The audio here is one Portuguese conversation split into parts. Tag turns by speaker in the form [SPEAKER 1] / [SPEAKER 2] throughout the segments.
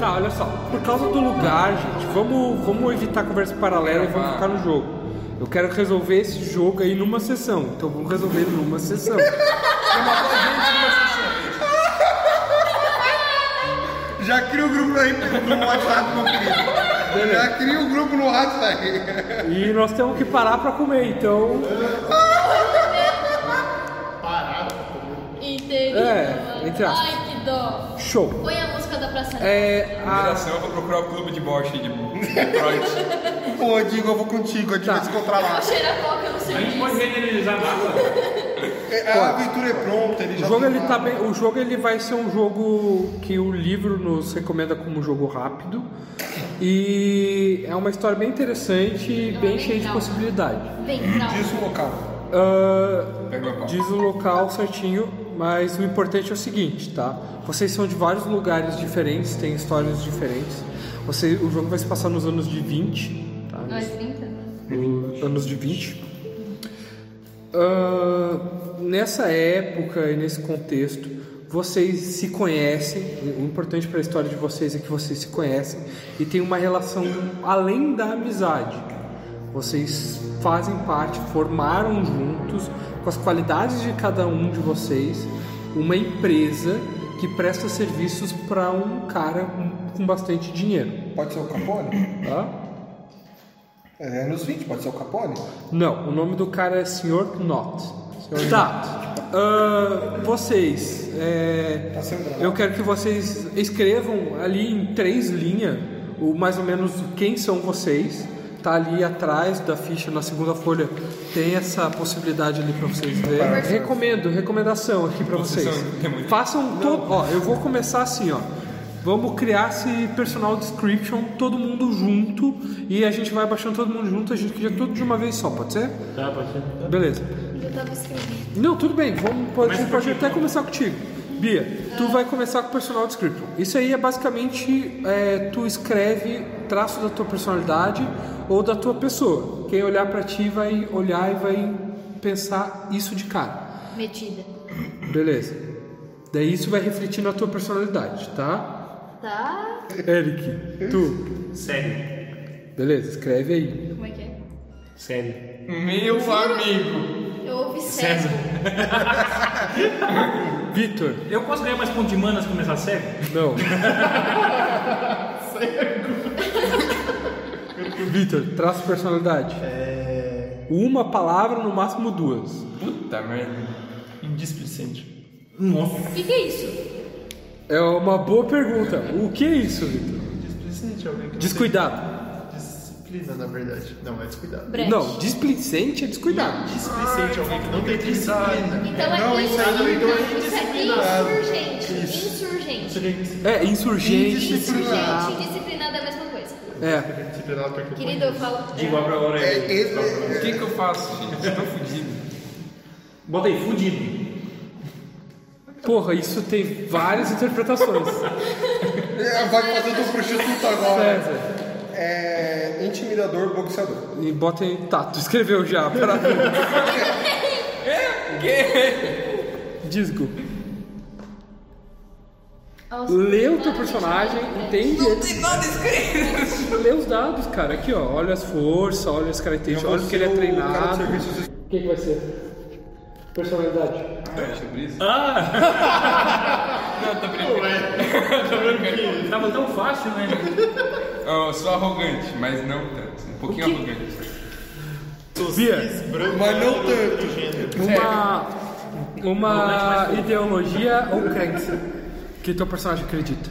[SPEAKER 1] Tá, olha só. Por causa do lugar, gente, vamos, vamos evitar conversa paralela e vamos ficar no jogo. Eu quero resolver esse jogo aí numa sessão. Então vamos resolver numa sessão.
[SPEAKER 2] Já cria o grupo aí no WhatsApp, meu querido. Já cria o grupo no WhatsApp.
[SPEAKER 1] E nós temos que parar pra comer, então.
[SPEAKER 3] Inteirinho.
[SPEAKER 1] É, entre aspas.
[SPEAKER 3] Ai, que dó.
[SPEAKER 1] Show.
[SPEAKER 3] Põe a música da Praça Nossa.
[SPEAKER 1] É. A...
[SPEAKER 4] Combinação, eu vou procurar o clube de bosta de Detroit.
[SPEAKER 2] Pô, Digo, eu vou contigo, a gente
[SPEAKER 1] Tá.
[SPEAKER 2] vai se encontrar lá.
[SPEAKER 3] Eu cheiro a coca no serviço.
[SPEAKER 5] generalizar nada.
[SPEAKER 2] É, A aventura é pronta, ele já
[SPEAKER 1] O jogo,
[SPEAKER 2] tem
[SPEAKER 1] ele
[SPEAKER 2] lá.
[SPEAKER 1] tá bem, o jogo ele vai ser um jogo que o livro nos recomenda como um jogo rápido. E é uma história bem interessante e bem cheia de possibilidade.
[SPEAKER 3] Vem, calma.
[SPEAKER 2] Diz o local.
[SPEAKER 1] Ah,
[SPEAKER 4] Pega meu pau.
[SPEAKER 1] diz o local certinho, mas o importante é o seguinte, tá? Vocês são de vários lugares diferentes, têm histórias diferentes. Você, o jogo vai se passar nos anos de 20, tá?
[SPEAKER 3] Nós brinca.
[SPEAKER 1] Nos anos de 20. Ah, nessa época e nesse contexto, vocês se conhecem. O importante para a história de vocês é que vocês se conhecem e tem uma relação além da amizade. Vocês fazem parte, formaram juntos, com as qualidades de cada um de vocês, uma empresa que presta serviços para um cara com- com bastante dinheiro.
[SPEAKER 2] Pode ser o Capone?
[SPEAKER 1] Tá?
[SPEAKER 2] É, anos 20, pode ser o Capone?
[SPEAKER 1] Não, o nome do cara é Sr. Knott. Tá. Ahn, vocês. é,
[SPEAKER 2] Tá sendo gravado.
[SPEAKER 1] eu quero que vocês escrevam ali em três linhas, o, mais ou menos quem são vocês. Tá ali atrás da ficha, na segunda folha, tem essa possibilidade ali pra vocês verem. Recomendo, recomendação aqui pra vocês. Façam todo. Ó, eu vou começar assim, ó. Vamos criar esse personal description, todo mundo junto, e a gente vai baixando todo mundo junto, a gente cria tudo de uma vez só, pode ser?
[SPEAKER 5] Tá, pode ser.
[SPEAKER 1] Beleza.
[SPEAKER 3] Eu tava escrevendo.
[SPEAKER 1] Não, tudo bem, vamos, pode,
[SPEAKER 5] Começa
[SPEAKER 1] a gente pode
[SPEAKER 5] por ti, então.
[SPEAKER 1] até começar contigo. Bia, tu vai começar com o personal description. Isso aí é basicamente é, tu escreve traço da tua personalidade ou da tua pessoa. Quem olhar pra ti vai olhar e vai pensar isso de cara.
[SPEAKER 3] Metida.
[SPEAKER 1] Beleza. Daí isso vai refletir na tua personalidade, tá?
[SPEAKER 3] Tá?
[SPEAKER 1] Eric, tu.
[SPEAKER 5] Sério.
[SPEAKER 1] Beleza, escreve aí.
[SPEAKER 3] Como é que é?
[SPEAKER 5] Sério.
[SPEAKER 4] Meu amigo.
[SPEAKER 3] Eu ouvi cego.
[SPEAKER 1] Vitor,
[SPEAKER 5] Eu posso ganhar mais ponto de mana se começar sério?
[SPEAKER 1] não. Vitor, traço de personalidade.
[SPEAKER 6] É.
[SPEAKER 1] Uma palavra, no máximo duas.
[SPEAKER 4] Puta merda. Indisplicente.
[SPEAKER 3] O que, que é isso?
[SPEAKER 1] É uma boa pergunta. O que é isso, Vitor?
[SPEAKER 6] Displicente é alguém que
[SPEAKER 1] Descuidado.
[SPEAKER 6] não tem disciplina, na verdade. Não, é descuidado.
[SPEAKER 3] Brete.
[SPEAKER 1] Não, displicente é descuidado.
[SPEAKER 6] Displicente é alguém que não tem disciplina.
[SPEAKER 3] Então é
[SPEAKER 2] Não, isso
[SPEAKER 3] isso,
[SPEAKER 2] aí, então é
[SPEAKER 3] isso
[SPEAKER 2] indisciplinado.
[SPEAKER 3] é insurgente. Insurgente.
[SPEAKER 6] Seria indisciplinado
[SPEAKER 1] É, insurgente.
[SPEAKER 2] Indisciplinado.
[SPEAKER 3] Gente, indisciplinado é a mesma coisa.
[SPEAKER 1] É.
[SPEAKER 6] porque eu
[SPEAKER 3] Querido, eu falo.
[SPEAKER 5] De igual pra hora
[SPEAKER 2] É,
[SPEAKER 5] aí.
[SPEAKER 2] ele-
[SPEAKER 4] O que que eu faço, gente? Eu tô fudido.
[SPEAKER 5] Bota aí, fudido.
[SPEAKER 1] Porra, isso tem várias interpretações.
[SPEAKER 2] É, vai fazer do prostituto
[SPEAKER 6] É.
[SPEAKER 2] agora.
[SPEAKER 1] César.
[SPEAKER 2] É. Intimidador, boxeador.
[SPEAKER 1] E bota aí. Tá, tu escreveu já. Pra... É? Disco.
[SPEAKER 3] Nossa,
[SPEAKER 1] Lê o
[SPEAKER 3] mano,
[SPEAKER 1] teu
[SPEAKER 3] gente,
[SPEAKER 1] personagem, entende? Não tem nada escrito. Lê os dados, cara. Aqui, ó. Olha as forças, olha as características, olha o que ele é treinado. O que, que vai ser? Personalidade.
[SPEAKER 4] É sobre isso?
[SPEAKER 5] Ah!
[SPEAKER 4] Não, tô brincando.
[SPEAKER 5] Tava tão fácil, né?
[SPEAKER 4] Eu sou arrogante, mas não tanto. Um pouquinho arrogante.
[SPEAKER 1] Bia,
[SPEAKER 2] Mas não tanto.
[SPEAKER 1] uma, uma ideologia ou crença que teu personagem acredita.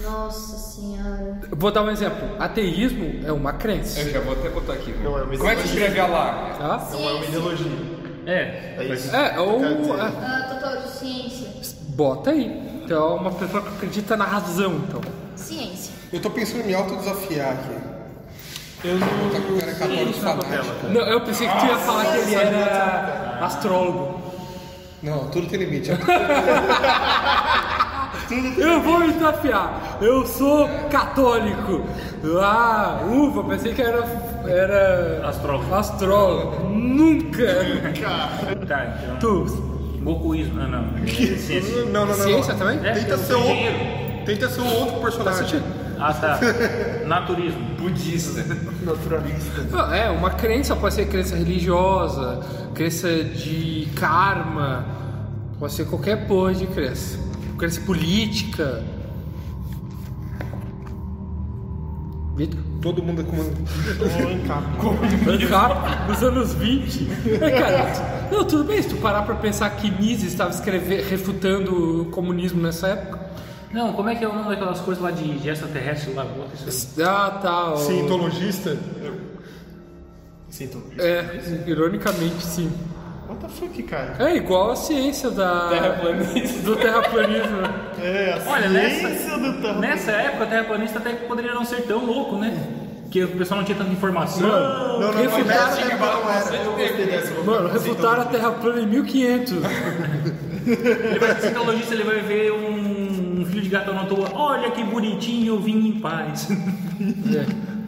[SPEAKER 3] Nossa senhora.
[SPEAKER 1] Vou dar um exemplo. Ateísmo é uma crença.
[SPEAKER 4] Eu já vou até botar aqui. né?
[SPEAKER 6] Não, é uma
[SPEAKER 4] Como é que
[SPEAKER 6] ideologia.
[SPEAKER 4] escreve a lá?
[SPEAKER 1] Tá?
[SPEAKER 6] Não é uma ideologia.
[SPEAKER 5] É.
[SPEAKER 6] É isso.
[SPEAKER 1] É, ou.
[SPEAKER 6] Quer dizer,
[SPEAKER 1] é,
[SPEAKER 3] Ah, doutor, ciência.
[SPEAKER 1] Bota aí. Então é uma pessoa que acredita na razão, então.
[SPEAKER 3] Ciência.
[SPEAKER 2] Eu tô pensando em me autodesafiar aqui.
[SPEAKER 1] Eu não.
[SPEAKER 2] Tá com o cara católico fanático.
[SPEAKER 1] Não, eu pensei que tu ia falar que ele era astrólogo.
[SPEAKER 2] é Não, tudo tem limite.
[SPEAKER 1] Eu vou me desafiar. Eu sou católico. Ah, uva, pensei que era. Era.
[SPEAKER 5] Astrólogo.
[SPEAKER 1] Astrólogo. Nunca.
[SPEAKER 5] Tá, então.
[SPEAKER 1] Tu.
[SPEAKER 5] Bocuísmo. Ah, não. Ciência.
[SPEAKER 2] Não, não, não.
[SPEAKER 1] Ciência também?
[SPEAKER 5] É,
[SPEAKER 2] Tenta
[SPEAKER 5] eu
[SPEAKER 2] ser
[SPEAKER 5] sou
[SPEAKER 2] outro.
[SPEAKER 5] engenheiro.
[SPEAKER 2] Tenta ser um
[SPEAKER 1] Tá
[SPEAKER 2] outro personagem.
[SPEAKER 5] Ah, tá. Naturismo.
[SPEAKER 4] Budista.
[SPEAKER 6] Naturalista.
[SPEAKER 1] Ah, É, uma crença pode ser crença religiosa, crença de karma, pode ser qualquer porra de crença. Crença política. Vitor?
[SPEAKER 2] Todo mundo é comandante.
[SPEAKER 1] Ancap nos anos 20. É, Cara, não, tudo bem se tu parar pra pensar que Nietzsche estava escrever, refutando o comunismo nessa época.
[SPEAKER 5] Não, como é que é o nome daquelas coisas lá de, de extraterrestre lá? Bota isso
[SPEAKER 1] Ah, tá. o-
[SPEAKER 2] Cientologista?
[SPEAKER 6] Sintologista.
[SPEAKER 1] É, ironicamente sim.
[SPEAKER 6] What the fuck, cara?
[SPEAKER 1] É igual a ciência da.
[SPEAKER 4] Terraplanista.
[SPEAKER 1] Do terraplanismo.
[SPEAKER 6] É, a
[SPEAKER 5] Olha,
[SPEAKER 6] ciência
[SPEAKER 5] nessa-
[SPEAKER 6] do
[SPEAKER 5] aí.
[SPEAKER 6] tamanho.
[SPEAKER 5] Nessa época, o terraplanista até que poderia não ser tão louco, né? Porque o pessoal não tinha tanta informação.
[SPEAKER 1] Mano,
[SPEAKER 2] Não, não, não.
[SPEAKER 1] refutaram,
[SPEAKER 2] Essa época não era. Eu gostei dessa.
[SPEAKER 1] mano, refutaram a Terra plana em 1500.
[SPEAKER 5] Ele vai ser psicologista, ele vai ver um, um filho de gatão na toa. Olha que bonitinho, eu vim em paz.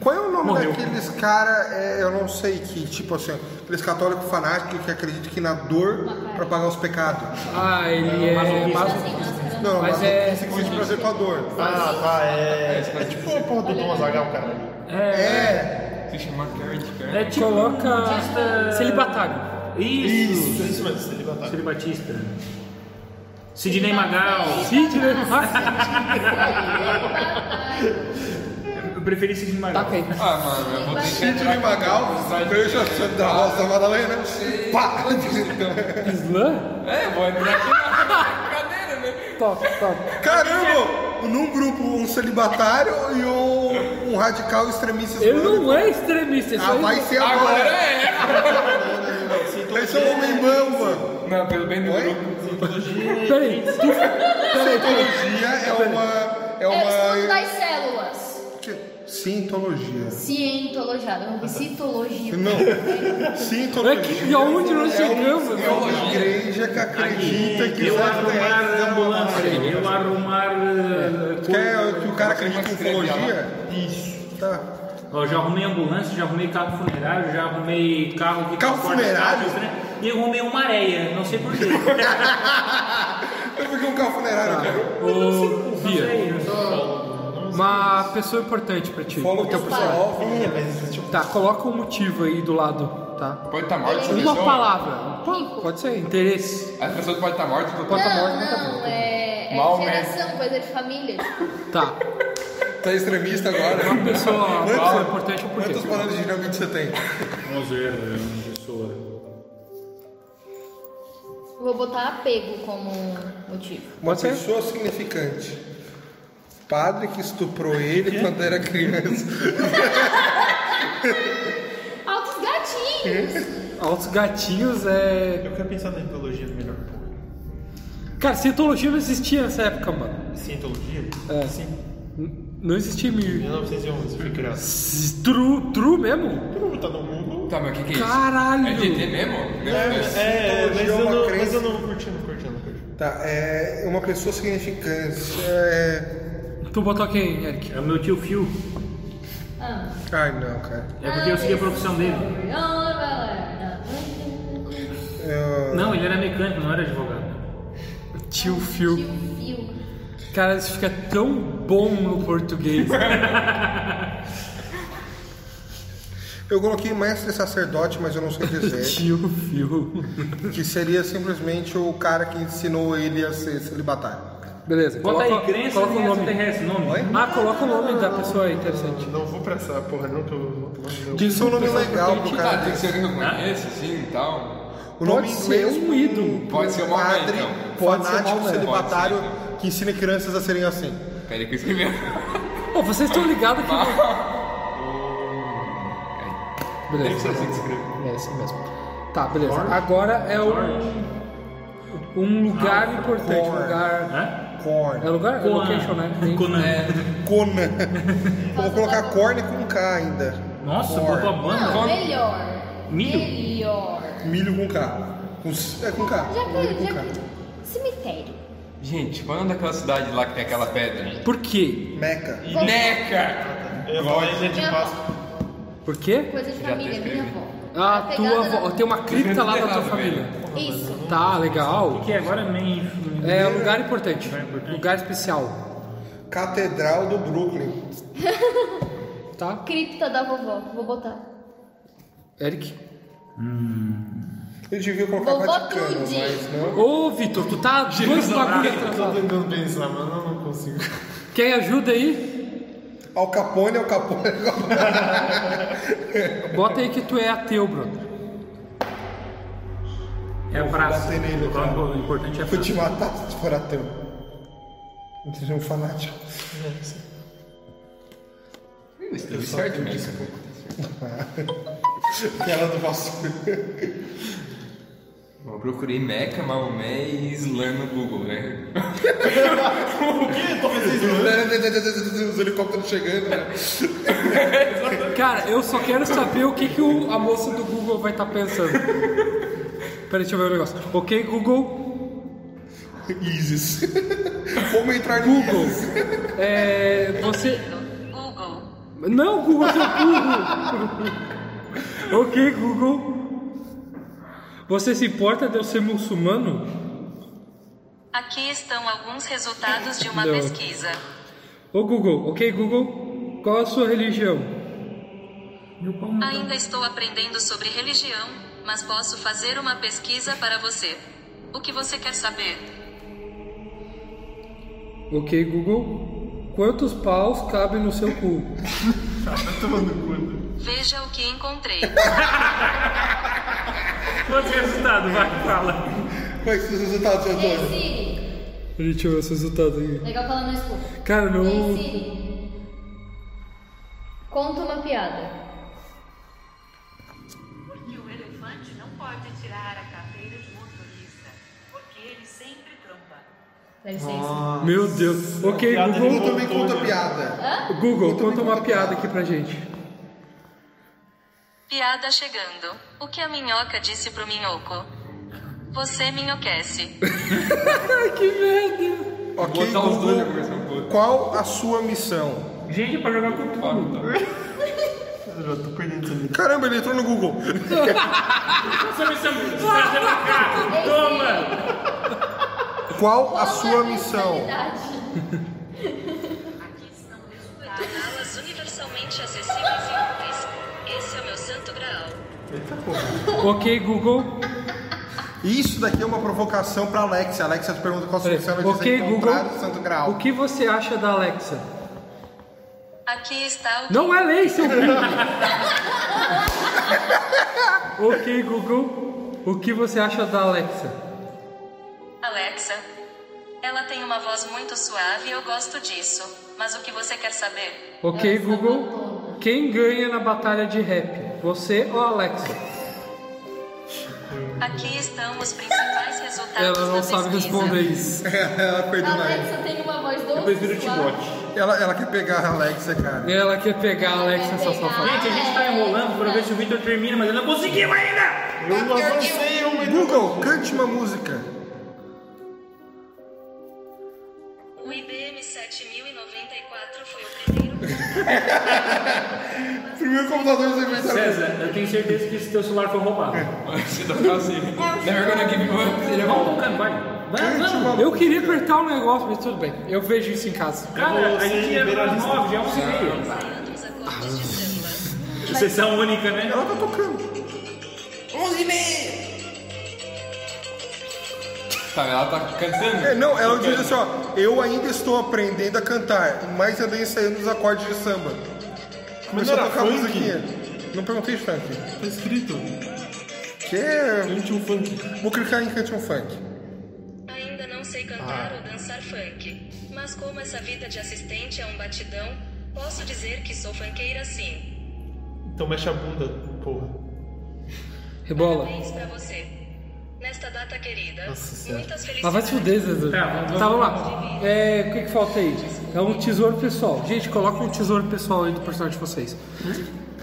[SPEAKER 2] Qual é o nome
[SPEAKER 5] Morreu.
[SPEAKER 2] daqueles cara, é, eu não sei, que tipo assim, aqueles católicos fanáticos que acreditam que na dor pra pagar os pecados.
[SPEAKER 1] Ah, ele é.
[SPEAKER 5] masoquista.
[SPEAKER 1] mas-
[SPEAKER 3] Sem máscara.
[SPEAKER 2] Não,
[SPEAKER 1] Mas
[SPEAKER 2] mas,
[SPEAKER 1] é-
[SPEAKER 2] é... que existe prazer com a dor.
[SPEAKER 6] Ah, tá, é. É tipo a porra do Dom Azagal, cara.
[SPEAKER 2] É,
[SPEAKER 4] Se chama Carrot
[SPEAKER 5] É
[SPEAKER 4] Carrot.
[SPEAKER 5] tipo
[SPEAKER 1] Coloca. Celibatário.
[SPEAKER 5] Isso.
[SPEAKER 6] Isso, isso mesmo, ele bateu.
[SPEAKER 5] Ciro Batista. Sidney Magal.
[SPEAKER 1] Sidney. Ah,
[SPEAKER 5] Eu preferi Sidney Magal.
[SPEAKER 1] tá bem.
[SPEAKER 4] Ah, mano, eu vou ter que
[SPEAKER 2] Sidney
[SPEAKER 4] entrar
[SPEAKER 2] Magal, veja da Rosa Madalena. Pá!
[SPEAKER 1] Islã?
[SPEAKER 4] É, eu vou entrar aqui na cadeira, né?
[SPEAKER 1] Top, top.
[SPEAKER 2] Caramba! Num grupo, um celibatário e um, um radical extremista
[SPEAKER 1] Ele
[SPEAKER 2] islâmico.
[SPEAKER 1] não é extremista, ele
[SPEAKER 2] Ah,
[SPEAKER 1] só
[SPEAKER 2] vai ser
[SPEAKER 4] Agora
[SPEAKER 2] agora.
[SPEAKER 4] é.
[SPEAKER 2] Esse é o homem bamba.
[SPEAKER 4] Não, pelo bem do
[SPEAKER 2] Oi?
[SPEAKER 4] grupo.
[SPEAKER 1] Peraí, tu... peraí, peraí.
[SPEAKER 2] Cientologia é uma... É
[SPEAKER 3] É o estudo
[SPEAKER 2] uma...
[SPEAKER 3] das células.
[SPEAKER 2] Cientologia.
[SPEAKER 3] Cientologia. Eu ouvi citologia.
[SPEAKER 2] Não.
[SPEAKER 1] É
[SPEAKER 2] Cientologia.
[SPEAKER 1] que, e aonde nós chegamos?
[SPEAKER 2] É uma igreja que acredita
[SPEAKER 5] Aqui,
[SPEAKER 2] que é
[SPEAKER 5] eu
[SPEAKER 2] os
[SPEAKER 5] arrumar
[SPEAKER 2] extraterrestres são
[SPEAKER 5] ambulância,
[SPEAKER 2] malucos.
[SPEAKER 5] eu arrumar. eh,
[SPEAKER 2] Quer que o cara acredite em
[SPEAKER 4] Você escreve
[SPEAKER 2] ufologia? Isso. Tá.
[SPEAKER 5] Ó, já arrumei ambulância, já arrumei carro funerário, já arrumei carro que
[SPEAKER 2] Carro
[SPEAKER 5] transporta
[SPEAKER 2] funerário?
[SPEAKER 5] carros, né? E eu arrumei uma areia, não sei porquê.
[SPEAKER 2] É porque um carro
[SPEAKER 5] Ah,
[SPEAKER 2] funerário.
[SPEAKER 1] Ô,
[SPEAKER 5] Não
[SPEAKER 1] Bia,
[SPEAKER 5] sei. eu só-
[SPEAKER 1] uma pessoa importante pra ti.
[SPEAKER 2] Follow
[SPEAKER 1] Então,
[SPEAKER 2] o pessoal.
[SPEAKER 6] É, mas isso, tipo,
[SPEAKER 1] tá, coloca um motivo aí do lado, tá?
[SPEAKER 4] Pode estar morto essa
[SPEAKER 1] Uma
[SPEAKER 4] pessoa.
[SPEAKER 1] palavra. Pô, Pode ser interesse.
[SPEAKER 4] As pessoas podem tá estar mortas. doutor.
[SPEAKER 1] Pode estar
[SPEAKER 3] Não,
[SPEAKER 1] morto, tá
[SPEAKER 3] não, é, é
[SPEAKER 4] Maomé.
[SPEAKER 3] geração, coisa de família.
[SPEAKER 1] Tá.
[SPEAKER 2] Tá extremista agora.
[SPEAKER 1] Uma pessoa, uma
[SPEAKER 2] Quantos-
[SPEAKER 1] palavra é importante por quê?
[SPEAKER 2] Quantos planos de dinâmica você tem?
[SPEAKER 5] Roseira, professora.
[SPEAKER 3] Eu Vou botar apego como motivo.
[SPEAKER 2] Uma pessoa significante. Padre que estuprou ele quando era criança.
[SPEAKER 3] Altos gatinhos!
[SPEAKER 1] Altos Ah, gatinhos é.
[SPEAKER 6] eu quero pensar na mitologia do melhor povo.
[SPEAKER 1] Cara, cientologia não existia nessa época, mano.
[SPEAKER 6] Cientologia?
[SPEAKER 1] É.
[SPEAKER 6] Sim.
[SPEAKER 1] N- Não existia mil.
[SPEAKER 6] 1911, foi criado.
[SPEAKER 1] S- True, true mesmo?
[SPEAKER 6] Todo mundo tá no mundo.
[SPEAKER 4] Tá, mas o que, que é isso?
[SPEAKER 1] Caralho.
[SPEAKER 4] É DT mesmo? Meu Deus.
[SPEAKER 6] É, mas
[SPEAKER 2] Cientologia é
[SPEAKER 6] eu
[SPEAKER 2] uma
[SPEAKER 6] não,
[SPEAKER 2] crença.
[SPEAKER 6] mas eu não curti, não curti, não curti.
[SPEAKER 2] Tá, é uma pessoa significante. É...
[SPEAKER 1] Tu botou quem, Eric?
[SPEAKER 5] É o meu tio Phil.
[SPEAKER 3] Ah,
[SPEAKER 2] Ai não, cara.
[SPEAKER 5] É porque eu segui a profissão dele.
[SPEAKER 3] não, Ah, galera. Tio
[SPEAKER 2] É,
[SPEAKER 5] Não, ele era mecânico, não era advogado.
[SPEAKER 1] Tio Phil.
[SPEAKER 3] Fio.
[SPEAKER 1] Cara, isso fica tão bom no português.
[SPEAKER 2] Eu coloquei mestre sacerdote, mas eu não sei dizer.
[SPEAKER 1] Tio Phil.
[SPEAKER 2] que seria simplesmente o cara que ensinou ele a ser celibatário.
[SPEAKER 1] Beleza,
[SPEAKER 5] Bota
[SPEAKER 1] coloca,
[SPEAKER 5] aí, crença
[SPEAKER 1] coloca o
[SPEAKER 5] em
[SPEAKER 1] nome.
[SPEAKER 5] extraterrestre, nome.
[SPEAKER 2] Oi?
[SPEAKER 1] Ah, coloca o nome da pessoa aí, interessante.
[SPEAKER 6] Não vou pra essa porra, não, que eu não não-
[SPEAKER 2] Isso é um nome legal pro
[SPEAKER 4] Ah,
[SPEAKER 2] cara.
[SPEAKER 4] tem que ser alguém que eu conheço, assim, e tal.
[SPEAKER 2] O nome
[SPEAKER 1] Pode ser
[SPEAKER 2] mesmo
[SPEAKER 1] um ídolo.
[SPEAKER 4] Pode ser uma
[SPEAKER 2] padre,
[SPEAKER 4] mãe, então.
[SPEAKER 1] Pode ser
[SPEAKER 2] fanático,
[SPEAKER 1] uma mãe.
[SPEAKER 2] celibatário,
[SPEAKER 4] Pode ser,
[SPEAKER 2] que ensina crianças a serem assim.
[SPEAKER 4] Peraí que eu escrevi.
[SPEAKER 1] Pô, vocês estão ligados que. Beleza. É isso mesmo. Tá, Ah, beleza. Agora é um. Um lugar importante. Um lugar.
[SPEAKER 5] Hã?
[SPEAKER 2] Corn.
[SPEAKER 1] É lugar? É
[SPEAKER 5] Conan.
[SPEAKER 1] location, né? Tem-
[SPEAKER 5] Conan.
[SPEAKER 2] Conan. Um Vou colocar corn com K ainda.
[SPEAKER 5] Nossa,
[SPEAKER 2] Corn.
[SPEAKER 5] botou a banda.
[SPEAKER 3] Não, melhor.
[SPEAKER 5] Milho?
[SPEAKER 3] Melhor.
[SPEAKER 2] Milho com K. Com, c- é com K.
[SPEAKER 3] Já
[SPEAKER 2] Milho
[SPEAKER 3] que,
[SPEAKER 2] com
[SPEAKER 3] já
[SPEAKER 2] K.
[SPEAKER 3] que... Cemitério.
[SPEAKER 4] Gente, qual é o nome daquela cidade lá que tem aquela pedra?
[SPEAKER 1] Por quê?
[SPEAKER 2] Meca.
[SPEAKER 3] Vou-
[SPEAKER 4] Neca!
[SPEAKER 6] Eu ia falar Ilha de
[SPEAKER 3] Minha
[SPEAKER 6] Páscoa.
[SPEAKER 3] avó.
[SPEAKER 1] Por quê?
[SPEAKER 3] Coisa de
[SPEAKER 4] Já
[SPEAKER 3] família,
[SPEAKER 4] teve.
[SPEAKER 3] minha avó.
[SPEAKER 1] Ah,
[SPEAKER 3] Tá
[SPEAKER 1] tua
[SPEAKER 3] pegando na-
[SPEAKER 1] avó. Tem uma cripta lá da tua
[SPEAKER 4] Errado,
[SPEAKER 1] família.
[SPEAKER 4] velho.
[SPEAKER 3] Isso.
[SPEAKER 1] Tá, legal.
[SPEAKER 5] Que agora nem.
[SPEAKER 1] É um lugar importante. Lugar especial.
[SPEAKER 2] Catedral do Brooklyn.
[SPEAKER 1] Tá?
[SPEAKER 3] Cripta da vovó. Vou botar.
[SPEAKER 1] Eric?
[SPEAKER 2] Eu devia colocar
[SPEAKER 3] Vovó
[SPEAKER 2] Vaticano,
[SPEAKER 3] Tude.
[SPEAKER 2] mas não.
[SPEAKER 1] Ô, Vitor, tu tá dois bagulho
[SPEAKER 6] Tô
[SPEAKER 1] atrasado.
[SPEAKER 6] tentando pensar, Ah, mas eu não consigo.
[SPEAKER 1] Quem ajuda aí?
[SPEAKER 2] Al Capone, Al Capone, Al Capone.
[SPEAKER 1] Bota aí que tu é ateu, Bruno.
[SPEAKER 5] É a praça.
[SPEAKER 6] bater nele,
[SPEAKER 5] O
[SPEAKER 6] cara.
[SPEAKER 5] nome importante é a
[SPEAKER 2] Vou te
[SPEAKER 5] praça.
[SPEAKER 2] matar se tu for ateu. Você é um fanático.
[SPEAKER 4] Ih, Isso deu certo, Meca.
[SPEAKER 2] Aquela do vassoura.
[SPEAKER 4] Bom, eu procurei Meca, Maomé e Islã no Google, né?
[SPEAKER 2] Os helicópteros chegando, né?
[SPEAKER 1] Cara, eu só quero saber o que, que o- a moça do Google vai estar pensando. Peraí, deixa eu ver o negócio. Ok, Google.
[SPEAKER 2] ISIS. Como entrar no
[SPEAKER 1] Google.
[SPEAKER 2] ISIS?
[SPEAKER 1] É. Você. Não, Google, seu burro! ok, Google. Você se importa de eu ser muçulmano?
[SPEAKER 7] Aqui estão alguns resultados de uma
[SPEAKER 1] Não.
[SPEAKER 7] pesquisa.
[SPEAKER 1] Ô, Google. Ok, Google. Qual a sua religião?
[SPEAKER 5] Meu pau não tá-
[SPEAKER 7] Ainda estou aprendendo sobre religião, mas posso fazer uma pesquisa para você. O que você quer saber?
[SPEAKER 1] Ok, Google. Quantos paus cabem no seu cu?
[SPEAKER 7] Veja o que encontrei.
[SPEAKER 5] Quantos resultados? Vai, fala.
[SPEAKER 2] Quais são os é resultados, seu
[SPEAKER 3] Ei,
[SPEAKER 2] doido?
[SPEAKER 3] Siri.
[SPEAKER 1] Deixa eu ver os resultados aqui.
[SPEAKER 3] Legal que ela não escuta.
[SPEAKER 1] Cara,
[SPEAKER 3] Ei,
[SPEAKER 1] não.
[SPEAKER 3] Siri. Conta uma piada.
[SPEAKER 7] Porque o elefante não pode tirar a carteira de motorista, porque ele sempre trampa.
[SPEAKER 3] Deve ser isso.
[SPEAKER 1] Meu Deus. Ok,
[SPEAKER 6] Piada de
[SPEAKER 2] Google
[SPEAKER 1] Google.
[SPEAKER 2] também conta piada.
[SPEAKER 1] Google, conta uma piada aqui pra gente.
[SPEAKER 7] Piada chegando. O que a minhoca disse pro minhoco? Você minhoquece.
[SPEAKER 1] Ai, que merda.
[SPEAKER 2] Ok,
[SPEAKER 4] Botar os dois na
[SPEAKER 2] Google.
[SPEAKER 4] conversa um pouco.
[SPEAKER 2] Qual a sua missão?
[SPEAKER 5] Gente, é pra jogar com tudo.
[SPEAKER 6] então. Eu já tô perdendo essa vida.
[SPEAKER 2] Caramba, ele entrou no Google.
[SPEAKER 5] Essa missão trazer um carro. Toma!
[SPEAKER 2] Qual a
[SPEAKER 3] Conta
[SPEAKER 2] sua missão?
[SPEAKER 3] mensalidade.
[SPEAKER 7] Aulas universalmente acessíveis e úteis. Esse é o meu santo graal.
[SPEAKER 1] Ok, Google.
[SPEAKER 2] Isso daqui é uma provocação pra Alexia. Alexia te pergunta qual a sua missão. Ela diz
[SPEAKER 1] Ok,
[SPEAKER 2] encontrar o Santo
[SPEAKER 1] Google. O
[SPEAKER 2] Graal.
[SPEAKER 1] que você acha da Alexa?
[SPEAKER 7] Aqui está o
[SPEAKER 1] Não é lei, seu burro. ok, Google. O que você acha da Alexa?
[SPEAKER 7] Alexa. Ela tem uma voz muito suave e eu gosto disso. Mas o que você quer saber?
[SPEAKER 1] Ok, Google. Quem ganha na batalha de rap? Você ou a Alexa?
[SPEAKER 7] Aqui estão os principais resultados
[SPEAKER 1] Ela não
[SPEAKER 7] da
[SPEAKER 1] sabe
[SPEAKER 7] pesquisa.
[SPEAKER 1] responder isso.
[SPEAKER 2] ela perdeu na época.
[SPEAKER 3] Alexa tem uma voz doce. Eu
[SPEAKER 6] Prefiro o Tibote.
[SPEAKER 2] Ela, ela quer pegar a Alexia, cara.
[SPEAKER 1] Ela quer pegar a Alexa,
[SPEAKER 3] quer
[SPEAKER 1] essa
[SPEAKER 3] pegar.
[SPEAKER 1] safada.
[SPEAKER 5] Gente, a gente tá enrolando pra ver se o Victor termina, mas ele não conseguiu ainda!
[SPEAKER 6] Eu avancei uma e
[SPEAKER 2] Google, cante uma música.
[SPEAKER 7] O IBM 7094 foi o primeiro.
[SPEAKER 2] Primeiro computador que você inventou.
[SPEAKER 5] César, eu tenho certeza que esse teu celular foi roubado.
[SPEAKER 6] É.
[SPEAKER 4] Você tá falando Never gonna give you up. Ele é
[SPEAKER 5] Vamos
[SPEAKER 4] bom.
[SPEAKER 5] tocando, vai. Vai,
[SPEAKER 2] Cante uma
[SPEAKER 5] vamos.
[SPEAKER 1] Eu queria apertar um negócio, mas tudo bem. Eu vejo isso em casa.
[SPEAKER 5] Cara, a gente ia pra
[SPEAKER 6] Liberalista. Ah,
[SPEAKER 5] 9, já é 11 e
[SPEAKER 7] Ensaiando os acordes de samba.
[SPEAKER 5] meia. Sessão única, né?
[SPEAKER 2] Ela tá tocando.
[SPEAKER 4] Tá, ela tá cantando.
[SPEAKER 2] É, não, ela diz assim, ó. Eu ainda estou aprendendo a cantar, mas andei ensaiando os acordes de samba.
[SPEAKER 6] Mas
[SPEAKER 2] Começou
[SPEAKER 6] não
[SPEAKER 2] a
[SPEAKER 6] era
[SPEAKER 2] tocar a
[SPEAKER 6] funk?
[SPEAKER 2] musiquinha. Não perguntei isso, funk.
[SPEAKER 6] Tá escrito.
[SPEAKER 2] Que é...
[SPEAKER 6] Cante um funk.
[SPEAKER 2] Vou clicar em cante um funk.
[SPEAKER 7] Ainda não sei cantar ou dançar funk. Mas como essa vida de assistente é um batidão, posso dizer que sou funkeira sim.
[SPEAKER 6] Então mexe a bunda, porra.
[SPEAKER 1] Rebola.
[SPEAKER 7] Parabéns pra você. Nesta data querida,
[SPEAKER 6] Nossa Senhora.
[SPEAKER 7] muitas felicidades.
[SPEAKER 1] Mas vai se fuder, Zezu.
[SPEAKER 5] Tá, vamos-
[SPEAKER 1] Tá, vamos lá. É, o que, que falta aí? É um tesouro pessoal. Gente, coloca um tesouro pessoal aí do personagem de vocês.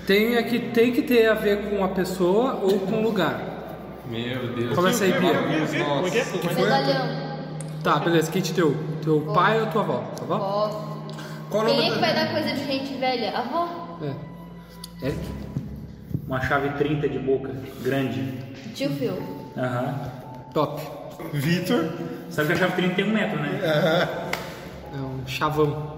[SPEAKER 1] Tem, aqui, tem que ter a ver com a pessoa ou com o lugar.
[SPEAKER 4] Meu Deus.
[SPEAKER 1] Começa aí, Bia.
[SPEAKER 4] Nossa.
[SPEAKER 3] Medalhão.
[SPEAKER 1] Tá, beleza. Quem te deu? Teu pai ou tua avó? Tá bom?
[SPEAKER 3] Ó.
[SPEAKER 1] Qual o
[SPEAKER 3] Quem é
[SPEAKER 1] nome
[SPEAKER 3] que vai dar coisa de gente velha? Avó.
[SPEAKER 1] É. Eric?
[SPEAKER 5] Uma chave 30 de boca, grande.
[SPEAKER 3] Tio Phil.
[SPEAKER 5] Aham.
[SPEAKER 1] Top.
[SPEAKER 2] Vitor.
[SPEAKER 5] Sabe que a chave 30 tem um metro, né?
[SPEAKER 1] É um chavão.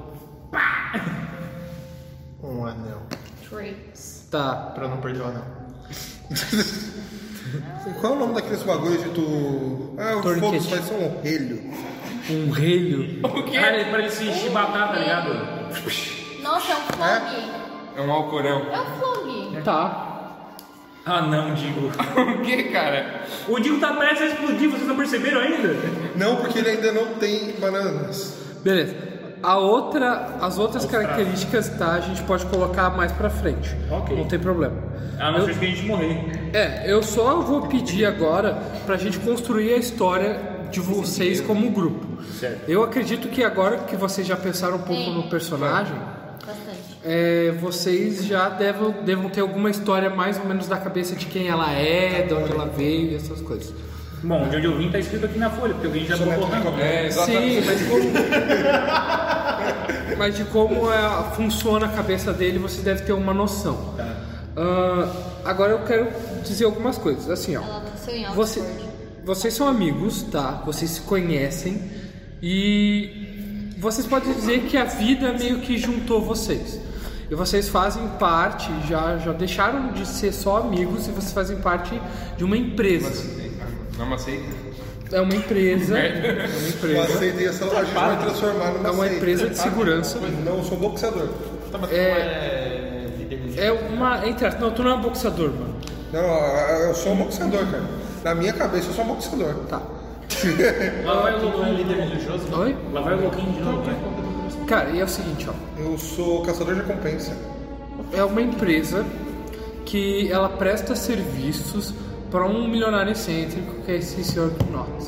[SPEAKER 6] Um anel.
[SPEAKER 3] Tricks.
[SPEAKER 1] Tá.
[SPEAKER 6] Pra não perder o anel.
[SPEAKER 2] Qual é o nome daqueles bagulhos que tu. Ah, o
[SPEAKER 1] Torniquete.
[SPEAKER 2] foda-se, faz só um relho.
[SPEAKER 1] Um relho.
[SPEAKER 5] O quê? Cara, pra ele se chibatar, tá ligado?
[SPEAKER 3] Nossa, é um fog.
[SPEAKER 4] É um alcorão.
[SPEAKER 3] É um fog.
[SPEAKER 1] Tá.
[SPEAKER 5] Ah, não, Digo.
[SPEAKER 4] O que, cara?
[SPEAKER 5] O Digo tá prestes a explodir, vocês não perceberam ainda?
[SPEAKER 2] Não, porque ele ainda não tem bananas.
[SPEAKER 1] Beleza. A outra, as outras características, tá? A gente pode colocar mais pra frente.
[SPEAKER 5] Ok.
[SPEAKER 1] Não tem problema.
[SPEAKER 5] A não ser Ah, que a gente morrer.
[SPEAKER 1] É, eu só vou pedir agora pra gente construir a história de vocês como grupo.
[SPEAKER 5] Certo.
[SPEAKER 1] Eu acredito que agora que vocês já pensaram um pouco
[SPEAKER 3] Sim.
[SPEAKER 1] no personagem,
[SPEAKER 3] Bastante.
[SPEAKER 1] é, vocês já devam, devam ter alguma história mais ou menos da cabeça de quem ela é, de onde ela veio e essas coisas.
[SPEAKER 5] Bom, de onde eu vim tá escrito aqui na folha, porque alguém já colocou rango.
[SPEAKER 4] É,
[SPEAKER 1] Sim,
[SPEAKER 4] exatamente.
[SPEAKER 1] mas como. mas de como é- funciona a cabeça dele, você deve ter uma noção. Ah, agora eu quero dizer algumas coisas. Assim, ó.
[SPEAKER 3] Ela nasceu em
[SPEAKER 1] Você-
[SPEAKER 3] Oxford.
[SPEAKER 1] vocês são amigos, tá? Vocês se conhecem e vocês podem dizer que a vida meio que juntou vocês. E vocês fazem parte, já, já deixaram de ser só amigos e vocês fazem parte de uma empresa.
[SPEAKER 4] Não macei.
[SPEAKER 1] É uma empresa. É uma
[SPEAKER 2] Eu
[SPEAKER 1] empresa.
[SPEAKER 2] aceitei essa
[SPEAKER 6] Tá
[SPEAKER 2] a gente vai transformar numa
[SPEAKER 1] É uma
[SPEAKER 2] seita. Tá?
[SPEAKER 1] empresa de segurança.
[SPEAKER 2] Não, eu sou um boxeador.
[SPEAKER 1] É uma. Entre aspas, não, tu não é um boxeador, mano.
[SPEAKER 2] Não, eu sou um boxeador, cara. Na minha cabeça eu sou um boxeador.
[SPEAKER 1] Tá.
[SPEAKER 5] Lá vai o louquinho.
[SPEAKER 1] Oi?
[SPEAKER 5] Lá vai o louquinho de novo, né?
[SPEAKER 1] Cara, e é o seguinte, ó.
[SPEAKER 2] Eu sou caçador de recompensa.
[SPEAKER 1] é uma empresa que ela presta serviços para um milionário excêntrico que é esse Sr. Knott,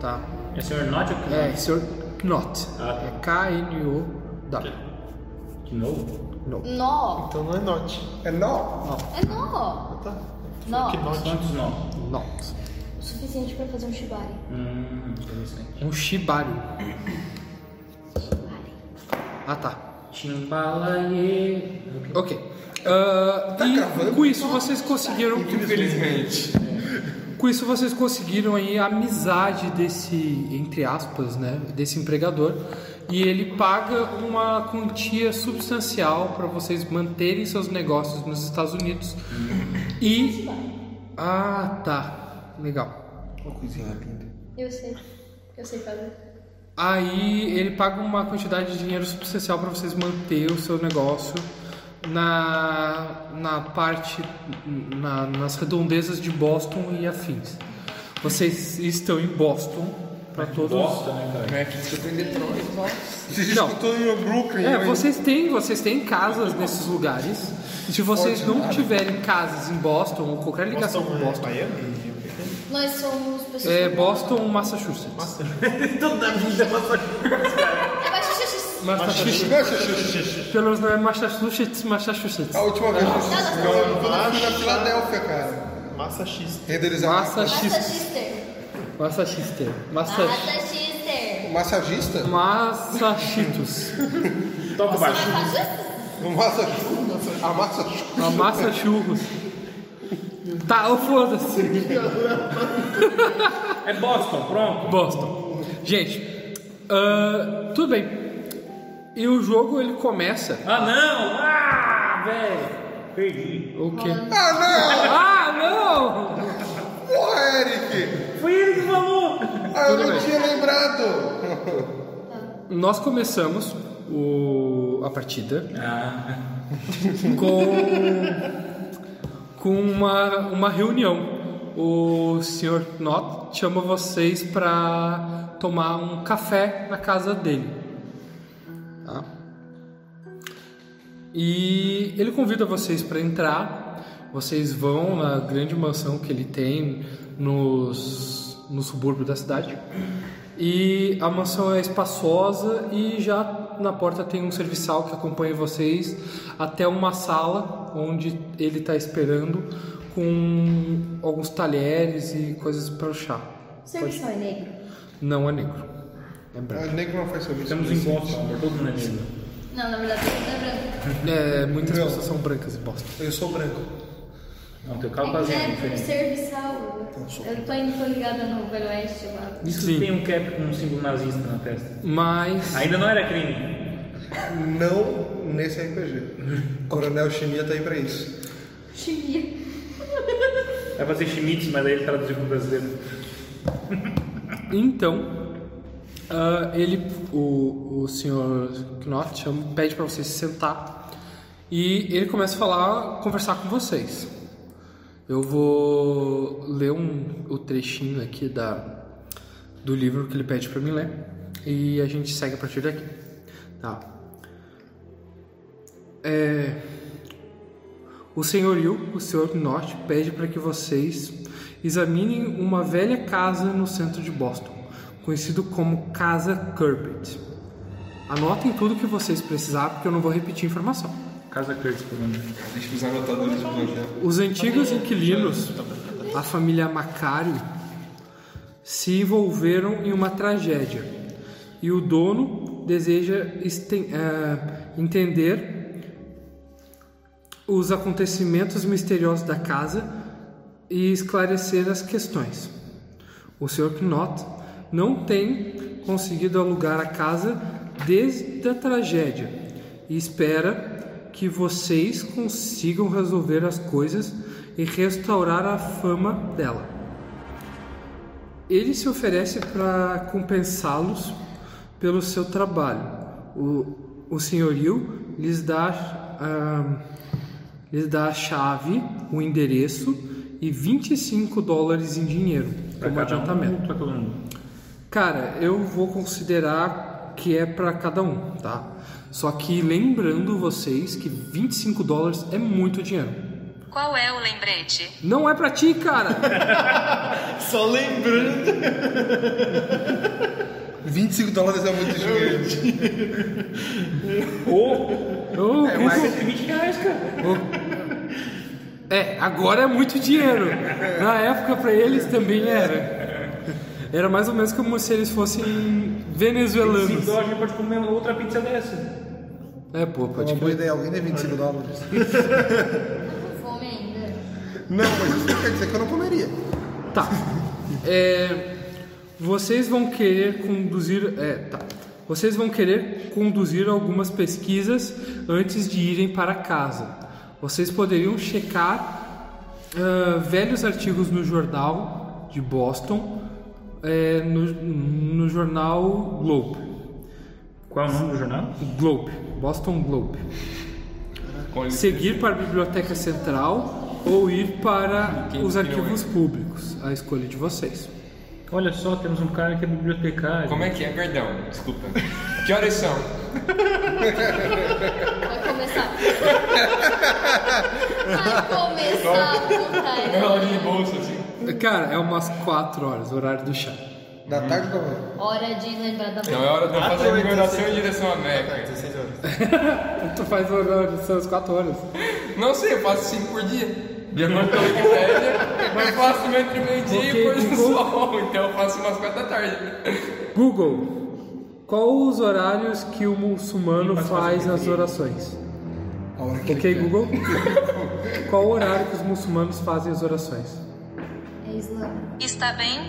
[SPEAKER 1] tá?
[SPEAKER 5] É senhor Notch ou
[SPEAKER 1] É, Sr. Knott.
[SPEAKER 5] Ah.
[SPEAKER 1] É K-N-O-W.
[SPEAKER 5] De novo?
[SPEAKER 3] Nó.
[SPEAKER 6] Então não é note.
[SPEAKER 2] É não.
[SPEAKER 3] É nó.
[SPEAKER 6] Tá.
[SPEAKER 3] Nó.
[SPEAKER 6] Que note.
[SPEAKER 5] Quantos não?
[SPEAKER 1] Knott.
[SPEAKER 3] O suficiente pra fazer um shibari.
[SPEAKER 5] Hum, interessante.
[SPEAKER 1] É um shibari. Ah, tá.
[SPEAKER 5] Timbalaê.
[SPEAKER 1] Ok. Ah, e com isso vocês conseguiram
[SPEAKER 4] Infelizmente.
[SPEAKER 1] Com isso vocês conseguiram aí a amizade desse, entre aspas, né, desse empregador e ele paga uma quantia substancial para vocês manterem seus negócios nos Estados Unidos. E Ah, tá. Legal.
[SPEAKER 3] Eu sei. Eu sei fazer.
[SPEAKER 1] Aí ele paga uma quantidade de dinheiro substancial para vocês manter o seu negócio na, na parte, na- nas redondezas de Boston e afins. Vocês estão em Boston para todos.
[SPEAKER 5] Bosta, né, cara?
[SPEAKER 2] Você
[SPEAKER 1] Não.
[SPEAKER 2] escutou em Brooklyn. né?
[SPEAKER 1] É,
[SPEAKER 2] eu-
[SPEAKER 1] vocês têm, vocês têm casas nesses lugares. E se vocês não
[SPEAKER 2] né?
[SPEAKER 1] tiverem casas em Boston né? ou qualquer
[SPEAKER 6] é
[SPEAKER 1] ligação com Boston,
[SPEAKER 6] Tá um Miami.
[SPEAKER 3] Nós somos pessoas.
[SPEAKER 1] é Boston, Massachusetts.
[SPEAKER 5] Toda a vida passa
[SPEAKER 3] É, mas xixi, xixi.
[SPEAKER 1] Massachusetts. Pelo menos não é Massachusetts, Massachusetts.
[SPEAKER 2] A última vez que eu fui
[SPEAKER 3] Nada
[SPEAKER 2] quando eu fui na Filadélfia, cara.
[SPEAKER 6] Massa X.
[SPEAKER 2] Renderizar
[SPEAKER 3] Massa
[SPEAKER 1] Massachusetts.
[SPEAKER 3] Xister.
[SPEAKER 1] Massachusetts. Massachusetts.
[SPEAKER 3] Massa
[SPEAKER 2] um massagista.
[SPEAKER 3] Xister.
[SPEAKER 1] Massachusetts.
[SPEAKER 5] Toca o baixo.
[SPEAKER 2] Um massagista. A massa
[SPEAKER 1] Uma massa churros. Ah, Tá, ô foda-se.
[SPEAKER 5] É Boston, pronto.
[SPEAKER 1] Boston. Gente, ahn, tudo bem. E o jogo ele começa.
[SPEAKER 5] Ah, não! Ah, velho! Perdi.
[SPEAKER 1] O quê?
[SPEAKER 2] Ah, não!
[SPEAKER 1] Ah, não!
[SPEAKER 2] Porra, Eric!
[SPEAKER 5] Foi ele que falou!
[SPEAKER 2] Ah, eu não tinha lembrado!
[SPEAKER 1] Nós começamos o, a partida
[SPEAKER 5] Ah,
[SPEAKER 1] com, com uma, uma reunião. O Sr. Knott chama vocês para tomar um café na casa dele. Tá? E ele convida vocês para entrar Vocês vão na grande mansão que ele tem nos, no subúrbio da cidade. E a mansão é espaçosa e já na porta tem um serviçal que acompanha vocês até uma sala onde ele está esperando com alguns talheres e coisas para o chá.
[SPEAKER 3] O serviçal é negro?
[SPEAKER 1] Não é negro, é branco.
[SPEAKER 2] Mas negro Ah, não faz serviço.
[SPEAKER 5] Temos impostos, por todo mundo é negro.
[SPEAKER 3] Não, na verdade, é branco.
[SPEAKER 1] É, muitas
[SPEAKER 2] Não.
[SPEAKER 1] pessoas são brancas e bosta.
[SPEAKER 2] Eu sou branco.
[SPEAKER 5] Não, teu
[SPEAKER 1] Tá
[SPEAKER 5] carro quase é
[SPEAKER 3] É, porque
[SPEAKER 5] diferente.
[SPEAKER 3] serviçal. Eu tô indo tô ligada no Velho Oeste lá.
[SPEAKER 5] Isso
[SPEAKER 1] Sim.
[SPEAKER 5] tem um cap com um símbolo nazista na testa.
[SPEAKER 1] Mas
[SPEAKER 5] Ainda não era crime.
[SPEAKER 2] Não nesse RPG. Coronel Chimia tá aí pra isso.
[SPEAKER 3] Chimia.
[SPEAKER 5] Vai fazer Schmitz, mas aí ele traduziu pro brasileiro.
[SPEAKER 1] Então, ah, ele, o, o senhor Knott chama- pede para vocês se sentar e ele começa a falar, conversar com vocês. Eu vou ler um, o trechinho aqui da, do livro que ele pede para mim ler e a gente segue a partir daqui. Tá. É, o senhorio, o senhor Norte, pede para que vocês examinem uma velha casa no centro de Boston, conhecido como Casa Kirkwood. Anotem tudo que vocês precisarem, porque eu não vou repetir a informação.
[SPEAKER 5] Casa Curtis, pelo menos.
[SPEAKER 4] Deixa os anotadores de plantão.
[SPEAKER 1] Os antigos inquilinos, a família Macário, se envolveram em uma tragédia e o dono deseja esten- eh, entender os acontecimentos misteriosos da casa e esclarecer as questões. O Sr. Knott não tem conseguido alugar a casa desde a tragédia e espera que vocês consigam resolver as coisas e restaurar a fama dela. Ele se oferece para compensá-los pelo seu trabalho. O, o senhorio lhes dá, ah, lhes dá a chave, o endereço e 25 dólares em dinheiro como adiantamento.
[SPEAKER 5] Pra um. todo mundo.
[SPEAKER 1] Cara, eu vou considerar que é pra cada um, tá? Só que lembrando vocês que 25 dólares é muito dinheiro.
[SPEAKER 7] Qual é o lembrete?
[SPEAKER 1] Não é pra ti, cara!
[SPEAKER 6] Só lembrando.
[SPEAKER 2] 25 dólares é muito dinheiro.
[SPEAKER 5] Ou
[SPEAKER 1] Ô,
[SPEAKER 5] é,
[SPEAKER 1] Cristo,
[SPEAKER 5] 120 reais, cara.
[SPEAKER 1] ô. É, agora é muito dinheiro. Na época pra eles também era. Era mais ou menos como se eles fossem venezuelanos.
[SPEAKER 5] 5 dólares a gente pode comer outra pizza dessa.
[SPEAKER 1] É, pô, pode
[SPEAKER 2] Uma boa
[SPEAKER 1] crer.
[SPEAKER 2] ideia, alguém deu 25 dólares.
[SPEAKER 3] Tô com fome ainda.
[SPEAKER 2] Não, mas isso não quer dizer que eu não comeria.
[SPEAKER 1] Tá. É, vocês vão querer conduzir. É, tá. Vocês vão querer conduzir algumas pesquisas antes de irem para casa. Vocês poderiam checar ah, velhos artigos no jornal de Boston, é, no, no jornal Globe.
[SPEAKER 5] Qual é o nome do jornal?
[SPEAKER 1] Globe. Boston Globe.
[SPEAKER 4] Com licença.
[SPEAKER 1] Seguir para a Biblioteca Central ou ir para os arquivos públicos. A escolha de vocês.
[SPEAKER 5] Olha só, temos um cara que é bibliotecário.
[SPEAKER 4] Como é que é, perdão? Desculpa. Que horas são?
[SPEAKER 3] Vai começar. Vai começar a
[SPEAKER 4] É uma hora
[SPEAKER 3] contar.
[SPEAKER 4] de bolsa, assim.
[SPEAKER 1] Cara, é umas 4 horas, o horário do chá.
[SPEAKER 2] Da tarde da manhã.
[SPEAKER 3] Hora de lembrar da
[SPEAKER 4] Não, é hora de eu fazer a recomendação em direção à Meca.
[SPEAKER 6] 16 horas.
[SPEAKER 1] Tu faz o horário, são as 4 horas.
[SPEAKER 4] Não sei, eu faço cinco por dia. De acordo com a Wikipédia, eu faço uma entre meio-dia
[SPEAKER 1] Ok,
[SPEAKER 4] e pôr do
[SPEAKER 1] Google.
[SPEAKER 4] sol. Então eu faço umas quatro da tarde.
[SPEAKER 1] Google, qual os horários que o muçulmano faz nas orações?
[SPEAKER 2] A hora que
[SPEAKER 1] Ok, Google? qual o horário que os muçulmanos fazem as orações?
[SPEAKER 3] É islâmico.
[SPEAKER 7] Está bem?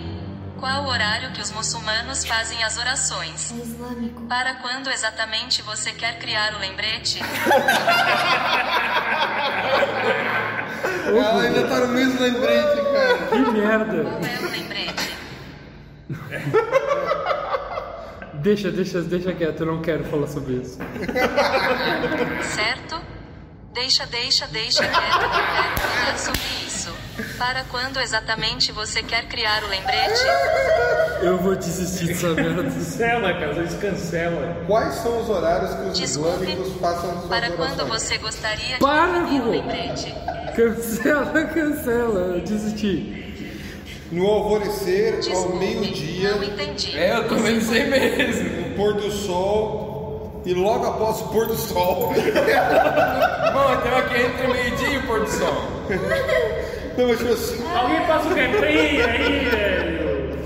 [SPEAKER 7] Qual o horário que os muçulmanos fazem as orações?
[SPEAKER 3] É islâmico.
[SPEAKER 7] Para quando exatamente você quer criar o lembrete?
[SPEAKER 2] Ela ainda tá no mesmo lembrete, cara.
[SPEAKER 1] Que merda!
[SPEAKER 7] Qual é o lembrete?
[SPEAKER 1] Deixa, deixa, deixa quieto, eu não quero falar sobre isso.
[SPEAKER 7] Certo? Deixa, deixa, deixa quieto que eu quero falar sobre isso. Para quando exatamente você quer criar o lembrete?
[SPEAKER 1] Eu vou desistir dessa merda.
[SPEAKER 5] Cancela, cara, vocês cancelam.
[SPEAKER 2] Quais são os horários que os
[SPEAKER 7] Desculpe,
[SPEAKER 2] islâmicos passam suas
[SPEAKER 7] Para quando
[SPEAKER 2] orações?
[SPEAKER 7] você gostaria de
[SPEAKER 1] Para,
[SPEAKER 7] ouvir um
[SPEAKER 1] Google.
[SPEAKER 7] lembrete?
[SPEAKER 1] Cancela, cancela. Eu desisti.
[SPEAKER 2] No alvorecer, ao
[SPEAKER 7] Desculpe,
[SPEAKER 2] meio-dia,
[SPEAKER 7] não entendi.
[SPEAKER 4] É, eu também sei mesmo.
[SPEAKER 2] pôr do sol e logo após o pôr do sol.
[SPEAKER 4] Mano, tem uma que é entre meio-dia e pôr do sol.
[SPEAKER 2] Não, mas tipo assim,
[SPEAKER 5] Alguém passa o refém aí, velho.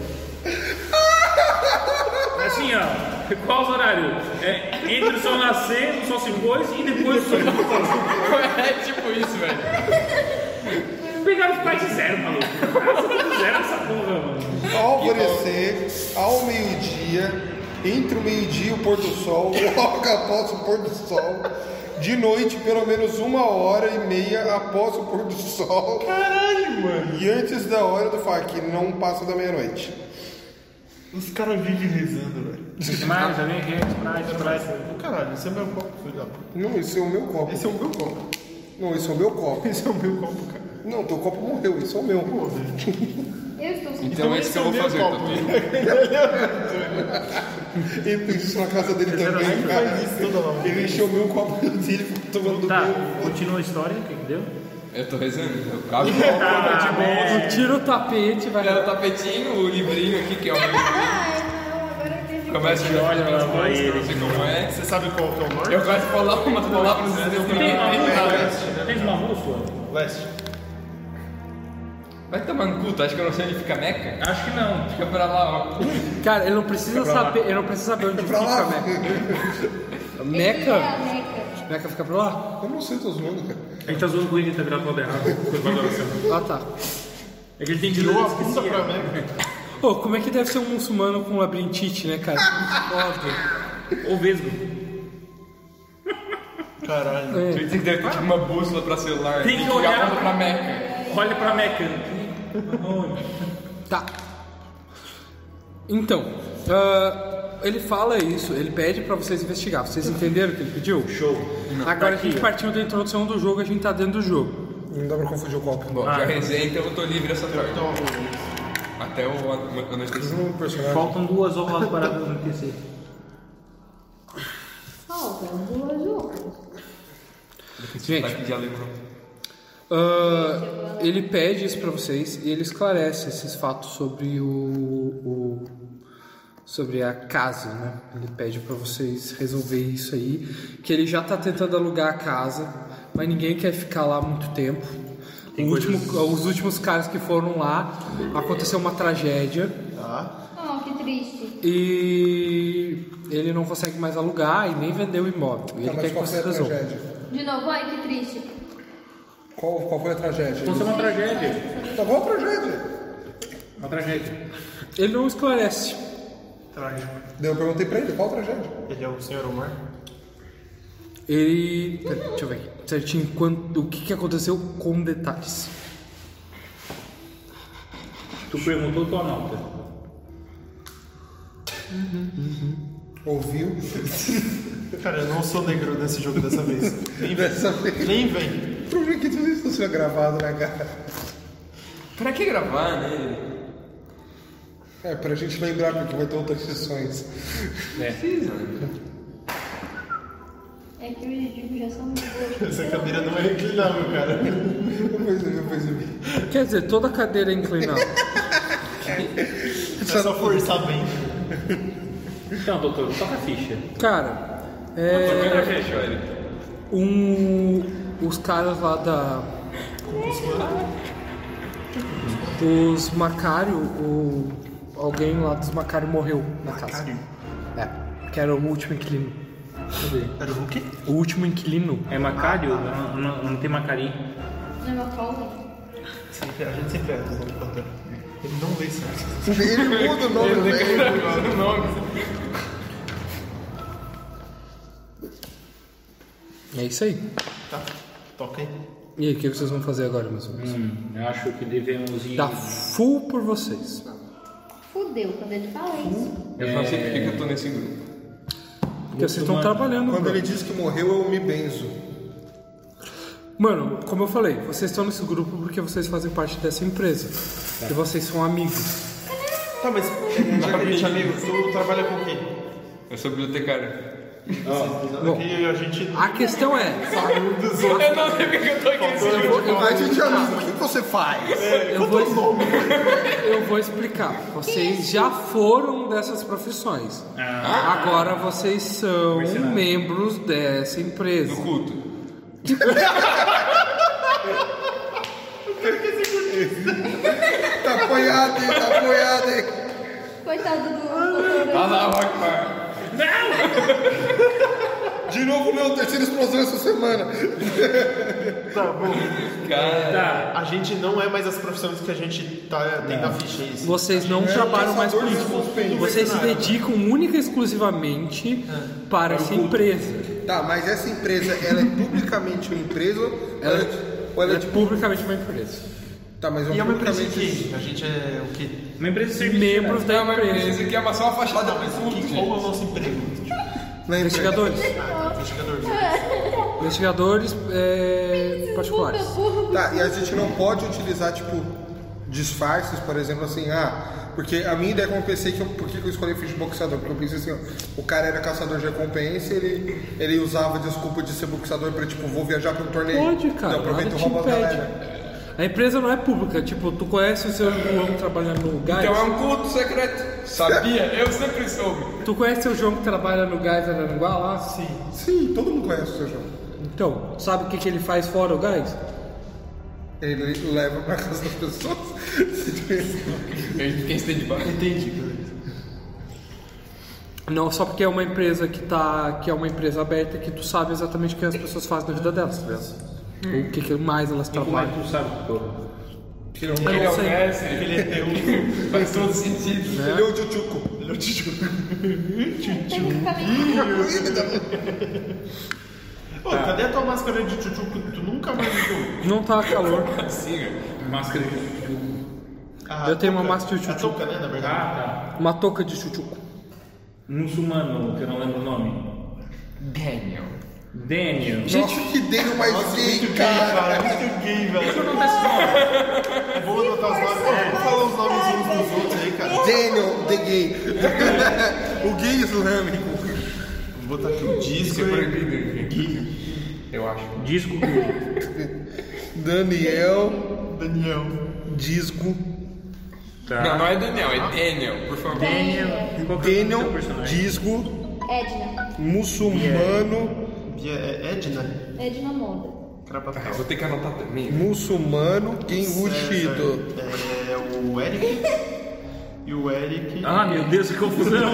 [SPEAKER 5] Assim, ó. Qual os horários? É entre o sol nascer, o sol se pôs e depois o sol nasceu.
[SPEAKER 4] É tipo isso, velho.
[SPEAKER 5] Pegaram ficar de zero, maluco. Ficar de zero essa porra, mano.
[SPEAKER 2] ao alvorecer, ao meio-dia, entre o meio-dia e o pôr do sol, logo após o pôr do sol, de noite, pelo menos uma hora e meia após o pôr do sol. Caralho, mano! E antes da hora do fac, não passa da meia-noite.
[SPEAKER 6] Os caras vivem rezando, velho.
[SPEAKER 5] Demais, também aqui, Sprite, Sprite.
[SPEAKER 6] Caralho, esse é meu copo, filho da puta.
[SPEAKER 2] Não, esse é o meu copo.
[SPEAKER 6] Esse é o meu copo.
[SPEAKER 2] Não, esse é o meu copo.
[SPEAKER 6] Esse é o meu copo, cara.
[SPEAKER 2] Não, teu copo morreu, esse é o meu.
[SPEAKER 3] Eu estou sentindo.
[SPEAKER 4] Então esse que eu vou
[SPEAKER 6] esse é o
[SPEAKER 4] fazer
[SPEAKER 6] meu
[SPEAKER 4] também.
[SPEAKER 2] Ele fez isso na casa dele também,
[SPEAKER 6] Faz
[SPEAKER 2] cara.
[SPEAKER 6] né? isso toda hora.
[SPEAKER 2] Ele encheu o meu copo dele, ficou tomando do
[SPEAKER 5] Tá,
[SPEAKER 2] meu.
[SPEAKER 5] continua a história, o que que deu?
[SPEAKER 4] Eu tô rezando. Eu cabo o
[SPEAKER 5] Ah, velho.
[SPEAKER 1] Tira o tapete, vai.
[SPEAKER 4] o tapetinho, o livrinho aqui, que é o livrinho.
[SPEAKER 3] Ai, não, agora eu entendi.
[SPEAKER 4] Começa a olhar
[SPEAKER 5] lá vai ele.
[SPEAKER 4] não sei como é.
[SPEAKER 6] Você sabe qual que é o norte?
[SPEAKER 4] Eu gosto de falar umas palavras e eu
[SPEAKER 5] Tem uma
[SPEAKER 4] não
[SPEAKER 5] rússia? Tem uma rússia?
[SPEAKER 6] Leste.
[SPEAKER 4] Vai tomar no cu, tu acha que eu não sei onde fica a Meca?
[SPEAKER 5] Acho que não.
[SPEAKER 4] Fica pra lá, ó.
[SPEAKER 1] Cara, ele não precisa
[SPEAKER 5] pra lá.
[SPEAKER 1] saber, ele não precisa saber onde fica
[SPEAKER 2] Pra
[SPEAKER 1] a
[SPEAKER 2] lá.
[SPEAKER 1] Meca.
[SPEAKER 3] Esse é a
[SPEAKER 1] Meca?
[SPEAKER 3] Meca.
[SPEAKER 1] Meca fica pra lá?
[SPEAKER 2] Eu não sei, tô zoando, cara.
[SPEAKER 5] A gente tá zoando com ele, ele tá virado pro lado errado. Foi pra adoração.
[SPEAKER 1] Ah, tá.
[SPEAKER 5] É que ele tem
[SPEAKER 6] Tirou a
[SPEAKER 5] direito de
[SPEAKER 6] bunda
[SPEAKER 5] esquecer.
[SPEAKER 6] pra mim.
[SPEAKER 1] Ô, como é que deve ser um muçulmano com labirintite, né, cara? Foda.
[SPEAKER 5] Ou vesgo.
[SPEAKER 6] Caralho.
[SPEAKER 1] É,
[SPEAKER 4] Tem que ter tipo, uma bússola pra celular.
[SPEAKER 5] Tem que
[SPEAKER 4] ligar
[SPEAKER 5] olhar
[SPEAKER 4] pra-
[SPEAKER 5] pra-
[SPEAKER 4] pra Meca.
[SPEAKER 5] Olha pra Meca.
[SPEAKER 1] Tá. Então, ah, ele fala isso, ele pede pra vocês investigar. Vocês entenderam o que ele pediu? Show. Agora a gente partiu da introdução do jogo, a gente tá dentro do jogo.
[SPEAKER 2] Não dá pra confundir o copo.
[SPEAKER 4] Bom,
[SPEAKER 5] Ah. Então, tá
[SPEAKER 4] já rezei, então eu tô livre essa tarde. Até o... a- a noite desse-
[SPEAKER 5] Uhum.
[SPEAKER 2] Um personagem.
[SPEAKER 5] Faltam duas horas para anoitecer.
[SPEAKER 3] Faltam um duas horas.
[SPEAKER 1] Gente,
[SPEAKER 4] Daqui de alemão.
[SPEAKER 1] Ah, ele pede isso pra vocês e ele esclarece esses fatos sobre o, o- sobre a casa, né? Ele pede pra vocês resolver isso aí, que ele já tá tentando alugar a casa, mas ninguém quer ficar lá muito tempo. O último- os últimos caras que foram lá aconteceu uma tragédia
[SPEAKER 6] Tá.
[SPEAKER 3] Oh, que triste.
[SPEAKER 1] e ele não consegue mais alugar e nem vender o imóvel. E ele
[SPEAKER 2] Tá,
[SPEAKER 1] quer
[SPEAKER 2] mas
[SPEAKER 1] que
[SPEAKER 2] qual foi a
[SPEAKER 1] vocês resolvam.
[SPEAKER 2] tragédia?
[SPEAKER 3] De novo, ai, que triste.
[SPEAKER 2] Qual, qual foi a tragédia?
[SPEAKER 5] Então isso é uma tragédia.
[SPEAKER 2] Tá bom a tragédia.
[SPEAKER 5] Uma tragédia.
[SPEAKER 1] Ele não esclarece.
[SPEAKER 6] Trágico.
[SPEAKER 2] Daí Eu perguntei pra ele, qual a tragédia?
[SPEAKER 6] Ele é o senhor Omar?
[SPEAKER 1] Ele. pera- Deixa eu ver aqui, certinho quanto, o que, que aconteceu com detalhes.
[SPEAKER 5] Tu perguntou tua nota.
[SPEAKER 2] Ouviu?
[SPEAKER 6] Cara, eu não sou negro nesse jogo dessa vez. Nem vem.
[SPEAKER 2] Dessa vez.
[SPEAKER 6] Nem vem.
[SPEAKER 2] Por que que tudo isso não seja gravado, né, cara?
[SPEAKER 4] Pra que gravar, né?
[SPEAKER 2] É, pra gente lembrar, porque vai ter outras sessões.
[SPEAKER 3] É que os jogos já são muito boas.
[SPEAKER 6] Essa cadeira não é reclinável, cara.
[SPEAKER 2] Eu percebi, eu percebi.
[SPEAKER 1] Quer dizer, toda a cadeira é inclinada.
[SPEAKER 6] É só forçar bem.
[SPEAKER 5] Então, doutor, toca a ficha.
[SPEAKER 1] Cara,
[SPEAKER 4] Tô
[SPEAKER 1] é.
[SPEAKER 4] vendo a gente, olha.
[SPEAKER 1] Um. Os caras lá da. Os Macário, o. Alguém lá dos Macário morreu na casa. É. Que era o último inquilino.
[SPEAKER 6] Era o quê?
[SPEAKER 1] O último inquilino.
[SPEAKER 5] É Macário? Não, não- não tem Macari.
[SPEAKER 3] Não é uma calma.
[SPEAKER 6] Sempre, a gente sempre erra os nomes do Pantera. Ele não né? lê certo.
[SPEAKER 2] Ele muda o nome dele.
[SPEAKER 4] Olha o nome.
[SPEAKER 1] É isso aí.
[SPEAKER 6] Tá. Toca aí.
[SPEAKER 1] E aí, o que vocês vão fazer agora, meus amigos?
[SPEAKER 5] Hum, eu acho que devemos ir.
[SPEAKER 1] Dá full por vocês.
[SPEAKER 3] Fudeu quando ele fala isso.
[SPEAKER 4] Eu
[SPEAKER 5] É.
[SPEAKER 4] não sei por que que eu tô nesse grupo.
[SPEAKER 1] Porque vocês estão trabalhando,
[SPEAKER 2] Quando
[SPEAKER 1] bro.
[SPEAKER 2] ele diz que morreu, eu me benzo.
[SPEAKER 1] Mano, como eu falei, vocês estão nesse grupo porque vocês fazem parte dessa empresa. E vocês são amigos.
[SPEAKER 6] Tá, mas é, já que a gente é amigo, tu trabalha com quem?
[SPEAKER 4] Eu sou bibliotecário.
[SPEAKER 1] Bom.
[SPEAKER 6] Aqui a gente.
[SPEAKER 1] A questão é,
[SPEAKER 4] Eu não sei porque eu tô aqui nesse
[SPEAKER 6] Eu vou- eu vou-
[SPEAKER 2] A gente é amigo, o que você faz?
[SPEAKER 1] eu vou, eu vou explicar. Vocês já foram dessas profissões. Agora vocês são membros dessa empresa.
[SPEAKER 4] culto.
[SPEAKER 2] Tá apoiado, hein? Tá apoiado, hein?
[SPEAKER 3] Coitado do.
[SPEAKER 5] Ah,
[SPEAKER 4] Olha lá, Rockmar.
[SPEAKER 2] De novo, não, terceira explosão essa semana.
[SPEAKER 6] Tá, bom.
[SPEAKER 4] Cara,
[SPEAKER 5] Tá.
[SPEAKER 6] A gente não é mais as profissões que a gente tá, tem na ficha, é isso.
[SPEAKER 1] Vocês não trabalham mais com isso. Vocês se dedicam única e exclusivamente para essa empresa.
[SPEAKER 2] Tá, mas essa empresa, ela é publicamente uma empresa?
[SPEAKER 1] Ela,
[SPEAKER 2] ou ela é
[SPEAKER 1] é
[SPEAKER 2] tipo.
[SPEAKER 1] publicamente uma empresa.
[SPEAKER 2] Tá, mas
[SPEAKER 6] E é uma empresa de
[SPEAKER 2] publicamente-
[SPEAKER 6] quê? A gente é o quê?
[SPEAKER 5] Uma empresa de serviço.
[SPEAKER 1] Membros
[SPEAKER 4] é
[SPEAKER 1] da
[SPEAKER 4] uma
[SPEAKER 1] empresa.
[SPEAKER 4] empresa que é uma só uma fachada de culto,
[SPEAKER 6] Qual é o
[SPEAKER 4] gente.
[SPEAKER 6] nosso emprego?
[SPEAKER 2] Na empresa.
[SPEAKER 1] Investigadores.
[SPEAKER 6] Investigador.
[SPEAKER 1] Investigadores é, particulares.
[SPEAKER 3] burro.
[SPEAKER 2] Tá, e a gente não pode utilizar, tipo, disfarces, por exemplo, assim, ah, porque a minha ideia quando eu pensei que eu, por que que eu escolhi ficha de boxeador? Porque eu pensei assim, ó, o cara era caçador de recompensa, ele, ele usava a desculpa de ser boxeador pra, tipo, vou viajar pra um torneio.
[SPEAKER 1] Pode, cara.
[SPEAKER 2] Então aproveita
[SPEAKER 1] nada
[SPEAKER 2] e
[SPEAKER 1] te
[SPEAKER 2] rouba a
[SPEAKER 1] impede.
[SPEAKER 2] galera.
[SPEAKER 1] A empresa não é pública. Tipo, tu conhece o seu João que trabalha no gás?
[SPEAKER 4] Então é um culto secreto. Sabia? Eu sempre soube.
[SPEAKER 1] Tu conhece o seu João que trabalha no gás Aranguá lá? Sim.
[SPEAKER 2] Sim, todo mundo conhece o seu João.
[SPEAKER 1] Então, sabe o que, que ele faz fora o gás?
[SPEAKER 2] Ele leva pra casa das pessoas.
[SPEAKER 4] Eu fiquei em stand-by. Entendi.
[SPEAKER 1] Não, só porque é uma empresa que tá, que é uma empresa aberta que tu sabe exatamente o que as pessoas fazem na vida delas, tá ligado? O que, que mais elas
[SPEAKER 5] Como é que
[SPEAKER 1] trabalham.
[SPEAKER 5] tu sabe, porra?
[SPEAKER 4] Ele é o
[SPEAKER 1] sei.
[SPEAKER 4] mestre. Ele é Faz todo sentido. né?
[SPEAKER 2] Ele é o tchutchuco.
[SPEAKER 3] Tem que caminhar.
[SPEAKER 6] Ô, cadê a tua máscara de tchutchu que tu nunca mais usou?
[SPEAKER 1] Não tá calor.
[SPEAKER 4] Assim, ó.
[SPEAKER 5] Máscara de
[SPEAKER 6] Ah,
[SPEAKER 1] Eu tenho uma
[SPEAKER 6] touca.
[SPEAKER 1] máscara de
[SPEAKER 6] A
[SPEAKER 1] tchutchuco.
[SPEAKER 6] touca, né, na verdade.
[SPEAKER 5] Ah, tá.
[SPEAKER 1] Uma touca de chuchuco.
[SPEAKER 5] Um muçulmano, que eu não lembro o nome.
[SPEAKER 4] Daniel.
[SPEAKER 5] Daniel.
[SPEAKER 1] Gente,
[SPEAKER 2] Nossa, que dele mais gay,
[SPEAKER 6] Cara,
[SPEAKER 2] cara.
[SPEAKER 6] cara, muito gay, velho.
[SPEAKER 5] Não tá esse nome.
[SPEAKER 6] Eu Vou anotar os nomes. Ô, Vamos falar os nomes uns dos outros aí, cara.
[SPEAKER 2] Daniel, the gay. o gay islâmico.
[SPEAKER 6] Vou botar aqui o disco.
[SPEAKER 4] Isso é
[SPEAKER 6] aí.
[SPEAKER 4] proibido. aqui. Eu acho.
[SPEAKER 5] Disco Guru.
[SPEAKER 2] Daniel,
[SPEAKER 6] Daniel.
[SPEAKER 2] disco.
[SPEAKER 4] Não,
[SPEAKER 5] Tá.
[SPEAKER 4] não é Daniel, é Daniel, por favor.
[SPEAKER 5] Daniel. Qual que é o nome do seu
[SPEAKER 2] Daniel,
[SPEAKER 5] personagem?
[SPEAKER 2] disco,
[SPEAKER 3] Edna.
[SPEAKER 2] muçulmano,
[SPEAKER 6] E é é Edna?
[SPEAKER 3] Edna Moda.
[SPEAKER 4] Ah,
[SPEAKER 6] Crapatal.
[SPEAKER 4] eu vou ter que anotar também.
[SPEAKER 2] muçulmano, enrustido.
[SPEAKER 6] É, é o Eric. E o Eric.
[SPEAKER 5] Ah, meu Deus, que confusão.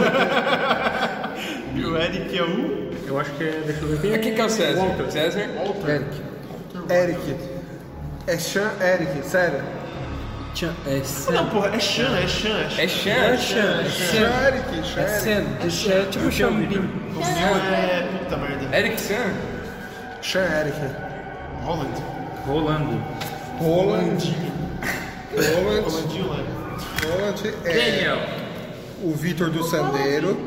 [SPEAKER 6] E o Eric é o.
[SPEAKER 5] eu acho que é... Deixa eu ver aqui.
[SPEAKER 4] É quem que é o César?
[SPEAKER 5] Walter.
[SPEAKER 4] César?
[SPEAKER 1] Eric.
[SPEAKER 2] Eric. É Sean Eric, sério.
[SPEAKER 1] Tchan, é Sen.
[SPEAKER 6] Não, porra, é Chan, é Chan, é Chan.
[SPEAKER 4] É
[SPEAKER 1] É
[SPEAKER 4] Chan.
[SPEAKER 1] Chan, é
[SPEAKER 2] Sean
[SPEAKER 1] Sen.
[SPEAKER 2] Eric, Sean
[SPEAKER 1] É
[SPEAKER 2] Eric.
[SPEAKER 1] Sen. É Chan, é tipo Xambim.
[SPEAKER 6] É, puta merda. é
[SPEAKER 4] Eric Chan?
[SPEAKER 2] Sean Eric.
[SPEAKER 6] Holland.
[SPEAKER 5] Rolando.
[SPEAKER 2] Roland. Roland.
[SPEAKER 6] Holandinho
[SPEAKER 5] né?
[SPEAKER 6] lá.
[SPEAKER 2] Roland é o Vitor do Sandeiro.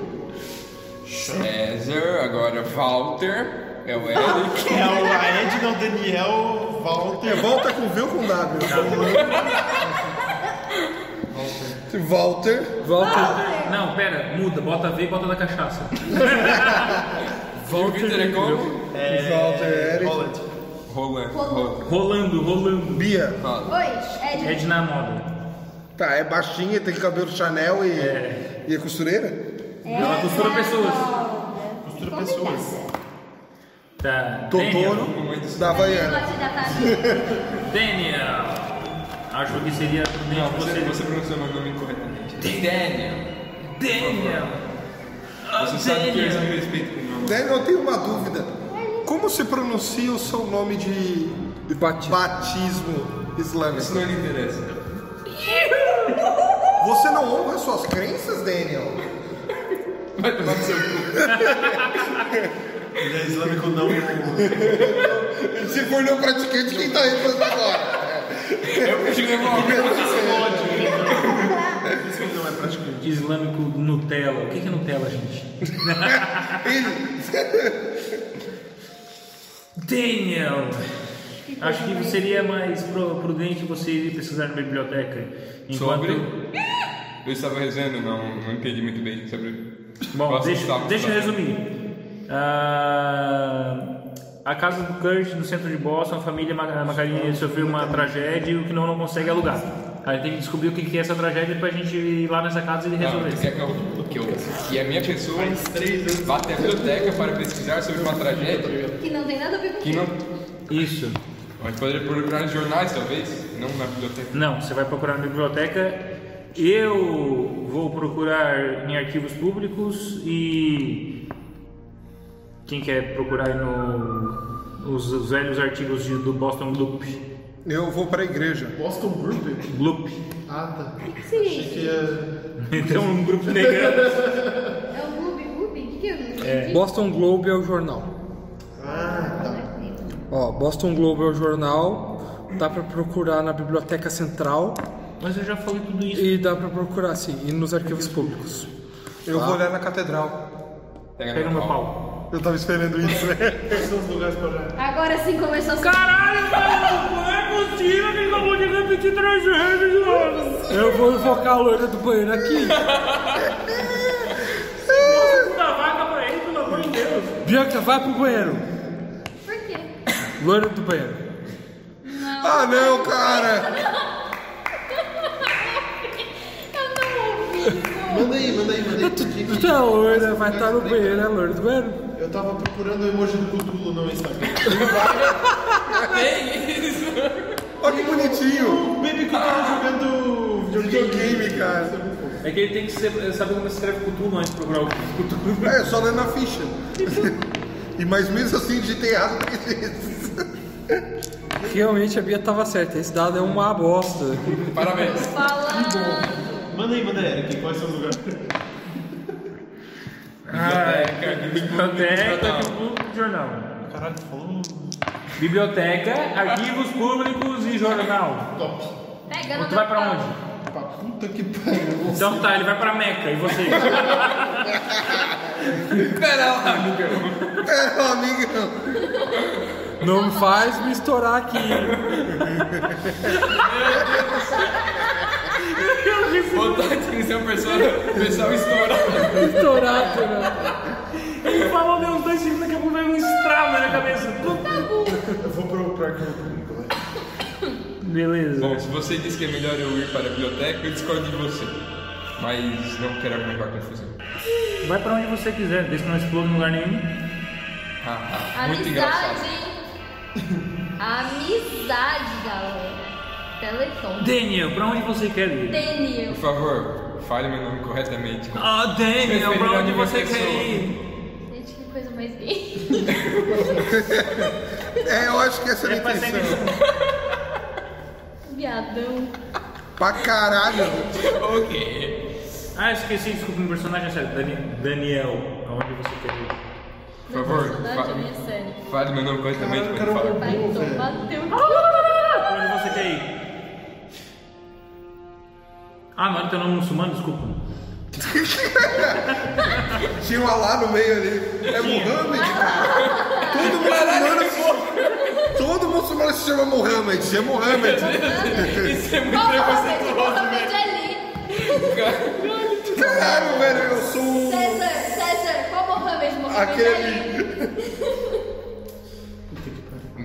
[SPEAKER 4] César, agora Walter. É o Eric.
[SPEAKER 6] É o a Edna, o Daniel, o Walter.
[SPEAKER 2] É, volta com V ou com W? Walter.
[SPEAKER 1] Walter.
[SPEAKER 5] Não, pera, muda, bota V e bota da cachaça.
[SPEAKER 4] Walter. Vitor é como?
[SPEAKER 2] Walter Eric.
[SPEAKER 6] Holland.
[SPEAKER 4] Roland. Roland.
[SPEAKER 5] Rolando, rolando. É
[SPEAKER 2] Bia.
[SPEAKER 3] Oi, Edna.
[SPEAKER 5] Ed na moda.
[SPEAKER 2] Tá, é baixinha, tem cabelo Chanel e, e é costureira?
[SPEAKER 5] Ela costura pessoas.
[SPEAKER 3] Costura
[SPEAKER 6] pessoas.
[SPEAKER 5] Tá. Daniel.
[SPEAKER 2] Totoro da Havaiana.
[SPEAKER 5] Daniel. Acho que seria
[SPEAKER 4] Não,
[SPEAKER 5] nem
[SPEAKER 4] você,
[SPEAKER 5] você.
[SPEAKER 4] você pronunciou meu nome corretamente. Daniel.
[SPEAKER 5] Daniel. Ah,
[SPEAKER 4] Você sabe que eu
[SPEAKER 5] Daniel.
[SPEAKER 4] sempre respeito com o meu nome.
[SPEAKER 2] Né, Eu tenho uma dúvida. Como se pronuncia o seu nome de
[SPEAKER 1] Batista.
[SPEAKER 2] batismo
[SPEAKER 4] Isso
[SPEAKER 2] islâmico?
[SPEAKER 4] não lhe interessa.
[SPEAKER 2] Você não honra suas crenças, Daniel?
[SPEAKER 4] Vai tomar no seu cu.
[SPEAKER 6] Ele é islâmico não.
[SPEAKER 2] Se for não praticante, quem tá reclamando agora?
[SPEAKER 4] Eu puxo meu nome.
[SPEAKER 6] Por isso que ele não é praticante.
[SPEAKER 5] Islâmico Nutella. O que que é Nutella, gente? Daniel. Acho que seria mais pro- prudente você ir pesquisar na biblioteca. Enquanto...
[SPEAKER 4] Sobre? Eu estava rezando, não, não entendi muito bem sobre.
[SPEAKER 5] Bom,
[SPEAKER 4] Gosto de
[SPEAKER 5] deixa,
[SPEAKER 4] sapo,
[SPEAKER 5] deixa eu
[SPEAKER 4] sapo.
[SPEAKER 5] resumir. Ah, a casa do Kurt, no centro de Boston, a família Ma- Macarini sofreu uma tragédia e o que não, não consegue alugar. A gente tem que descobrir o que que é essa tragédia pra gente ir lá nessa casa e resolver.
[SPEAKER 4] Ah, você quer que, eu, que, eu, que a minha pessoa vá até a biblioteca para pesquisar sobre uma tragédia
[SPEAKER 3] Que não tem nada a ver com
[SPEAKER 4] que não.
[SPEAKER 5] Isso.
[SPEAKER 4] A gente poderia procurar nos jornais, talvez, não na biblioteca.
[SPEAKER 5] Não, você vai procurar na biblioteca. Eu vou procurar em arquivos públicos e quem quer procurar no os, os velhos artigos de- do Boston Gloop,
[SPEAKER 2] Eu vou pra igreja.
[SPEAKER 6] Boston Group?
[SPEAKER 5] Gloop.
[SPEAKER 6] Ah, tá. Achei
[SPEAKER 3] Sim,
[SPEAKER 6] que ia...
[SPEAKER 5] Então um grupo negro.
[SPEAKER 3] é o Ruby, Ruby? O que, que é o Ruby?
[SPEAKER 1] Boston Globe é o jornal.
[SPEAKER 6] Ah, tá.
[SPEAKER 1] Ó, Boston Globe é o jornal. Dá pra procurar na Biblioteca Central
[SPEAKER 5] Mas eu já falei tudo isso.
[SPEAKER 1] e dá pra procurar, sim, e nos arquivos públicos.
[SPEAKER 2] Eu vou olhar na catedral.
[SPEAKER 5] Pega meu pau.
[SPEAKER 2] Eu tava esperando isso, né?
[SPEAKER 6] Quais são os lugares pra olhar?
[SPEAKER 3] Agora sim começou a
[SPEAKER 5] Caralho, cara, não é possível que acabou de repetir três vezes, mano.
[SPEAKER 1] Eu vou invocar a loira do banheiro aqui.
[SPEAKER 5] Puta vaca pra ele, pelo amor de Deus.
[SPEAKER 1] Bianca, vai pro banheiro.
[SPEAKER 3] Por quê?
[SPEAKER 1] Loira do banheiro.
[SPEAKER 2] Ah, não, cara!
[SPEAKER 3] Eu não ouvi isso.
[SPEAKER 6] Manda aí, manda aí, manda aí.
[SPEAKER 1] Tu é loira, vai estar no banheiro, é loira do banheiro.
[SPEAKER 6] Eu tava procurando o emoji do Cthulhu no Instagram.
[SPEAKER 2] Olha que bonitinho! um
[SPEAKER 6] O Baby Cthulhu jogando
[SPEAKER 2] Videogame, cara.
[SPEAKER 5] É que ele tem que ser- saber como se escreve Cthulhu antes de procurar o Cthulhu.
[SPEAKER 2] É, só lendo na ficha. E mas mesmo assim digitei errado três vezes.
[SPEAKER 1] Realmente a Bia tava certa, esse dado é uma bosta.
[SPEAKER 4] Parabéns.
[SPEAKER 3] Falando.
[SPEAKER 6] Manda aí, manda aí, Eric. é Quais são os lugares? Ah,
[SPEAKER 4] Biblioteca,
[SPEAKER 6] é.
[SPEAKER 5] Biblioteca,
[SPEAKER 4] jornal.
[SPEAKER 5] arquivo, jornal.
[SPEAKER 6] Caralho, tu falou
[SPEAKER 5] Biblioteca, arquivos públicos e jornal.
[SPEAKER 6] top.
[SPEAKER 3] Pega
[SPEAKER 5] Tu
[SPEAKER 3] no meu
[SPEAKER 5] vai pra
[SPEAKER 3] pau.
[SPEAKER 5] onde?
[SPEAKER 6] Pra puta que pariu.
[SPEAKER 5] Então tá, ele vai pra Meca e você?
[SPEAKER 4] Pera lá, amigão.
[SPEAKER 2] É, amigão.
[SPEAKER 1] Não me faz me estourar aqui.
[SPEAKER 4] Vontade de ser um pessoal, pessoal estourado.
[SPEAKER 1] Estourar, cara.
[SPEAKER 5] Ele falou, deu uns dois segundos, daqui a pouco vai um estralo na minha cabeça.
[SPEAKER 3] Tá
[SPEAKER 6] Eu vou pro, pro arquivo público. né?
[SPEAKER 5] Beleza.
[SPEAKER 4] Bom, se você disse que é melhor eu ir para a biblioteca, eu discordo de você. Mas não quero aumentar a confusão.
[SPEAKER 5] Vai pra onde você quiser, desde que não explode em lugar nenhum.
[SPEAKER 4] Ah, ah, muito engraçado.
[SPEAKER 3] Amizade, hein? Amizade, galera. Telefone.
[SPEAKER 5] Daniel, pra onde você quer ir?
[SPEAKER 3] Daniel.
[SPEAKER 4] Por favor, fale meu nome corretamente.
[SPEAKER 5] Ah, Daniel, pra onde você quer ir?
[SPEAKER 3] Gente, que coisa mais gay.
[SPEAKER 2] É, eu acho que essa é a
[SPEAKER 5] É
[SPEAKER 2] minha
[SPEAKER 5] pra ser
[SPEAKER 2] intenção.
[SPEAKER 3] Viadão.
[SPEAKER 2] Pra caralho.
[SPEAKER 4] ok.
[SPEAKER 5] Ah, esqueci, desculpa, meu personagem é sério. Dani- Daniel, aonde você quer ir?
[SPEAKER 4] Por favor,
[SPEAKER 3] Saudade minha
[SPEAKER 4] fale,
[SPEAKER 3] série.
[SPEAKER 4] fale meu nome corretamente
[SPEAKER 6] Caralho,
[SPEAKER 4] quando
[SPEAKER 6] cara,
[SPEAKER 4] fala.
[SPEAKER 3] Vai então,
[SPEAKER 6] Pô, velho.
[SPEAKER 3] tomar teu cu.
[SPEAKER 5] Pra onde você quer ir? Ah, não, teu nome é muçulmano, desculpa.
[SPEAKER 2] Tinha um Alá no meio ali. É Mohammed, cara. Todo muçulmano se... Todo muçulmano se chama Mohammed. Se é Mohammed.
[SPEAKER 4] Isso é muito
[SPEAKER 3] Qual
[SPEAKER 4] preconceituoso,
[SPEAKER 3] Mohamed Ali?
[SPEAKER 4] cara.
[SPEAKER 2] Caralho, velho. Eu sou um-
[SPEAKER 3] César, César, qual Mohamed? Mohamed
[SPEAKER 2] Aquele.
[SPEAKER 3] Ali.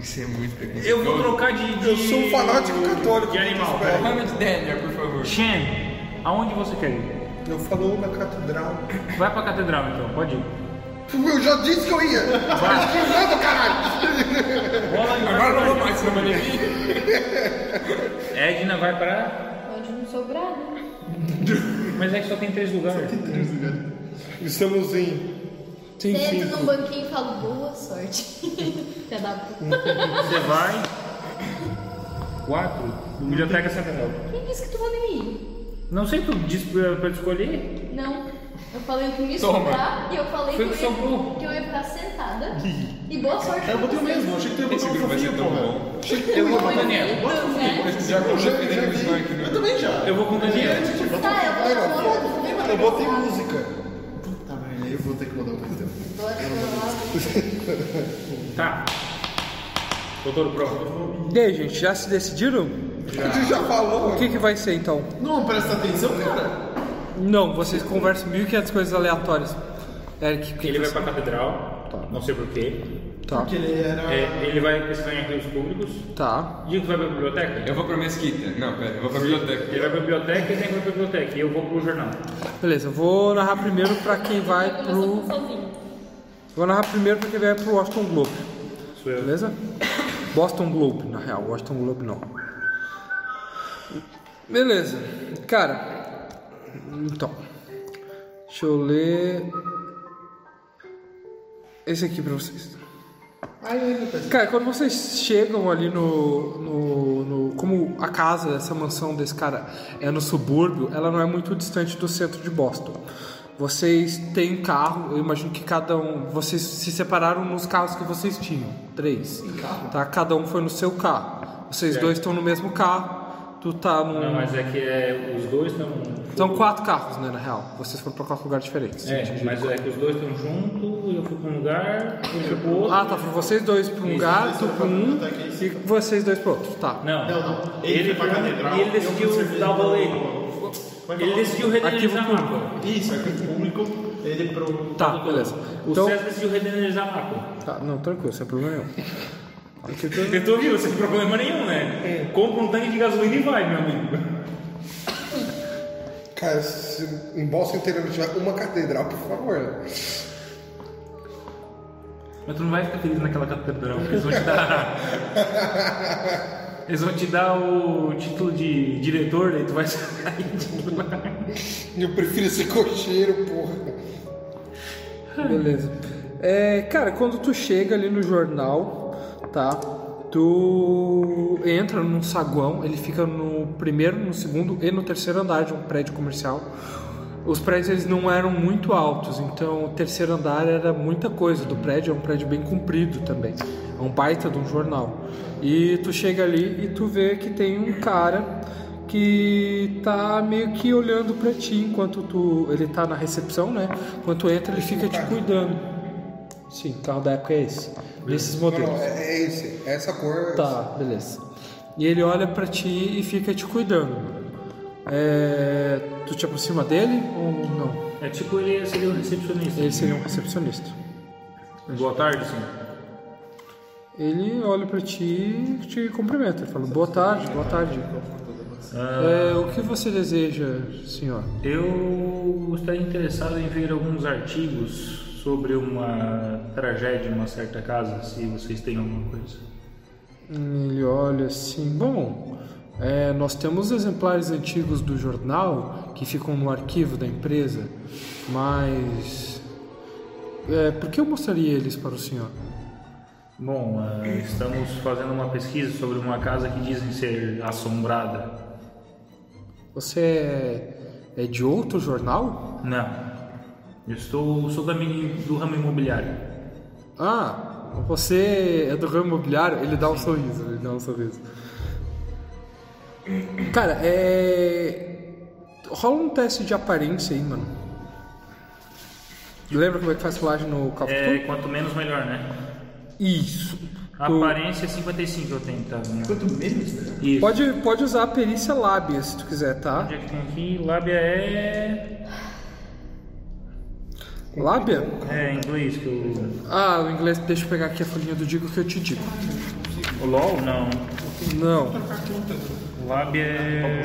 [SPEAKER 4] Isso é muito preconceituoso.
[SPEAKER 5] Eu vou trocar de. de-
[SPEAKER 2] Eu sou um fanático católico.
[SPEAKER 5] De animal.
[SPEAKER 2] velho.
[SPEAKER 4] Mohamed Daniel, por favor.
[SPEAKER 5] Shen, aonde você quer ir?
[SPEAKER 2] Eu falo na catedral.
[SPEAKER 5] Vai pra catedral então, pode ir.
[SPEAKER 2] Eu já disse que eu ia. Pesquisando, caralho.
[SPEAKER 5] Rola e vai
[SPEAKER 4] Agora
[SPEAKER 5] pra
[SPEAKER 4] não vou
[SPEAKER 5] Edna.
[SPEAKER 4] mais ser manequim.
[SPEAKER 5] É, Edna vai pra.
[SPEAKER 3] Onde não sobrar, né?
[SPEAKER 5] Mas é que só tem três lugares.
[SPEAKER 2] Estamos em... Sim,
[SPEAKER 3] Sento num banquinho e falo boa sorte. Filha da puta.
[SPEAKER 5] Você vai. Quatro. Biblioteca Central.
[SPEAKER 3] Quem disse que tu manda em mim?
[SPEAKER 5] Não sei, tu disse pra, pra escolher.
[SPEAKER 3] Não. Eu falei que me
[SPEAKER 4] Toma.
[SPEAKER 3] sobrar e eu falei que
[SPEAKER 4] Foi
[SPEAKER 3] eu,
[SPEAKER 4] que sobrou.
[SPEAKER 3] ia, que eu ia ficar sentada. E boa sorte.
[SPEAKER 6] Eu
[SPEAKER 3] pra
[SPEAKER 6] botei o
[SPEAKER 3] vocês.
[SPEAKER 6] mesmo, achei que tu ia
[SPEAKER 4] Esse
[SPEAKER 6] botar um
[SPEAKER 4] grupo vai ser
[SPEAKER 6] fofinho,
[SPEAKER 4] tão
[SPEAKER 6] porra.
[SPEAKER 4] bom.
[SPEAKER 6] Eu vou
[SPEAKER 3] Foi
[SPEAKER 6] botar
[SPEAKER 3] bonito, né?
[SPEAKER 4] Pesquisar com o chefe dele do Sonic,
[SPEAKER 6] Eu
[SPEAKER 4] né?
[SPEAKER 6] também já.
[SPEAKER 5] Eu vou com o Daniel.
[SPEAKER 3] Tá, eu vou tomar outro.
[SPEAKER 2] Eu botei música.
[SPEAKER 6] Puta merda, eu vou ter que mudar o meu tempo.
[SPEAKER 3] Bora, bora,
[SPEAKER 5] Tá. Doutor Pro.
[SPEAKER 1] E aí, gente, já se decidiram?
[SPEAKER 2] A gente já falou.
[SPEAKER 1] O que, que vai ser então?
[SPEAKER 6] Não presta atenção, cara.
[SPEAKER 1] Não, vocês conversam 1500 coisas aleatórias. Eric,
[SPEAKER 5] Ele vai pra catedral, não sei porquê.
[SPEAKER 1] Tá,
[SPEAKER 6] Porque ele era.
[SPEAKER 5] É, ele vai pesquisar em arquivos públicos.
[SPEAKER 1] tá.
[SPEAKER 5] Diego vai pra biblioteca?
[SPEAKER 4] Eu vou pra mesquita. Não, pera, eu vou pra biblioteca.
[SPEAKER 5] Ele vai pra biblioteca e tem que ir pra biblioteca. E eu vou pro jornal.
[SPEAKER 1] Beleza, eu vou narrar primeiro pra quem vai pro.
[SPEAKER 3] Começou com o Salvinho.
[SPEAKER 1] Vou narrar primeiro pra quem vai pro Washington Globe.
[SPEAKER 5] Sou eu.
[SPEAKER 1] Beleza? Boston Globe, na real. Washington Globe não. Beleza. Cara, então. Deixa eu ler. Esse aqui pra vocês. Cara, quando vocês chegam ali no, no, no- Como a casa, essa mansão desse cara é no subúrbio, ela não é muito distante do centro de Boston. Vocês têm um carro, eu imagino que cada um. Vocês se separaram nos carros que vocês tinham. Três. Tá? Cada um foi no seu carro. Vocês dois estão no mesmo carro. Tu tá num.
[SPEAKER 5] Não, mas é que é, os dois estão.
[SPEAKER 1] São quatro carros, né, na real. Vocês foram pra quatro lugares diferentes.
[SPEAKER 5] É, mas é que os dois estão juntos, eu fui pra um lugar, ele foi pro outro.
[SPEAKER 1] Ah, tá. Foram vocês dois pra um gato, tu pra um.
[SPEAKER 5] tá
[SPEAKER 1] E vocês dois pro outro. Tá.
[SPEAKER 5] Não,
[SPEAKER 6] Não, não. Ele foi pra catedral,
[SPEAKER 5] e ele decidiu
[SPEAKER 6] eu fui pro
[SPEAKER 5] dar o rolê.
[SPEAKER 6] Vai
[SPEAKER 5] Ele
[SPEAKER 6] falar.
[SPEAKER 5] decidiu renderizar a
[SPEAKER 1] Arquivo
[SPEAKER 5] mapa.
[SPEAKER 6] Isso, arquivo público, ele pro.
[SPEAKER 1] Tá, beleza.
[SPEAKER 5] O
[SPEAKER 1] Então-
[SPEAKER 5] César decidiu renderizar a mapa.
[SPEAKER 1] Tá, não, tranquilo, sem problema nenhum. Aqui eu tô-
[SPEAKER 5] Tentou, viu? Sem problema nenhum, né? Compra um tanque de gasolina e vai, meu amigo.
[SPEAKER 2] Cara, se em Boston inteiro não tiver uma catedral, por favor.
[SPEAKER 5] Mas tu não vai ficar feliz naquela catedral, porque eles vão te dar. Eles vão te dar o título de diretor, daí tu vai sair de lá.
[SPEAKER 2] Eu prefiro ser cocheiro, porra.
[SPEAKER 1] Beleza. É, cara, quando tu chega ali no jornal, tá? Tu entra num saguão, ele fica no primeiro, no segundo e no terceiro andar de um prédio comercial. Os prédios eles não eram muito altos, então o terceiro andar era muita coisa do prédio, é um prédio bem comprido também. É um baita de um jornal. E tu chega ali e tu vê que tem um cara que tá meio que olhando pra ti enquanto tu. Ele tá na recepção, né? Enquanto tu entra, ele fica te cuidando. Sim, o carro da época é esse. Desses
[SPEAKER 2] Não,
[SPEAKER 1] modelos.
[SPEAKER 2] não, é, é esse. É essa cor.
[SPEAKER 1] Tá, beleza. E ele olha pra ti e fica te cuidando. É, Tu te aproxima dele ou não?
[SPEAKER 5] É tipo ele seria o recepcionista.
[SPEAKER 1] Ele seria um recepcionista.
[SPEAKER 5] Boa tarde, senhor.
[SPEAKER 1] Ele olha pra ti e te cumprimenta. Ele fala: Boa tarde, boa tarde. É, o que você deseja, senhor?
[SPEAKER 5] Eu estaria interessado em ver alguns artigos sobre uma tragédia em uma certa casa, se vocês têm alguma coisa.
[SPEAKER 1] Hum, Ele olha assim, bom, é, nós temos exemplares antigos do jornal que ficam no arquivo da empresa, mas é, por que eu mostraria eles para o senhor?
[SPEAKER 5] Bom, ah, estamos fazendo uma pesquisa sobre uma casa que dizem ser assombrada.
[SPEAKER 1] Você é, é de outro jornal?
[SPEAKER 5] Não. Eu estou, sou da, mini- do ramo imobiliário.
[SPEAKER 1] Ah, você é do ramo imobiliário? Ele dá um sorriso, ele dá um sorriso. Cara, é. Rola um teste de aparência aí, mano. Lembra como é que faz colagem no Call of
[SPEAKER 5] É,
[SPEAKER 1] Cthulhu?
[SPEAKER 5] quanto menos melhor, né?
[SPEAKER 1] Isso.
[SPEAKER 5] A
[SPEAKER 1] Tu-
[SPEAKER 5] Aparência é 55 eu tenho, tá?
[SPEAKER 6] Quanto menos, melhor.
[SPEAKER 5] Isso.
[SPEAKER 1] Pode, pode usar a perícia lábia se tu quiser, tá?
[SPEAKER 5] Onde é que tem aqui? Lábia é...
[SPEAKER 1] Lábia?
[SPEAKER 5] É, em inglês que eu...
[SPEAKER 1] Ah, o inglês, deixa eu pegar aqui a folhinha do Digo que eu te digo.
[SPEAKER 5] O LOL? Não.
[SPEAKER 1] Não.
[SPEAKER 5] Lábia é.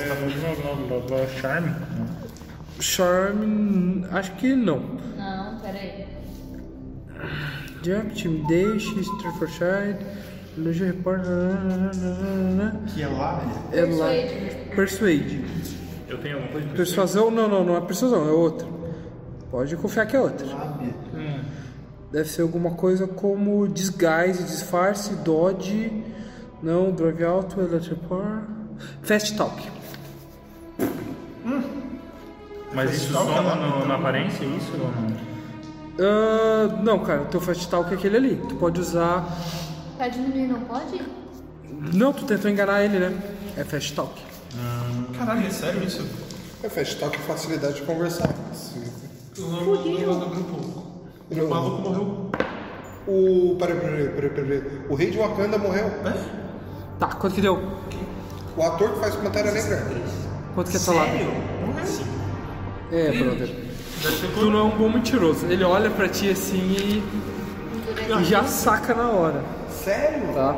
[SPEAKER 5] Charme?
[SPEAKER 1] Charm. Acho que não.
[SPEAKER 3] Não, peraí.
[SPEAKER 1] Jump, Team Day, X, Staffordshire, Lugia Report. nananana.
[SPEAKER 6] Que é lá, né?
[SPEAKER 1] É lá.
[SPEAKER 3] Persuade.
[SPEAKER 1] Persuade.
[SPEAKER 5] Eu tenho alguma coisa pra
[SPEAKER 1] Persuasão? Não, não, não é persuasão, é outra. Pode confiar que é outra. Deve ser alguma coisa como disguise, disfarce, dodge, não, drag alto, electric power. Fast talk.
[SPEAKER 5] Mas isso soma no- na aparência, isso ou não?
[SPEAKER 1] Ah, não, cara, teu fast talk é aquele ali. Tu pode usar.
[SPEAKER 3] Pra diminuir Tá não pode?
[SPEAKER 1] Não, tu tentou enganar ele, né? É fast talk.
[SPEAKER 6] Caralho, é sério isso?
[SPEAKER 2] É fast talk facilidade de conversar.
[SPEAKER 6] O maluco morreu.
[SPEAKER 2] O. Peraí, peraí, peraí, peraí. O rei de Wakanda morreu.
[SPEAKER 1] Tá, quanto que deu?
[SPEAKER 2] O ator que faz Pantera Negra.
[SPEAKER 1] Quanto que é tua lábia? É, brother. Tu não é um bom mentiroso. Ele olha pra ti assim e. e já saca na hora,
[SPEAKER 2] Sério?
[SPEAKER 1] tá?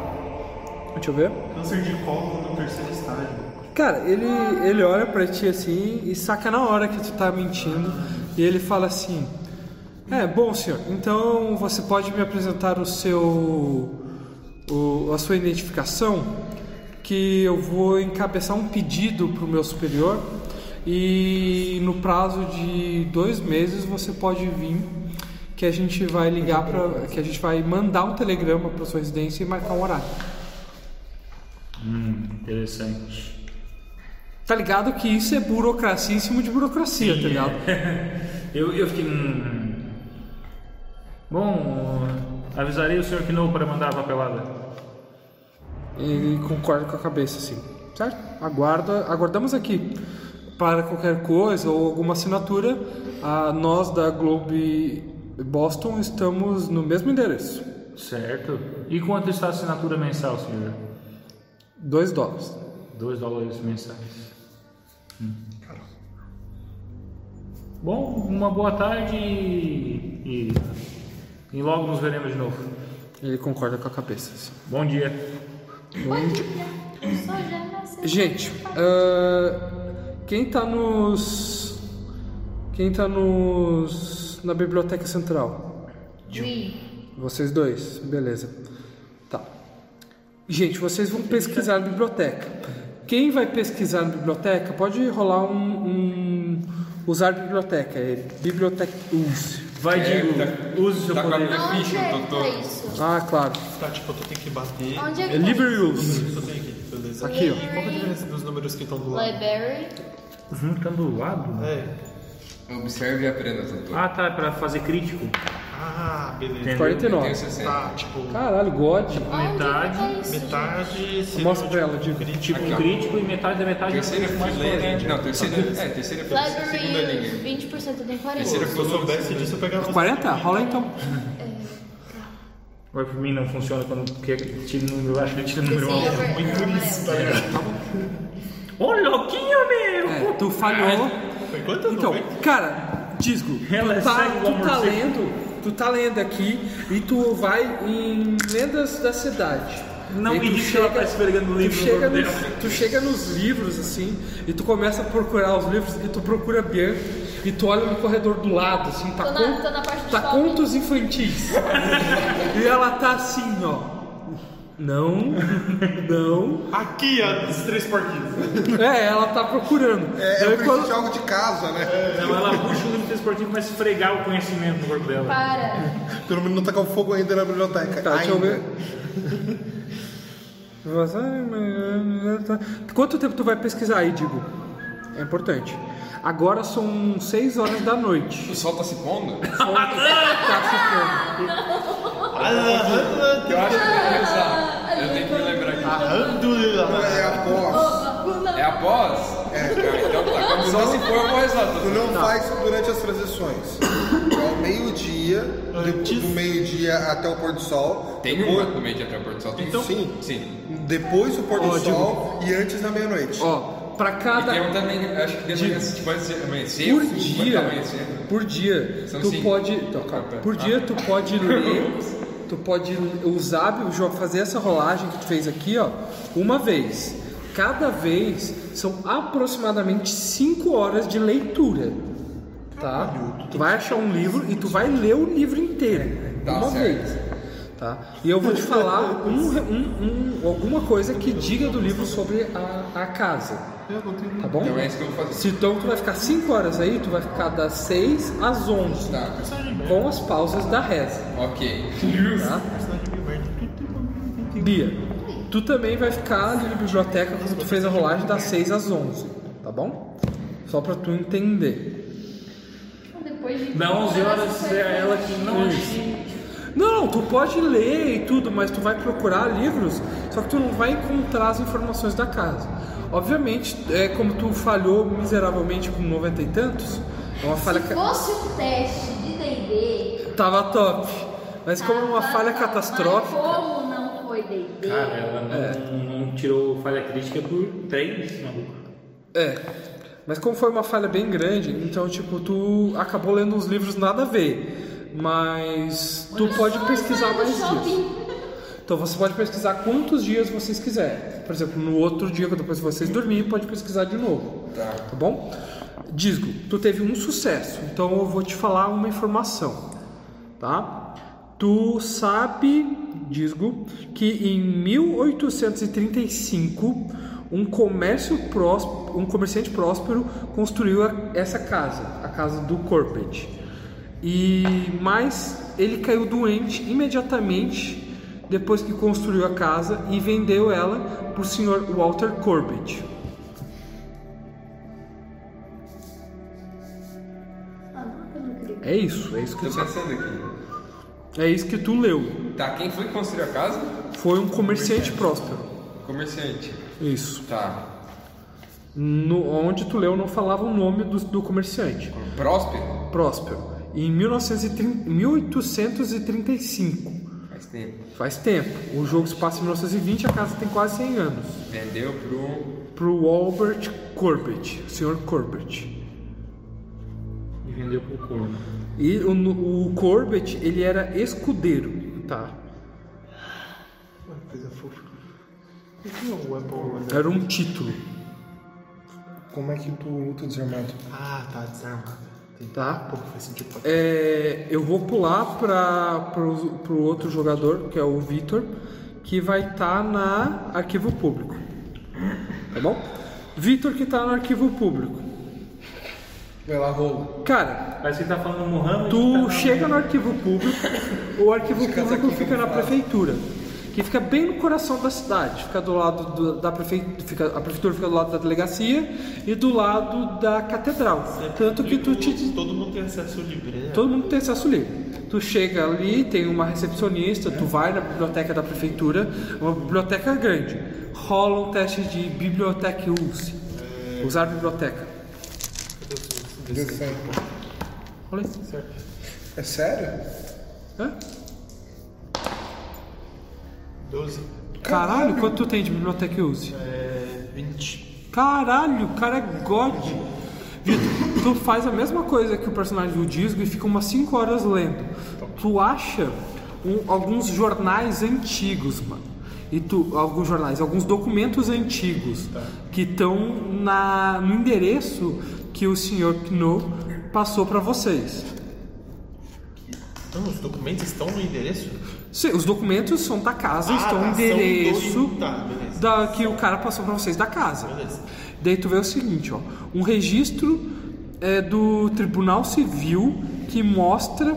[SPEAKER 1] Deixa eu ver.
[SPEAKER 6] Câncer de colo no terceiro estágio.
[SPEAKER 1] Cara, ele, ele olha pra ti assim e saca na hora que tu tá mentindo. E ele fala assim: É, bom senhor, então você pode me apresentar o seu. o- a sua identificação? Que eu vou encabeçar um pedido pro meu superior. E no prazo de dois meses você pode vir. Que a gente vai ligar pra. que a gente vai mandar um telegrama pra sua residência e marcar um horário.
[SPEAKER 5] Hum, interessante.
[SPEAKER 1] Tá ligado que isso é burocracia em cima de burocracia, tá ligado?
[SPEAKER 5] Eu, eu fiquei. Hum. Bom, avisarei o senhor que não para mandar a papelada.
[SPEAKER 1] Ele concorda com a cabeça, assim. Certo? Aguarda, aguardamos aqui. Para qualquer coisa ou alguma assinatura, a nós da Globe Boston estamos no mesmo endereço.
[SPEAKER 5] Certo. E quanto está a assinatura mensal, senhor?
[SPEAKER 1] 2 dólares.
[SPEAKER 5] Dois dólares mensais. Hum. Bom, uma boa tarde e, e- e logo nos veremos de novo.
[SPEAKER 1] Ele concorda com a cabeça. Assim.
[SPEAKER 5] Bom dia.
[SPEAKER 1] Gente, ah, quem tá nos. Quem tá nos. Na biblioteca central? Vocês dois, beleza. Tá. Gente, vocês vão pesquisar a biblioteca. Quem vai pesquisar a biblioteca pode rolar um. um- usar biblioteca. É biblioteca. Use.
[SPEAKER 5] Vai, Digo, use seu
[SPEAKER 4] É, Tá com a
[SPEAKER 5] poder.
[SPEAKER 4] minha
[SPEAKER 3] Onde
[SPEAKER 4] ficha,
[SPEAKER 3] é que
[SPEAKER 4] doutor.
[SPEAKER 3] tá isso?
[SPEAKER 1] Ah, claro.
[SPEAKER 6] Tá, tipo, eu tenho que bater.
[SPEAKER 3] Onde é que
[SPEAKER 1] É
[SPEAKER 3] tá
[SPEAKER 1] library use.
[SPEAKER 6] Isso eu tenho aqui, beleza.
[SPEAKER 1] Aqui, ó.
[SPEAKER 6] E qual que é a diferença dos números que estão do lado?
[SPEAKER 3] Library.
[SPEAKER 5] Uhum, tá do lado?
[SPEAKER 6] É.
[SPEAKER 4] Observe e aprenda, doutor.
[SPEAKER 5] Ah, tá, é pra fazer crítico.
[SPEAKER 6] Ah, beleza.
[SPEAKER 5] Entendeu?
[SPEAKER 1] 49.
[SPEAKER 6] Tá, tipo,
[SPEAKER 1] Caralho, God.
[SPEAKER 3] Onde é que tá
[SPEAKER 5] Metade.
[SPEAKER 3] isso?
[SPEAKER 6] metade seria,
[SPEAKER 1] Mostra pra
[SPEAKER 6] tipo,
[SPEAKER 1] ela, Diego.
[SPEAKER 6] crítico.
[SPEAKER 5] Tipo um crítico e metade da metade é
[SPEAKER 4] Terceira
[SPEAKER 5] mais
[SPEAKER 4] filé.
[SPEAKER 5] forte.
[SPEAKER 4] Não, terceira. É, terceira filé. Segunda
[SPEAKER 3] Library
[SPEAKER 4] linha.
[SPEAKER 3] use. 20% tem 40.
[SPEAKER 4] Terceira
[SPEAKER 6] Se eu soubesse disso, eu pegava...
[SPEAKER 1] 40? Rola então.
[SPEAKER 5] Mas pra mim não funciona quando porque tira o número, eu acho que tira o número
[SPEAKER 3] Esse
[SPEAKER 5] alto.
[SPEAKER 3] é
[SPEAKER 6] Muito
[SPEAKER 3] amarelo.
[SPEAKER 6] isso, tá ligado?
[SPEAKER 5] Ô, louquinho, meu!
[SPEAKER 1] É, tu falhou.
[SPEAKER 6] Foi quanto? Eu não
[SPEAKER 1] Então,
[SPEAKER 6] vi.
[SPEAKER 1] cara, Disgo,
[SPEAKER 5] Ela é
[SPEAKER 1] tu tá,
[SPEAKER 5] cego igual
[SPEAKER 1] tu tá
[SPEAKER 5] morcego.
[SPEAKER 1] lendo, tu tá lendo aqui e tu vai em lendas da cidade.
[SPEAKER 5] Não
[SPEAKER 1] E
[SPEAKER 5] me
[SPEAKER 1] tu
[SPEAKER 5] diz que ela
[SPEAKER 1] chega-
[SPEAKER 5] tá esfregando o livro
[SPEAKER 1] Tu
[SPEAKER 5] no
[SPEAKER 1] chega,
[SPEAKER 5] corpo
[SPEAKER 1] nos,
[SPEAKER 5] dela.
[SPEAKER 1] tu chega nos livros assim e tu começa a procurar os livros e tu procura Bianca e tu olha no corredor do lado assim, tá,
[SPEAKER 3] Tô na- tô na parte do
[SPEAKER 1] tá
[SPEAKER 3] shopping.
[SPEAKER 1] contos infantis. e ela tá assim, ó. Não, não.
[SPEAKER 6] Aqui, ó, os três porquinhos.
[SPEAKER 1] É, ela tá procurando.
[SPEAKER 2] É, eu
[SPEAKER 1] Daí
[SPEAKER 2] preciso
[SPEAKER 1] quando-
[SPEAKER 2] de algo de casa, né?
[SPEAKER 5] Não, ela puxa o livro esportivo pra esfregar o conhecimento no corpo dela.
[SPEAKER 3] Para.
[SPEAKER 2] Pelo menos não tá com fogo ainda na biblioteca.
[SPEAKER 1] Tá, deixa eu
[SPEAKER 2] Ainda.
[SPEAKER 1] ver. Você- Quanto tempo tu vai pesquisar aí, Digo? É importante. Agora são 6 horas da noite.
[SPEAKER 4] O sol tá se pondo?
[SPEAKER 1] Tá ficando.
[SPEAKER 4] Eu acho que eu ia rezar. Eu tenho que me lembrar aqui.
[SPEAKER 2] Não
[SPEAKER 6] Alhamdulillah.
[SPEAKER 2] é a voz.
[SPEAKER 4] É após? É, cara, então tá. Quando só se for, eu vou rezar.
[SPEAKER 2] Tu
[SPEAKER 4] doutor.
[SPEAKER 2] não faz durante as transições. Ao meio-dia, do,
[SPEAKER 6] Antes.
[SPEAKER 2] do meio-dia até o pôr do sol.
[SPEAKER 4] Tem uma do meio de até o pôr do sol. Tem
[SPEAKER 2] Então-
[SPEAKER 4] sim. Então Sim.
[SPEAKER 2] Depois do pôr do
[SPEAKER 1] Ó, digo-
[SPEAKER 2] sol e antes da meia-noite.
[SPEAKER 1] Ó, pra
[SPEAKER 4] E tem um
[SPEAKER 1] cada.
[SPEAKER 4] também, acho que de manhã, tipo, amanhecer. amanhecer,
[SPEAKER 1] Por
[SPEAKER 4] ou cinco,
[SPEAKER 1] dia.
[SPEAKER 4] quando tá amanhecendo.
[SPEAKER 1] Por dia.
[SPEAKER 4] São
[SPEAKER 1] Tu
[SPEAKER 4] cinco.
[SPEAKER 1] pode. então,
[SPEAKER 4] Tá,
[SPEAKER 1] calma. Por dia tu pode
[SPEAKER 4] Ah.
[SPEAKER 1] ler. Tu pode usar, jo- fazer essa rolagem que tu fez aqui, ó, uma vez. Cada vez são aproximadamente 5 horas de leitura. Tá? Tu vai achar um livro e tu vai ler o livro inteiro.
[SPEAKER 4] Tá
[SPEAKER 1] uma
[SPEAKER 4] certo.
[SPEAKER 1] vez. Tá? E eu vou te falar um, re- um- um- alguma coisa que diga do livro sobre a, a casa. Tá bom?
[SPEAKER 4] Então é isso que eu vou fazer.
[SPEAKER 1] Se então tu vai ficar 5 horas aí, tu vai ficar das 6 às 11,
[SPEAKER 4] Tá.
[SPEAKER 1] com as pausas da reza,
[SPEAKER 4] Ok.
[SPEAKER 1] tá? Bia, tu também vai ficar ali na biblioteca quando tu fez a rolagem das 6 às 11, tá bom? Só pra tu entender.
[SPEAKER 3] Então, Depois de...
[SPEAKER 5] Da 11 horas é ela que não
[SPEAKER 1] Não, tu pode ler e tudo, mas tu vai procurar livros, só que tu não vai encontrar as informações da casa. Obviamente, é como tu falhou miseravelmente com 90 e tantos, é uma falha...
[SPEAKER 3] Se
[SPEAKER 1] ca-
[SPEAKER 3] fosse um teste de D&D...
[SPEAKER 1] Tava top. Mas É como uma
[SPEAKER 3] tava-
[SPEAKER 1] falha
[SPEAKER 3] Mas
[SPEAKER 1] catastrófica.
[SPEAKER 3] como não foi D&D...
[SPEAKER 5] Cara, É. ela não, não tirou falha crítica por três, maluco.
[SPEAKER 1] É. Mas como foi uma falha bem grande, então, tipo, tu acabou lendo uns livros nada a ver. Mas tu pode pesquisar mais dias. Então você pode pesquisar quantos dias vocês quiserem. Por exemplo, no outro dia, depois que vocês dormirem, pode pesquisar de novo. Tá. Tá bom? Disgo, tu teve um sucesso. Então eu vou te falar uma informação. Tá? Tu sabe, Disgo, que em 1835 um comércio próspero, um comerciante próspero construiu a- essa casa, a casa do Corpet. E mas ele caiu doente imediatamente depois que construiu a casa e vendeu ela para o senhor Walter Corbett.
[SPEAKER 3] Ah, não, eu não queria.
[SPEAKER 1] É isso, é isso que
[SPEAKER 4] Tô pensando aqui.
[SPEAKER 1] é isso que tu leu.
[SPEAKER 4] Tá, quem foi que construiu a casa?
[SPEAKER 1] Foi um comerciante próspero.
[SPEAKER 4] Comerciante.
[SPEAKER 1] Isso.
[SPEAKER 4] Tá.
[SPEAKER 1] No, onde tu leu não falava o nome do, do comerciante.
[SPEAKER 4] Próspero?
[SPEAKER 1] Próspero. Em 1930, 1835.
[SPEAKER 4] Faz tempo.
[SPEAKER 1] Faz tempo. O jogo se passa em 1920, a casa tem quase 100 anos.
[SPEAKER 4] Vendeu pro.
[SPEAKER 1] Pro Albert Corbett, Sr. Corbett.
[SPEAKER 5] E vendeu pro corno.
[SPEAKER 1] E o, o Corbett, ele era escudeiro, tá?
[SPEAKER 6] Coisa fofa. O que é o Apple?
[SPEAKER 1] Era um título,
[SPEAKER 2] Como é que tu luta desarmado?
[SPEAKER 6] Ah, tá, desarmado. Tem
[SPEAKER 1] tá?
[SPEAKER 6] pouco faz sentido pra
[SPEAKER 1] É, eu vou pular para pro, pro outro jogador, que é o Vitor, que vai estar na arquivo público. Tá bom? Vitor que tá no arquivo público.
[SPEAKER 2] Vai lá, rola.
[SPEAKER 1] Cara,
[SPEAKER 5] Parece que ele tá falando do Mohammed.
[SPEAKER 1] Tu
[SPEAKER 5] tá
[SPEAKER 1] chega no arquivo público, o arquivo público fica na prefeitura, que fica bem no coração da cidade, fica do lado do- da prefeitura, a prefeitura fica do lado da delegacia e do lado da catedral. Tanto que tu te,
[SPEAKER 8] Todo mundo tem acesso ao livro, né?
[SPEAKER 1] É. todo mundo tem acesso livre. Tu chega ali, tem uma recepcionista, tu vai na biblioteca da prefeitura, é uma biblioteca grande. Rola um teste de biblioteca use. Usar biblioteca. Rola aí.
[SPEAKER 2] É sério?
[SPEAKER 1] Hã?
[SPEAKER 8] 12.
[SPEAKER 1] Caralho, quanto tu tem de biblioteca use?
[SPEAKER 8] É. 20.
[SPEAKER 1] Caralho, o cara é god. Vitor, tu faz a mesma coisa que o personagem do Disgo e fica umas 5 horas lendo. Tu acha um- alguns jornais antigos, mano. E tu, alguns jornais, alguns documentos antigos que estão no endereço que o senhor Kno passou pra vocês.
[SPEAKER 8] Então, os documentos estão no endereço?
[SPEAKER 1] Sim, os documentos são da casa,
[SPEAKER 8] Ah,
[SPEAKER 1] estão
[SPEAKER 8] tá,
[SPEAKER 1] no
[SPEAKER 8] são
[SPEAKER 1] endereço
[SPEAKER 8] do- tá, beleza.
[SPEAKER 1] da, que o cara passou pra vocês da casa.
[SPEAKER 8] Beleza.
[SPEAKER 1] Daí tu vê o seguinte, ó, um registro é, do Tribunal Civil que mostra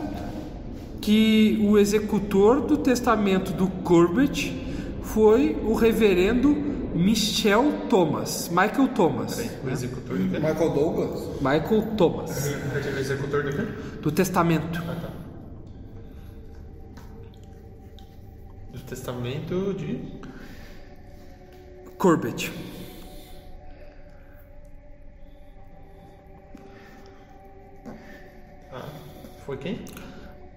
[SPEAKER 1] que o executor do testamento do Corbett foi o reverendo Michel Thomas, Michael Thomas,
[SPEAKER 8] O executor
[SPEAKER 6] né?
[SPEAKER 8] do quê?
[SPEAKER 2] Michael Douglas?
[SPEAKER 1] Michael Thomas,
[SPEAKER 8] O é executor do quê?
[SPEAKER 1] do testamento.
[SPEAKER 8] Do testamento de.
[SPEAKER 1] Corbett.
[SPEAKER 8] Ah, foi quem?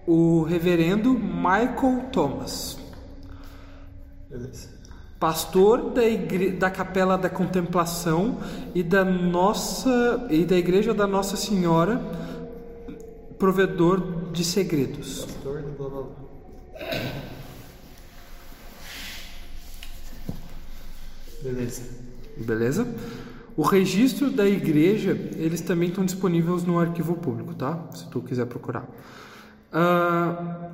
[SPEAKER 1] O reverendo Michael Thomas.
[SPEAKER 8] Beleza.
[SPEAKER 1] pastor da, igre... da capela da contemplação e da nossa e da igreja da Nossa Senhora provedor de segredos
[SPEAKER 8] Pastor do blá blá blá. Beleza.
[SPEAKER 1] beleza o registro da igreja eles também estão disponíveis no arquivo público tá se tu quiser procurar Ah,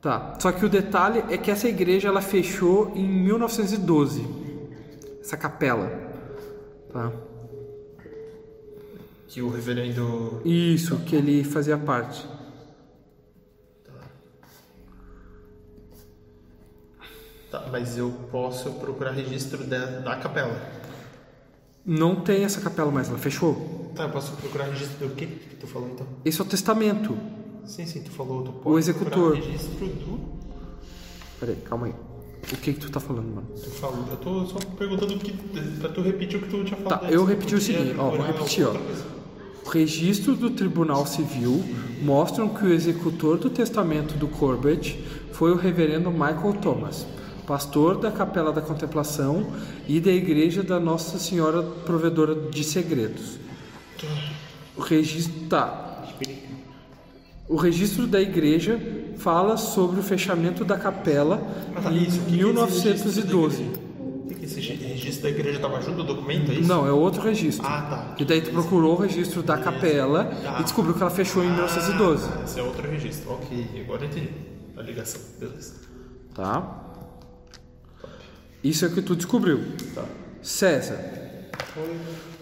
[SPEAKER 1] tá só que o detalhe é que essa igreja ela fechou em 1912 essa capela tá
[SPEAKER 8] Que o reverendo.
[SPEAKER 1] Isso, que ele fazia parte.
[SPEAKER 8] Tá, mas eu posso procurar registro da, da capela.
[SPEAKER 1] Não tem essa capela mais, ela fechou.
[SPEAKER 8] Tá, eu posso procurar registro do quê que tu falou então?
[SPEAKER 1] Esse é o testamento.
[SPEAKER 8] Sim, sim, tu falou. Tu pode
[SPEAKER 1] executor.
[SPEAKER 8] procurar registro do.
[SPEAKER 1] Peraí, calma aí. O que que tu tá falando, mano?
[SPEAKER 8] Tu falou. Eu tô só perguntando o que. Pra tu repetir o que tu tinha falado.
[SPEAKER 1] Tá,
[SPEAKER 8] antes.
[SPEAKER 1] eu
[SPEAKER 8] Tu
[SPEAKER 1] repeti o
[SPEAKER 8] podia
[SPEAKER 1] seguinte, ó, vou
[SPEAKER 8] procurar
[SPEAKER 1] repetir, ó.
[SPEAKER 8] outra coisa.
[SPEAKER 1] O registro do Tribunal Civil mostram que o executor do testamento do Corbett foi o reverendo Michael Thomas, pastor da Capela da Contemplação e da Igreja da Nossa Senhora Provedora de Segredos. O registro tá. O registro da igreja fala sobre o fechamento da capela em 1912.
[SPEAKER 8] O que que esse registro da igreja estava junto do documento? É isso?
[SPEAKER 1] Não, é outro registro.
[SPEAKER 8] Ah, tá.
[SPEAKER 1] E daí tu procurou o registro da capela e descobriu que ela fechou em 1912.
[SPEAKER 8] Ah, esse é outro registro. Ok, agora eu entendi a ligação. Beleza.
[SPEAKER 1] Tá? Isso é o que tu descobriu.
[SPEAKER 8] Tá.
[SPEAKER 1] César.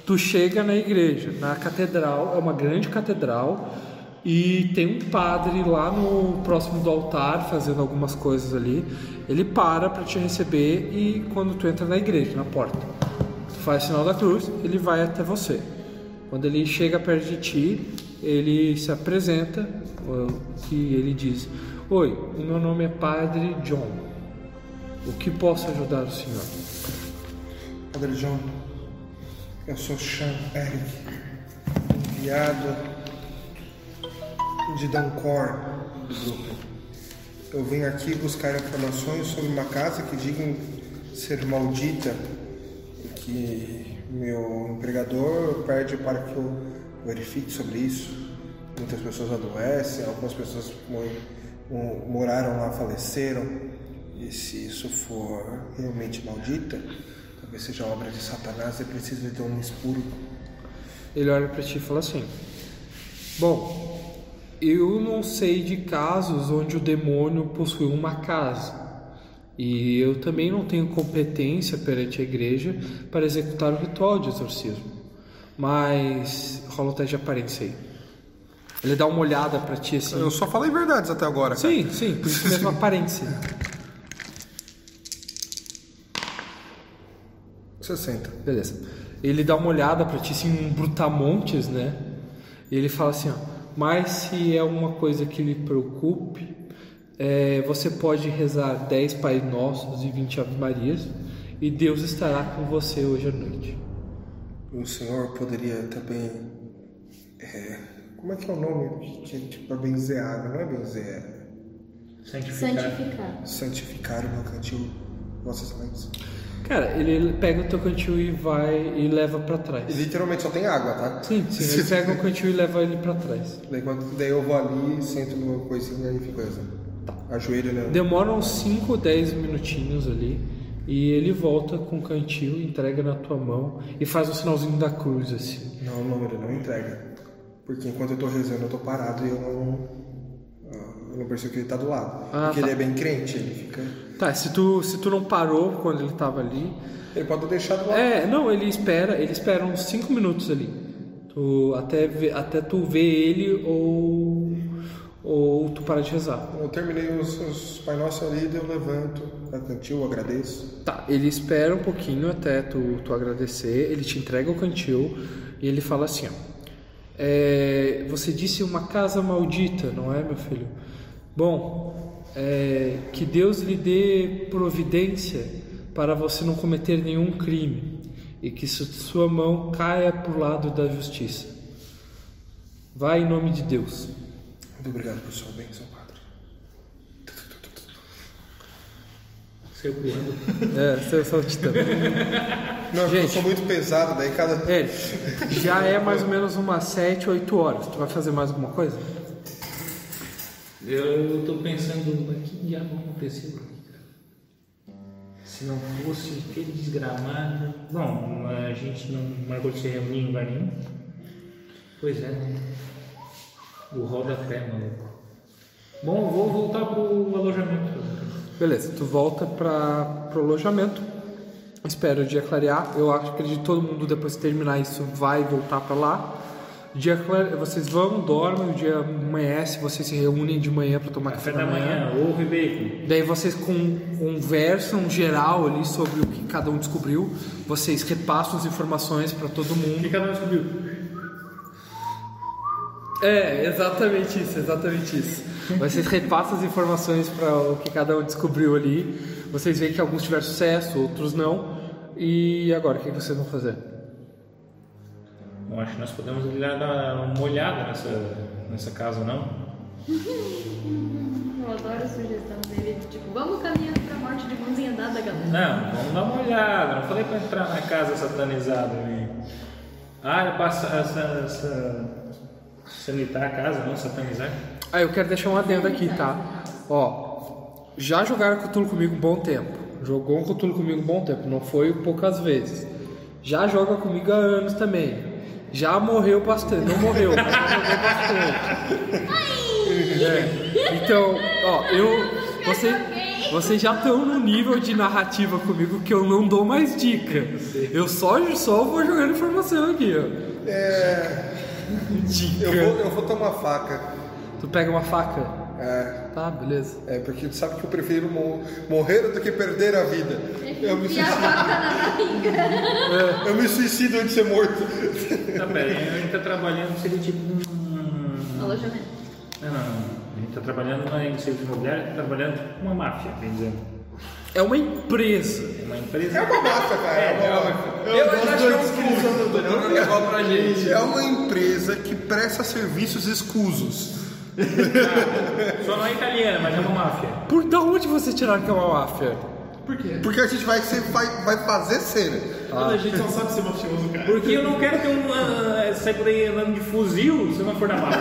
[SPEAKER 1] Tu chega na igreja, na catedral, é uma grande catedral, e tem um padre lá no próximo do altar fazendo algumas coisas ali. Ele para para te receber e quando tu entra na igreja, na porta, tu faz sinal da cruz, ele vai até você. Quando ele chega perto de ti, ele se apresenta e ele diz: "Oi, o meu nome é Padre John. O que posso ajudar o senhor?"
[SPEAKER 2] Padre John, eu sou Sean Eric, enviado de Dancor do grupo. Eu venho aqui buscar informações sobre uma casa que digam ser maldita, que meu empregador pede para que eu verifique sobre isso. Muitas pessoas adoecem, algumas pessoas mo- mo- moraram lá, faleceram. E se isso for realmente maldita, talvez seja obra de Satanás e precisa de um expurgo.
[SPEAKER 1] Ele olha para ti e fala assim: Bom, eu não sei de casos onde o demônio possuiu uma casa. E eu também não tenho competência perante a igreja para executar o ritual de exorcismo. Mas rola um teste de aparência aí. Ele dá uma olhada para ti assim.
[SPEAKER 2] Eu só falei verdades até agora. cara.
[SPEAKER 1] Sim, sim, por isso mesmo aparência.
[SPEAKER 2] 60.
[SPEAKER 1] Beleza. Ele dá uma olhada pra ti, assim, um brutamontes, né? E ele fala assim, ó, mas se é uma coisa que lhe preocupe, é, você pode rezar 10 Pai Nossos e 20 Ave Marias e Deus estará com você hoje à noite.
[SPEAKER 2] O senhor poderia também. é, como é que é o nome? Que, que- Tipo, é benzer água, não é benzer? é
[SPEAKER 5] Santificar.
[SPEAKER 3] Santificar.
[SPEAKER 2] Santificar o meu cantil, Vossas Excelências.
[SPEAKER 1] Cara, ele pega o teu cantil e vai e leva pra
[SPEAKER 2] E
[SPEAKER 1] trás.
[SPEAKER 2] literalmente só tem água, tá?
[SPEAKER 1] Sim, sim, ele pega o cantil e leva ele pra trás.
[SPEAKER 2] Daí, quando, daí eu vou ali, sento numa coisinha e fico rezando. Ajoelho, né?
[SPEAKER 1] Demora uns 5 ou 10 minutinhos ali e ele volta com o cantil, entrega na tua mão e faz o sinalzinho da cruz assim.
[SPEAKER 2] Não, não, ele não entrega. Porque enquanto eu tô rezando, eu tô parado e eu não. Eu não percebo que ele tá do lado.
[SPEAKER 1] Ah,
[SPEAKER 2] porque
[SPEAKER 1] tá.
[SPEAKER 2] ele é bem crente, ele fica.
[SPEAKER 1] Tá, se tu, se tu não parou quando ele tava ali.
[SPEAKER 2] Ele pode deixar do lado.
[SPEAKER 1] É, não, ele espera, ele espera uns 5 minutos ali. Tu, até, ver- até tu ver ele ou. Ou tu parar de rezar.
[SPEAKER 2] Eu terminei os, os Pai Nosso ali, daí eu levanto, a cantil, agradeço.
[SPEAKER 1] Tá, ele espera um pouquinho até tu, tu agradecer, ele te entrega o cantil e ele fala assim, ó. É, você disse uma casa maldita, não é, meu filho? Bom, é, que Deus lhe dê providência para você não cometer nenhum crime e que su- sua mão caia para o lado da justiça. Vai em nome de Deus.
[SPEAKER 2] Muito obrigado por sua bênção, Padre.
[SPEAKER 5] Circulando.
[SPEAKER 1] É, você é só titã.
[SPEAKER 2] Não, é porque eu
[SPEAKER 1] Gente.
[SPEAKER 2] sou muito pesado, daí cada.
[SPEAKER 1] É, já é mais ou menos umas 7, 8 horas. Tu vai fazer mais alguma coisa?
[SPEAKER 5] Eu tô pensando, mas que diabo aconteceu aqui, cara? Se não fosse aquele desgramado. Bom, a gente não marcou de se reunir em lugar nenhum. Pois é, né? O rol da fé, maluco. Bom, eu vou voltar pro alojamento.
[SPEAKER 1] Beleza, tu volta para pro alojamento. Espera o dia clarear. Eu acho que acredito que todo mundo depois que terminar isso vai voltar para lá. O Dia clare... vocês vão, dormem, o dia amanhece, vocês se reúnem de manhã para tomar
[SPEAKER 5] Café da manhã, ovo e bacon.
[SPEAKER 1] Daí vocês con- conversam geral ali sobre o que cada um descobriu. Vocês repassam as informações para todo
[SPEAKER 5] O que
[SPEAKER 1] mundo.
[SPEAKER 5] cada um descobriu?
[SPEAKER 1] É, exatamente isso, exatamente isso. Vocês repassam as informações para o que cada um descobriu ali. Vocês veem que alguns tiveram sucesso, outros não. E agora, o que que vocês vão fazer?
[SPEAKER 5] Bom, acho que nós podemos ir lá dar uma olhada nessa, nessa casa, não?
[SPEAKER 3] Eu adoro a sugestão dele. Tipo, vamos caminhando pra morte de mãozinha dada.
[SPEAKER 5] Não, vamos dar uma olhada. Não falei pra entrar na casa satanizada ali. Ah, passa essa. essa... Sanitar a casa, não satanizar.
[SPEAKER 1] Ah, eu quero deixar um adendo aqui, tá? Ó, já jogaram Cthulhu comigo um bom tempo. Jogou um Cthulhu comigo um bom tempo, não foi poucas vezes. Já joga comigo há anos também. Já morreu bastante, não morreu, mas já jogou bastante. É. Então, ó, eu. Você, vocês já estão num nível de narrativa comigo que eu não dou mais dica. Eu só, só vou jogando informação aqui, ó.
[SPEAKER 2] É. Eu vou, eu vou tomar faca.
[SPEAKER 1] Tu pega uma faca?
[SPEAKER 2] É,
[SPEAKER 1] Tá, beleza.
[SPEAKER 2] é, porque tu sabe que eu prefiro mo- morrer do que perder a vida. Eu me
[SPEAKER 3] E a
[SPEAKER 2] suicido,
[SPEAKER 3] faca na barriga.
[SPEAKER 2] eu me suicido antes de ser morto.
[SPEAKER 5] Tá, pera, a gente tá trabalhando, seria tipo um.
[SPEAKER 3] Alojamento.
[SPEAKER 5] Não, não, não. A gente tá trabalhando na indústria imobiliária, tá trabalhando com uma máfia, bem dizendo.
[SPEAKER 1] É uma empresa.
[SPEAKER 5] É Uma empresa.
[SPEAKER 2] É uma máfia, cara. É uma máfia.
[SPEAKER 4] Eu ainda achei um pulo dando um negócio pra gente.
[SPEAKER 2] É uma empresa que presta serviços escusos.
[SPEAKER 5] Só não é italiana, mas é uma máfia.
[SPEAKER 1] Por da onde você tiraram que é uma máfia?
[SPEAKER 2] Porque a gente vai, ser- vai, vai fazer cena.
[SPEAKER 8] A gente não sabe ser mafioso, cara.
[SPEAKER 5] Porque eu não quero ter um. ah, sair por aí andando de fuzil se eu não for da máfia.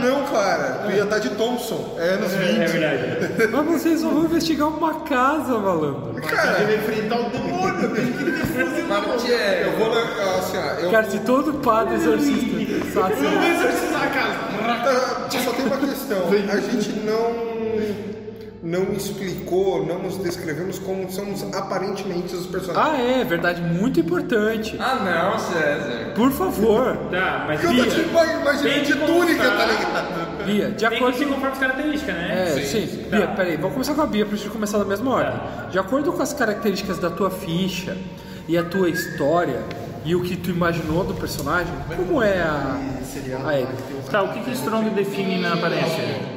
[SPEAKER 2] Não, cara. Tu ia estar de Thompson. É anos
[SPEAKER 5] É
[SPEAKER 2] 20.
[SPEAKER 5] verdade.
[SPEAKER 1] Mas Ah, vocês só vão investigar uma casa, malandro.
[SPEAKER 2] Cara,
[SPEAKER 8] Ele enfrentar o demônio, tem que ter força na mão.
[SPEAKER 4] Matia.
[SPEAKER 2] eu vou na. Assim, ó, eu,
[SPEAKER 1] Cara, se todo padre exorcista sabe
[SPEAKER 8] Eu
[SPEAKER 1] ser-
[SPEAKER 8] vou exorcizar a casa.
[SPEAKER 2] Tá, só tem uma questão. A gente não. Não explicou, não nos descrevemos como somos aparentemente os personagens.
[SPEAKER 1] Ah, é, verdade, muito importante.
[SPEAKER 4] Ah, não, César.
[SPEAKER 1] Por favor,
[SPEAKER 5] Tá, mas
[SPEAKER 2] eu tô te
[SPEAKER 5] Bia,
[SPEAKER 2] imaginando
[SPEAKER 5] tem
[SPEAKER 2] de
[SPEAKER 5] que
[SPEAKER 2] túnica,
[SPEAKER 5] contar.
[SPEAKER 2] tá ligado?
[SPEAKER 1] Bia, de
[SPEAKER 5] tem que
[SPEAKER 1] acordo
[SPEAKER 5] se conforme as características, né?
[SPEAKER 1] É, sim.
[SPEAKER 5] Tá.
[SPEAKER 1] Bia, peraí, vamos começar com a Bia pra gente começar da mesma ordem.
[SPEAKER 5] É.
[SPEAKER 1] De acordo com as características da tua ficha e a tua história e o que tu imaginou do personagem, como é a. a Erika?
[SPEAKER 5] Tá, o que, que Strong define na aparência?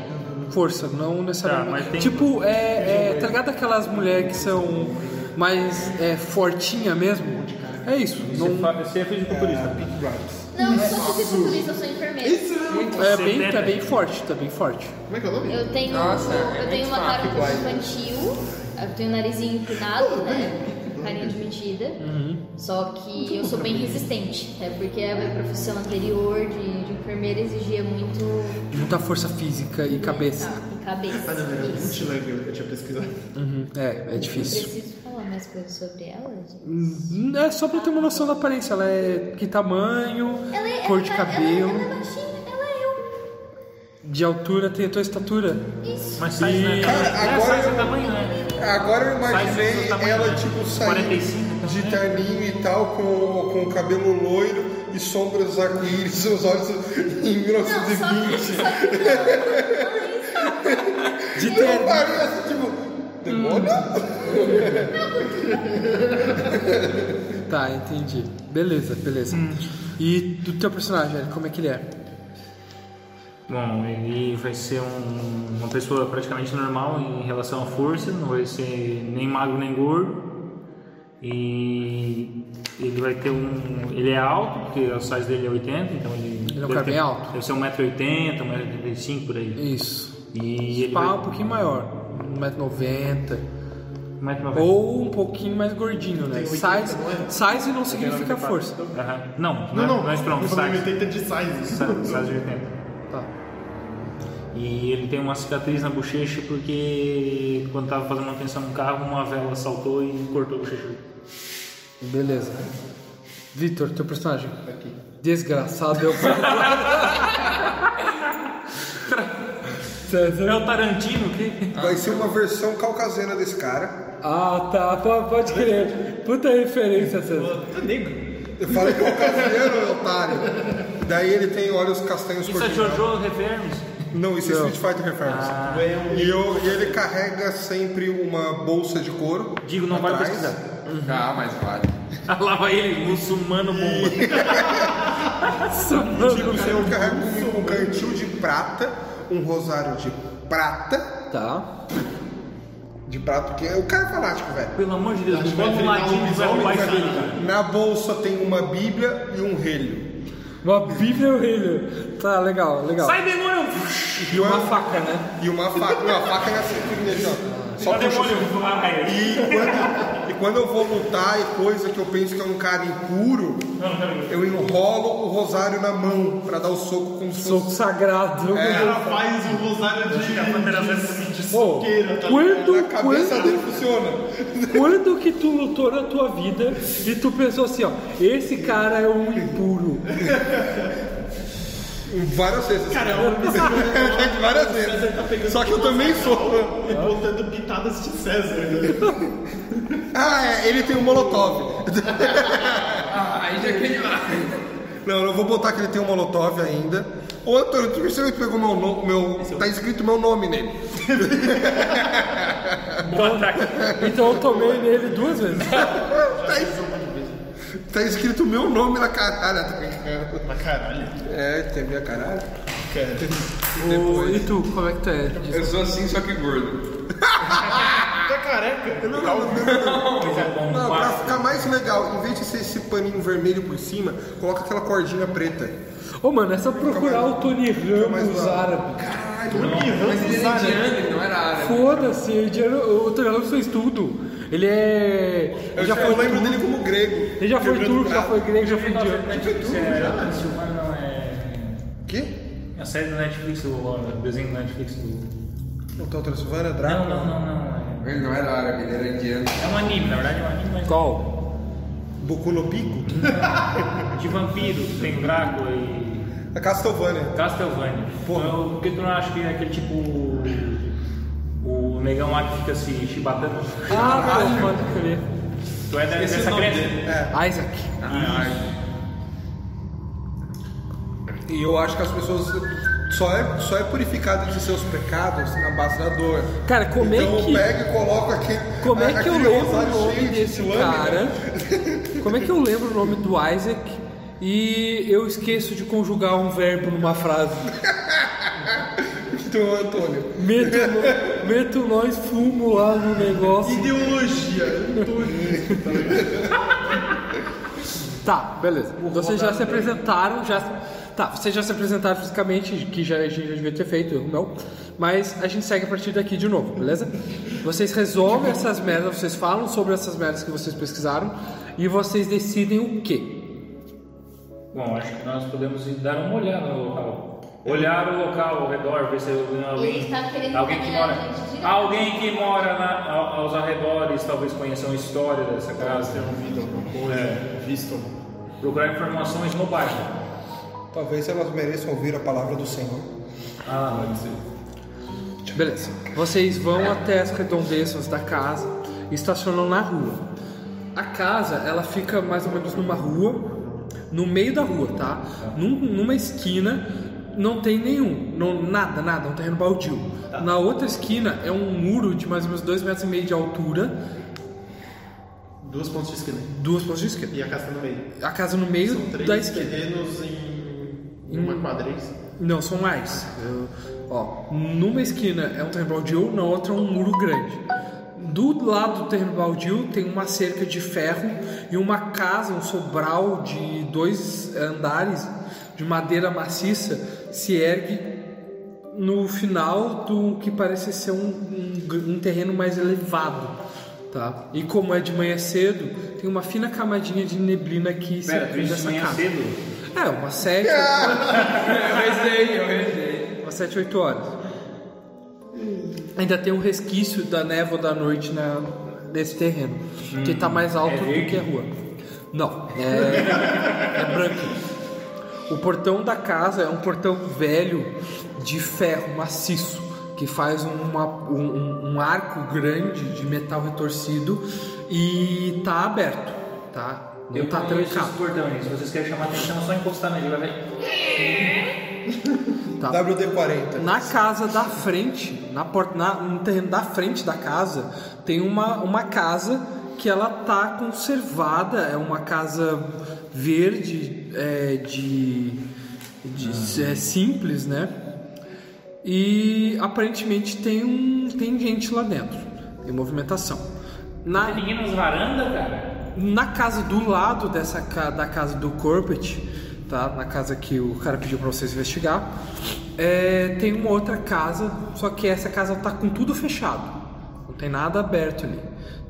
[SPEAKER 1] Força, não necessariamente.
[SPEAKER 5] Tá, mas tem-
[SPEAKER 1] Tipo, é, é. Tá ligado aquelas mulheres que são mais é, fortinha mesmo? É isso.
[SPEAKER 5] Você
[SPEAKER 1] Não,
[SPEAKER 5] fa- Você é filho de populista.
[SPEAKER 3] Não, eu não sou fisiculturista, eu sou enfermeira.
[SPEAKER 1] é bem, tá bem forte, tá bem forte.
[SPEAKER 8] Como é que é o nome?
[SPEAKER 3] Eu tenho, eu tenho uma cara um pouco infantil, eu tenho um narizinho empinado, né? Carinha de mentira. Só que eu sou bem resistente, né? Porque a minha profissão anterior de, de enfermeira exigia muito
[SPEAKER 1] Muita força física e cabeça.
[SPEAKER 3] tá, cabeça.
[SPEAKER 8] Ah, não, era
[SPEAKER 3] Isso.
[SPEAKER 8] Mutilang, eu tinha pesquisado.
[SPEAKER 1] Uhum, É, é difícil.
[SPEAKER 3] Preciso falar mais coisas sobre ela, gente.
[SPEAKER 1] Hum, É só pra ter uma noção da aparência. Ela é que tamanho,
[SPEAKER 3] Ela é,
[SPEAKER 1] cor de
[SPEAKER 3] ela-
[SPEAKER 1] cabelo,
[SPEAKER 3] Ela, ela é baixinha, ela é um eu.
[SPEAKER 1] de altura, tem a tua estatura.
[SPEAKER 3] Isso.
[SPEAKER 5] Mas size, né?
[SPEAKER 2] Cara,
[SPEAKER 5] é,
[SPEAKER 2] agora
[SPEAKER 5] size
[SPEAKER 2] eu-
[SPEAKER 5] é tamanho, né?
[SPEAKER 2] Agora eu
[SPEAKER 5] Faz
[SPEAKER 2] imaginei
[SPEAKER 5] do tamanho,
[SPEAKER 2] ela,
[SPEAKER 5] né?
[SPEAKER 2] tipo, saindo
[SPEAKER 5] 45
[SPEAKER 2] de terninho e tal, com, com cabelo loiro e sombras arco-íris, seus olhos em
[SPEAKER 3] Não, só
[SPEAKER 2] 1920.
[SPEAKER 3] que. Só que
[SPEAKER 1] De
[SPEAKER 2] Eu
[SPEAKER 1] terno.
[SPEAKER 2] parei assim, tipo, demônio?
[SPEAKER 1] Tá, entendi. Beleza, beleza.
[SPEAKER 5] Hum.
[SPEAKER 1] E do teu personagem, Eric, como é que ele é?
[SPEAKER 5] Bom, ele vai ser um- uma pessoa praticamente normal em relação à força, não vai ser nem magro nem gordo. E ele vai ter um. Ele é alto, porque o size dele é 80, então ele.
[SPEAKER 1] é um
[SPEAKER 5] deve
[SPEAKER 1] cara
[SPEAKER 5] ter-
[SPEAKER 1] bem alto.
[SPEAKER 5] Deve ser 1,80m, 1,85m por aí.
[SPEAKER 1] Isso.
[SPEAKER 5] E ele.
[SPEAKER 1] Pá,
[SPEAKER 5] Vai,
[SPEAKER 1] um pouquinho maior. 1,90m.
[SPEAKER 5] 1,90m.
[SPEAKER 1] Ou um pouquinho mais gordinho, né? Size, size não significa força.
[SPEAKER 5] Aham. Não,
[SPEAKER 8] Não, não,
[SPEAKER 5] não é strong,
[SPEAKER 8] eu falei
[SPEAKER 5] size.
[SPEAKER 8] 80 de size.
[SPEAKER 5] Size size 80.
[SPEAKER 1] Tá.
[SPEAKER 5] E ele tem uma cicatriz na bochecha porque quando tava fazendo manutenção no carro, uma vela saltou e cortou a bochecha. dele.
[SPEAKER 1] Beleza. Vitor, teu personagem. Desgraçado é o
[SPEAKER 5] É
[SPEAKER 1] César.
[SPEAKER 5] o Tarantino que
[SPEAKER 2] Vai ser uma versão caucasiana desse cara.
[SPEAKER 1] Ah, tá. Pô, Pode crer. Puta referência, César.
[SPEAKER 8] Tá negro.
[SPEAKER 2] Eu falei caucasiano, otário. Daí ele tem olhos castanhos
[SPEAKER 5] Isso é
[SPEAKER 2] cor de mel.
[SPEAKER 5] Jojo Revermes?
[SPEAKER 2] Não, isso é Street Fighter Reference.
[SPEAKER 5] Ah.
[SPEAKER 2] E, eu- e ele carrega sempre uma bolsa de couro.
[SPEAKER 5] Digo, não vale
[SPEAKER 2] atrás.
[SPEAKER 5] pesquisar.
[SPEAKER 4] Ah, mas vale.
[SPEAKER 5] Ah, lá vai ele, muçulmano bomba.
[SPEAKER 2] Tipo, eu carrego comigo um cantil de prata, um rosário de prata.
[SPEAKER 1] Tá.
[SPEAKER 2] De prata, porque o cara é fanático, velho.
[SPEAKER 5] Pelo amor de Deus,
[SPEAKER 8] Acho que
[SPEAKER 5] como
[SPEAKER 8] vai
[SPEAKER 5] um
[SPEAKER 8] treinar um
[SPEAKER 5] ladino vai roubar isso
[SPEAKER 8] lobisomem,
[SPEAKER 5] dele, cara?
[SPEAKER 2] Na bolsa tem uma bíblia e um relho.
[SPEAKER 1] Uma Bíblia horrível. Tá, legal, legal.
[SPEAKER 5] Sai, demônio!
[SPEAKER 1] E uma faca, né?
[SPEAKER 2] E uma faca. Não, a faca é assim, primeiro, ó.
[SPEAKER 5] Ó, demônio, ah,
[SPEAKER 2] E
[SPEAKER 5] aí.
[SPEAKER 2] quando, e quando eu vou lutar e coisa que eu penso que é um cara impuro,
[SPEAKER 5] Não, não quero ver.
[SPEAKER 2] eu enrolo o rosário na mão pra dar o soco com
[SPEAKER 1] Soco sagrado.
[SPEAKER 2] É,
[SPEAKER 6] Ela faz o rosário de, de, de, de
[SPEAKER 1] Pô,
[SPEAKER 6] suqueira, tá ligado?
[SPEAKER 2] a
[SPEAKER 1] quando,
[SPEAKER 2] cabeça
[SPEAKER 1] quando,
[SPEAKER 2] dele funciona.
[SPEAKER 1] quando que tu lutou na tua vida e tu pensou assim, ó, esse cara é um impuro.
[SPEAKER 2] Várias vezes.
[SPEAKER 6] Cara, é um
[SPEAKER 2] Várias
[SPEAKER 6] César tá pegando
[SPEAKER 2] vezes. Só que eu também sou.
[SPEAKER 6] E botando pitadas de César. né?
[SPEAKER 2] Ah, é, ele tem um molotov.
[SPEAKER 4] Ah, aí já queria lá.
[SPEAKER 2] Não, eu vou botar que ele tem um molotov ainda. Ô Antônio, tu percebeu que pegou meu nome. Meu... Tá escrito meu nome nele.
[SPEAKER 5] Bom ataque.
[SPEAKER 1] Então eu tomei nele duas vezes.
[SPEAKER 2] Tá, es- tá escrito meu nome na caralha, tá ligado?
[SPEAKER 6] Mas caralho.
[SPEAKER 2] É, teve a caralho.
[SPEAKER 1] O- e tu, como é que tu é?
[SPEAKER 4] Eu sou assim, só que gordo.
[SPEAKER 8] Ah.
[SPEAKER 6] Tu
[SPEAKER 8] Tá
[SPEAKER 6] é careca?
[SPEAKER 2] Não, não, não, não.
[SPEAKER 5] Coisa Tá bom,
[SPEAKER 2] Não, pra
[SPEAKER 5] quatro.
[SPEAKER 2] ficar mais legal, em vez de ser esse paninho vermelho por cima, coloca aquela cordinha preta.
[SPEAKER 1] Ô mano, é só procurar o Tony Ramos
[SPEAKER 2] lá.
[SPEAKER 1] árabe.
[SPEAKER 6] Tony
[SPEAKER 4] Mas ele
[SPEAKER 6] Ramos
[SPEAKER 4] era
[SPEAKER 6] Sara.
[SPEAKER 4] indiano, ele não era árabe.
[SPEAKER 1] Foda-se, o indiano- o Tony Ramos fez tudo. Ele é. Ele
[SPEAKER 2] Eu,
[SPEAKER 1] já
[SPEAKER 2] já
[SPEAKER 1] foi
[SPEAKER 2] eu lembro
[SPEAKER 1] turco,
[SPEAKER 2] dele como grego.
[SPEAKER 1] Ele já foi
[SPEAKER 2] Quebrando
[SPEAKER 1] turco, já
[SPEAKER 2] braço.
[SPEAKER 1] foi grego, já foi indiano.
[SPEAKER 5] Netflix é muçulmano, não é.
[SPEAKER 2] Que?
[SPEAKER 5] É a série da Netflix, o desenho da Netflix do.
[SPEAKER 2] Então, Transilvânia, Draco.
[SPEAKER 5] Não, não, não, não.
[SPEAKER 4] Ele não era árabe, ele era indiano.
[SPEAKER 5] É, é um anime, na verdade é um anime, mas.
[SPEAKER 1] Qual?
[SPEAKER 2] Boku no Pico?
[SPEAKER 5] De vampiro, tem Drácula e.
[SPEAKER 2] A É Castlevania.
[SPEAKER 5] Castlevania.
[SPEAKER 2] Porra.
[SPEAKER 5] Eu- Por que tu não acha que é aquele tipo. O negão lá que fica se chibatando?
[SPEAKER 1] Ah, não, pode crer.
[SPEAKER 5] Tu é da-
[SPEAKER 4] Esqueci
[SPEAKER 5] dessa
[SPEAKER 4] o nome
[SPEAKER 5] Grécia?
[SPEAKER 4] dele.
[SPEAKER 1] Isaac.
[SPEAKER 2] E eu acho que as pessoas só é, só é purificada de seus pecados assim, na base da dor.
[SPEAKER 1] Cara, como é
[SPEAKER 2] então
[SPEAKER 1] que-
[SPEAKER 2] pega e coloca aqui.
[SPEAKER 1] Como é que eu
[SPEAKER 2] Ah, aquele
[SPEAKER 1] lembro
[SPEAKER 2] rosário
[SPEAKER 1] o nome
[SPEAKER 2] cheio de né?
[SPEAKER 1] desse
[SPEAKER 2] lâmina.
[SPEAKER 1] cara? Como é que eu lembro o nome do Isaac e eu esqueço de conjugar um verbo numa frase?
[SPEAKER 2] Então, Antônio.
[SPEAKER 1] Meto, no- meto nós fumo lá no negócio.
[SPEAKER 6] Ideologia. Antônio.
[SPEAKER 1] Tá, beleza. Vocês já se apresentaram, já. Tá, vocês já se apresentaram fisicamente, que já, a gente já devia ter feito, eu não. Mas a gente segue a partir daqui de novo, beleza? Vocês resolvem essas merdas, vocês falam sobre essas merdas que vocês pesquisaram e vocês decidem o quê?
[SPEAKER 5] Bom, acho que nós podemos ir dar uma olhada no local. Olhar o local ao redor, ver se alguém.
[SPEAKER 3] Ele tá querendo
[SPEAKER 5] alguém que
[SPEAKER 3] encaminhar
[SPEAKER 5] mora.
[SPEAKER 3] a gente direto.
[SPEAKER 5] Alguém que mora na- ao- aos arredores, talvez conheçam a história dessa casa. Tenham ouvido alguma coisa.
[SPEAKER 6] Visto.
[SPEAKER 5] Procurar informações no bairro.
[SPEAKER 2] Talvez elas mereçam ouvir a palavra do Senhor.
[SPEAKER 5] Ah, pode ser.
[SPEAKER 1] Beleza. Vocês vão até as redondezas da casa e estacionam na rua. A casa, ela fica mais ou menos numa rua, no meio da rua, tá? Num- numa esquina não tem nenhum, não, nada, nada, um terreno baldio.
[SPEAKER 6] Tá.
[SPEAKER 1] Na outra esquina é um muro de mais ou menos dois metros e meio de altura,
[SPEAKER 6] Duas pontos de esquina.
[SPEAKER 1] duas pontas de esquerda.
[SPEAKER 6] E a casa no meio.
[SPEAKER 1] A casa no meio
[SPEAKER 6] São três
[SPEAKER 1] da esquerda.
[SPEAKER 6] terrenos em em
[SPEAKER 8] Hum.
[SPEAKER 6] uma quadrilha.
[SPEAKER 1] Não, são mais. Eu- ó, numa esquina é um terreno baldio, na outra é um muro grande. Do lado do terreno baldio tem uma cerca de ferro e uma casa, um sobral de dois andares de madeira maciça se ergue no final do que parece ser um, um gr- um terreno mais elevado. Tá? E como é de manhã cedo, tem uma fina camadinha de neblina que
[SPEAKER 5] Pera, tu
[SPEAKER 1] cerca
[SPEAKER 5] disse
[SPEAKER 1] essa
[SPEAKER 5] manhã
[SPEAKER 1] casa.
[SPEAKER 5] cedo?
[SPEAKER 1] É, uma sete,
[SPEAKER 4] Eu rezei, eu rezei.
[SPEAKER 1] Umas 7, 8 horas. Ainda tem um resquício da névoa da noite na, nesse terreno. que tá
[SPEAKER 5] Hum.
[SPEAKER 1] mais
[SPEAKER 5] É
[SPEAKER 1] alto do que a rua. Não, é, é branco. O portão da casa é um portão velho de ferro maciço que faz uma- um, um- um arco grande de metal retorcido e tá aberto, tá? Não
[SPEAKER 5] Eu
[SPEAKER 1] tá
[SPEAKER 5] conheço
[SPEAKER 1] trancado.
[SPEAKER 5] esses portões. Se vocês querem chamar atenção, é só encostar nele. Vai ver.
[SPEAKER 1] Tá.
[SPEAKER 2] WD-40.
[SPEAKER 1] Na casa da frente, na porta, na- no terreno da frente da casa, tem uma, uma casa que ela tá conservada, é uma casa verde, é, de, de- é, simples, né? E aparentemente tem um tem gente lá dentro, tem movimentação. Na,
[SPEAKER 5] Tem ninguém nas Tá varandas, cara?
[SPEAKER 1] na casa do lado dessa ca- da casa do Corbett, tá? Na casa que o cara pediu pra vocês investigar, é, tem uma outra casa, só que essa casa tá com tudo fechado. Não tem nada aberto ali.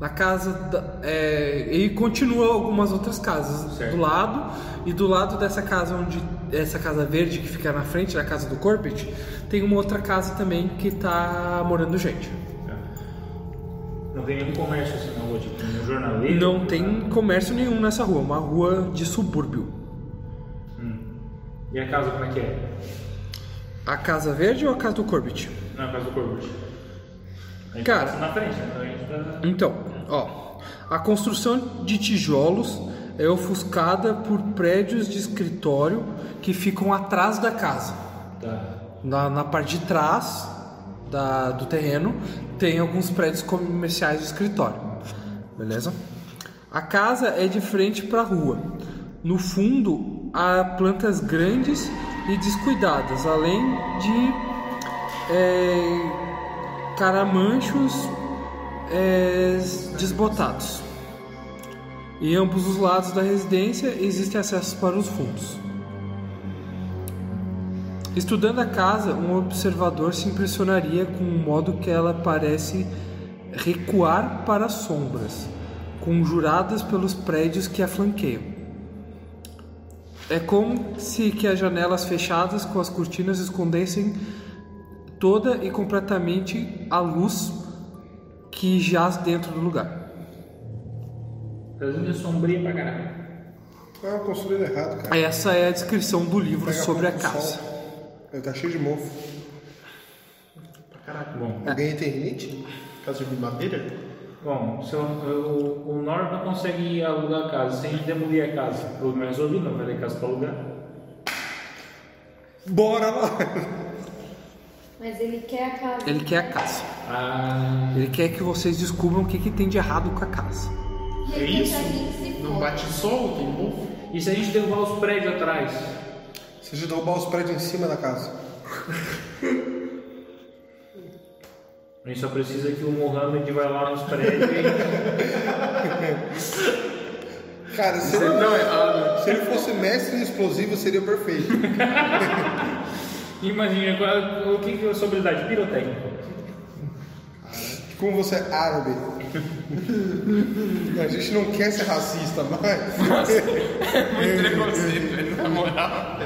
[SPEAKER 1] Na casa. da- é, e continua algumas outras casas
[SPEAKER 5] Certo.
[SPEAKER 1] do lado. E do lado dessa casa onde. Essa casa verde que fica na frente da casa do Corbett, tem uma outra casa também que tá morando gente.
[SPEAKER 5] É. Não tem nenhum comércio assim na rua, tipo, nenhum jornaleiro.
[SPEAKER 1] Não tem comércio nenhum nessa rua, uma rua de subúrbio.
[SPEAKER 5] E a casa como é que é?
[SPEAKER 1] A Casa Verde ou a Casa do Corbett?
[SPEAKER 5] Não, a casa do Corbucci. A gente
[SPEAKER 1] Cara.
[SPEAKER 5] passa na frente, né? Então a gente tá...
[SPEAKER 1] Então, ó, a construção de tijolos é ofuscada por prédios de escritório que ficam atrás da casa.
[SPEAKER 5] tá.
[SPEAKER 1] Na, na parte de trás da- do terreno tem alguns prédios comerciais de escritório. Beleza? A casa é de frente para a rua. No fundo há plantas grandes e descuidadas, além de é, caramanchos é, desbotados. Em ambos os lados da residência existem acessos para os fundos. Estudando a casa, um observador se impressionaria com o modo que ela parece recuar para as sombras, conjuradas pelos prédios que a flanqueiam. É como se que as janelas fechadas com as cortinas escondessem toda e completamente a luz que jaz dentro do lugar.
[SPEAKER 5] Casinha sombria pra caralho.
[SPEAKER 2] Ah, construído errado, cara.
[SPEAKER 1] Essa é a descrição do livro
[SPEAKER 2] Pega
[SPEAKER 1] sobre a
[SPEAKER 2] pouco do
[SPEAKER 1] casa.
[SPEAKER 2] sol. Ele tá cheio de mofo.
[SPEAKER 1] Ah,
[SPEAKER 5] Bom,
[SPEAKER 2] Alguém tem rinite?
[SPEAKER 8] Casa de madeira?
[SPEAKER 5] bom se eu, eu- o Nor não consegue alugar a casa. Se a gente demolir a casa, pelo menos eu vi, não vai ter casa pra alugar.
[SPEAKER 2] Bora lá!
[SPEAKER 3] Mas ele quer a casa.
[SPEAKER 1] Ele quer a casa.
[SPEAKER 5] Ah,
[SPEAKER 1] Ele quer que vocês descubram o que, que tem de errado com a casa.
[SPEAKER 3] E ele quer que a gente se
[SPEAKER 8] Não
[SPEAKER 3] foda.
[SPEAKER 8] bate sol, tem mofo.
[SPEAKER 5] e se a gente derrubar os prédios atrás?
[SPEAKER 2] Se de derrubar os prédios em cima da casa.
[SPEAKER 5] A gente só precisa que o Mohamed vá lá nos prédios e...
[SPEAKER 2] Cara, se ele, se ele fosse mestre em explosivo, seria perfeito.
[SPEAKER 5] Imagina, qual- o que que é a sua habilidade? Pirotécnica.
[SPEAKER 2] Como você é árabe. A gente não quer ser racista, mas.
[SPEAKER 4] Muito preconceito, velho, na moral.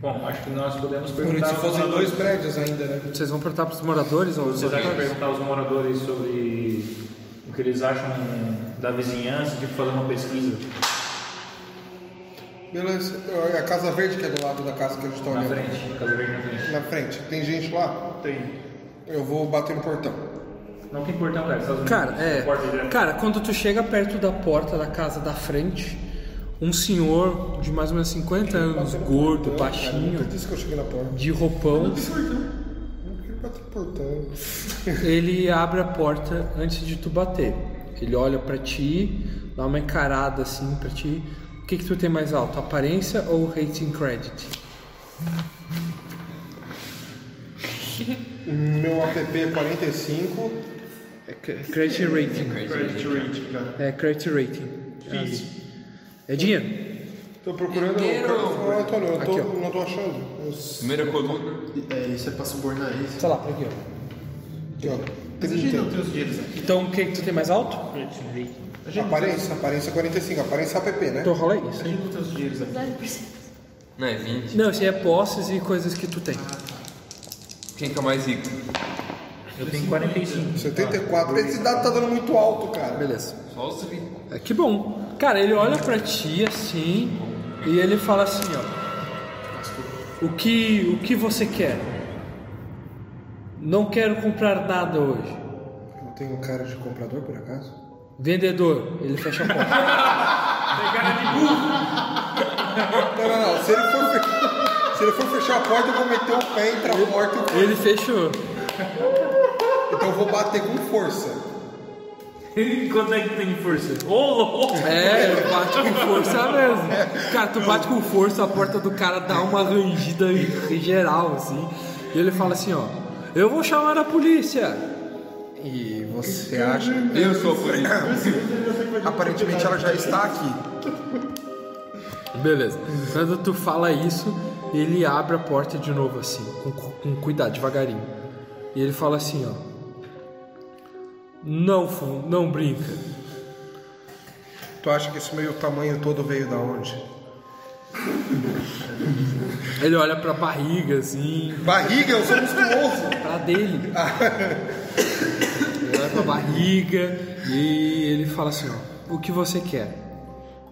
[SPEAKER 5] Bom, acho que nós podemos perguntar...
[SPEAKER 2] Se
[SPEAKER 5] aos
[SPEAKER 2] fossem
[SPEAKER 5] moradores-
[SPEAKER 2] dois prédios ainda, né?
[SPEAKER 1] Vocês vão perguntar para os moradores ou os
[SPEAKER 5] Vocês acham que
[SPEAKER 1] moradores?
[SPEAKER 5] perguntar aos moradores sobre o que eles acham da vizinhança, tipo fazer uma pesquisa
[SPEAKER 2] Beleza. É A Casa Verde, que é do lado da casa que a gente tá
[SPEAKER 5] na
[SPEAKER 2] olhando.
[SPEAKER 5] frente, Casa Verde na frente.
[SPEAKER 2] Na frente. Tem gente lá?
[SPEAKER 8] Tem.
[SPEAKER 2] Eu vou bater no portão.
[SPEAKER 5] Não tem portão, cara. Estados Unidos,
[SPEAKER 1] Cara, é.
[SPEAKER 5] Porta direta.
[SPEAKER 1] Cara, quando tu chega perto da porta da casa da frente, um senhor de mais ou menos 50 anos, gordo,
[SPEAKER 2] Cara,
[SPEAKER 1] baixinho,
[SPEAKER 2] nunca disse que eu cheguei na porta.
[SPEAKER 1] de roupão,
[SPEAKER 2] Por que bater no portão?
[SPEAKER 1] ele abre a porta antes de tu bater. Ele olha pra ti, dá uma encarada assim pra ti. O que, que tu tem mais alto, aparência ou rating credit?
[SPEAKER 2] Meu app é 45.
[SPEAKER 1] É cre- credit rating.
[SPEAKER 8] Credit rating, cara.
[SPEAKER 1] É credit rating. É dinheiro.
[SPEAKER 2] Tô procurando.
[SPEAKER 4] Dinheiro.
[SPEAKER 2] Ô, Antônio, eu tô-
[SPEAKER 1] Aqui, ó.
[SPEAKER 2] não tô achando. Eu-
[SPEAKER 4] Primeira coluna.
[SPEAKER 8] É, isso é pra subornar isso.
[SPEAKER 1] Sei lá, por aqui, ó.
[SPEAKER 2] Aqui, ó.
[SPEAKER 8] Mas a gente não
[SPEAKER 2] 30.
[SPEAKER 8] tem os dinheiros aqui.
[SPEAKER 1] Então, o que, que tu tem mais alto?
[SPEAKER 2] Aparência, aparência é 45. Aparência app, né?
[SPEAKER 1] Então rola isso.
[SPEAKER 8] A gente não tem os dinheiros aqui.
[SPEAKER 3] 0%.
[SPEAKER 4] Não, é 20.
[SPEAKER 1] Não, isso é posses e coisas que tu tem.
[SPEAKER 4] Quem que é o mais rico?
[SPEAKER 5] Eu tenho 45.
[SPEAKER 2] 74. Esse dado tá dando muito alto, cara.
[SPEAKER 1] Beleza.
[SPEAKER 4] Só os ricos.
[SPEAKER 1] É, que bom. Cara, ele olha pra ti assim e ele fala assim, ó. O que, o que você quer? Não quero comprar nada hoje.
[SPEAKER 2] Não tem um cara de comprador, por acaso?
[SPEAKER 1] Vendedor, ele fecha a porta.
[SPEAKER 2] Não, não, não. Se ele for, fe- se ele for fechar a porta, eu vou meter o pé, entrar a porta. e-
[SPEAKER 1] Ele fechou.
[SPEAKER 2] Então eu vou bater com força.
[SPEAKER 5] Quanto é que tem de força? Ô, louco!
[SPEAKER 1] É, ele bate com força mesmo. Cara, tu bate com força, a porta do cara dá uma rangida em geral, assim. E ele fala assim, ó. Eu vou chamar a polícia.
[SPEAKER 2] E você acha.
[SPEAKER 4] Eu sou por isso.
[SPEAKER 2] Aparentemente ela já está aqui.
[SPEAKER 1] Beleza. Quando tu fala isso, ele abre a porta de novo assim, com, com cuidado, devagarinho. E ele fala assim, ó. Não, fu- não brinca.
[SPEAKER 2] Tu acha que esse meio tamanho todo veio da onde?
[SPEAKER 1] Ele olha pra barriga, assim,
[SPEAKER 2] Barriga, eu sou musculoso.
[SPEAKER 1] pra dele. ele olha pra barriga e ele fala assim, ó. O que você quer?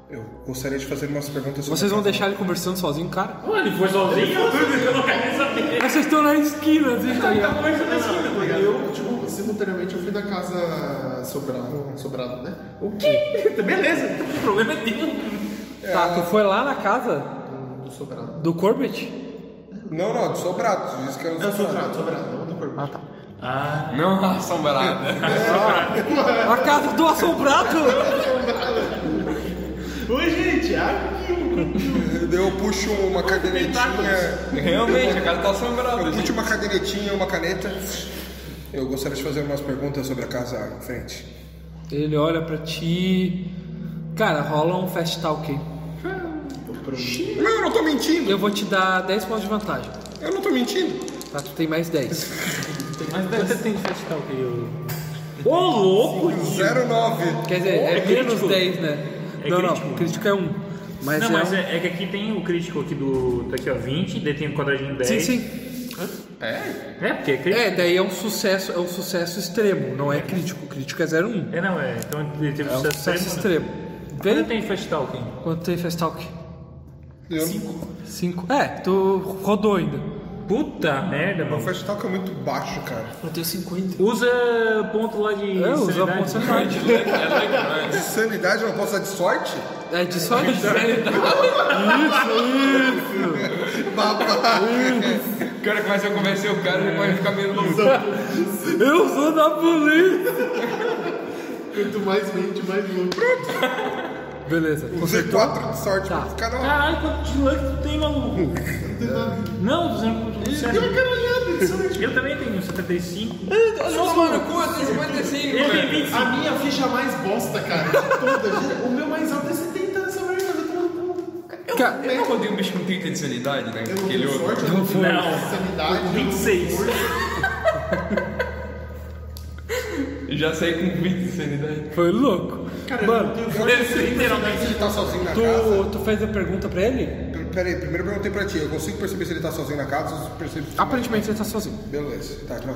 [SPEAKER 2] Eu gostaria de fazer umas perguntas sobre
[SPEAKER 1] Vocês vão
[SPEAKER 2] a casa.
[SPEAKER 1] deixar ele conversando sozinho, cara?
[SPEAKER 5] Pô, ele foi sozinho? Eu não quero nem saber.
[SPEAKER 1] Mas vocês estão na esquina, assim, tá ligado?
[SPEAKER 6] Eu, tipo, simultaneamente eu fui da casa sobrado, sobrado né? O quê? Beleza.
[SPEAKER 5] O problema é teu.
[SPEAKER 1] Tá, tu foi lá na casa
[SPEAKER 6] É, Do sobrado.
[SPEAKER 1] do Corbett?
[SPEAKER 2] Não, não, do sobrado. Tu disse que era
[SPEAKER 4] É
[SPEAKER 2] do
[SPEAKER 4] um
[SPEAKER 6] Eu sou
[SPEAKER 2] sobrado.
[SPEAKER 6] sobrado, sobrado, não do corpo. Ah, tá.
[SPEAKER 4] Não assombrada.
[SPEAKER 1] A casa do assombrado!
[SPEAKER 6] Oi, gente. Ah,
[SPEAKER 2] Eu puxo uma cadernetinha.
[SPEAKER 4] Realmente, a casa tá assombrada.
[SPEAKER 2] Eu
[SPEAKER 4] gente.
[SPEAKER 2] puxo uma cadernetinha, uma caneta. Eu gostaria de fazer umas perguntas sobre a casa em frente.
[SPEAKER 1] Ele olha pra ti. Cara, rola um fast talk. aí.
[SPEAKER 2] Não, eu não tô mentindo.
[SPEAKER 1] Eu vou te dar 10 pontos de vantagem.
[SPEAKER 2] Eu não tô mentindo.
[SPEAKER 1] Tá? Tu tem mais 10.
[SPEAKER 5] Mas você tem festival é que eu. Ô, louco!
[SPEAKER 2] 09.
[SPEAKER 1] Quer dizer, é,
[SPEAKER 5] É
[SPEAKER 1] menos
[SPEAKER 5] crítico.
[SPEAKER 1] 10, né?
[SPEAKER 5] É
[SPEAKER 1] não, não,
[SPEAKER 5] crítico.
[SPEAKER 1] crítico é 1. Mas
[SPEAKER 5] não,
[SPEAKER 1] é
[SPEAKER 5] mas
[SPEAKER 1] um...
[SPEAKER 5] é, é que aqui tem o crítico aqui do. Daqui ó, 20, daí tem o quadradinho 10.
[SPEAKER 1] Sim, sim.
[SPEAKER 5] É, porque é crítico.
[SPEAKER 1] É, daí é um sucesso, é um sucesso extremo, não é crítico. Crítico é 01.
[SPEAKER 5] É, não, é. Então ele teve
[SPEAKER 1] É um sucesso extremo.
[SPEAKER 5] Quanto
[SPEAKER 1] Vem,
[SPEAKER 5] tem festival aqui?
[SPEAKER 1] quanto tem fast talk?
[SPEAKER 2] Eu
[SPEAKER 1] 5. É, tu rodou ainda.
[SPEAKER 5] Puta merda,
[SPEAKER 2] O
[SPEAKER 5] mano.
[SPEAKER 2] fast talk é muito baixo, cara.
[SPEAKER 1] Eu tenho 50.
[SPEAKER 5] Usa ponto lá de.
[SPEAKER 1] É, usa
[SPEAKER 5] sanidade.
[SPEAKER 1] ponto sanidade.
[SPEAKER 2] De sanidade eu não posso dar de sorte?
[SPEAKER 1] É de só de tá?
[SPEAKER 2] Babaca.
[SPEAKER 4] O cara começa a convencer o cara, ele pode ficar meio louco.
[SPEAKER 1] Eu sou da polícia!
[SPEAKER 6] Quanto mais mente, mais louco.
[SPEAKER 1] Beleza,
[SPEAKER 2] Usei
[SPEAKER 1] consertou.
[SPEAKER 2] quatro de sorte
[SPEAKER 1] Tá.
[SPEAKER 2] um pra ficar na
[SPEAKER 5] Caralho, quanto de luck tu tem, maluco? Não, 200 certo.
[SPEAKER 1] é
[SPEAKER 5] Eu também tenho um 75.
[SPEAKER 1] Tá
[SPEAKER 4] Ô, mano, quanto?
[SPEAKER 1] É
[SPEAKER 4] 55,
[SPEAKER 5] Ele tem
[SPEAKER 4] velho.
[SPEAKER 5] 25.
[SPEAKER 6] A minha ficha mais bosta, cara, de todas. O meu mais alto é 70 nessa merda. Eu tô louco.
[SPEAKER 1] Ca-
[SPEAKER 4] Eu não rodei um bicho com 30 de sanidade, né?
[SPEAKER 6] Eu não
[SPEAKER 4] Aquele
[SPEAKER 6] tenho sorte,
[SPEAKER 4] outro.
[SPEAKER 6] eu não tenho
[SPEAKER 5] Não.
[SPEAKER 6] sanidade. eu não
[SPEAKER 5] 26.
[SPEAKER 4] Já saí com 20 de sanidade.
[SPEAKER 1] Foi louco.
[SPEAKER 6] Cara,
[SPEAKER 1] Mano,
[SPEAKER 6] eu
[SPEAKER 5] Literalmente.
[SPEAKER 2] ele tá sozinho na casa.
[SPEAKER 1] tu, tu fez a pergunta pra ele?
[SPEAKER 2] Pera- Pera aí, primeiro eu perguntei pra ti. Eu consigo perceber se ele tá sozinho na casa? ou se percebo se-
[SPEAKER 1] Aparentemente ele tá sozinho.
[SPEAKER 2] Beleza, tá. Não.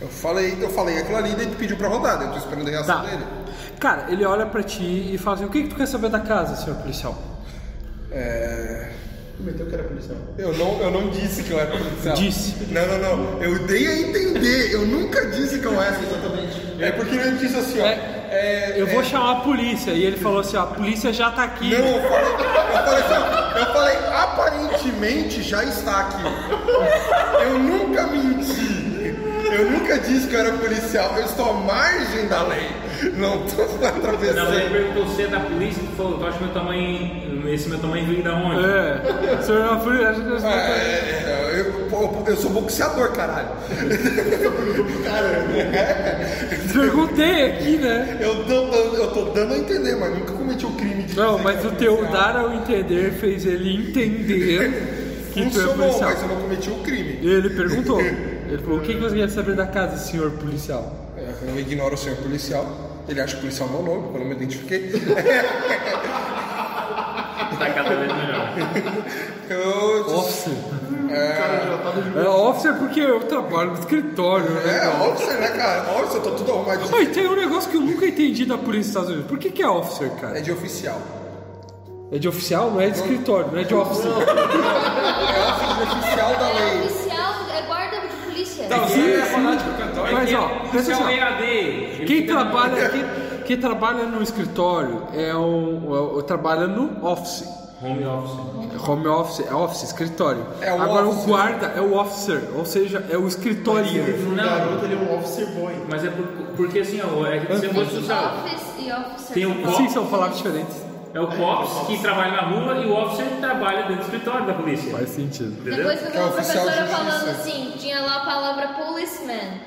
[SPEAKER 2] Eu falei, eu falei aquilo ali, daí tu pediu pra rodar. daí Eu tô esperando a reação
[SPEAKER 1] Tá.
[SPEAKER 2] dele.
[SPEAKER 1] Cara, ele olha pra ti e fala assim: o que, que tu quer saber da casa, senhor policial?
[SPEAKER 2] É...
[SPEAKER 6] Prometeu que era policial.
[SPEAKER 2] Eu não, eu não disse que eu era policial.
[SPEAKER 1] Disse.
[SPEAKER 2] Não, não, não. Eu dei a entender. Eu nunca disse que eu era. Exatamente. É porque ele disse assim, ó. é,
[SPEAKER 1] Eu
[SPEAKER 2] é,
[SPEAKER 1] vou chamar a polícia. E ele falou assim: ó, a polícia já tá aqui.
[SPEAKER 2] Não, eu falei, eu falei assim, ó, eu falei, aparentemente já está aqui. Eu nunca menti. Eu nunca disse que eu era policial. Eu estou à margem da lei. Não tô
[SPEAKER 5] Não, ele
[SPEAKER 2] atravessando.
[SPEAKER 5] perguntou se é da polícia e tu falou, tu acha que meu tamanho. Esse meu tamanho veio da onde?
[SPEAKER 1] É, o senhor é uma polícia. tá acho que eu
[SPEAKER 2] É,
[SPEAKER 1] sou-
[SPEAKER 2] é, é, eu, pô, eu sou boxeador, caralho.
[SPEAKER 1] Perguntei aqui, né?
[SPEAKER 2] Eu, tô dando- eu tô dando a entender, mas nunca cometi o crime de
[SPEAKER 1] Não,
[SPEAKER 2] dizer
[SPEAKER 1] mas
[SPEAKER 2] que eu
[SPEAKER 1] o
[SPEAKER 2] era
[SPEAKER 1] teu
[SPEAKER 2] policial.
[SPEAKER 1] dar ao entender fez ele entender que tu é
[SPEAKER 2] Funcionou,
[SPEAKER 1] policial.
[SPEAKER 2] mas eu não cometi o crime.
[SPEAKER 1] Ele perguntou. Ele falou: o que que você quer saber da casa, senhor policial?
[SPEAKER 2] É, Eu ignoro o senhor policial. Ele acha o policial meu nome, quando eu me identifiquei.
[SPEAKER 5] Tá cada vez melhor.
[SPEAKER 2] Eu
[SPEAKER 1] Officer.
[SPEAKER 6] Cara, já tava de
[SPEAKER 1] É officer porque eu trabalho no escritório, né?
[SPEAKER 2] É, officer, né, cara? Officer, eu tô tudo arrumadinho.
[SPEAKER 1] Mas tem um negócio que eu nunca entendi da polícia dos Estados Unidos. Por que, que é officer,
[SPEAKER 2] É
[SPEAKER 1] cara?
[SPEAKER 2] de oficial.
[SPEAKER 1] É de oficial? Não é de escritório, não é de officer.
[SPEAKER 2] Oficial da
[SPEAKER 3] É
[SPEAKER 2] lei.
[SPEAKER 3] oficial, é guarda de polícia.
[SPEAKER 4] Não,
[SPEAKER 1] Sim,
[SPEAKER 4] você é
[SPEAKER 1] sim.
[SPEAKER 4] fanático cantor.
[SPEAKER 1] Mas,
[SPEAKER 5] Ele
[SPEAKER 1] ó,
[SPEAKER 5] é
[SPEAKER 1] presta
[SPEAKER 5] policial
[SPEAKER 1] atenção.
[SPEAKER 5] EAD. Ele
[SPEAKER 1] Quem
[SPEAKER 5] fica-
[SPEAKER 1] trabalha, quem, quem trabalha no escritório é um, é um- trabalha no office.
[SPEAKER 5] Home office.
[SPEAKER 1] Home office, é office, escritório.
[SPEAKER 2] É o
[SPEAKER 1] Agora o
[SPEAKER 2] officer.
[SPEAKER 1] guarda é o officer, ou seja, é o escritório.
[SPEAKER 6] um garoto, ele é um officer boy.
[SPEAKER 5] Mas é por, porque assim, ó, é que você
[SPEAKER 3] Tem
[SPEAKER 5] fosse social.
[SPEAKER 3] office e officer.
[SPEAKER 5] Tem o
[SPEAKER 1] Sim,
[SPEAKER 5] cops,
[SPEAKER 1] são palavras diferentes.
[SPEAKER 5] é o cops que trabalha na rua e o officer que trabalha dentro do escritório da polícia.
[SPEAKER 1] Faz sentido.
[SPEAKER 5] Entendeu?
[SPEAKER 3] Depois que eu vi
[SPEAKER 2] Que é
[SPEAKER 3] uma
[SPEAKER 2] oficial de
[SPEAKER 3] professora
[SPEAKER 2] justiça.
[SPEAKER 3] falando assim, tinha lá a palavra policeman.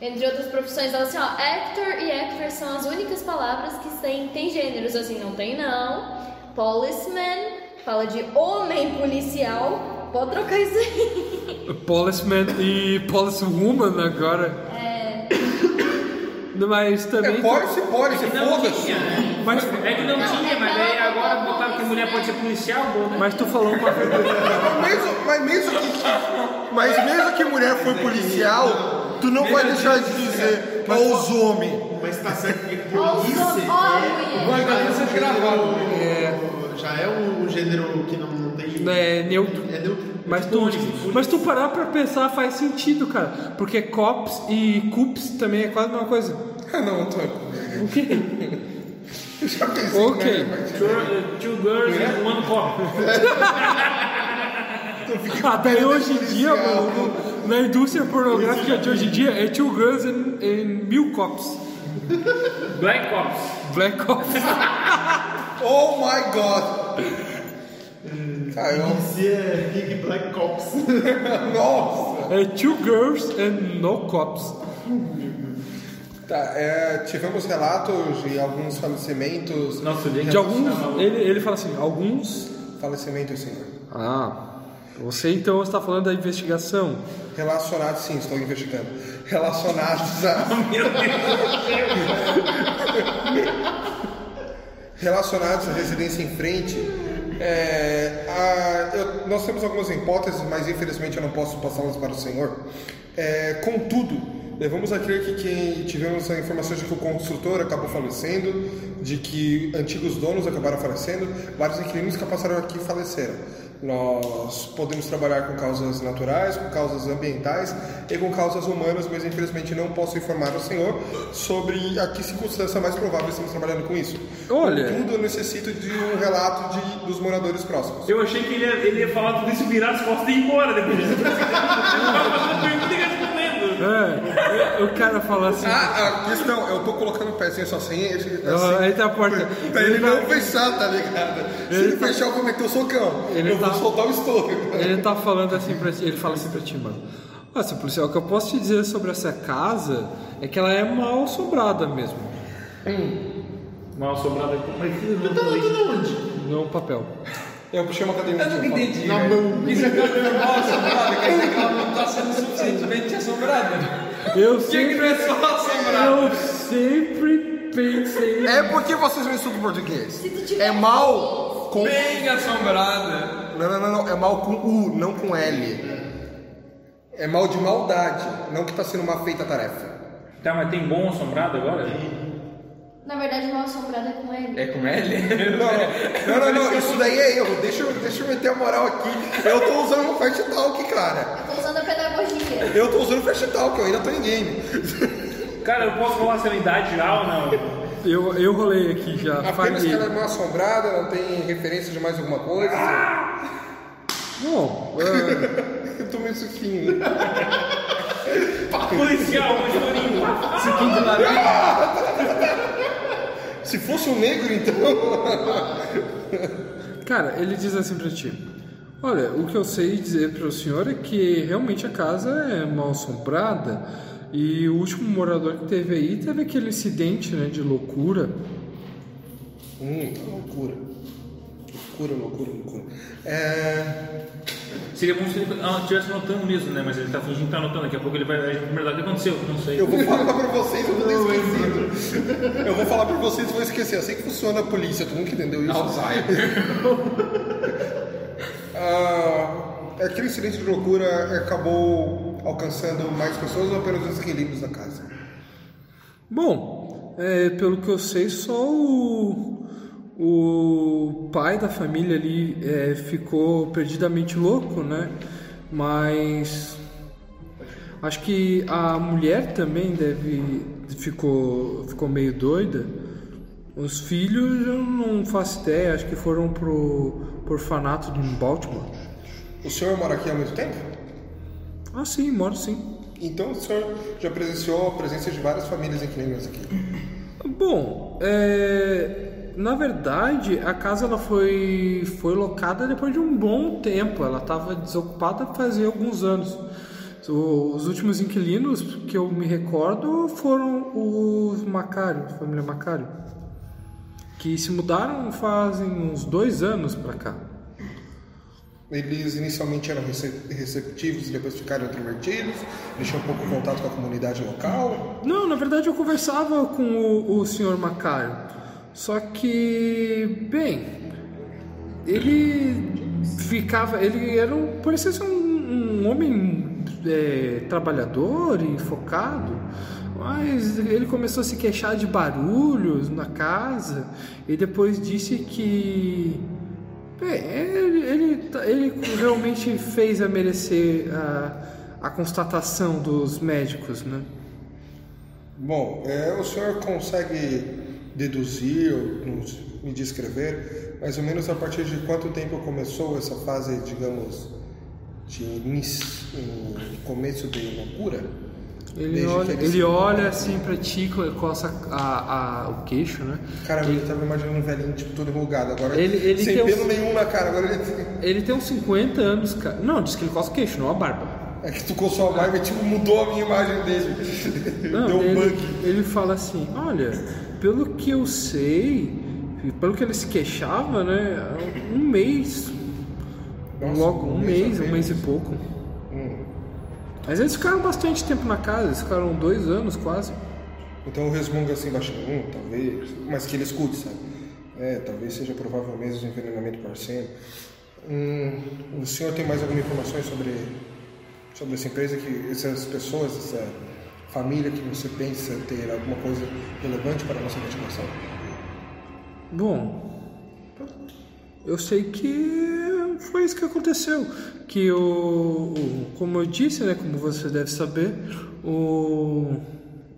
[SPEAKER 3] Entre outras profissões, ela assim, ó, actor e actress são as únicas palavras que têm, têm gêneros, assim, não tem não. Policeman, fala de homem policial, Pode trocar isso aí.
[SPEAKER 1] Policeman e Policewoman agora. Mas
[SPEAKER 2] É
[SPEAKER 1] também.
[SPEAKER 2] policy, policy,
[SPEAKER 5] Não
[SPEAKER 2] foda-se.
[SPEAKER 5] tinha, né?
[SPEAKER 1] Mas,
[SPEAKER 5] É que não tinha, mas aí agora botaram que mulher pode ser policial, bom, né?
[SPEAKER 1] mas tu falou uma
[SPEAKER 2] Mas mesmo, mas mesmo que, mas mesmo que mulher for policial, tu não vai deixar de dizer aos homens.
[SPEAKER 6] Mas tá certo que
[SPEAKER 3] Ó,
[SPEAKER 6] polícia
[SPEAKER 5] é.
[SPEAKER 3] o- ó, a mulher.
[SPEAKER 6] já é um gênero- já é um gênero que não, não tem.
[SPEAKER 1] É, neutro.
[SPEAKER 6] É neutro.
[SPEAKER 1] Mas tu, mas tu parar pra pensar faz sentido, cara. Porque cops e cups também é quase a mesma coisa.
[SPEAKER 2] Ah, não, Antônio.
[SPEAKER 1] O quê?
[SPEAKER 2] Eu já pensei. né,
[SPEAKER 1] Ok.
[SPEAKER 5] uh, Two, two girls and one cop.
[SPEAKER 1] Até hoje em dia, mano,
[SPEAKER 2] né?
[SPEAKER 1] na indústria pornográfica de hoje em dia, é two guns and, and mil cops.
[SPEAKER 5] Black cops.
[SPEAKER 1] Black cops.
[SPEAKER 2] Oh my god. Caiu.
[SPEAKER 6] Se é Big Black Cops.
[SPEAKER 2] Nossa.
[SPEAKER 1] É two girls and no cops.
[SPEAKER 2] Tá, é, tivemos relatos de alguns falecimentos.
[SPEAKER 5] Nossa, gente.
[SPEAKER 1] De alguns, ele, ele fala assim, alguns...
[SPEAKER 2] Falecimentos, sim.
[SPEAKER 1] Ah, você então está falando da investigação.
[SPEAKER 2] Relacionados, sim, estou investigando. Relacionados a.
[SPEAKER 5] Meu Deus.
[SPEAKER 2] Relacionados à residência em frente. é, a- eu- nós temos algumas hipóteses, mas infelizmente eu não posso passá-las para o senhor. É, contudo, levamos a crer que quem tivemos a informação de que o construtor acabou falecendo, de que antigos donos acabaram falecendo, vários inquilinos que passaram aqui faleceram. Nós podemos trabalhar com causas naturais, com causas ambientais e com causas humanas, mas infelizmente não posso informar o senhor sobre a que circunstância mais provável estamos trabalhando com isso.
[SPEAKER 1] Olha.
[SPEAKER 2] Contudo, eu necessito de um relato de- dos moradores próximos.
[SPEAKER 5] Eu achei que ele ia, ele ia falar tudo isso, virar as costas e ir embora depois disso. Ele tava fazendo pergunta e respondendo.
[SPEAKER 1] É, o cara fala assim...
[SPEAKER 2] Ah, a questão, eu tô colocando o pezinho só assim, ele tá
[SPEAKER 1] Ah,
[SPEAKER 2] assim.
[SPEAKER 1] entra a porta.
[SPEAKER 2] Pra ele
[SPEAKER 1] Ele
[SPEAKER 2] não
[SPEAKER 1] tá-
[SPEAKER 2] fechar, tá ligado? Se
[SPEAKER 1] Ele
[SPEAKER 2] ele
[SPEAKER 1] tá-
[SPEAKER 2] fechar, eu vou meter o socão.
[SPEAKER 1] Ele
[SPEAKER 2] eu
[SPEAKER 1] tá-
[SPEAKER 2] vou soltar o estouro.
[SPEAKER 1] Ele tá falando assim pra ti, ele fala assim pra ti, mano. Nossa, policial, o que eu posso te dizer sobre essa casa é que ela é mal assombrada mesmo.
[SPEAKER 5] Mal sobrado aqui. Mas que
[SPEAKER 6] Tu tá lendo onde?
[SPEAKER 1] Não é papel.
[SPEAKER 2] Eu puxei uma cadeira.
[SPEAKER 4] Eu nunca entendi.
[SPEAKER 6] Na
[SPEAKER 4] velho.
[SPEAKER 6] mão.
[SPEAKER 4] Isso é que ela não tá assombrada, quer dizer que ela não tá sendo suficientemente assombrada.
[SPEAKER 1] Eu
[SPEAKER 4] Por que que não
[SPEAKER 1] sempre,
[SPEAKER 4] é só assombrada?
[SPEAKER 1] eu sempre pensei.
[SPEAKER 2] É porque vocês não estudam português.
[SPEAKER 3] Se tu tiver-
[SPEAKER 2] É mal com.
[SPEAKER 4] Bem assombrada.
[SPEAKER 2] Não, não, não, não. É mal com U, não com L. É mal de maldade, não que tá sendo uma feita tarefa.
[SPEAKER 5] Tá, mas tem bom assombrado agora?
[SPEAKER 3] Na verdade, mal assombrada é com ele.
[SPEAKER 4] É com L?
[SPEAKER 2] Não, não, não, não, não, isso daí é erro. Deixa eu, deixa eu meter a moral aqui. Eu tô usando o Fast Talk, cara.
[SPEAKER 3] Eu tô usando a pedagogia.
[SPEAKER 2] Eu tô usando o Fast Talk, eu ainda tô em game.
[SPEAKER 5] Cara, eu posso falar se é idade já ou não?
[SPEAKER 1] Eu, eu rolei aqui já,
[SPEAKER 2] Apenas que
[SPEAKER 1] falhei.
[SPEAKER 2] ela é mal assombrada, não tem referência de mais alguma coisa.
[SPEAKER 1] Bom, é,
[SPEAKER 2] Eu tomei suquinho. né?
[SPEAKER 5] Policial, um escurinho.
[SPEAKER 4] Suquinho de laranja.
[SPEAKER 2] Se fosse um negro, então.
[SPEAKER 1] cara, ele diz assim pra ti. Olha, o que eu sei dizer pro senhor é que realmente a casa é mal assombrada e o último morador que teve aí teve aquele incidente, né, de loucura.
[SPEAKER 2] Hum, loucura. Loucura, loucura, loucura. É.
[SPEAKER 5] Seria bom se ele ah, estivesse anotando mesmo, né? Mas ele tá fingindo que tá anotando. Daqui a pouco ele vai a gente vai perguntar o que aconteceu. Não sei.
[SPEAKER 2] Eu vou falar pra vocês, eu vou ter esquecido. Eu vou falar pra vocês, vou esquecer. Eu sei que funciona a polícia, tu nunca entendeu isso.
[SPEAKER 4] tá. Alzheimer.
[SPEAKER 2] Ah, aquele incidente de loucura acabou alcançando mais pessoas ou apenas os inquilinos da casa?
[SPEAKER 1] Bom, é, pelo que eu sei, só o, o pai da família ali é, ficou perdidamente louco, né? Mas acho que a mulher também deve ficou ficou meio doida. Os filhos eu não faço ideia, acho que foram pro, pro orfanato de Baltimore.
[SPEAKER 2] O senhor mora aqui há muito tempo?
[SPEAKER 1] Ah, sim, moro sim.
[SPEAKER 2] Então o senhor já presenciou a presença de várias famílias inquilinas aqui.
[SPEAKER 1] Bom, é, na verdade, a casa ela foi, foi locada depois de um bom tempo. Ela estava desocupada fazia alguns anos. O- Os últimos inquilinos que eu me recordo foram os Macário, a família Macário, que se mudaram fazem uns dois anos para cá.
[SPEAKER 2] Eles inicialmente eram rece- receptivos, depois ficaram introvertidos, deixaram um pouco de contato com a comunidade local.
[SPEAKER 1] Não, na verdade eu conversava com o, o senhor Macário. Só que, bem, ele ficava, ele era um, parecia ser um, um homem é, trabalhador e focado, mas ele começou a se queixar de barulhos na casa e depois disse que Bem, ele, ele, tá- ele realmente fez a merecer a, a constatação dos médicos, né?
[SPEAKER 2] Bom, é, o senhor consegue deduzir ou nos- me descrever mais ou menos a partir de quanto tempo começou essa fase, digamos, de início, o começo de loucura?
[SPEAKER 1] Ele
[SPEAKER 2] Desde
[SPEAKER 1] olha,
[SPEAKER 2] que ele
[SPEAKER 1] ele
[SPEAKER 2] se-
[SPEAKER 1] olha assim pra ti, co- coça a, a- o queixo, né?
[SPEAKER 2] Cara, eu tava imaginando um velhinho, tipo, todo enrugado agora.
[SPEAKER 1] Ele- ele
[SPEAKER 2] sem
[SPEAKER 1] tem
[SPEAKER 2] pelo
[SPEAKER 1] um-
[SPEAKER 2] nenhum na cara, agora ele.
[SPEAKER 1] Ele tem uns 50 anos, cara. Não, diz que ele coça o queixo, não a barba.
[SPEAKER 2] É que tu com sua barba e tipo, mudou a minha imagem dele.
[SPEAKER 1] Não,
[SPEAKER 2] Deu um
[SPEAKER 1] ele,
[SPEAKER 2] bug.
[SPEAKER 1] ele fala assim, olha, pelo que eu sei, e pelo que ele se queixava, né? Um mês.
[SPEAKER 2] Nossa,
[SPEAKER 1] logo um,
[SPEAKER 2] um mês Hum.
[SPEAKER 1] mês, um mês e pouco. Mas eles ficaram bastante tempo na casa, eles ficaram dois anos quase.
[SPEAKER 2] Então eu resmungo assim baixinho, hum, talvez. Mas que ele escute, sabe? É, talvez seja provável mesmo o envenenamento parceiro. Hum, o senhor tem mais alguma informação sobre, sobre essa empresa, que essas pessoas, essa família que você pensa ter alguma coisa relevante para a nossa motivação?
[SPEAKER 1] Bom, eu sei que foi isso que aconteceu. Que o, o- como eu disse, né, como você deve saber, o,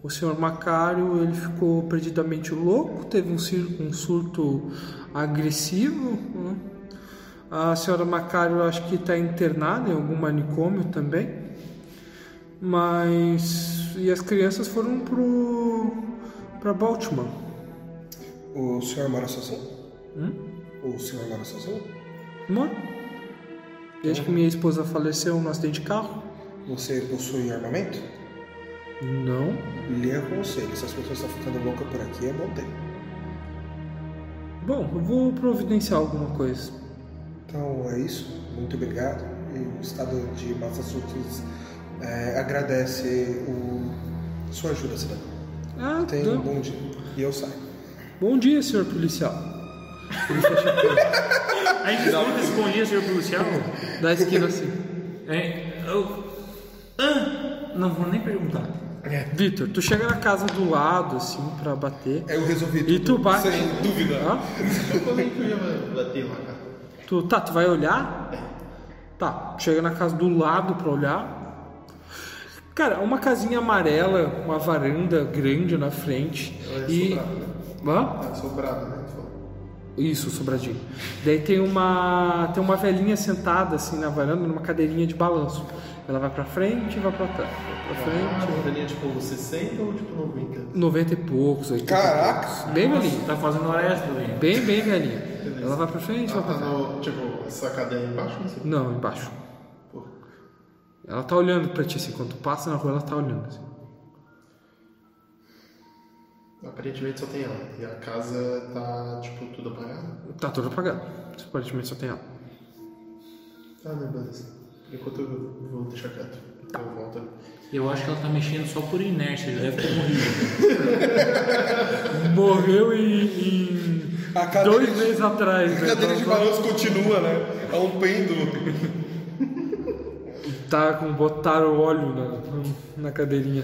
[SPEAKER 1] o senhor Macário ele ficou perdidamente louco, teve um, cir- um surto agressivo. né? A senhora Macário eu acho que está internada em algum manicômio também. Mas e as crianças foram pro para Baltimore.
[SPEAKER 2] O senhor mora sozinho? O senhor mora sozinho?
[SPEAKER 1] Mano,
[SPEAKER 2] É.
[SPEAKER 1] desde que minha esposa faleceu no acidente de carro?
[SPEAKER 2] Você possui armamento? é
[SPEAKER 1] Não.
[SPEAKER 2] Lhe aconselho, se as pessoas estão ficando loucas por aqui, é bom ter.
[SPEAKER 1] Bom, eu vou providenciar alguma coisa.
[SPEAKER 2] Então é isso, muito obrigado. E o estado de Massachusetts eh, agradece o, sua ajuda, cidadão.
[SPEAKER 1] Ah,
[SPEAKER 2] Tenha
[SPEAKER 1] tá.
[SPEAKER 2] um bom dia. E eu saio.
[SPEAKER 1] Bom dia, senhor policial.
[SPEAKER 5] A gente escuta esse bom dia, senhor policial.
[SPEAKER 1] Da esquina assim.
[SPEAKER 5] É, eu... Ah, não vou nem perguntar.
[SPEAKER 2] É.
[SPEAKER 1] Vitor, tu chega na casa do lado, assim, pra bater.
[SPEAKER 2] É, Eu resolvi
[SPEAKER 1] E tu bate.
[SPEAKER 2] Sem dúvida.
[SPEAKER 1] Hã?
[SPEAKER 8] Como é que eu ia bater lá, cara?
[SPEAKER 1] Tu, tá, tu vai olhar? Tá, chega na casa do lado pra olhar. Cara, uma casinha amarela, uma varanda grande na frente. e. Hã?
[SPEAKER 6] Ah, sobrado, né? Tu falou.
[SPEAKER 1] Isso, sobradinho. Daí tem uma tem uma velhinha sentada assim na varanda numa cadeirinha de balanço. Ela vai pra frente e vai pra trás. Vai pra
[SPEAKER 8] Ah,
[SPEAKER 1] frente.
[SPEAKER 8] uma velhinha, tipo 60 ou tipo 90?
[SPEAKER 1] 90 e poucos, 80. e
[SPEAKER 2] Caraca!
[SPEAKER 1] poucos. Bem velhinha.
[SPEAKER 5] Tá fazendo hora extra, velho.
[SPEAKER 1] Bem, bem velhinha. Ela vai pra frente,
[SPEAKER 6] Ah,
[SPEAKER 1] vai
[SPEAKER 8] Ela tá
[SPEAKER 1] pra trás.
[SPEAKER 8] no, tipo, essa cadeia embaixo,
[SPEAKER 6] né?
[SPEAKER 8] não sei.
[SPEAKER 1] Não, embaixo.
[SPEAKER 8] Porra.
[SPEAKER 1] Ela tá olhando pra ti assim. Quando tu passa na rua, ela tá olhando assim.
[SPEAKER 8] Aparentemente só tem ela. E a casa tá, tipo, tudo apagada.
[SPEAKER 1] Tá toda apagada. Aparentemente só tem ela.
[SPEAKER 6] Tá,
[SPEAKER 8] Ah,
[SPEAKER 6] né,
[SPEAKER 8] não, beleza. Enquanto eu vou deixar quieto. Eu volto ali.
[SPEAKER 5] Eu acho que ela tá mexendo só por inércia, já deve ter morrido.
[SPEAKER 1] Morreu em, em
[SPEAKER 2] A cadeira
[SPEAKER 1] dois
[SPEAKER 2] de-
[SPEAKER 1] meses atrás.
[SPEAKER 2] A
[SPEAKER 1] né?
[SPEAKER 2] cadeira de
[SPEAKER 1] Ela tá-
[SPEAKER 2] balanço continua, né? É um pêndulo.
[SPEAKER 1] tá com botaram óleo na, na cadeirinha.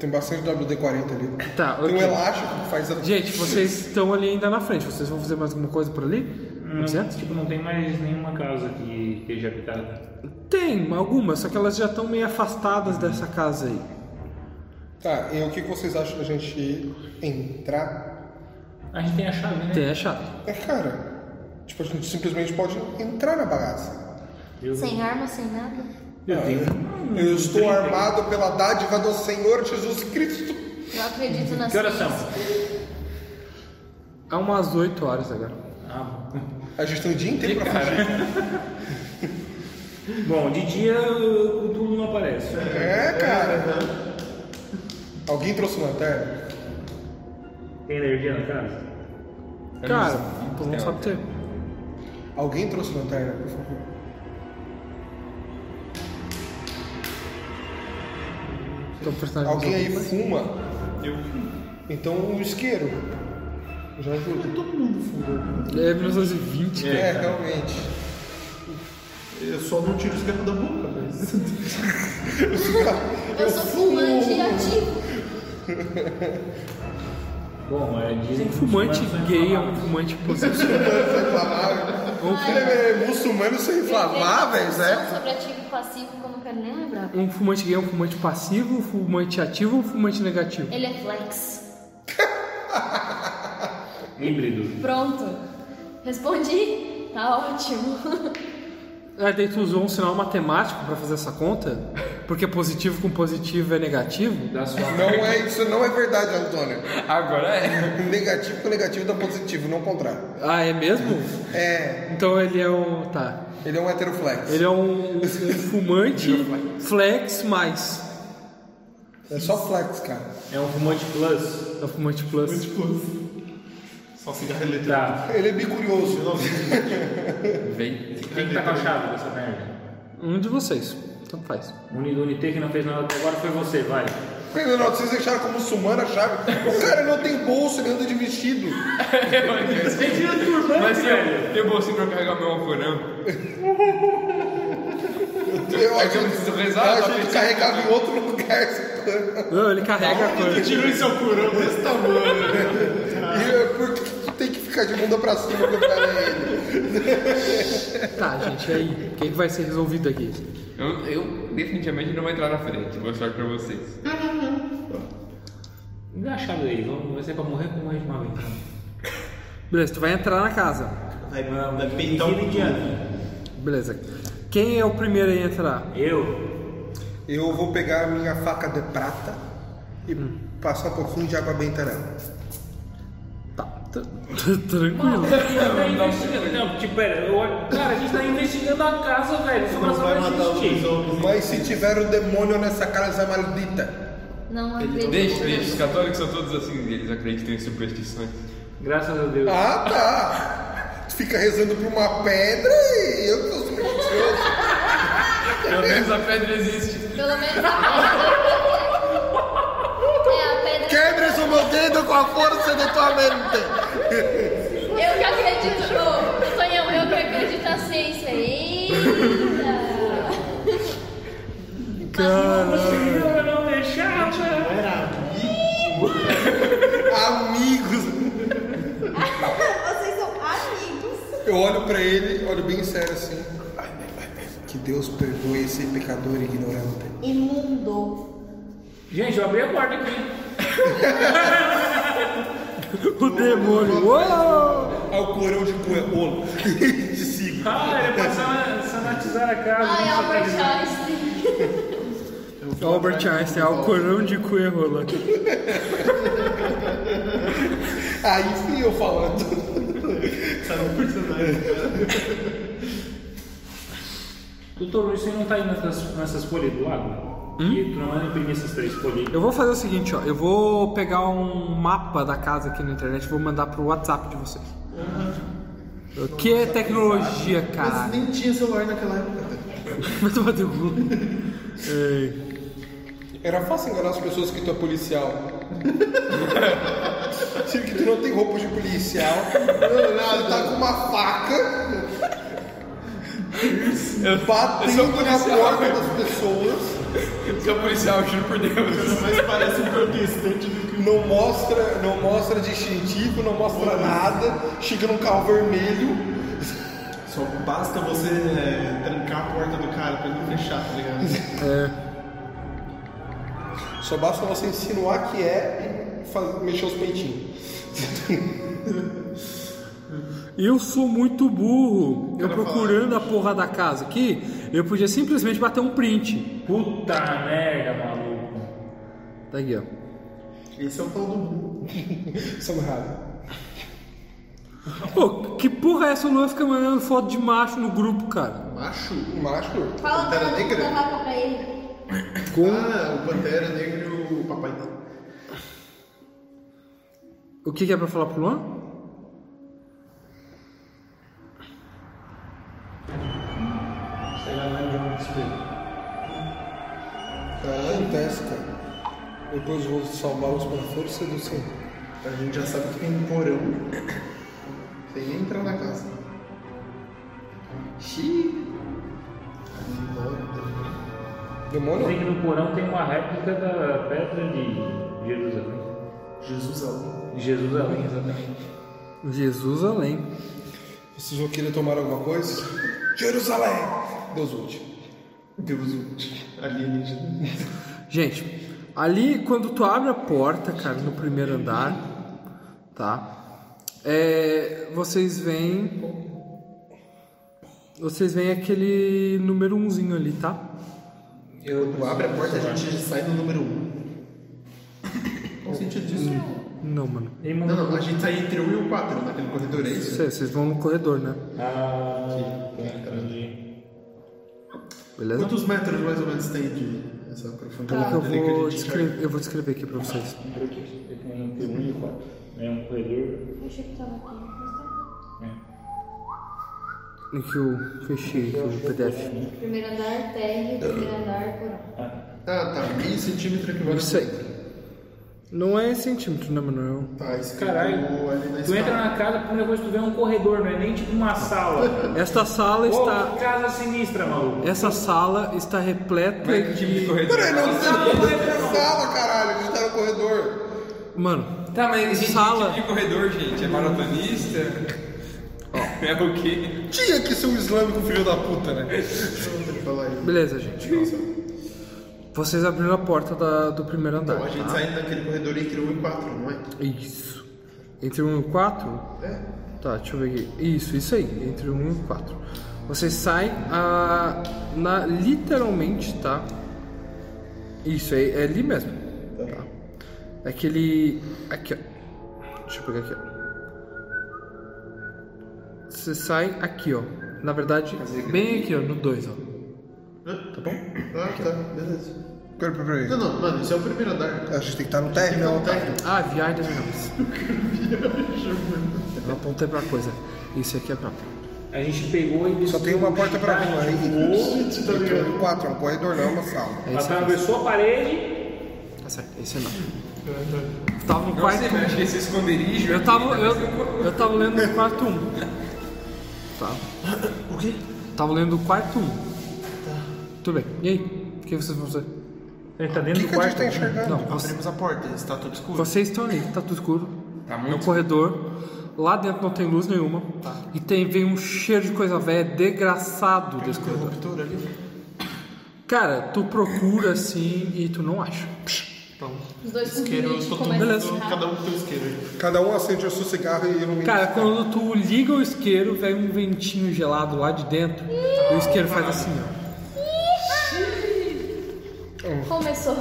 [SPEAKER 2] Tem bastante WD-40 ali.
[SPEAKER 1] Tá,
[SPEAKER 2] Tem um
[SPEAKER 1] ok.
[SPEAKER 2] elástico que faz a.
[SPEAKER 1] Gente, vocês estão ali ainda na frente. Vocês vão fazer mais alguma coisa por ali? Tá
[SPEAKER 5] Não,
[SPEAKER 1] Certo?
[SPEAKER 5] tipo, não tem mais nenhuma casa que esteja habitada.
[SPEAKER 1] Tem algumas, só que elas já estão meio afastadas dessa casa aí.
[SPEAKER 2] Tá, e o que que vocês acham da gente entrar?
[SPEAKER 5] A gente tem a chave, né?
[SPEAKER 1] Tem a chave.
[SPEAKER 2] É, cara, tipo, a gente simplesmente pode entrar na bagaça.
[SPEAKER 5] Eu,
[SPEAKER 3] Sem arma, sem nada.
[SPEAKER 5] eu tenho.
[SPEAKER 1] Hum,
[SPEAKER 2] Eu estou armado pela dádiva do Senhor Jesus Cristo.
[SPEAKER 3] Não acredito na
[SPEAKER 5] Que horas são?
[SPEAKER 1] É umas 8 horas agora.
[SPEAKER 5] Ah,
[SPEAKER 2] A gente tem o dia inteiro pra fugir.
[SPEAKER 5] bom, de dia o Tulo não aparece.
[SPEAKER 2] É, cara. Alguém trouxe lanterna?
[SPEAKER 5] Tem energia na casa?
[SPEAKER 1] Cara, tu não sabe ter.
[SPEAKER 2] Alguém trouxe lanterna, por favor.
[SPEAKER 1] Então, personagem
[SPEAKER 2] Alguém aí
[SPEAKER 1] dos outros.
[SPEAKER 2] fuma? Então o isqueiro. Já ajuda.
[SPEAKER 6] Todo mundo fuma.
[SPEAKER 1] É 1920,
[SPEAKER 2] É, realmente.
[SPEAKER 6] Eu só não tiro o esquema da boca, né? mas.
[SPEAKER 3] Eu sou fumante ativo.
[SPEAKER 5] Bom, é dizem
[SPEAKER 1] Um
[SPEAKER 5] que
[SPEAKER 1] fumante
[SPEAKER 5] muçulmanos são
[SPEAKER 1] gay é um
[SPEAKER 5] inflamáveis.
[SPEAKER 1] fumante positivo.
[SPEAKER 2] Peraí, peraí, é muçulmano sem inflamáveis, é?
[SPEAKER 3] Sobre ativo e passivo que eu não quero nem lembrar.
[SPEAKER 1] Um fumante gay é um fumante passivo, um fumante ativo ou um fumante negativo?
[SPEAKER 3] Ele é flex.
[SPEAKER 5] Híbrido.
[SPEAKER 3] Pronto. Respondi. Tá ótimo.
[SPEAKER 1] Ah, daí tu usou um sinal matemático pra fazer essa conta? Porque positivo com positivo é negativo?
[SPEAKER 5] Da sua
[SPEAKER 2] Não é isso, não é verdade, Antônio.
[SPEAKER 4] Agora é.
[SPEAKER 2] Negativo com negativo dá positivo, não o contrário.
[SPEAKER 1] Ah, é mesmo?
[SPEAKER 2] É,
[SPEAKER 1] Então ele é um. Tá.
[SPEAKER 2] ele é um heteroflex.
[SPEAKER 1] Ele é um, um é fumante flex mais.
[SPEAKER 2] É só flex, cara.
[SPEAKER 5] É um fumante plus.
[SPEAKER 1] É um fumante plus.
[SPEAKER 6] Só cigarro eletrônico.
[SPEAKER 5] Tá.
[SPEAKER 2] Ele é bicurioso.
[SPEAKER 4] Vem.
[SPEAKER 5] Quem que tá com a chave dessa merda?
[SPEAKER 1] Um de vocês. Tanto faz.
[SPEAKER 5] Uni- Unite que não fez nada até agora foi você, vai.
[SPEAKER 2] Pedro, não, vocês deixaram como muçulmano a chave. O cara não tem bolso, ele anda de vestido.
[SPEAKER 4] Mas eu, tem um bolsinho pra eu carregar meu alcorão.
[SPEAKER 2] Eu
[SPEAKER 4] É que eu preciso rezar,
[SPEAKER 2] eu
[SPEAKER 4] tá
[SPEAKER 2] achei que
[SPEAKER 4] pensando.
[SPEAKER 2] carregava em outro lugar esse pano.
[SPEAKER 1] Não, ele carrega a coisa.
[SPEAKER 6] Tirou esse alcurão desse tamanho. né?
[SPEAKER 2] E eu, por que tu tem que ficar de bunda pra cima quando o cara é ele?
[SPEAKER 1] Tá, gente, e aí? O que, que vai ser resolvido aqui?
[SPEAKER 4] Eu, eu definitivamente não vou entrar na frente, vou mostrar pra vocês.
[SPEAKER 5] Me dá a chave aí, vamos ver se é pra morrer ou pra morrer de mal. então.
[SPEAKER 1] Beleza, tu vai entrar na casa.
[SPEAKER 6] Vai, vai peitar
[SPEAKER 1] um
[SPEAKER 6] o indiano.
[SPEAKER 1] Beleza. Quem é o primeiro a entrar?
[SPEAKER 5] Eu?
[SPEAKER 2] Eu vou pegar a minha faca de prata e passar um pouquinho de água benta nela.
[SPEAKER 1] Tá. tran- Tranquilo.
[SPEAKER 5] Não, tá tipo, pera, eu- cara, a gente tá investigando a casa, velho. Isso
[SPEAKER 6] Não vai
[SPEAKER 5] vai
[SPEAKER 6] matar os
[SPEAKER 5] existir.
[SPEAKER 6] homens.
[SPEAKER 2] Mas se tiver um demônio nessa casa maldita,
[SPEAKER 3] Não acredito.
[SPEAKER 4] Deixa, deixa, os católicos são todos assim, eles acreditam em superstições.
[SPEAKER 5] Graças a Deus.
[SPEAKER 2] ah tá! Tu fica rezando pra uma pedra e eu tô supersticioso.
[SPEAKER 4] Pelo menos a pedra existe.
[SPEAKER 3] Pelo menos a pedra. É, a pedra.
[SPEAKER 2] Quebres o meu dedo com a força de tua mente!
[SPEAKER 3] Eu que acredito no. Sonhão, eu que acredito na ciência. Eita!
[SPEAKER 5] Eu não deixava.
[SPEAKER 2] Amigos!
[SPEAKER 9] Vocês são amigos.
[SPEAKER 2] Eu olho pra ele, olho bem sério assim. Que Deus perdoe esse pecador ignorante.
[SPEAKER 9] Imundo.
[SPEAKER 5] Gente, eu abri a porta aqui.
[SPEAKER 1] O demônio. Uou!
[SPEAKER 2] Alcorão de coelho. de sigo.
[SPEAKER 5] Ah, ele é pra san- sanatizar a casa.
[SPEAKER 3] Ai, é
[SPEAKER 5] não sei o que
[SPEAKER 3] Albert
[SPEAKER 5] dizer.
[SPEAKER 1] Albert
[SPEAKER 3] Einstein.
[SPEAKER 1] Einstein, Alcorão de Cuerrola.
[SPEAKER 2] Aí sim eu falando.
[SPEAKER 5] Doutor Luiz, você não tá indo nessas, nessas folhas do lago?
[SPEAKER 6] Hum?
[SPEAKER 5] E tu não vai imprimir essas três folhas.
[SPEAKER 1] Eu vou fazer o seguinte, ó. Eu vou pegar um mapa da casa aqui na internet e vou mandar pro WhatsApp de vocês. O Que é tecnologia, cara?
[SPEAKER 6] Mas nem tinha celular naquela época, velho.
[SPEAKER 1] Vai tomar teu cu. É.
[SPEAKER 2] Era fácil enganar as pessoas que tu é policial. Se que tu não tem roupa de policial, tu tá com uma faca. Batendo na porta das pessoas,
[SPEAKER 4] Eu sou policial, juro por Deus.
[SPEAKER 6] Mas parece um protestante do que
[SPEAKER 2] não mostra, não mostra distintivo, não mostra nada, chega num carro vermelho.
[SPEAKER 6] Só basta você é, trancar a porta do cara pra ele não fechar, tá ligado?
[SPEAKER 2] Só basta você insinuar que é e faz- mexer os peitinhos.
[SPEAKER 1] Eu sou muito burro. Eu procurando a porra da casa aqui, eu podia simplesmente bater um print.
[SPEAKER 5] Puta merda, maluco.
[SPEAKER 1] Tá aqui, ó.
[SPEAKER 6] Esse é o tal do burro.
[SPEAKER 2] São errado.
[SPEAKER 1] Pô, que porra é essa? O Luan fica mandando foto de macho no grupo, cara.
[SPEAKER 6] Macho?
[SPEAKER 2] Macho?
[SPEAKER 9] Fala
[SPEAKER 6] Pantera
[SPEAKER 9] pra
[SPEAKER 6] Negra?
[SPEAKER 9] da vaca pra ele.
[SPEAKER 6] Ah, o Pantera Negra e o Papai Noel.
[SPEAKER 1] O que, que é pra falar pro Luan?
[SPEAKER 2] Caralho, acontece, cara. Depois vou salvá-los pela força do Senhor.
[SPEAKER 6] A gente já sabe que tem um porão. Sem entrar na casa.
[SPEAKER 8] Xiii.
[SPEAKER 2] Demônio?
[SPEAKER 5] Dizem que no porão tem uma réplica da pedra de Jerusalém.
[SPEAKER 6] Jesus além.
[SPEAKER 5] Jerusalém, exatamente.
[SPEAKER 1] Jesus além.
[SPEAKER 2] Vocês vão querer tomar alguma coisa? Jerusalém! Deus útil.
[SPEAKER 6] Deus útil. Alienígena.
[SPEAKER 1] Gente, ali quando tu abre a porta, cara, no primeiro andar, tá? É, vocês veem. Vocês veem aquele número umzinho ali, tá?
[SPEAKER 6] Quando abre a porta, a gente já sai no número 1. Um. Qual o sentido disso?
[SPEAKER 1] Não, mano.
[SPEAKER 5] Ele
[SPEAKER 6] Não,
[SPEAKER 5] mandou.
[SPEAKER 6] não, a gente sai entre o 1 e o 4 naquele corredor, é isso?
[SPEAKER 1] Cê- Vocês vão no corredor, né?
[SPEAKER 5] Ah, entendi.
[SPEAKER 1] Beleza?
[SPEAKER 6] Quantos metros mais ou menos tem de essa
[SPEAKER 1] Como
[SPEAKER 6] profundidade?
[SPEAKER 1] que eu
[SPEAKER 6] ali que a
[SPEAKER 1] vou
[SPEAKER 6] gente
[SPEAKER 1] descrever? Eu vou descrever aqui pra vocês.
[SPEAKER 5] Entrou aqui. Eu tenho um um e um quatro. É um corredor.
[SPEAKER 9] Eu achei que tava aqui. mas tá.
[SPEAKER 5] É.
[SPEAKER 1] Em que eu fechei aqui o PDF.
[SPEAKER 3] Primeiro andar, térreo, primeiro andar, um. porão.
[SPEAKER 5] Ah,
[SPEAKER 6] Ah, tá. Meio centímetro equivale.
[SPEAKER 1] Isso aí. Não é centímetro, né, Manuel?
[SPEAKER 6] Tá, escrito
[SPEAKER 5] Caralho.
[SPEAKER 6] ali na
[SPEAKER 5] Tu
[SPEAKER 6] escada.
[SPEAKER 5] entra na casa, por depois tu vê um corredor, não é nem tipo uma sala.
[SPEAKER 1] Esta sala
[SPEAKER 5] Pô,
[SPEAKER 1] está.
[SPEAKER 5] que casa sinistra, maluco.
[SPEAKER 1] Essa sala está repleta
[SPEAKER 4] Mas que tipo de
[SPEAKER 1] de.
[SPEAKER 4] corredor?
[SPEAKER 2] Peraí, não
[SPEAKER 5] Não, não entra
[SPEAKER 2] tem
[SPEAKER 5] não.
[SPEAKER 2] sala, caralho, que tá no corredor.
[SPEAKER 1] Mano,
[SPEAKER 4] Tá, mas gente,
[SPEAKER 1] Sala.
[SPEAKER 4] que tipo de corredor, gente? É maratonista? É o quê?
[SPEAKER 2] Tinha que ser um islâmico filho da puta, né?
[SPEAKER 1] beleza, gente. Vocês abriram a porta da- do primeiro andar.
[SPEAKER 6] Então, a gente
[SPEAKER 1] tá?
[SPEAKER 6] sai naquele corredor entre 1 e 4, não é?
[SPEAKER 1] Isso. Entre 1 e 4? É. Tá, deixa eu ver aqui. Isso, isso aí. Entre 1 e 4. Você sai a, ah, na, literalmente, tá? Isso, é, é ali mesmo. Tá. É Aquele. Aqui, ó. Deixa eu pegar aqui, ó. Você sai aqui, ó. Na verdade, bem aqui, ó, no 2, ó.
[SPEAKER 6] Tá bom? Ah, tá. Beleza.
[SPEAKER 2] Peraí, peraí.
[SPEAKER 6] Não, não, mano, isso é o primeiro andar.
[SPEAKER 2] A gente tem que estar no térreo,
[SPEAKER 6] Não,
[SPEAKER 2] não,
[SPEAKER 6] tá.
[SPEAKER 2] tá?
[SPEAKER 1] Ah, viagem das naves. Eu apontei pra coisa. Isso aqui é pra.
[SPEAKER 5] A gente pegou e
[SPEAKER 2] Só tem uma porta pra rua aí.
[SPEAKER 6] Tá ligado?
[SPEAKER 2] Tem quatro, é um corredor, não é uma sala.
[SPEAKER 1] É isso aqui.
[SPEAKER 5] Atravessou a parede.
[SPEAKER 1] Tá certo, esse é não. Eu tava no
[SPEAKER 4] Não sei,
[SPEAKER 1] quarto
[SPEAKER 4] mas acho que esse esconderijo.
[SPEAKER 1] Eu
[SPEAKER 4] aqui
[SPEAKER 1] tava,
[SPEAKER 4] tá
[SPEAKER 1] eu,
[SPEAKER 4] parecendo um-
[SPEAKER 1] eu tava lendo o quarto 1. Tá. O quê? Tava lendo o quarto 1. Tá. Tudo bem. E aí? O que vocês vão fazer?
[SPEAKER 5] Ele tá
[SPEAKER 2] O
[SPEAKER 5] dentro
[SPEAKER 2] que,
[SPEAKER 5] do
[SPEAKER 2] que a gente
[SPEAKER 5] quarto.
[SPEAKER 2] tá enxergando?
[SPEAKER 1] Não, vocês,
[SPEAKER 6] Abrimos a porta, está tudo escuro.
[SPEAKER 1] vocês estão ali, tá tudo escuro.
[SPEAKER 4] Tá
[SPEAKER 1] No
[SPEAKER 4] muito.
[SPEAKER 1] corredor. Lá dentro não tem luz nenhuma. E tem, vem um cheiro de coisa velha é desgraçado desse corredor.
[SPEAKER 6] Interruptor ali.
[SPEAKER 1] Cara, tu procura assim e tu não acha.
[SPEAKER 3] Os dois com
[SPEAKER 6] Isqueiro, eu
[SPEAKER 3] brilho
[SPEAKER 6] estou
[SPEAKER 3] começam a
[SPEAKER 1] Beleza.
[SPEAKER 3] ficar-
[SPEAKER 6] Cada um tem um isqueiro aí.
[SPEAKER 2] Cada um acende o seu cigarro e ilumina.
[SPEAKER 1] Cara, quando tu liga o isqueiro, vem um ventinho gelado lá de dentro. E o isqueiro faz assim, ó.
[SPEAKER 3] Começou.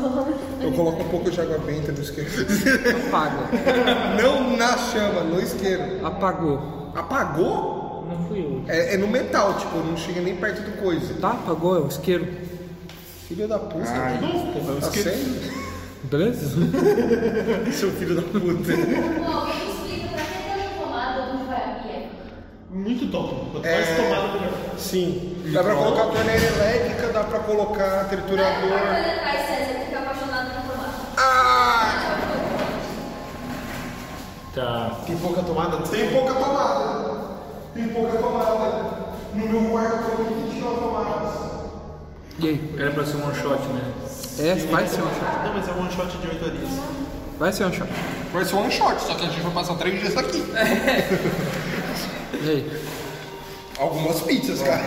[SPEAKER 2] Eu coloco um pouco de água benta no isqueiro.
[SPEAKER 1] Apaga.
[SPEAKER 2] não na chama, no isqueiro.
[SPEAKER 1] Apagou.
[SPEAKER 2] Apagou?
[SPEAKER 5] Não fui eu.
[SPEAKER 2] É, é no metal, tipo, não chega nem perto do coisa.
[SPEAKER 1] Tá? Apagou é o isqueiro.
[SPEAKER 2] Filho da puta. Ai,
[SPEAKER 8] é um
[SPEAKER 2] tá sendo?
[SPEAKER 1] Beleza?
[SPEAKER 6] Seu filho da puta.
[SPEAKER 3] Bom, alguém explica pra quem tá na tomada onde vai a pia.
[SPEAKER 8] Muito top. Quanto
[SPEAKER 2] É.
[SPEAKER 8] mais tomado, melhor.
[SPEAKER 2] Sim. Dá pra colocar torneira elétrica, dá pra colocar
[SPEAKER 3] Vai
[SPEAKER 2] triturador.
[SPEAKER 3] olhar atrás, César, fica apaixonado por tomada.
[SPEAKER 2] Ah!
[SPEAKER 5] Tá.
[SPEAKER 6] Tem pouca tomada?
[SPEAKER 2] Tem pouca tomada. Tem pouca tomada. No meu quarto eu tenho 29 tomadas.
[SPEAKER 1] E aí?
[SPEAKER 5] Era pra ser um one shot, né?
[SPEAKER 1] É, vai ser um shot.
[SPEAKER 6] Não, mas é um one shot de 8 horinhas.
[SPEAKER 1] Vai ser um shot.
[SPEAKER 2] Vai ser um short, só que a gente vai passar 3 dias aqui.
[SPEAKER 1] E aí?
[SPEAKER 2] Algumas pizzas, cara.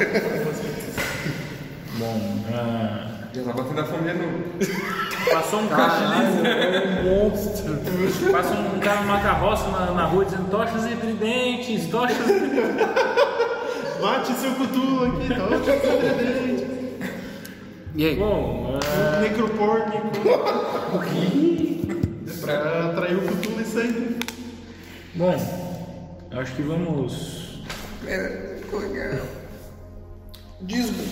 [SPEAKER 5] Bom, ah,
[SPEAKER 4] Já tá batendo a fome de novo.
[SPEAKER 5] passou um carro. um Passa um cara numa carroça na, na rua dizendo tochas e tridentes, tochas e tridentes.
[SPEAKER 6] Mate seu cutulo aqui, tá? Mate seu cutulo.
[SPEAKER 1] E aí?
[SPEAKER 5] Bom, ah,
[SPEAKER 6] Necropórnico. É Pra atrair o cutulo e sangue.
[SPEAKER 5] bom, acho que vamos.
[SPEAKER 8] É,
[SPEAKER 2] Disney.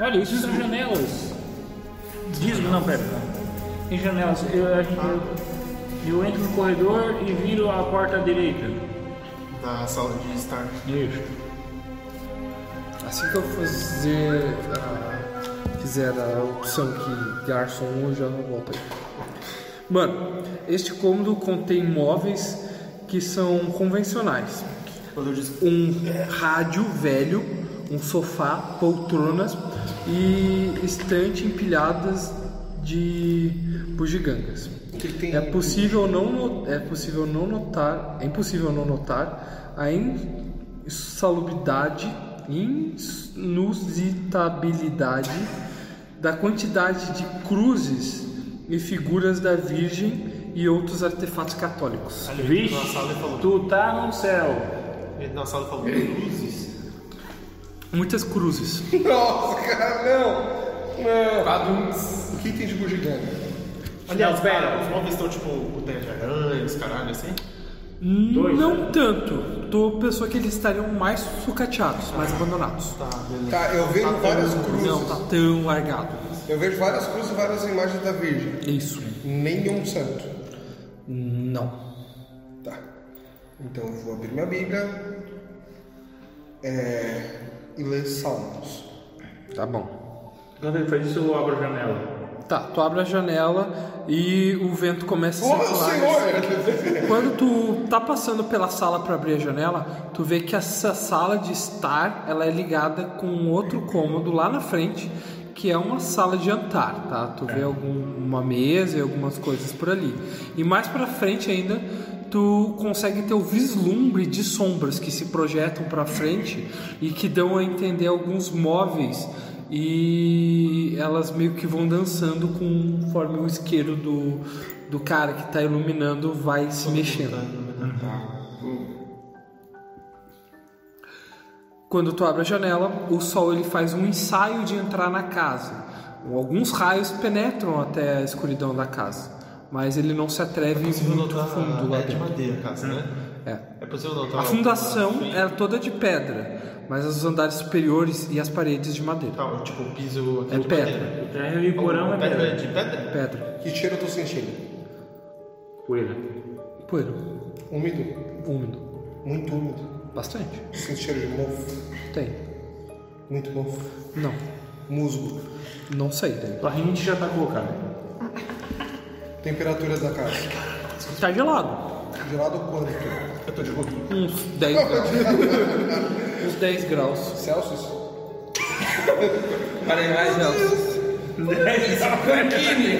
[SPEAKER 5] Olha, isso são janelas. Disco, não, pera. não. Tem janelas. Eu, a gente-
[SPEAKER 8] Ah.
[SPEAKER 5] eu, eu entro no corredor e viro a porta à direita.
[SPEAKER 6] Na sala de estar.
[SPEAKER 5] Isso.
[SPEAKER 1] Assim que eu fazer. ah, um, a- fizer a opção que Garson eu já não volto aí. Mano, este cômodo contém móveis que são convencionais. Um rádio velho, um sofá, poltronas e estante empilhadas de bugigangas. É possível não no- é possível não notar, é impossível não notar a insalubridade, inusitabilidade da quantidade de cruzes e figuras da Virgem e outros artefatos católicos.
[SPEAKER 5] Vixe,
[SPEAKER 8] na sala e falou.
[SPEAKER 5] tu tá no céu.
[SPEAKER 8] Ele na sala falou luzes.
[SPEAKER 1] Muitas cruzes.
[SPEAKER 2] Nossa, cara, não! Não! O que tem de bugiganga?
[SPEAKER 8] Aliás, pera, os móveis estão tipo boteia de aranha, os caralho assim.
[SPEAKER 1] não tanto. Tô pensando que eles estariam mais sucateados, mais abandonados.
[SPEAKER 2] Tá, eu vejo várias cruzes.
[SPEAKER 1] Não, tá tão largado.
[SPEAKER 2] Eu vejo várias cruzes e várias imagens da Virgem.
[SPEAKER 1] Isso.
[SPEAKER 2] Nenhum santo.
[SPEAKER 1] Não.
[SPEAKER 2] Tá. Então eu vou abrir minha Bíblia é, e ler Salmos.
[SPEAKER 1] Tá bom.
[SPEAKER 5] Quando ele faz isso, eu abro a janela.
[SPEAKER 1] Tá, tu abre a janela e o vento começa a
[SPEAKER 2] Ô, meu
[SPEAKER 1] circular.
[SPEAKER 2] senhor!
[SPEAKER 1] Quando tu tá passando pela sala para abrir a janela, tu vê que essa sala de estar, ela é ligada com um outro cômodo lá na frente, que é uma sala de jantar, tá? Tu vê alguma mesa e algumas coisas por ali. E mais para frente ainda, tu consegue ter o vislumbre de sombras que se projetam para frente e que dão a entender alguns móveis e elas meio que vão dançando conforme o isqueiro do, do cara que tá iluminando vai se
[SPEAKER 8] tá
[SPEAKER 1] mexendo. Quando tu abre a janela, o sol ele faz um ensaio de entrar na casa. Alguns raios penetram até a escuridão da casa, mas ele não se atreve muito fundo lá
[SPEAKER 8] é de
[SPEAKER 1] dentro.
[SPEAKER 8] madeira a casa, né?
[SPEAKER 1] É.
[SPEAKER 8] É
[SPEAKER 6] um
[SPEAKER 8] possível notar.
[SPEAKER 1] A fundação era toda de pedra, mas os andares superiores e as paredes de madeira.
[SPEAKER 8] Tá, tipo,
[SPEAKER 6] um
[SPEAKER 8] o piso
[SPEAKER 1] É
[SPEAKER 8] de
[SPEAKER 1] pedra.
[SPEAKER 8] madeira.
[SPEAKER 5] O térreo e o porão é
[SPEAKER 8] Pedra
[SPEAKER 5] pedra.
[SPEAKER 8] de pedra?
[SPEAKER 1] Pedra,
[SPEAKER 2] Que cheiro eu tô sentindo?
[SPEAKER 5] Poeira.
[SPEAKER 1] poeira,
[SPEAKER 2] Úmido.
[SPEAKER 1] úmido,
[SPEAKER 2] Muito úmido.
[SPEAKER 1] bastante.
[SPEAKER 2] Sinto cheiro de mofo.
[SPEAKER 1] Tem.
[SPEAKER 2] Muito mofo.
[SPEAKER 1] Não,
[SPEAKER 2] Musgo.
[SPEAKER 1] não sei. Daí.
[SPEAKER 5] Barrinite já tá colocado.
[SPEAKER 2] Temperatura da casa.
[SPEAKER 1] Tá gelado.
[SPEAKER 2] Gelado quanto?
[SPEAKER 8] Eu tô de roupa.
[SPEAKER 1] Uns 10 graus. Uns 10 graus.
[SPEAKER 2] Celsius?
[SPEAKER 4] Para aí, vai, Celso.
[SPEAKER 1] 10 graus
[SPEAKER 5] é
[SPEAKER 1] Kelvin.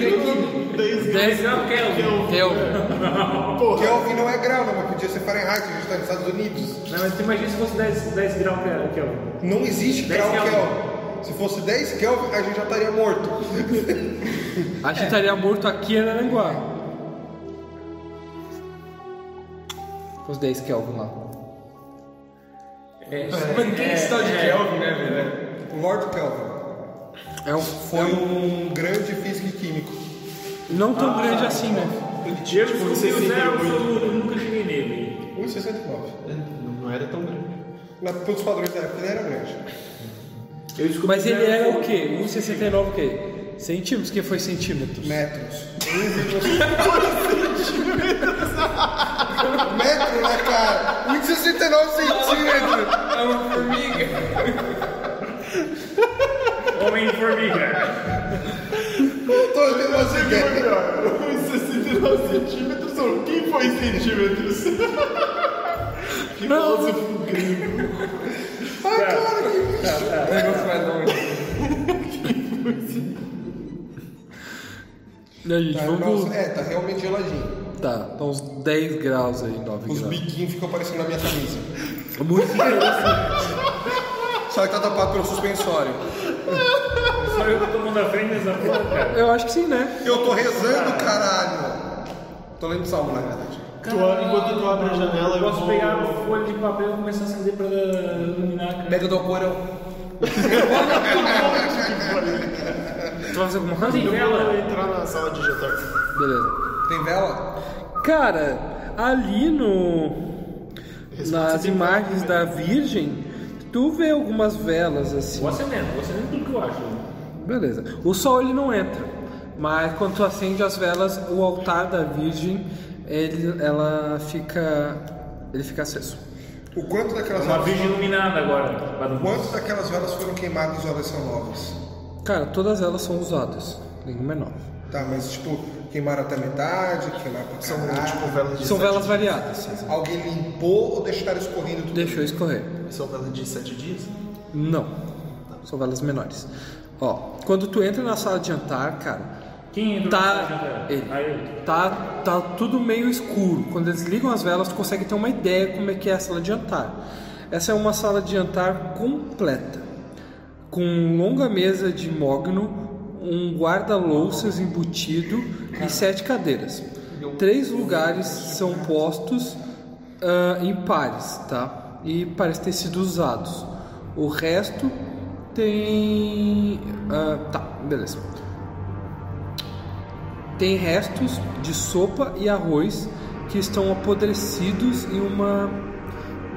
[SPEAKER 2] Kelvin não é grau, não, mas podia ser Fahrenheit, a gente tá nos Estados Unidos.
[SPEAKER 5] Não, mas tu imagina se fosse 10, 10 graus que é o.
[SPEAKER 2] Não existe
[SPEAKER 5] 10
[SPEAKER 2] grau
[SPEAKER 5] Kelvin.
[SPEAKER 2] Kelvin. Se fosse 10 Kelvin, a gente já estaria morto.
[SPEAKER 1] A gente estaria morto aqui em Aranguá. Os 10 Kelvin lá.
[SPEAKER 4] Mano, quem é esse tal de Kelvin, né, velho?
[SPEAKER 2] Lord Kelvin.
[SPEAKER 1] É um...
[SPEAKER 2] Foi um grande físico e químico.
[SPEAKER 1] Não tão grande assim, né?
[SPEAKER 5] Eu fui zero absoluto, nunca cheguei nele.
[SPEAKER 2] 1,69.
[SPEAKER 8] Não, não era tão grande.
[SPEAKER 2] Na- Pelos padrões da época, ele era grande.
[SPEAKER 5] Eu descobri
[SPEAKER 1] Mas ele
[SPEAKER 5] que
[SPEAKER 4] é
[SPEAKER 1] era
[SPEAKER 4] um
[SPEAKER 1] o quê? 1,69 o quê? Centímetros? Quem foi centímetros?
[SPEAKER 2] Metros. 1,69 Metro, né, cara? 1,69 centímetros.
[SPEAKER 4] É uma formiga.
[SPEAKER 5] Homem-formiga.
[SPEAKER 2] Eu tô assim, tendo umas ideias.
[SPEAKER 8] Melhor, 69 centímetros ou quem foi centímetros?
[SPEAKER 1] Não.
[SPEAKER 8] Filósofo grego.
[SPEAKER 2] Ai, Ah, cara, que
[SPEAKER 4] Negócio mais longe.
[SPEAKER 1] Não, gente,
[SPEAKER 2] Tá,
[SPEAKER 1] vamos.
[SPEAKER 2] nossa, é, tá realmente geladinho.
[SPEAKER 1] Tá, tá uns 10 graus aí, 9
[SPEAKER 2] Os
[SPEAKER 1] graus.
[SPEAKER 2] biquinhos ficam aparecendo na minha camisa.
[SPEAKER 1] Muito
[SPEAKER 2] Só que tá tapado pelo suspensório.
[SPEAKER 5] Só eu que tô tomando a frente dessa porra, cara.
[SPEAKER 1] Eu acho que sim, né?
[SPEAKER 2] Eu tô rezando, caralho. Tô lendo salmo, na verdade.
[SPEAKER 8] Tu, enquanto tu abre a janela,
[SPEAKER 5] Eu
[SPEAKER 8] eu
[SPEAKER 5] posso
[SPEAKER 8] vou...
[SPEAKER 5] pegar uma folha de papel e começar a escrever pra iluminar a cara.
[SPEAKER 4] Pega do corão.
[SPEAKER 1] Tu vai fazer alguma coisa?
[SPEAKER 5] Tem
[SPEAKER 8] Vou
[SPEAKER 5] vela?
[SPEAKER 8] entrar na sala de jantar.
[SPEAKER 1] Beleza.
[SPEAKER 2] Tem vela?
[SPEAKER 1] Cara, ali no. Nas imagens da Virgem, tu vê algumas velas assim.
[SPEAKER 5] Você mesmo, você mesmo tudo que eu acho.
[SPEAKER 1] Beleza. O sol ele não entra, mas quando tu acende as velas, o altar da Virgem, ele, ela fica. Ele fica aceso.
[SPEAKER 2] O quanto daquelas
[SPEAKER 5] É Uma
[SPEAKER 2] velas,
[SPEAKER 5] virgem iluminada agora.
[SPEAKER 2] o quanto daquelas velas foram queimadas ou elas são novas?
[SPEAKER 1] Cara, todas elas são usadas. Nenhuma é nova.
[SPEAKER 2] Tá, mas tipo, Queimaram até metade, queimaram pra
[SPEAKER 6] São
[SPEAKER 2] caralho.
[SPEAKER 6] tipo velas de
[SPEAKER 1] São
[SPEAKER 6] sete
[SPEAKER 1] velas variadas. sim.
[SPEAKER 2] Alguém limpou ou deixaram escorrendo tudo?
[SPEAKER 1] Deixou escorrer.
[SPEAKER 6] dias. São velas de sete dias?
[SPEAKER 1] Não. São velas menores. Ó, quando tu entra na sala de jantar, cara,
[SPEAKER 5] Quem entrou na sala de
[SPEAKER 1] tá,
[SPEAKER 5] jantar?
[SPEAKER 1] ele,
[SPEAKER 5] Aí eu.
[SPEAKER 1] tá, tá tudo meio escuro. Quando eles ligam as velas, tu consegue ter uma ideia como é que é a sala de jantar. Essa é uma sala de jantar completa, com longa mesa de mogno, um guarda-louças embutido e sete cadeiras. Três lugares são postos ah, em pares, tá? E parece ter sido usados. O resto tem. ah, tá, beleza. Tem restos de sopa e arroz que estão apodrecidos em uma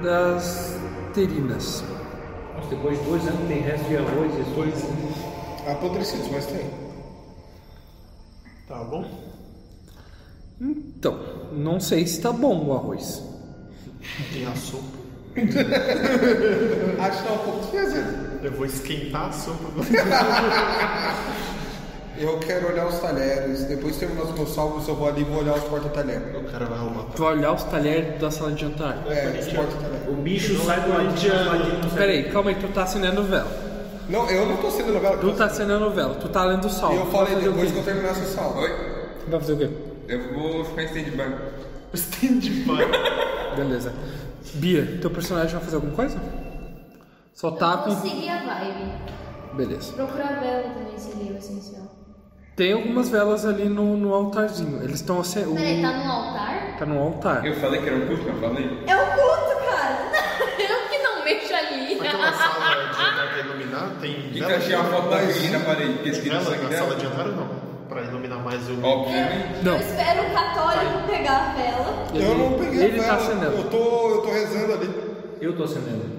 [SPEAKER 1] das terinas.
[SPEAKER 5] Nossa, depois de dois anos tem resto de arroz e coisas.
[SPEAKER 2] Ah, Apodrecidos, mas tem.
[SPEAKER 6] Tá bom.
[SPEAKER 1] Então, não sei se tá bom o arroz.
[SPEAKER 6] Tem a sopa.
[SPEAKER 2] Acho que tá um pouco azedo.
[SPEAKER 6] Eu vou esquentar a sopa.
[SPEAKER 2] Eu quero olhar os talheres. Depois terminar os meus salvos, eu vou ali e vou olhar os porta-talheres.
[SPEAKER 6] o cara vai arrumar.
[SPEAKER 1] Tu vai olhar os talheres da sala de jantar.
[SPEAKER 2] É, os porta-talheres.
[SPEAKER 5] O bicho sai do lado de
[SPEAKER 1] Peraí, calma aí, tu tá acendendo vela.
[SPEAKER 2] Não, eu não tô sendo novela.
[SPEAKER 1] Tu tá acendendo vela, tu tá lendo o salmo.
[SPEAKER 2] Eu falei
[SPEAKER 1] Tu vai fazer o
[SPEAKER 2] depois que
[SPEAKER 1] quê?
[SPEAKER 2] eu terminar essa salva.
[SPEAKER 4] Oi?
[SPEAKER 1] Tu Vai fazer o quê?
[SPEAKER 4] Eu vou ficar em stand-by.
[SPEAKER 1] Beleza. Bia, teu personagem vai fazer alguma coisa? Só tá
[SPEAKER 3] Eu vou
[SPEAKER 1] com.
[SPEAKER 3] seguir a vibe.
[SPEAKER 1] Beleza.
[SPEAKER 3] Procurar vela também assim, seria o essencial.
[SPEAKER 1] Tem algumas velas ali no, no altarzinho. Eles estão acen...
[SPEAKER 3] Peraí, tá
[SPEAKER 1] o...
[SPEAKER 3] no altar?
[SPEAKER 1] tá no altar.
[SPEAKER 4] Eu falei que era um curso, não falei?
[SPEAKER 3] É o culto, cara! Eu que não mexo ali.
[SPEAKER 6] Aquela sala de jantar que é iluminar, tem
[SPEAKER 4] E cachei a foto da menina na parede, que escrito
[SPEAKER 6] Vela
[SPEAKER 2] né?
[SPEAKER 4] sangue
[SPEAKER 6] na sala de
[SPEAKER 4] dela.
[SPEAKER 6] jantar ou não? Pra iluminar mais o...
[SPEAKER 4] Obviamente.
[SPEAKER 1] Não.
[SPEAKER 3] Eu espero o católico pegar a vela.
[SPEAKER 2] Eu não peguei
[SPEAKER 1] Ele
[SPEAKER 2] a
[SPEAKER 1] tá
[SPEAKER 2] vela.
[SPEAKER 1] acendendo.
[SPEAKER 2] Eu tô, eu tô rezando ali.
[SPEAKER 5] Eu tô acendendo.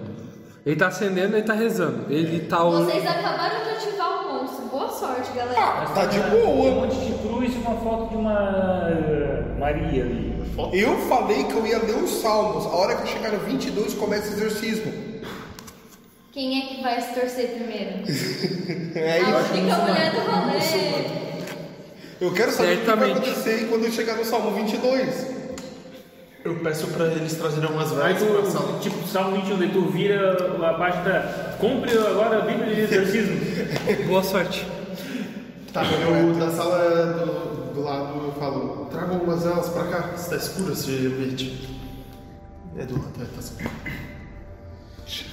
[SPEAKER 1] Ele tá acendendo, ele tá rezando. Ele tá o...
[SPEAKER 3] Vocês acabaram de ativar o monstro. Boa sorte, galera.
[SPEAKER 2] Ah, tá de
[SPEAKER 5] Tem um
[SPEAKER 2] boa.
[SPEAKER 5] monte de cruz e uma foto de uma eh, Maria ali.
[SPEAKER 2] Eu falei que eu ia ler os salmos. A hora que eu chegar no 22 começa o exorcismo.
[SPEAKER 3] Quem é que vai se torcer primeiro?
[SPEAKER 2] É
[SPEAKER 3] Ah,
[SPEAKER 2] isso.
[SPEAKER 3] fica a mulher do rolê.
[SPEAKER 2] Eu quero saber o que vai
[SPEAKER 1] Certamente.
[SPEAKER 2] acontecer quando eu chegar no salmo 22.
[SPEAKER 6] Eu peço pra eles trazerem umas
[SPEAKER 5] Aí
[SPEAKER 6] velas pra sala.
[SPEAKER 5] tu, tipo, Salmo 21, daí tu vira abaixo da. Cumpre agora a Bíblia de exorcismo.
[SPEAKER 1] Boa sorte.
[SPEAKER 6] Tá, eu da sala do, do lado eu falo, tragam umas velas pra cá, está escuro esse ambiente. É do lado, é, tá escuro.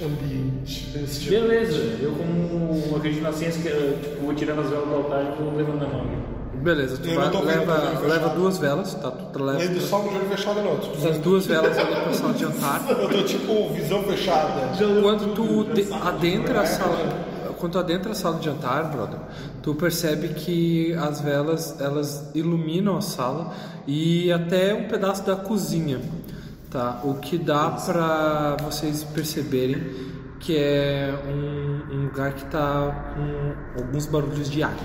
[SPEAKER 6] Ambiente, esse tipo.
[SPEAKER 5] Beleza, eu como acredito na ciência, que, eh, tipo, vou tirando as velas do altar e vou levando na mão.
[SPEAKER 1] Beleza, tu
[SPEAKER 2] Eu
[SPEAKER 1] vai,
[SPEAKER 2] não tô vendo,
[SPEAKER 1] leva,
[SPEAKER 2] tô vendo
[SPEAKER 1] leva
[SPEAKER 2] fechado.
[SPEAKER 1] duas velas, tá? Tu tra-
[SPEAKER 2] Lei do
[SPEAKER 1] leva
[SPEAKER 2] salmo, jogo fechado não. Tipo,
[SPEAKER 1] as duas velas ali pra sala de jantar.
[SPEAKER 2] Eu tô tipo visão fechada.
[SPEAKER 1] Quando tu de- adentra a sala... Quando tu adentra a sala de jantar, brother, tu percebe que as velas, elas iluminam a sala e até um pedaço da cozinha, tá? O que dá pra vocês perceberem que é um, um lugar que tá com alguns barulhos de água.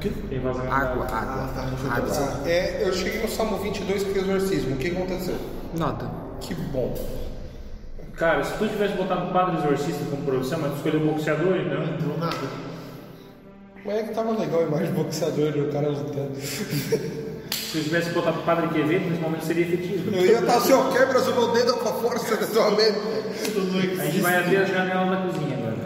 [SPEAKER 5] Tem vazamento.
[SPEAKER 1] Água, água, água.
[SPEAKER 2] É, eu cheguei no salmo 22 porque é exorcismo. O que aconteceu?
[SPEAKER 1] Nada.
[SPEAKER 2] Que bom.
[SPEAKER 5] Cara, se tu tivesse botado um padre exorcista como profissão, mas tu escolheu boxeador, então.
[SPEAKER 6] Não, nada.
[SPEAKER 2] Mas é que tava legal a imagem do boxeador do cara lutando.
[SPEAKER 5] Se tu tivesse botado padre QV, nesse momento seria efetivo.
[SPEAKER 2] Eu ia estar assim, ó, quebra o meu dedo com a força da sua mente.
[SPEAKER 5] A gente vai abrir as janelas da cozinha agora.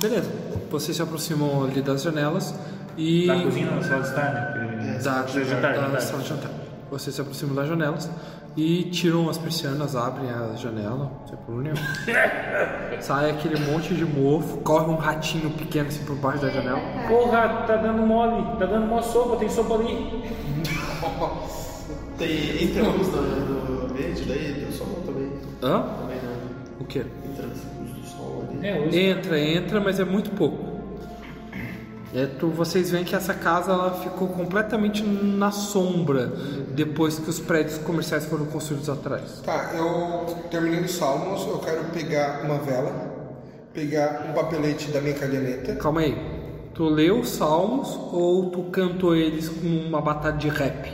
[SPEAKER 1] Beleza. Vocês se aproximam ali das janelas e.
[SPEAKER 5] Da cozinha não, só de estar, né?
[SPEAKER 1] da,
[SPEAKER 5] de jantar,
[SPEAKER 1] da
[SPEAKER 5] jantar.
[SPEAKER 1] sala de jantar. Vocês se aproximam das janelas e tiram as persianas, abrem a janela, sem problema nenhum. Sai aquele monte de mofo, corre um ratinho pequeno assim por baixo da janela.
[SPEAKER 5] Porra, tá dando mole, tá dando mó sopa, tem sopa ali.
[SPEAKER 6] Tem entramos no, no ambiente, daí deu sol também.
[SPEAKER 1] Hã?
[SPEAKER 6] Também não.
[SPEAKER 1] O quê?
[SPEAKER 6] Entramos no luz do sol ali.
[SPEAKER 5] É, hoje.
[SPEAKER 1] Entra, entra, mas é muito pouco. É, tu, vocês veem que essa casa ela ficou completamente na sombra depois que os prédios comerciais foram construídos atrás.
[SPEAKER 2] Tá, eu terminei os salmos, eu quero pegar uma vela, pegar um papelete da minha caderneta.
[SPEAKER 1] Calma aí. Tu leu os salmos ou tu cantou eles com uma batalha de rap?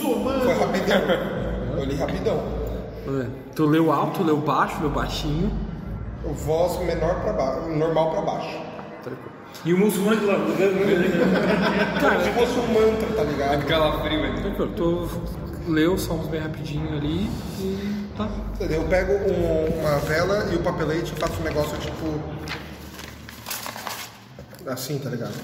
[SPEAKER 2] Foi rapidão. Eu li rapidão.
[SPEAKER 1] É. Tu leu alto, leu baixo, leu baixinho.
[SPEAKER 2] Voz menor pra baixo, normal pra baixo.
[SPEAKER 1] Tranquilo.
[SPEAKER 5] E o muçulmano lá.
[SPEAKER 2] Como se fosse um mantra, tá
[SPEAKER 4] Vai
[SPEAKER 2] ligado?
[SPEAKER 4] ficar lá frio, velho.
[SPEAKER 1] Tranquilo, tô. Lê os salmos bem rapidinho ali e. Tá.
[SPEAKER 2] Eu pego um- uma vela e o papelete e faço um negócio tipo. Assim, tá ligado?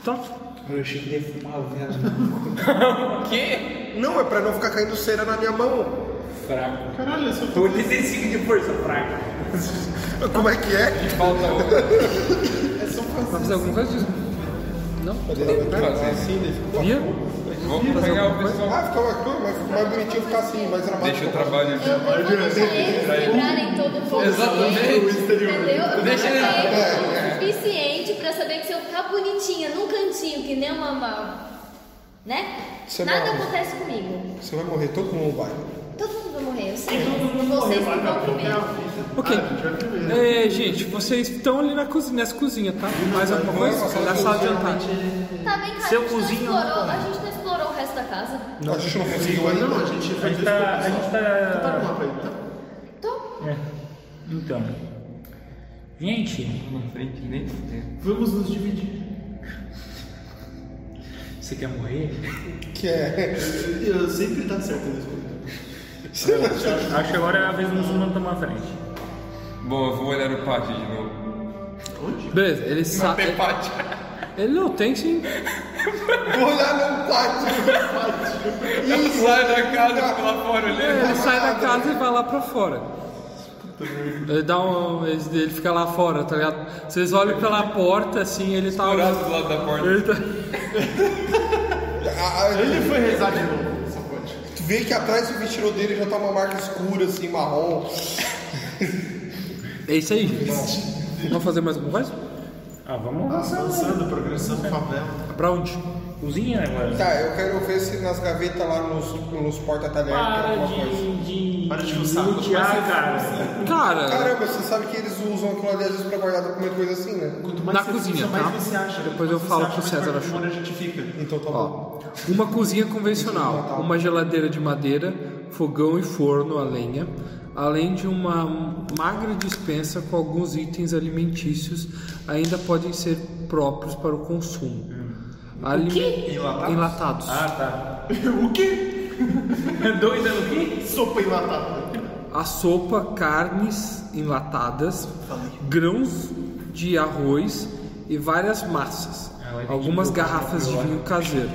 [SPEAKER 4] Então?
[SPEAKER 1] Tá.
[SPEAKER 8] Eu achei que ia fumar o vela.
[SPEAKER 4] O quê?
[SPEAKER 2] Não, é pra não ficar caindo cera na minha mão.
[SPEAKER 4] Fraco.
[SPEAKER 6] Caralho, eu sou
[SPEAKER 4] Tô 85 de força fraca.
[SPEAKER 2] Como é que é?
[SPEAKER 4] E falta outra.
[SPEAKER 1] Vai fazer alguma coisa disso? Não?
[SPEAKER 2] Fazer assim, daí fica-
[SPEAKER 1] Via?
[SPEAKER 4] Vamos pegar o pessoal.
[SPEAKER 2] Ah, ficou bacana, mas ficou mais bonitinho ficar assim, mais dramático.
[SPEAKER 4] Deixa o trabalho
[SPEAKER 3] Eu vou deixar eles quebrarem todo o fogo. Entendeu? Eu
[SPEAKER 4] Deixa ele-
[SPEAKER 3] é suficiente pra saber que se eu ficar bonitinha num cantinho, que nem uma. uma- Né?
[SPEAKER 2] Você
[SPEAKER 3] Nada
[SPEAKER 2] morre.
[SPEAKER 3] acontece comigo.
[SPEAKER 2] Você vai morrer, todo mundo vai.
[SPEAKER 3] Todo mundo vai morrer, eu sei. Vocês que vão primeiro.
[SPEAKER 1] Ok.
[SPEAKER 4] Ah,
[SPEAKER 1] É, gente, vocês estão ali na cozinha, nessa cozinha, tá? Mais alguma
[SPEAKER 4] é
[SPEAKER 1] coisa? Na sala de jantar.
[SPEAKER 3] Tá bem, cara,
[SPEAKER 5] Seu
[SPEAKER 3] a gente não
[SPEAKER 5] cozinho-
[SPEAKER 3] explorou, a gente não explorou o resto da casa.
[SPEAKER 2] A gente não conseguiu ainda.
[SPEAKER 6] Não, a gente
[SPEAKER 5] A
[SPEAKER 6] fez
[SPEAKER 5] gente
[SPEAKER 6] isso.
[SPEAKER 5] tá. A gente
[SPEAKER 6] Tá no
[SPEAKER 5] tá.
[SPEAKER 6] mapa aí, tá?
[SPEAKER 3] Então,
[SPEAKER 5] É. Então. Gente,
[SPEAKER 4] Na frente, nem fudendo.
[SPEAKER 6] Vamos nos dividir.
[SPEAKER 5] você quer morrer?
[SPEAKER 2] Que é.
[SPEAKER 6] Eu sempre dá certo nesse momento.
[SPEAKER 5] Acho que agora é a vez do muçulmano tomar a frente.
[SPEAKER 4] Bom, eu vou olhar o pátio de novo.
[SPEAKER 1] Beleza, ele
[SPEAKER 4] Não
[SPEAKER 1] sabe.
[SPEAKER 4] tem pátio.
[SPEAKER 1] Ele não tem sim.
[SPEAKER 2] Vou olhar no pátio. Isso.
[SPEAKER 4] Sai da casa pela fora
[SPEAKER 1] É,
[SPEAKER 4] olhando.
[SPEAKER 1] Ele sai da casa e vai lá pra fora. Ele dá um. Ele ele fica lá fora, tá ligado? Vocês olham pela porta assim, ele tá
[SPEAKER 4] Parado
[SPEAKER 1] olhando.
[SPEAKER 4] do lado da porta.
[SPEAKER 1] Ele tá...
[SPEAKER 2] A- a-
[SPEAKER 6] Ele foi rezar de novo, sacode.
[SPEAKER 2] Ah, Tu vê que atrás do vestido dele já tá uma marca escura, assim, marrom.
[SPEAKER 1] É isso aí, gente. Vamos fazer mais alguma coisa?
[SPEAKER 5] Ah, vamos lá.
[SPEAKER 6] Avançando, progressão, favela.
[SPEAKER 1] Pra onde?
[SPEAKER 5] Cozinha agora.
[SPEAKER 2] Tá, eu quero ver se nas gavetas lá nos, nos porta-talher tem
[SPEAKER 5] Para
[SPEAKER 2] alguma coisa.
[SPEAKER 5] de. de
[SPEAKER 6] Para de fuçar, quanto
[SPEAKER 5] lutear,
[SPEAKER 6] mais
[SPEAKER 5] cara.
[SPEAKER 6] você
[SPEAKER 1] Cara,
[SPEAKER 2] Caramba, você sabe que eles usam aquilo ali às vezes pra guardar alguma coisa assim, né?
[SPEAKER 6] Quanto
[SPEAKER 1] Na
[SPEAKER 6] mais você
[SPEAKER 1] cozinha,
[SPEAKER 6] fica, mais
[SPEAKER 1] tá?
[SPEAKER 6] você acha.
[SPEAKER 1] Depois eu
[SPEAKER 6] Mais você
[SPEAKER 1] falo
[SPEAKER 6] acha,
[SPEAKER 1] pro
[SPEAKER 6] mais
[SPEAKER 1] César
[SPEAKER 6] perto do
[SPEAKER 1] achou.
[SPEAKER 6] mundo a gente fica.
[SPEAKER 2] Então tá bom.
[SPEAKER 1] ó. Uma cozinha convencional, uma geladeira de madeira, fogão e forno a lenha, além de uma magra dispensa com alguns itens alimentícios ainda podem ser próprios para o consumo. Alim-
[SPEAKER 6] Enlatados?
[SPEAKER 1] Enlatados.
[SPEAKER 5] Ah, tá.
[SPEAKER 6] o quê?
[SPEAKER 5] Doida no quê?
[SPEAKER 6] Sopa enlatada.
[SPEAKER 1] A sopa, carnes enlatadas, grãos de arroz e várias massas, algumas garrafas de vinho caseiro.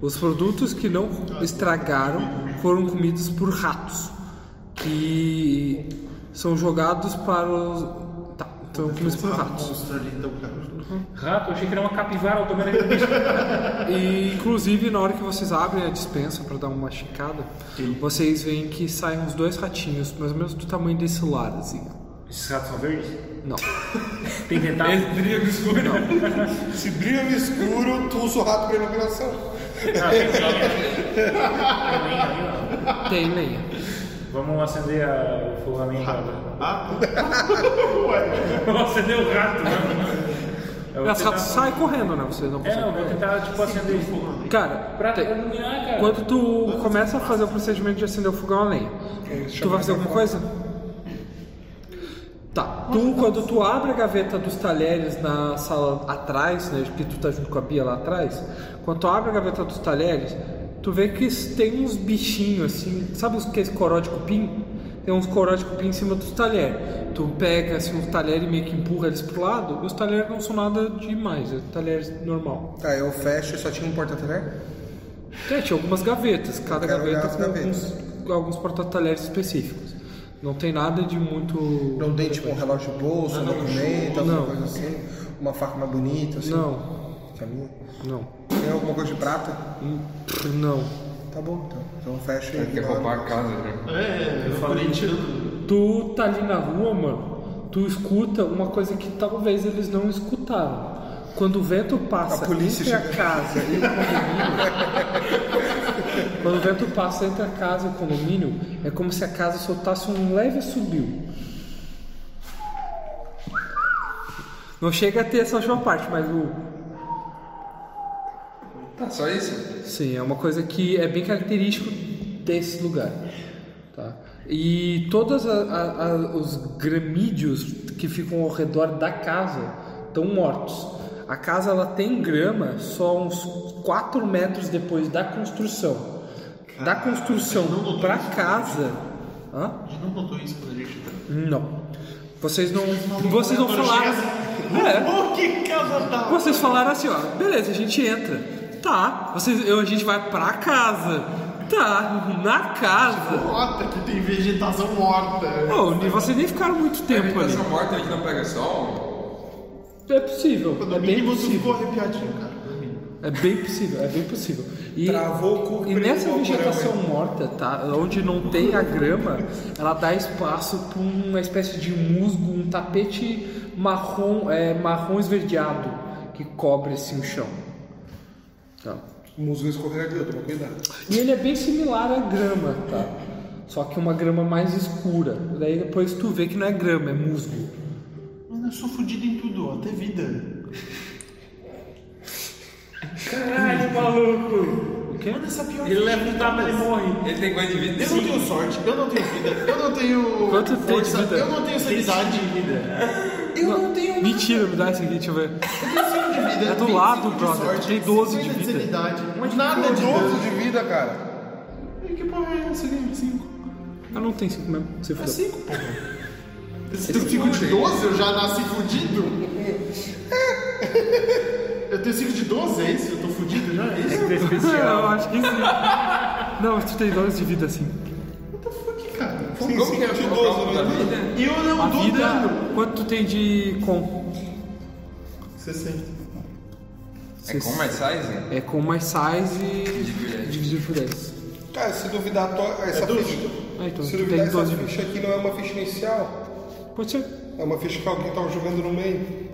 [SPEAKER 1] Os produtos que não estragaram foram comidos por ratos, que são jogados para os. Tá, são comidos por ratos.
[SPEAKER 6] Monstro ali, então, cara.
[SPEAKER 5] Rato, achei que era uma capivara automática.
[SPEAKER 1] E inclusive na hora que vocês abrem a dispensa para dar uma checada, vocês veem que saem uns dois ratinhos, mais ou menos do tamanho desse lar, assim.
[SPEAKER 5] Esses ratos são verdes?
[SPEAKER 1] Não.
[SPEAKER 5] Tem tentáculo?
[SPEAKER 4] Esse brilho escuro.
[SPEAKER 2] Se brilha no escuro, tu usa o rato pra iluminação.
[SPEAKER 5] Ah, tem lenha.
[SPEAKER 1] Tem lenha.
[SPEAKER 5] Vamos acender a o fogo a lenha agora.
[SPEAKER 6] Ah,
[SPEAKER 5] Vamos acender o rato, né? Eu vou
[SPEAKER 1] As
[SPEAKER 5] tentar-
[SPEAKER 1] ratos saem correndo, né? Vocês não
[SPEAKER 5] É, não, eu
[SPEAKER 1] conseguem.
[SPEAKER 5] vou tentar, tipo, acender o fogo.
[SPEAKER 1] Cara,
[SPEAKER 5] Pra
[SPEAKER 1] tem-
[SPEAKER 5] iluminar, cara.
[SPEAKER 1] É. quando tu É, começa a fazer o procedimento de acender o fogão a lenha, tu vai fazer alguma coisa? Tá. Tu, quando tu abre a gaveta dos talheres na sala atrás, né? Porque tu tá junto com a Bia lá atrás. Quando tu abre a gaveta dos talheres, tu vê que tem uns bichinhos assim. Sabe os que é esse coró de cupim? Tem uns coró de cupim em cima dos talheres. Tu pega assim um talher e meio que empurra eles pro lado. E os talheres não são nada demais, é talheres normal.
[SPEAKER 2] Tá, eu fecho e só tinha um porta-talher?
[SPEAKER 1] É, tinha algumas gavetas, cada
[SPEAKER 2] quero
[SPEAKER 1] gaveta
[SPEAKER 2] olhar as
[SPEAKER 1] com
[SPEAKER 2] gavetas.
[SPEAKER 1] alguns, alguns porta-talheres específicos. Não tem nada de muito.
[SPEAKER 2] Não tem tipo um relógio de bolso, um documento,
[SPEAKER 1] Ah, Não.
[SPEAKER 2] alguma coisa assim? Uma faca mais bonita, assim?
[SPEAKER 1] Não,
[SPEAKER 2] Que a minha?
[SPEAKER 1] não.
[SPEAKER 2] Tem alguma coisa de prata?
[SPEAKER 1] Hum, pff, Não.
[SPEAKER 2] Tá bom, então. Então fecha e...
[SPEAKER 4] Quer roubar a casa, né?
[SPEAKER 6] é, eu falei tirando.
[SPEAKER 1] Tu tá ali na rua, mano, tu escuta uma coisa que talvez eles não escutaram. Quando o vento passa
[SPEAKER 2] A polícia
[SPEAKER 1] entre a
[SPEAKER 2] chega.
[SPEAKER 1] casa e o condomínio. quando o vento passa entre a casa e o condomínio, é como se a casa soltasse um leve subiu. Não chega a ter essa última parte, mas o,
[SPEAKER 4] Tá, só isso?
[SPEAKER 1] Sim, é uma coisa que é bem característico desse lugar. Tá? E todos os gramídeos que ficam ao redor da casa estão mortos. A casa ela tem grama só uns 4 metros depois da construção. Da construção para casa. Hã?
[SPEAKER 6] A gente não contou isso quando a gente né? entrou.
[SPEAKER 1] Não. Vocês não. Vocês não falaram. É.
[SPEAKER 6] Por que casa tá?
[SPEAKER 1] Vocês falaram assim, ó, beleza, a gente entra. Tá. Vocês, eu, a gente vai pra casa. Tá, na casa.
[SPEAKER 6] Nota que tem vegetação morta.
[SPEAKER 1] Não, nem- vocês nem ficaram muito tempo ali.
[SPEAKER 4] Essa morta a gente não pega sol.
[SPEAKER 1] É possível.
[SPEAKER 6] No
[SPEAKER 1] É bem
[SPEAKER 6] mínimo tu
[SPEAKER 1] possível.
[SPEAKER 6] ficou arrepiadinho, cara. No mínimo.
[SPEAKER 1] É bem possível, é bem possível. E,
[SPEAKER 2] Travou o cu,
[SPEAKER 1] e
[SPEAKER 2] prendeu
[SPEAKER 1] nessa
[SPEAKER 2] o
[SPEAKER 1] vegetação morta, tá? Onde não tem a grama, ela dá espaço para uma espécie de musgo, um tapete marrom, é, marrom esverdeado que cobre assim o chão. Tá.
[SPEAKER 2] Musgo escorregadio, toma cuidado.
[SPEAKER 1] E ele é bem similar à grama, tá? Só que uma grama mais escura. Daí depois tu vê que não é grama, é musgo.
[SPEAKER 6] Mano, eu sou fudido em tudo, até vida.
[SPEAKER 5] Caralho, maluco!
[SPEAKER 1] O quê?
[SPEAKER 6] Mano, essa pior
[SPEAKER 5] Ele leva um tapa e morre.
[SPEAKER 4] Ele tem coisa de vida.
[SPEAKER 6] Eu não tenho sorte, eu não tenho vida, eu não tenho
[SPEAKER 1] Quanto tem de
[SPEAKER 6] força,
[SPEAKER 1] vida?
[SPEAKER 6] eu não tenho sanidade. Eu não tenho
[SPEAKER 1] Mentira, me dá esse aqui, deixa eu ver.
[SPEAKER 6] nada de vida.
[SPEAKER 1] É do
[SPEAKER 6] 25
[SPEAKER 1] lado,
[SPEAKER 6] de
[SPEAKER 1] brother,
[SPEAKER 6] sorte,
[SPEAKER 1] tem 12 de
[SPEAKER 6] 50
[SPEAKER 1] vida. Um
[SPEAKER 6] sanidade, nada de
[SPEAKER 2] Doze
[SPEAKER 6] dano.
[SPEAKER 2] de vida, cara.
[SPEAKER 6] E Que porra é essa? 5.
[SPEAKER 1] Ah, não tem cinco mesmo. Você
[SPEAKER 6] É
[SPEAKER 1] fudeu.
[SPEAKER 6] 5, porra. Se eu fico de 12, eu já nasci fudido? Eu tenho 5 de 12, é isso? Eu tô fudido já? É isso?
[SPEAKER 5] Ele é
[SPEAKER 1] Eu
[SPEAKER 5] especial.
[SPEAKER 1] acho que sim. Não, mas tu tem dois de vida assim.
[SPEAKER 6] What the fuck, cara?
[SPEAKER 4] Como que é o cálculo da vida?
[SPEAKER 6] E eu
[SPEAKER 1] A
[SPEAKER 6] não dou
[SPEAKER 1] vida,
[SPEAKER 6] dano.
[SPEAKER 1] quanto tu tem de com?
[SPEAKER 6] 60.
[SPEAKER 4] É com mais size?
[SPEAKER 1] É com mais size
[SPEAKER 4] por dez.
[SPEAKER 1] dividido por 10.
[SPEAKER 2] Cara, se duvidar, to... essa ficha.
[SPEAKER 1] Ah, então
[SPEAKER 2] Se
[SPEAKER 1] tu tem
[SPEAKER 2] duvidar, essa
[SPEAKER 1] 12 de vida.
[SPEAKER 2] ficha aqui não é uma ficha inicial.
[SPEAKER 1] Pode ser.
[SPEAKER 2] É uma ficha que alguém tava jogando no meio.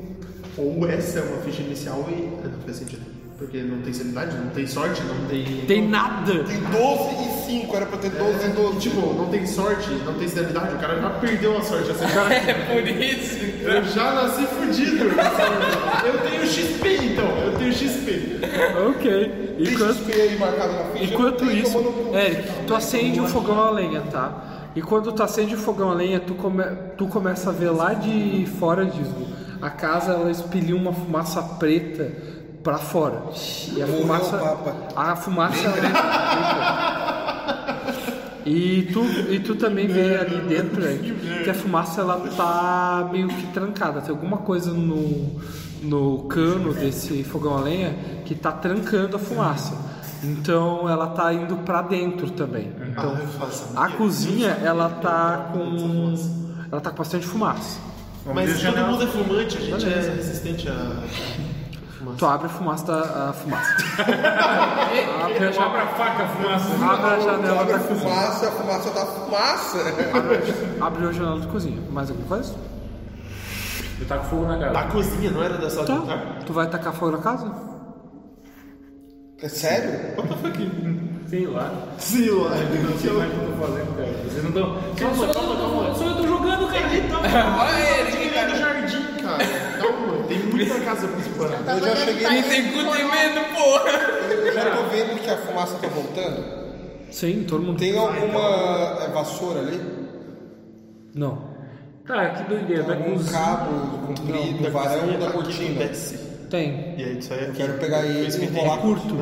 [SPEAKER 6] Ou essa é uma ficha inicial e. Ah, Não faz sentido. Porque não tem sanidade, não tem sorte, não tem.
[SPEAKER 1] Tem nada.
[SPEAKER 2] Tem 12 e 5, era pra ter 12
[SPEAKER 6] É,
[SPEAKER 2] e 12.
[SPEAKER 6] Tipo, não tem sorte, não tem sanidade, o cara já perdeu a sorte. Esse cara,
[SPEAKER 4] Por isso.
[SPEAKER 6] eu já nasci fudido. Eu tenho XP então, eu tenho XP.
[SPEAKER 1] ok.
[SPEAKER 2] Tem
[SPEAKER 1] Enquanto,
[SPEAKER 2] XP aí marcado na ficha.
[SPEAKER 1] enquanto
[SPEAKER 2] tem,
[SPEAKER 1] isso,
[SPEAKER 2] tomando cu.
[SPEAKER 1] Eric, tu acende o fogão a lenha, tá? E quando tu acende o fogão a lenha, tu, come, tu começa a ver lá de fora disso. A casa ela expeliu uma fumaça preta pra fora. E a
[SPEAKER 2] Morreu
[SPEAKER 1] fumaça.
[SPEAKER 2] o Papa.
[SPEAKER 1] A fumaça. E tu, e tu também vê ali dentro Eric, que a fumaça ela tá meio que trancada. Tem alguma coisa no, no cano desse fogão a lenha que tá trancando a fumaça. Então ela tá indo pra dentro também. Então a cozinha ela tá com ela tá com bastante fumaça.
[SPEAKER 5] abrir
[SPEAKER 6] Mas
[SPEAKER 5] a
[SPEAKER 6] todo
[SPEAKER 5] janela.
[SPEAKER 6] mundo é fumante, a gente é resistente a.
[SPEAKER 1] Tu abre a fumaça da a fumaça. Abre a
[SPEAKER 5] Ele
[SPEAKER 1] janela,
[SPEAKER 5] abre a faca, fumaça.
[SPEAKER 1] abre a
[SPEAKER 2] Tu
[SPEAKER 1] janela
[SPEAKER 2] abre a
[SPEAKER 1] da cozinha.
[SPEAKER 2] fumaça, a fumaça da fumaça.
[SPEAKER 1] Abre a janela da cozinha. Mais alguma coisa?
[SPEAKER 5] Eu taco tá fogo na cara.
[SPEAKER 6] Da cozinha, não era da sala de jantar?
[SPEAKER 1] Tá. Tu vai tacar fogo na casa?
[SPEAKER 2] É sério?
[SPEAKER 5] Sei lá.
[SPEAKER 6] Sim, lá.
[SPEAKER 5] Vocês não estão. Calma, calma, calma. Só eu tô jogando, cara.
[SPEAKER 4] Vai ele, que
[SPEAKER 6] Ele é do jardim, cara. Calma, tem muita casa pra explorar.
[SPEAKER 3] Tava
[SPEAKER 2] já
[SPEAKER 3] dando
[SPEAKER 2] cheguei
[SPEAKER 3] pra
[SPEAKER 4] tem
[SPEAKER 3] ele
[SPEAKER 4] cu
[SPEAKER 3] colar.
[SPEAKER 4] tem medo, porra.
[SPEAKER 2] Eu já tô vendo que a fumaça tá voltando.
[SPEAKER 1] Sim, todo mundo
[SPEAKER 2] Tem alguma é, vassoura ali?
[SPEAKER 1] Não.
[SPEAKER 5] Tá, que doideira. Da
[SPEAKER 2] Um
[SPEAKER 5] cozinha.
[SPEAKER 2] cabo comprido, varão da cortina.
[SPEAKER 6] Desce.
[SPEAKER 1] Tem.
[SPEAKER 6] E aí, isso aí.
[SPEAKER 2] Quero pegar ele
[SPEAKER 6] Isso
[SPEAKER 2] e
[SPEAKER 6] que tem né?
[SPEAKER 2] enrolar.
[SPEAKER 1] Curto.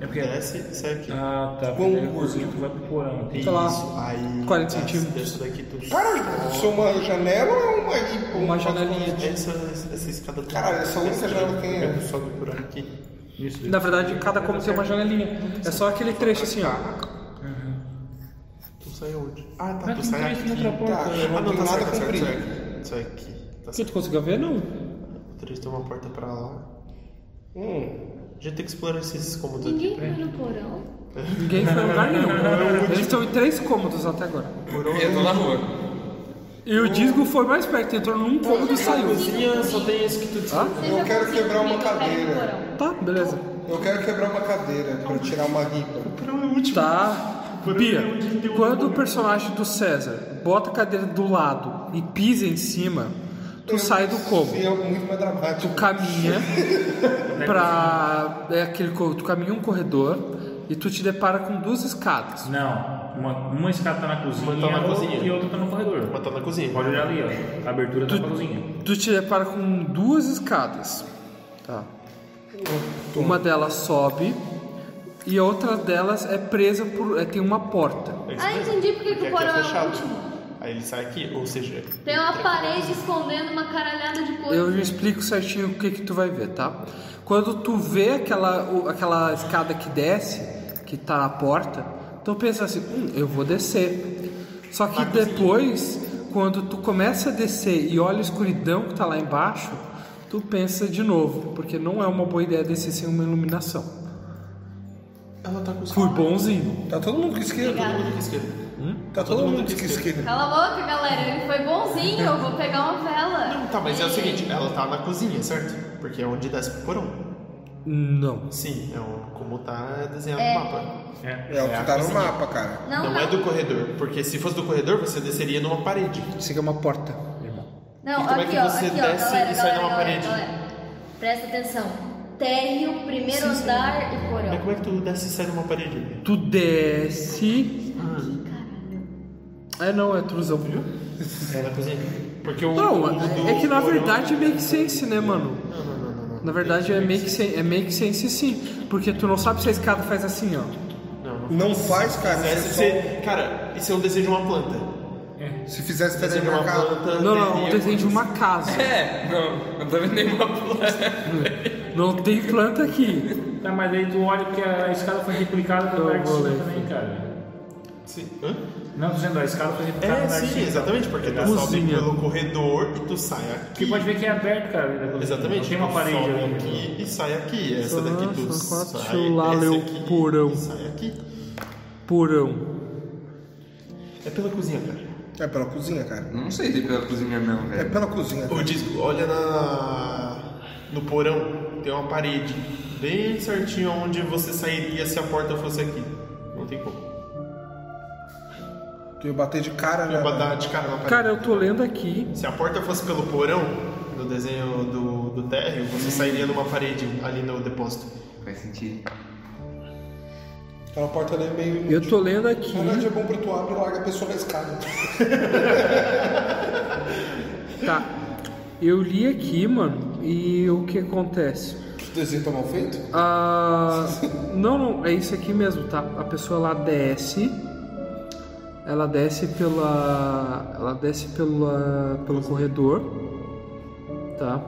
[SPEAKER 5] É porque.
[SPEAKER 6] Desce e sai aqui.
[SPEAKER 5] Ah, tá.
[SPEAKER 2] Quão
[SPEAKER 5] Porque daí a
[SPEAKER 2] curto?
[SPEAKER 5] cozinha tu vai pro porão.
[SPEAKER 1] Sei lá,
[SPEAKER 6] Aí.
[SPEAKER 1] 40
[SPEAKER 6] desce,
[SPEAKER 1] centímetros.
[SPEAKER 6] Isso daqui tudo.
[SPEAKER 2] Caralho, isso é uma janela ou é uma aí?
[SPEAKER 1] Uma janelinha.
[SPEAKER 6] Essa, essa escada toda.
[SPEAKER 2] Caralho, essa única janela que tem é-
[SPEAKER 6] Eu sobe por aqui.
[SPEAKER 5] Isso.
[SPEAKER 1] Na verdade, cada cômodo tem uma janelinha. É só aquele trecho assim, ó.
[SPEAKER 6] Tu sai onde? Ah, tá.
[SPEAKER 5] Mas
[SPEAKER 6] Tu
[SPEAKER 5] tem
[SPEAKER 6] sai
[SPEAKER 5] três
[SPEAKER 6] aqui.
[SPEAKER 5] na outra
[SPEAKER 6] Tá.
[SPEAKER 5] porta.
[SPEAKER 6] Ah, não,
[SPEAKER 2] Não
[SPEAKER 6] tá
[SPEAKER 2] tem nada
[SPEAKER 6] certo, certo,
[SPEAKER 2] comprido.
[SPEAKER 6] certo. Isso aqui. Tá
[SPEAKER 1] Que
[SPEAKER 6] certo.
[SPEAKER 1] tu conseguiu ver, não?
[SPEAKER 6] O três tem uma porta pra lá. Hum. A gente tem que explorar esses cômodos aqui.
[SPEAKER 3] Ninguém foi no porão.
[SPEAKER 1] Ninguém foi em lugar nenhum. Eles estão em três cômodos até agora.
[SPEAKER 4] Eu tô na rua.
[SPEAKER 1] E o Disgo foi mais perto, entrou num cômodo e saiu.
[SPEAKER 6] Cozinha só tem esse que tu disse.
[SPEAKER 3] Vocês
[SPEAKER 2] Eu
[SPEAKER 3] já
[SPEAKER 2] quero
[SPEAKER 3] conseguiram
[SPEAKER 2] quebrar uma
[SPEAKER 3] comigo, eu quero ir no
[SPEAKER 2] cadeira.
[SPEAKER 3] porão.
[SPEAKER 1] Tá, beleza.
[SPEAKER 2] Eu quero quebrar uma cadeira pra tirar uma ripa.
[SPEAKER 6] Não, é o último.
[SPEAKER 1] Tá. Bia, quando o personagem do César bota a cadeira do lado e pisa em cima, tu sai do cômodo.
[SPEAKER 2] Seria é muito mais
[SPEAKER 1] Tu
[SPEAKER 2] dramático.
[SPEAKER 1] caminha pra. É aquele, co- tu caminha um corredor, e tu te depara com duas escadas.
[SPEAKER 5] Não, uma, uma escada tá na cozinha,
[SPEAKER 6] Uma tá na cozinha.
[SPEAKER 5] e outra tá no corredor.
[SPEAKER 6] Mas tá na cozinha.
[SPEAKER 3] Ah,
[SPEAKER 5] Pode olhar ali, ó. A abertura tá na cozinha.
[SPEAKER 1] Tu te depara com duas escadas. Tá. Uma delas sobe e a outra delas é presa por. é, tem uma porta.
[SPEAKER 6] É isso
[SPEAKER 3] Ah,
[SPEAKER 6] mesmo.
[SPEAKER 3] entendi porque que
[SPEAKER 6] Porque
[SPEAKER 3] o
[SPEAKER 6] aqui
[SPEAKER 3] porão é o
[SPEAKER 6] fechado.
[SPEAKER 3] último.
[SPEAKER 6] Aí ele sai aqui, ou seja, é
[SPEAKER 3] Tem uma parede escondendo uma caralhada de coisa.
[SPEAKER 1] Eu explico certinho o que que tu vai ver, tá? Quando tu vê aquela, o- aquela escada que desce, que tá na porta, tu pensa assim, hum, eu vou descer. Só que depois, quando tu começa a descer e olha a escuridão que tá lá embaixo, tu pensa de novo, porque não é uma boa ideia descer sem uma iluminação.
[SPEAKER 6] ela tá com os
[SPEAKER 1] Fui bonzinho.
[SPEAKER 2] Tá todo mundo com esquerda?
[SPEAKER 3] Obrigada.
[SPEAKER 6] esquerda.
[SPEAKER 2] Tá todo, mundo com esquerda.
[SPEAKER 3] Cala a boca, galera. Ele foi bonzinho. Eu vou pegar uma vela.
[SPEAKER 6] Não, tá, mas é o seguinte, ela tá na cozinha, certo? Porque é onde desce pro porão.
[SPEAKER 1] Não.
[SPEAKER 6] Sim, é o- como tá desenhado
[SPEAKER 3] É.
[SPEAKER 6] o mapa.
[SPEAKER 5] É.
[SPEAKER 2] É o
[SPEAKER 6] É a
[SPEAKER 2] que tá no
[SPEAKER 6] cozinha.
[SPEAKER 2] mapa, cara.
[SPEAKER 3] Não,
[SPEAKER 6] não é do corredor, porque se fosse do corredor, você desceria numa parede.
[SPEAKER 1] Isso aqui é uma porta.
[SPEAKER 3] Não,
[SPEAKER 6] E como é
[SPEAKER 3] aqui,
[SPEAKER 6] que
[SPEAKER 3] ó,
[SPEAKER 6] você
[SPEAKER 3] aqui,
[SPEAKER 6] desce
[SPEAKER 3] ó, galera,
[SPEAKER 6] e sai
[SPEAKER 3] galera,
[SPEAKER 6] numa
[SPEAKER 3] galera,
[SPEAKER 6] parede?
[SPEAKER 3] galera. Presta atenção. Térreo, primeiro andar e
[SPEAKER 6] Mas
[SPEAKER 3] porão.
[SPEAKER 6] como é que tu desce e sai numa parede?
[SPEAKER 1] Tu desce. É não, é trusão, Ah. viu?
[SPEAKER 6] É na cozinha. Porque o.
[SPEAKER 1] Não,
[SPEAKER 6] o do
[SPEAKER 1] é que na
[SPEAKER 6] porão-
[SPEAKER 1] verdade é make sense, né, mano?
[SPEAKER 6] Não, não, não, não, não.
[SPEAKER 1] Na verdade é make sense, é make sense sim, porque tu não sabe se a escada faz assim, ó.
[SPEAKER 6] Não, não.
[SPEAKER 2] Não faz, cara.
[SPEAKER 6] Desce,
[SPEAKER 2] é. Se,
[SPEAKER 6] você- Cara, isso é um desenho de uma planta.
[SPEAKER 2] se fizesse desenho
[SPEAKER 6] Desenho de uma
[SPEAKER 2] marcado.
[SPEAKER 6] planta.
[SPEAKER 1] Não, não,
[SPEAKER 6] teria-
[SPEAKER 1] um desenho de uma casa.
[SPEAKER 4] É, não, não tá vendo nenhuma planta.
[SPEAKER 1] Não tem planta aqui.
[SPEAKER 5] Tá, mas aí tu olha que a escada foi replicada pelo
[SPEAKER 1] Eu
[SPEAKER 5] andar de
[SPEAKER 1] vou
[SPEAKER 5] cima
[SPEAKER 1] ler.
[SPEAKER 5] também, cara.
[SPEAKER 6] Sim. Hã?
[SPEAKER 5] Não, tô dizendo, a escada foi replicada no
[SPEAKER 6] É,
[SPEAKER 5] andar de
[SPEAKER 6] sim,
[SPEAKER 5] cima.
[SPEAKER 6] exatamente, porque tu sobe
[SPEAKER 1] Cozinha.
[SPEAKER 6] pelo corredor e tu sai aqui.
[SPEAKER 5] Porque pode ver que é aberto, cara. ali na cozinha.
[SPEAKER 6] Exatamente, um
[SPEAKER 5] Tem uma
[SPEAKER 6] tu
[SPEAKER 5] parede
[SPEAKER 6] sobe
[SPEAKER 5] ali.
[SPEAKER 6] aqui e sai aqui. Essa
[SPEAKER 1] Nossa,
[SPEAKER 6] daqui tu
[SPEAKER 1] quatro
[SPEAKER 6] sai,
[SPEAKER 1] laleu
[SPEAKER 6] desce aqui
[SPEAKER 1] porão.
[SPEAKER 6] e sai aqui.
[SPEAKER 1] Porão.
[SPEAKER 6] É pela cozinha, cara.
[SPEAKER 2] É pela cozinha, cara.
[SPEAKER 4] Não sei se é pela cozinha não,
[SPEAKER 2] É
[SPEAKER 4] velho.
[SPEAKER 2] pela cozinha.
[SPEAKER 6] Eu digo, olha na... no porão, tem uma parede bem certinho onde você sairia se a porta fosse aqui. Não tem como.
[SPEAKER 2] Tu ia bater de cara,
[SPEAKER 6] Tu ia
[SPEAKER 2] né?
[SPEAKER 6] dar de cara na parede.
[SPEAKER 1] Cara, eu tô lendo aqui.
[SPEAKER 6] Se a porta fosse pelo porão, no desenho do, do térreo, você sairia numa parede ali no depósito.
[SPEAKER 4] Faz sentido.
[SPEAKER 2] Aquela porta ali é meio.
[SPEAKER 1] Eu tô lendo aqui.
[SPEAKER 2] Na verdade é bom pra tu abrir e larga a pessoa na escada.
[SPEAKER 1] Tá. Eu li aqui, mano, e o que acontece?
[SPEAKER 2] O desenho tá mal feito?
[SPEAKER 1] Ah, não, não, é isso aqui mesmo, tá? A pessoa ela desce. Ela desce pela. Ela desce pela, pelo corredor. Tá?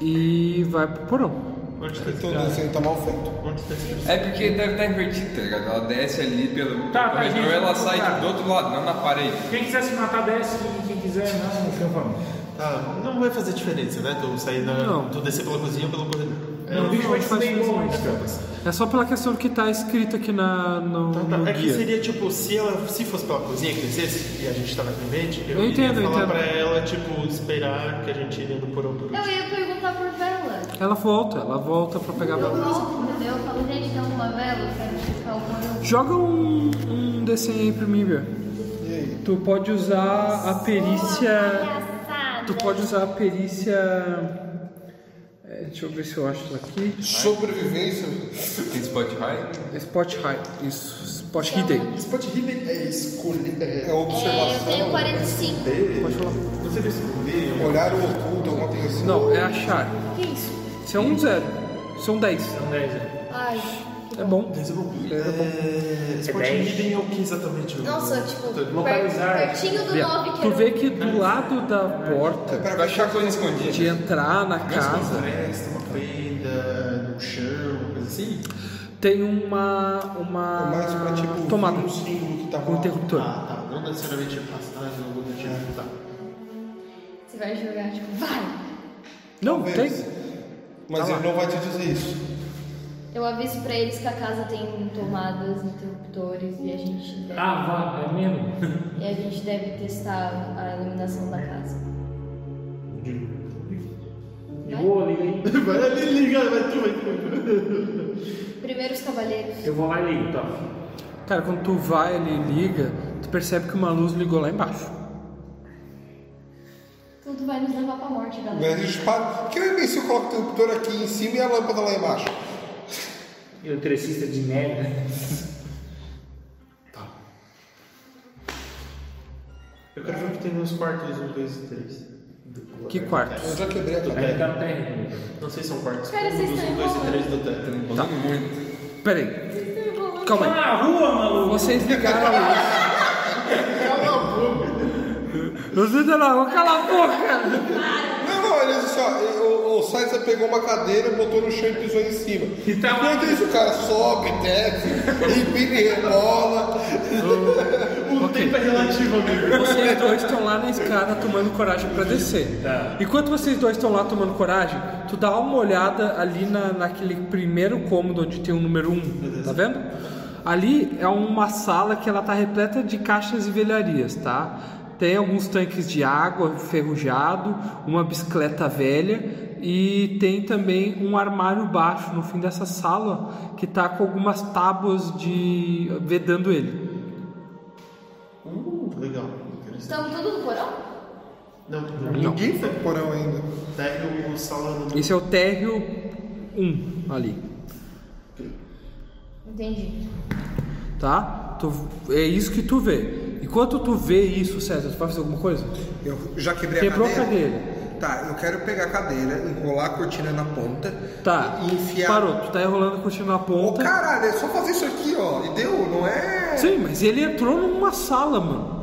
[SPEAKER 1] E vai pro porão.
[SPEAKER 6] Onde tá
[SPEAKER 2] Então
[SPEAKER 6] escrito?
[SPEAKER 2] o desenho tá mal feito.
[SPEAKER 6] Onde tá escrito?
[SPEAKER 4] É porque deve estar invertido, tá ligado? Ela desce ali pelo
[SPEAKER 5] Tá, tá,
[SPEAKER 4] corredor,
[SPEAKER 5] gente,
[SPEAKER 4] ela
[SPEAKER 5] vamos
[SPEAKER 4] sai
[SPEAKER 5] voltar.
[SPEAKER 4] do outro lado, não na parede.
[SPEAKER 5] Quem quiser se matar, desce. Quem- Quem quiser, não, não tem problema.
[SPEAKER 6] Ah, não vai fazer diferença, né? Tu sair da.
[SPEAKER 1] Não.
[SPEAKER 6] Tu descer pela cozinha ou pelo corredor.
[SPEAKER 5] Não,
[SPEAKER 6] É,
[SPEAKER 5] não, não, faz
[SPEAKER 1] nem
[SPEAKER 5] sentido,
[SPEAKER 1] bom,
[SPEAKER 5] cara.
[SPEAKER 1] É só pela questão que tá escrito aqui na, no,
[SPEAKER 6] Então, tá.
[SPEAKER 1] no
[SPEAKER 6] É que
[SPEAKER 1] guia.
[SPEAKER 6] seria tipo, se ela se fosse pela cozinha que descesse e a gente tá naquele ambiente, eu,
[SPEAKER 1] Eu entendo, eu
[SPEAKER 6] iria falar
[SPEAKER 1] entendo.
[SPEAKER 6] pra ela, tipo, esperar que a gente iria no porão por
[SPEAKER 3] Eu
[SPEAKER 6] último.
[SPEAKER 3] ia perguntar por vela.
[SPEAKER 1] Ela volta, ela volta pra
[SPEAKER 6] Tá
[SPEAKER 1] pegar a
[SPEAKER 3] Eu
[SPEAKER 1] bola.
[SPEAKER 3] volto, entendeu? Eu falo, gente, tem alguma vela pra gente ficar o porão?
[SPEAKER 1] Joga um, um desenho aí pra mim, Bia.
[SPEAKER 2] E aí?
[SPEAKER 1] Tu pode usar a perícia.
[SPEAKER 3] Boa, palhaçada.
[SPEAKER 1] Tu pode usar a perícia. é, deixa eu ver se eu acho isso aqui.
[SPEAKER 2] Sobrevivência.
[SPEAKER 4] Tem Spotify?
[SPEAKER 1] É Spot High. Isso, Spot Hidden.
[SPEAKER 6] Spot hidden é escolher.
[SPEAKER 2] É
[SPEAKER 3] É, eu tenho
[SPEAKER 2] observação.
[SPEAKER 3] 45.
[SPEAKER 1] Pode falar.
[SPEAKER 6] Você vai esconder.
[SPEAKER 2] Olhar o oculto, alguma coisa assim.
[SPEAKER 1] Não, é achar.
[SPEAKER 3] Que isso?
[SPEAKER 1] Isso é um zero. Isso é um 10.
[SPEAKER 5] São 10, né?
[SPEAKER 3] Ai.
[SPEAKER 1] É bom.
[SPEAKER 6] É... Spot
[SPEAKER 5] É dez.
[SPEAKER 6] hidden é o que exatamente? Eu-
[SPEAKER 3] Nossa, tipo,
[SPEAKER 6] Tô-
[SPEAKER 3] per-
[SPEAKER 5] localizar.
[SPEAKER 3] pertinho do
[SPEAKER 1] Bia,
[SPEAKER 3] 9 que
[SPEAKER 1] Tu
[SPEAKER 3] era
[SPEAKER 1] vê
[SPEAKER 3] o-
[SPEAKER 1] que do lado da porta,
[SPEAKER 4] Vai achar coisa escondida.
[SPEAKER 1] de entrar na
[SPEAKER 6] Uma
[SPEAKER 1] casa,
[SPEAKER 6] floresta, uma fenda, no chão, uma coisa assim.
[SPEAKER 1] tem uma.
[SPEAKER 2] É mais pra
[SPEAKER 1] uma
[SPEAKER 2] tipo.
[SPEAKER 1] tomada.
[SPEAKER 2] ver Um símbolo que tá
[SPEAKER 1] Um interruptor.
[SPEAKER 6] Ah, tá. Não necessariamente a passagem, não vou deixar. Tá.
[SPEAKER 3] um. Você vai jogar, tipo, vai.
[SPEAKER 1] Não, tem.
[SPEAKER 2] Talvez.
[SPEAKER 1] Tá
[SPEAKER 2] Mas ele não vai te dizer isso.
[SPEAKER 3] Eu aviso pra eles que a casa tem tomadas, interruptores e a gente deve,
[SPEAKER 5] Ah, vá, é mesmo?
[SPEAKER 3] e a gente deve testar a iluminação da casa.
[SPEAKER 5] De boa, liga aí.
[SPEAKER 6] Vai ali, liga, vai tu, vai tu.
[SPEAKER 3] Primeiros cavaleiros.
[SPEAKER 5] Eu vou lá e ligo, tá?
[SPEAKER 1] Cara, quando tu vai ali e liga, tu percebe que uma luz ligou lá embaixo.
[SPEAKER 3] Tudo vai nos levar pra morte, galera.
[SPEAKER 2] Mas a gente para. Que nem se eu coloco o interruptor aqui em cima e a lâmpada lá embaixo.
[SPEAKER 5] Eletricista de merda.
[SPEAKER 8] Eu quero ver o que tem nos quartos 1, 2 e 3.
[SPEAKER 1] Que quartos?
[SPEAKER 2] Eu já quebrei a
[SPEAKER 5] Aí
[SPEAKER 2] cabeça.
[SPEAKER 5] tá no térreo.
[SPEAKER 8] Não sei se são quartos
[SPEAKER 3] Cara, vocês
[SPEAKER 8] dos
[SPEAKER 3] estão
[SPEAKER 8] 1, 2 e
[SPEAKER 3] enrolando.
[SPEAKER 8] 3 do teto. né?
[SPEAKER 1] Tá. Peraí. Calma aí.
[SPEAKER 5] Ah, rua, maluco!
[SPEAKER 1] Vocês ligaram a luz. Você tá na rua, cala a boca!
[SPEAKER 2] Não, não, ele disse, ó, o, o Sainz pegou uma cadeira, botou no chão e pisou em cima.
[SPEAKER 5] E
[SPEAKER 1] Então,
[SPEAKER 5] tá
[SPEAKER 2] Enquanto isso, o cara sobe, desce, empina e rebola.
[SPEAKER 8] é
[SPEAKER 1] Vocês dois estão lá na escada tomando coragem pra descer. Enquanto vocês dois estão lá tomando coragem, tu dá uma olhada ali na, naquele primeiro cômodo onde tem o número 1, um, tá vendo? Ali é uma sala que ela tá repleta de caixas e velharias, tá? Tem alguns tanques de água ferrujado, uma bicicleta velha e tem também um armário baixo no fim dessa sala que tá com algumas tábuas de vedando ele.
[SPEAKER 8] Uh, legal. Interessante.
[SPEAKER 3] Estamos todos no porão?
[SPEAKER 8] Não,
[SPEAKER 2] Ninguém foi pro porão ainda.
[SPEAKER 8] Daí o salão do.
[SPEAKER 1] Esse é o térreo 1 ali,
[SPEAKER 3] Entendi.
[SPEAKER 1] tá? Tu- é isso que tu vê. Enquanto tu vê isso, César, tu vai fazer alguma coisa?
[SPEAKER 2] Eu já quebrei
[SPEAKER 1] Quebrou a
[SPEAKER 2] a cadeira.
[SPEAKER 1] cadeira.
[SPEAKER 2] Tá, eu quero pegar a cadeira, enrolar a cortina na ponta
[SPEAKER 1] Tá.
[SPEAKER 2] e enfiar.
[SPEAKER 1] Parou, tu tá enrolando a cortina na
[SPEAKER 2] Ô
[SPEAKER 1] ponta.
[SPEAKER 2] caralho, é só fazer isso aqui, ó. E deu, não é?
[SPEAKER 1] Sim, mas ele entrou numa sala, mano.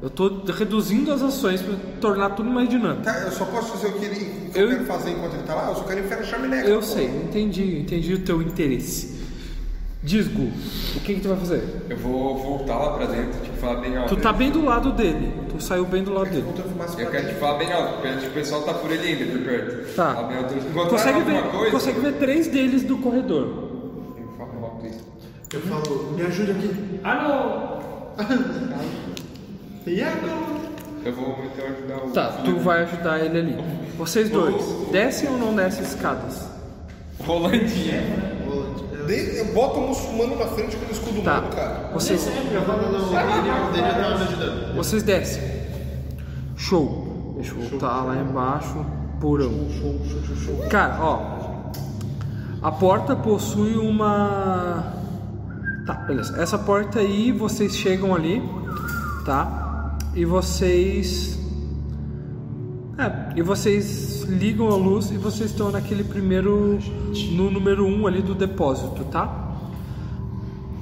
[SPEAKER 1] Eu tô reduzindo as ações pra tornar tudo mais dinâmico.
[SPEAKER 2] Tá, eu só posso fazer o que ele o que
[SPEAKER 1] Eu-
[SPEAKER 2] eu quero fazer enquanto ele tá lá, eu só quero enfiar a chaminé.
[SPEAKER 1] Eu
[SPEAKER 2] pô.
[SPEAKER 1] sei, entendi, entendi o teu interesse. Diz, Gu, o que que tu vai fazer?
[SPEAKER 4] Eu vou voltar lá pra dentro, tipo, falar bem alto.
[SPEAKER 1] Tu tá bem do lado dele, tu saiu bem do lado dele.
[SPEAKER 2] Enquanto eu fumasse
[SPEAKER 4] Eu
[SPEAKER 2] pra
[SPEAKER 4] quero te
[SPEAKER 2] dentro.
[SPEAKER 4] falar bem alto, porque acho que o pessoal tá por ele ainda, por perto. Ah,
[SPEAKER 1] Tá.
[SPEAKER 4] Falar bem alto. Se encontrar
[SPEAKER 1] Consegue
[SPEAKER 4] alguma
[SPEAKER 1] ver,
[SPEAKER 4] coisa...
[SPEAKER 1] consegue ver três deles do corredor.
[SPEAKER 4] Eu falo alto isso.
[SPEAKER 8] Eu falo, me ajuda aqui.
[SPEAKER 5] Alô!
[SPEAKER 8] E agora?
[SPEAKER 4] Eu vou então ajudar o...
[SPEAKER 1] Tá, tu vai ajudar ele ali. Vocês dois, descem ou não descem as escadas?
[SPEAKER 4] Rolandinho.
[SPEAKER 2] De- Eu boto o muçulmano na frente com o escudo
[SPEAKER 1] Tá.
[SPEAKER 2] mundo, cara.
[SPEAKER 1] Vocês,
[SPEAKER 8] Eu falo, não, ele tá poderia estar me ajudando.
[SPEAKER 1] vocês descem. Show. Deixa eu voltar lá embaixo. Porão. Cara, ó. A porta possui uma. Tá, beleza. Essa porta aí, vocês chegam ali, tá? E vocês. É, e vocês ligam a luz e vocês estão naquele primeiro. No número 1 um ali do depósito, tá?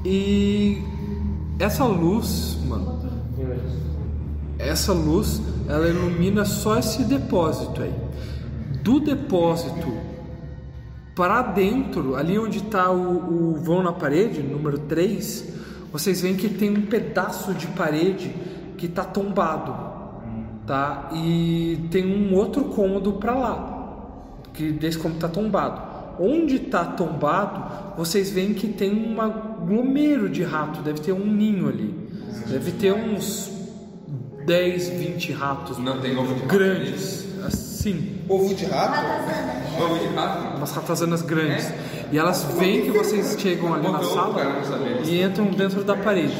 [SPEAKER 1] E essa luz, mano, essa luz, ela ilumina só esse depósito aí. Do depósito para dentro, ali onde está o, o vão na parede, número 3, vocês veem que tem um pedaço de parede que está tombado, tá? E tem um outro cômodo para lá, que desse cômodo está tombado. Onde está tombado, vocês veem que tem um aglomero de rato, deve ter um ninho ali. Deve ter uns 10, 20 ratos
[SPEAKER 4] Não tem ovo de rato
[SPEAKER 1] grandes, assim
[SPEAKER 2] Ovo de rato?
[SPEAKER 4] Ovo de rato?
[SPEAKER 1] umas ratazanas grandes. E elas veem que vocês chegam ali na
[SPEAKER 4] Botou,
[SPEAKER 1] sala
[SPEAKER 4] cara, não sabia.
[SPEAKER 1] e entram dentro da parede.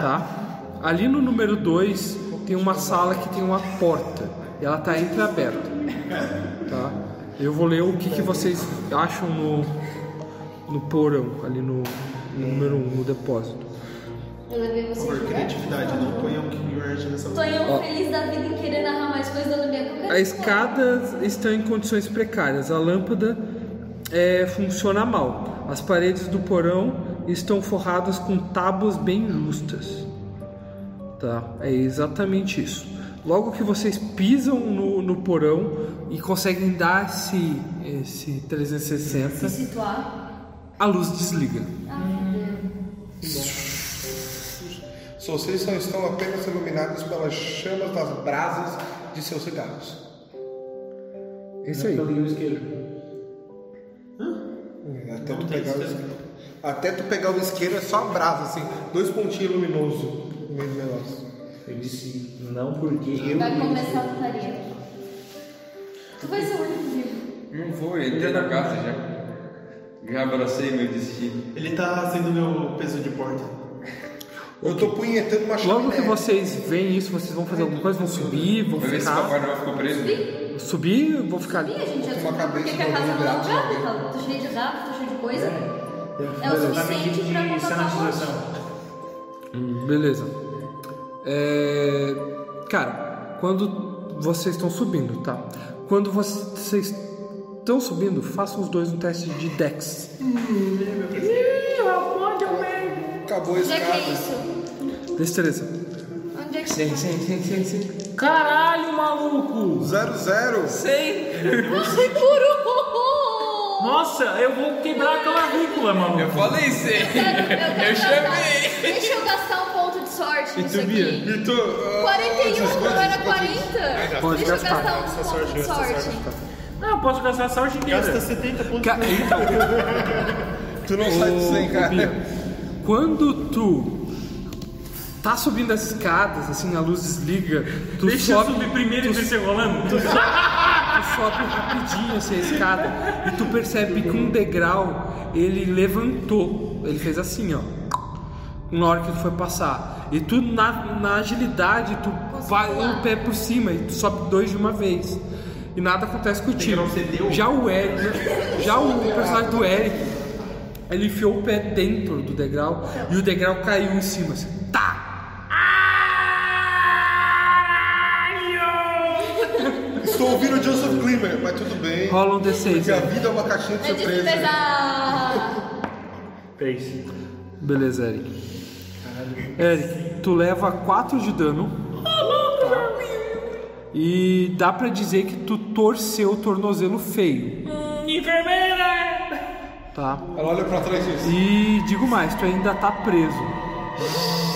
[SPEAKER 1] Tá? Ali no número 2 tem uma sala que tem uma porta. E ela tá entreaberta. Tá? Eu vou ler o que, que vocês acham no, no porão, ali no, no número 1, um, no depósito.
[SPEAKER 3] Eu levei vocês
[SPEAKER 8] Por
[SPEAKER 3] no
[SPEAKER 8] criatividade, não ponham que emerge nessa
[SPEAKER 3] Tô eu feliz da vida em querer narrar mais coisas da minha
[SPEAKER 1] A escada está em condições precárias. A lâmpada é, funciona mal. As paredes do porão estão forradas com tábuas bem justas. Tá, é exatamente isso. Logo que vocês pisam no, no porão e conseguem dar esse, esse 360,
[SPEAKER 3] Se situar.
[SPEAKER 1] a luz desliga.
[SPEAKER 2] Se vocês só estão apenas iluminados pelas chamas das brasas de seus cigarros.
[SPEAKER 1] É isso aí.
[SPEAKER 2] Até tu pegar o isqueiro. Até tu pegar o isqueiro é só a brasa, assim. Dois pontinhos luminosos. no meio do negócio.
[SPEAKER 5] Eu disse não porque eu.
[SPEAKER 3] Vai começar a putaria. Tu vai ser o único vivo.
[SPEAKER 4] Não vou, eu entrei na casa já. Já abracei meu destino.
[SPEAKER 8] Ele tá sendo meu peso de porta.
[SPEAKER 2] Eu tô punhetando uma chaminé.
[SPEAKER 1] Logo que vocês veem isso, vocês vão fazer alguma coisa, vão subir, vão
[SPEAKER 4] Vai ver se tá o
[SPEAKER 1] ficar.
[SPEAKER 4] Papai Noel ficou preso.
[SPEAKER 1] Subir, eu vou ficar ali.
[SPEAKER 3] Ih, a gente já
[SPEAKER 2] Uma
[SPEAKER 3] descobriu
[SPEAKER 2] cabeça
[SPEAKER 3] porque que a
[SPEAKER 2] no
[SPEAKER 3] casa não é
[SPEAKER 2] braço,
[SPEAKER 3] alugada, tá, tá cheio de gato, tá cheio de coisa. É o
[SPEAKER 5] Tá meio
[SPEAKER 3] suficiente pra
[SPEAKER 5] de cena
[SPEAKER 3] contratar
[SPEAKER 5] de
[SPEAKER 3] um monte.
[SPEAKER 5] situação.
[SPEAKER 1] Hum, Beleza. É, Cara, quando vocês estão subindo, tá? Quando vocês estão subindo, façam os dois um teste de Dex.
[SPEAKER 2] Acabou a
[SPEAKER 3] Onde é que é
[SPEAKER 2] escada.
[SPEAKER 3] isso?
[SPEAKER 1] Destreza.
[SPEAKER 3] Onde é que
[SPEAKER 4] Sim, sim, sim, sim, sim.
[SPEAKER 5] Caralho, maluco!
[SPEAKER 2] Zero, zero.
[SPEAKER 4] Sim!
[SPEAKER 3] Ai, por um!
[SPEAKER 5] Nossa, eu vou quebrar a clavícula, maluco.
[SPEAKER 4] Eu falei sim! Eu chamei!
[SPEAKER 3] Deixa eu gastar um ponto de sorte nisso aqui.
[SPEAKER 2] Então, ah,
[SPEAKER 3] 41 não era 40?
[SPEAKER 1] Pode
[SPEAKER 3] Deixa eu
[SPEAKER 1] gastar.
[SPEAKER 3] gastar um ponto de sorte.
[SPEAKER 5] Não, eu posso gastar a sorte inteira.
[SPEAKER 8] Gasta 70 pontos.
[SPEAKER 1] Ca- Então,
[SPEAKER 2] Tu não sai de 100, cara.
[SPEAKER 1] quando tu tá subindo as escadas, assim, a luz desliga, tu
[SPEAKER 5] Deixa
[SPEAKER 1] sobe
[SPEAKER 5] eu subir primeiro e
[SPEAKER 1] tu
[SPEAKER 5] ver se eu rolando.
[SPEAKER 1] Tu sobe rapidinho assim a escada e tu percebe que um degrau ele levantou. Ele fez assim, ó. Na hora que ele foi passar. E tu, na, na agilidade, tu vai um pé por cima e tu sobe dois de uma vez. E nada acontece contigo. Já o Eric, né? já o personagem do Eric, ele enfiou o pé dentro do degrau e o degrau caiu em cima. Assim, tá!
[SPEAKER 2] Estou ouvindo o Joseph Klimer, mas tudo bem.
[SPEAKER 1] Rola um
[SPEAKER 2] Porque a
[SPEAKER 1] D6.
[SPEAKER 2] vida é uma caixinha de
[SPEAKER 3] Eu disse
[SPEAKER 2] surpresa.
[SPEAKER 3] pesar.
[SPEAKER 5] Três.
[SPEAKER 1] Beleza, Eric. Eric, tu leva 4 de dano. tá? E dá pra dizer que tu torceu o tornozelo feio,
[SPEAKER 5] Enfermeira!
[SPEAKER 1] tá?
[SPEAKER 2] Ela olha pra trás e diz:
[SPEAKER 1] E digo mais, tu ainda tá preso.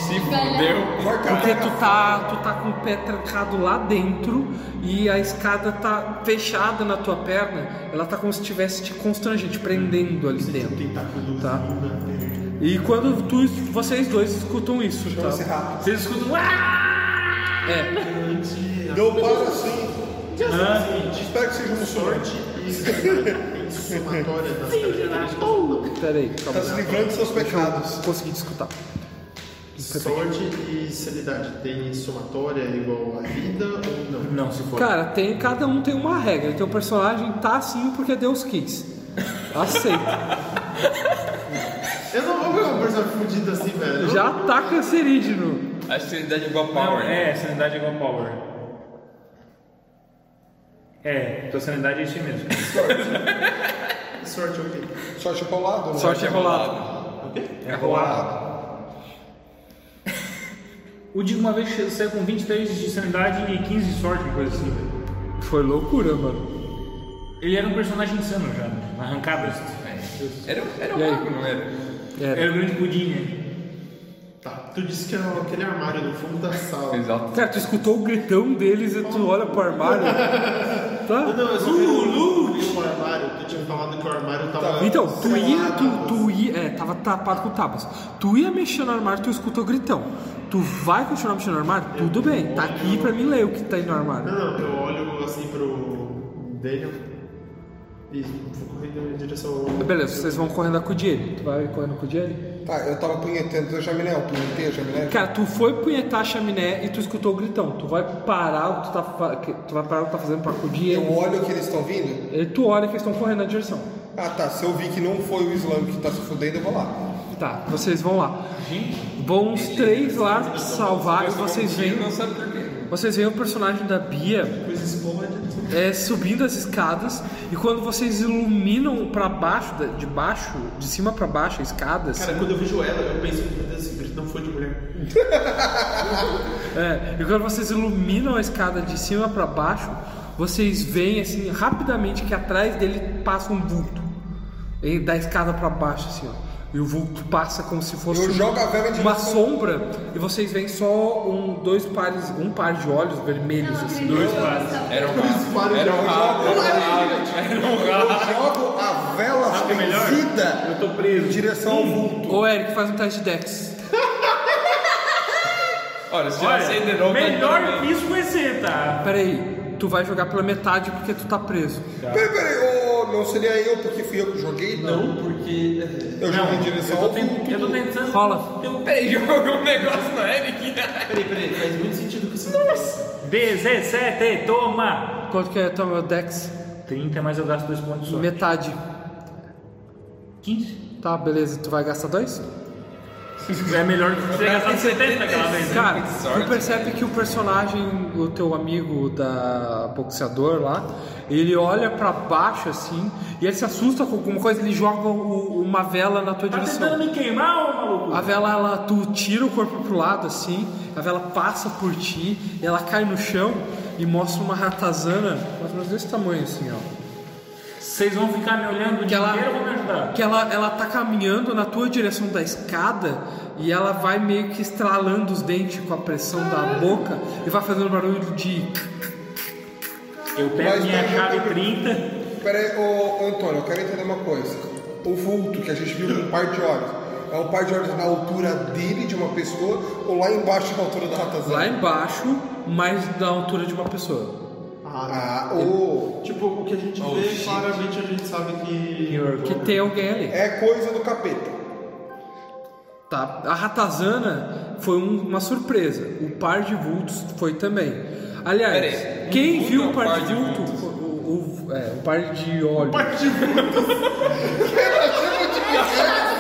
[SPEAKER 4] Se fudeu!
[SPEAKER 2] Marca
[SPEAKER 1] Porque tu tá, tu tá com o pé trancado lá dentro e a escada tá fechada na tua perna. Ela tá como se estivesse te constrangendo, te prendendo ali dentro. Tá? E quando tu, vocês dois escutam isso, tá?
[SPEAKER 2] esse rato.
[SPEAKER 5] Vocês escutam. "Ah!"
[SPEAKER 1] É.
[SPEAKER 2] Deu para assim. Espero que seja um sorte.
[SPEAKER 6] Somatória das
[SPEAKER 1] Peraí, calma.
[SPEAKER 2] Tá se livrando dos seus pecados.
[SPEAKER 1] Consegui te escutar.
[SPEAKER 6] Sorte e sanidade tem somatória igual a vida ou não?
[SPEAKER 5] Não, se for.
[SPEAKER 1] Cara, tem, cada um tem uma regra. Então o personagem tá assim porque Deus quis. Aceita.
[SPEAKER 6] Eu não vou ver uma pessoa fudida assim, velho.
[SPEAKER 1] Já tá cancerígeno.
[SPEAKER 4] A sanidade é igual
[SPEAKER 5] Não,
[SPEAKER 4] power.
[SPEAKER 5] é, sanidade é igual power. É, tua sanidade é isso mesmo.
[SPEAKER 6] Sorte é o quê?
[SPEAKER 2] Sorte é pra lado.
[SPEAKER 1] Sorte é rolado.
[SPEAKER 5] É rolado. O Digo uma vez saiu com 23 de sanidade e 15 de sorte, uma coisa assim. velho.
[SPEAKER 1] Foi loucura, mano.
[SPEAKER 5] Ele era um personagem insano já, né? arrancadas.
[SPEAKER 4] Era, era um
[SPEAKER 1] E aí?
[SPEAKER 4] mago, não era?
[SPEAKER 1] Era.
[SPEAKER 5] Era o grande pudim, né?
[SPEAKER 6] Tá, tu disse que era aquele armário no fundo da sala.
[SPEAKER 4] Exato.
[SPEAKER 1] Cara, tu escutou o gritão deles e tu olha pro armário. Tá?
[SPEAKER 6] Ah, Não, eu só Lulu! o armário, tu tinha falado que o armário tava.
[SPEAKER 1] Então, tu ia, tu,
[SPEAKER 6] selado.
[SPEAKER 1] tu ia, é, tava tapado com tapas. Tu ia mexer no armário, tu escutou o gritão. Tu vai continuar mexendo no armário? Tudo bem, tá aqui pra mim ler o que tá aí no armário.
[SPEAKER 6] Não, não, eu olho assim pro. Daniel e vou correndo em direção ao.
[SPEAKER 1] Beleza, vocês vão correndo com o Diego. Tu vai correndo com o Diego?
[SPEAKER 2] Tá, eu tava punhetando a chaminé, eu punhetei a chaminé.
[SPEAKER 1] Cara, tu foi punhetar a chaminé e tu escutou o gritão. Tu vai parar o que tu tá, fa- que- tu vai parar o que tá fazendo pra acudir
[SPEAKER 2] Eu
[SPEAKER 1] ele.
[SPEAKER 2] olho que eles estão vindo.
[SPEAKER 1] E tu olha que eles estão correndo na direção.
[SPEAKER 2] Ah tá, se eu vi que não foi o Islã que tá se fudendo, eu vou lá.
[SPEAKER 1] Tá, vocês vão lá. Vão os três lá salvar e vocês veem.
[SPEAKER 4] Não sabe por quê.
[SPEAKER 1] Vocês veem o personagem da Bia é, subindo as escadas e quando vocês iluminam pra baixo, da- de baixo, de cima pra baixo, a escada, assim,
[SPEAKER 6] Cara, quando eu vejo ela, eu penso, meu Deus, esse grito não foi de mulher.
[SPEAKER 1] É, e quando vocês iluminam a escada de cima pra baixo, vocês veem assim rapidamente que atrás dele passa um vulto. E da escada pra baixo assim, ó. E o vulto passa como se fosse
[SPEAKER 2] Eu
[SPEAKER 1] um-
[SPEAKER 2] jogo a vela em
[SPEAKER 1] uma
[SPEAKER 2] direção-
[SPEAKER 1] sombra e vocês veem só um dois pares, um par de olhos vermelhos assim.
[SPEAKER 5] Dois passos.
[SPEAKER 4] Era um mago.
[SPEAKER 6] Vale
[SPEAKER 4] Era um mago.
[SPEAKER 2] Eu jogo a vela
[SPEAKER 5] Eu
[SPEAKER 2] vida
[SPEAKER 5] tô
[SPEAKER 2] em
[SPEAKER 5] preso.
[SPEAKER 2] direção ao vulto.
[SPEAKER 1] Ô Eric, faz um teste de Dex.
[SPEAKER 4] Olha, se
[SPEAKER 5] Olha,
[SPEAKER 4] eu sei de novo. né?
[SPEAKER 5] melhor que isso vai ser, tá?
[SPEAKER 1] Pera aí, tu vai jogar pela metade porque tu tá preso.
[SPEAKER 2] Peraí, peraí, ô, não seria eu porque fui eu que joguei? Não, porque. Eu joguei em direção
[SPEAKER 5] eu
[SPEAKER 2] ao
[SPEAKER 5] tô, tent- eu tô
[SPEAKER 2] vulto.
[SPEAKER 5] tentando.
[SPEAKER 1] Rola.
[SPEAKER 4] Peraí, jogou um negócio na Eric.
[SPEAKER 6] Peraí, peraí, faz muito sentido que você. Nossa!
[SPEAKER 5] 17, toma!
[SPEAKER 1] Quanto que é então, meu Dex?
[SPEAKER 5] 30, mas eu gasto dois pontos só.
[SPEAKER 1] Metade.
[SPEAKER 5] 15?
[SPEAKER 1] Tá, beleza. Tu vai gastar dois?
[SPEAKER 5] É melhor que você gastar 70 aquela vez. né?
[SPEAKER 1] Cara, tu percebe que o personagem, o teu amigo da boxeador lá, ele olha pra baixo assim e ele se assusta com alguma coisa, ele joga o- uma vela na tua
[SPEAKER 5] Tá
[SPEAKER 1] direção.
[SPEAKER 5] tentando me queimar, ô maluco?
[SPEAKER 1] A vela, ela, tu tira o corpo pro lado assim, a vela passa por ti, ela cai no chão e mostra uma ratazana mais ou menos desse tamanho assim, ó.
[SPEAKER 5] Vocês vão ficar me olhando o
[SPEAKER 1] Que
[SPEAKER 5] dia
[SPEAKER 1] ela,
[SPEAKER 5] inteiro ou vão me ajudar?
[SPEAKER 1] que ela, ela tá caminhando na tua direção da escada e ela vai meio que estralando os dentes com a pressão da boca e vai fazendo barulho de.
[SPEAKER 5] Eu pego
[SPEAKER 2] Mas
[SPEAKER 5] minha
[SPEAKER 2] tá-
[SPEAKER 5] chave 30.
[SPEAKER 2] Peraí, ô Antônio, eu quero entender uma coisa. O vulto que a gente viu com um par de olhos, é um par de olhos na altura dele, de uma pessoa, ou lá embaixo na altura da ratazana?
[SPEAKER 1] lá embaixo, mas da altura de uma pessoa.
[SPEAKER 2] Ah, ô.
[SPEAKER 6] Tipo, o que a gente
[SPEAKER 1] Oh,
[SPEAKER 6] vê, claramente a gente sabe que.
[SPEAKER 1] Que tem alguém ali.
[SPEAKER 2] É coisa do capeta.
[SPEAKER 1] Tá. A ratazana foi um- uma surpresa. O par de vultos foi também. Aliás,
[SPEAKER 4] Pera aí, um
[SPEAKER 1] quem
[SPEAKER 4] vulto é
[SPEAKER 1] viu
[SPEAKER 4] um
[SPEAKER 1] o par,
[SPEAKER 4] par
[SPEAKER 1] de
[SPEAKER 4] de
[SPEAKER 1] vulto? O, o- o- é, o par de óleo.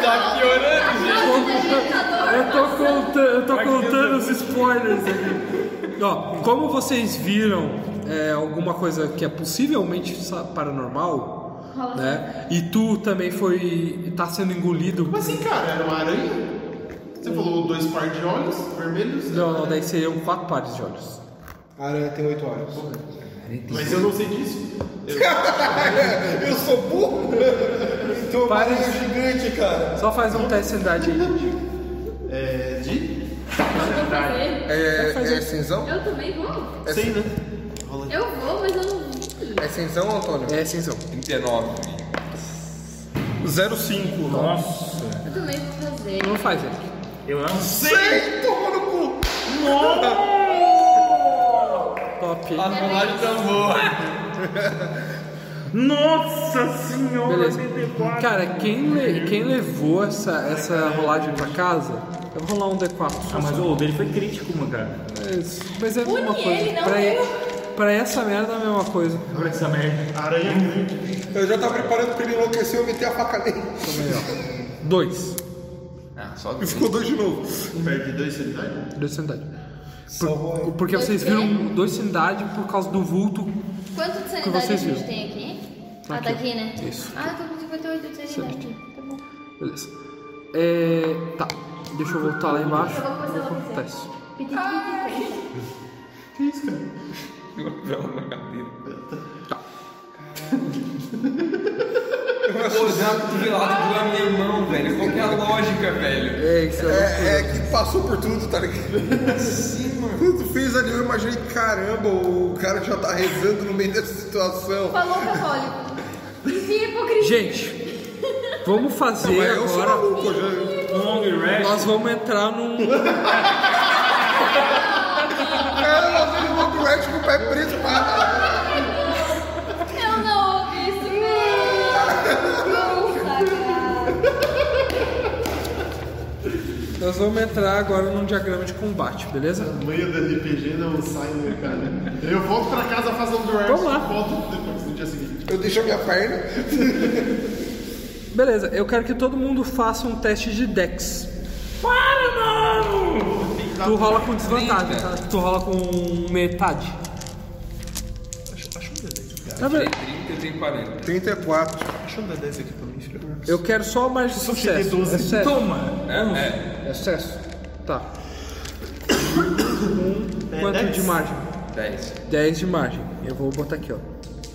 [SPEAKER 4] Tá piorando, gente.
[SPEAKER 3] tá
[SPEAKER 1] Eu tô contando, eu tô contando os spoilers aqui. Ó, como vocês viram é, alguma coisa que é possivelmente sa- paranormal, né? E tu também foi tá sendo engolido.
[SPEAKER 6] Mas assim, cara, era uma aranha? Você falou dois par de olhos vermelhos?
[SPEAKER 1] Não, não, daí seriam quatro pares de olhos.
[SPEAKER 2] A aranha tem oito olhos.
[SPEAKER 6] Mas eu não sei disso.
[SPEAKER 2] eu sou burro? Então
[SPEAKER 1] Para
[SPEAKER 2] é gigante, cara.
[SPEAKER 1] Só faz um teste de idade aí.
[SPEAKER 6] É de.
[SPEAKER 10] É, é cinzão?
[SPEAKER 9] Eu também vou.
[SPEAKER 10] É,
[SPEAKER 6] Sim, né?
[SPEAKER 9] Eu vou, mas eu não vi.
[SPEAKER 10] é cinzão, Antônio?
[SPEAKER 1] É cinzão.
[SPEAKER 4] 39.
[SPEAKER 2] 05.
[SPEAKER 5] Nossa.
[SPEAKER 9] Eu também vou fazer.
[SPEAKER 1] Não faz, é.
[SPEAKER 5] Eu não sei.
[SPEAKER 2] Sei, toma no cu.
[SPEAKER 1] Top.
[SPEAKER 4] A rolagem tão boa.
[SPEAKER 5] Nossa senhora,
[SPEAKER 1] Beleza.
[SPEAKER 5] 84.
[SPEAKER 1] Cara, quem, le- quem levou essa, essa rolagem pra casa, eu vou rolar um D4. só.
[SPEAKER 5] Ah, mas o dele foi crítico, mano, cara.
[SPEAKER 1] Mas- Mas é a mesma
[SPEAKER 9] Une
[SPEAKER 1] coisa.
[SPEAKER 9] ele, não
[SPEAKER 1] pra,
[SPEAKER 9] eu.
[SPEAKER 1] pra essa merda é a mesma coisa.
[SPEAKER 5] Olha essa merda.
[SPEAKER 6] Aranha grande.
[SPEAKER 2] Eu já tava preparando pra ele enlouquecer e eu meter a faca nele.
[SPEAKER 1] Dois.
[SPEAKER 4] Ah, só
[SPEAKER 2] E ficou dois de novo.
[SPEAKER 6] Perde dois sanidade?
[SPEAKER 1] Dois sanidade.
[SPEAKER 2] Salvou
[SPEAKER 1] Por- porque vocês viram dois sanidade por causa do vulto.
[SPEAKER 3] Quanto de
[SPEAKER 1] Que
[SPEAKER 3] sanidade a
[SPEAKER 1] vocês
[SPEAKER 3] gente
[SPEAKER 1] viram.
[SPEAKER 3] tem aqui? Ah,
[SPEAKER 1] Aqui,
[SPEAKER 3] tá
[SPEAKER 1] ó.
[SPEAKER 3] aqui, né?
[SPEAKER 1] Isso.
[SPEAKER 3] Ah, eu tô com 58 de sanidade. Tá bom.
[SPEAKER 1] Beleza. É, tá. Deixa eu voltar lá embaixo.
[SPEAKER 9] Eu vou começar lá pra você.
[SPEAKER 1] Teste.
[SPEAKER 9] Piti, piti, piti.
[SPEAKER 4] uma vela na cabeça. Pô, dá uma cotovelada do meu irmão, velho. Qual que é a lógica, velho?
[SPEAKER 1] É, isso é.
[SPEAKER 2] É, é que passou por tudo, tá ligado? Sim, mano. Quando fez ali, eu imaginei, caramba, o cara já tá rezando no meio dessa situação.
[SPEAKER 9] Falou católico. Isso é hipocrisia.
[SPEAKER 1] Gente, vamos fazer
[SPEAKER 2] Mas eu sou
[SPEAKER 1] agora.
[SPEAKER 2] maluco, eu já.
[SPEAKER 5] Um long rest.
[SPEAKER 1] Nós vamos entrar num.
[SPEAKER 2] Cara, ela fez um outro Red com o pé preso. pá.
[SPEAKER 9] Eu não ouvi isso. Não, sacanagem.
[SPEAKER 1] Nós vamos entrar agora num diagrama de combate, beleza?
[SPEAKER 6] Manhã do RPG não sai, né, cara? Eu volto pra casa fazendo draft.
[SPEAKER 1] Vamos lá.
[SPEAKER 6] Volto depois, no dia seguinte.
[SPEAKER 2] Eu deixo a minha perna.
[SPEAKER 1] Beleza, eu quero que todo mundo faça um teste de Dex.
[SPEAKER 5] Para, mano!
[SPEAKER 1] Tu rola com desvantagem, tá? Tu rola com metade. Tá bem.
[SPEAKER 4] 30 eu tenho 40.
[SPEAKER 2] 34.
[SPEAKER 6] Deixa eu dar 10 aqui pra mim, filho.
[SPEAKER 1] Eu quero só mais de
[SPEAKER 6] cheguei
[SPEAKER 1] sucesso.
[SPEAKER 6] doze.
[SPEAKER 1] É sucesso.
[SPEAKER 5] Toma!
[SPEAKER 4] É, é.
[SPEAKER 1] É sucesso. Tá. Um, quanto de margem?
[SPEAKER 4] 10.
[SPEAKER 1] 10 de margem. Eu vou botar aqui, ó.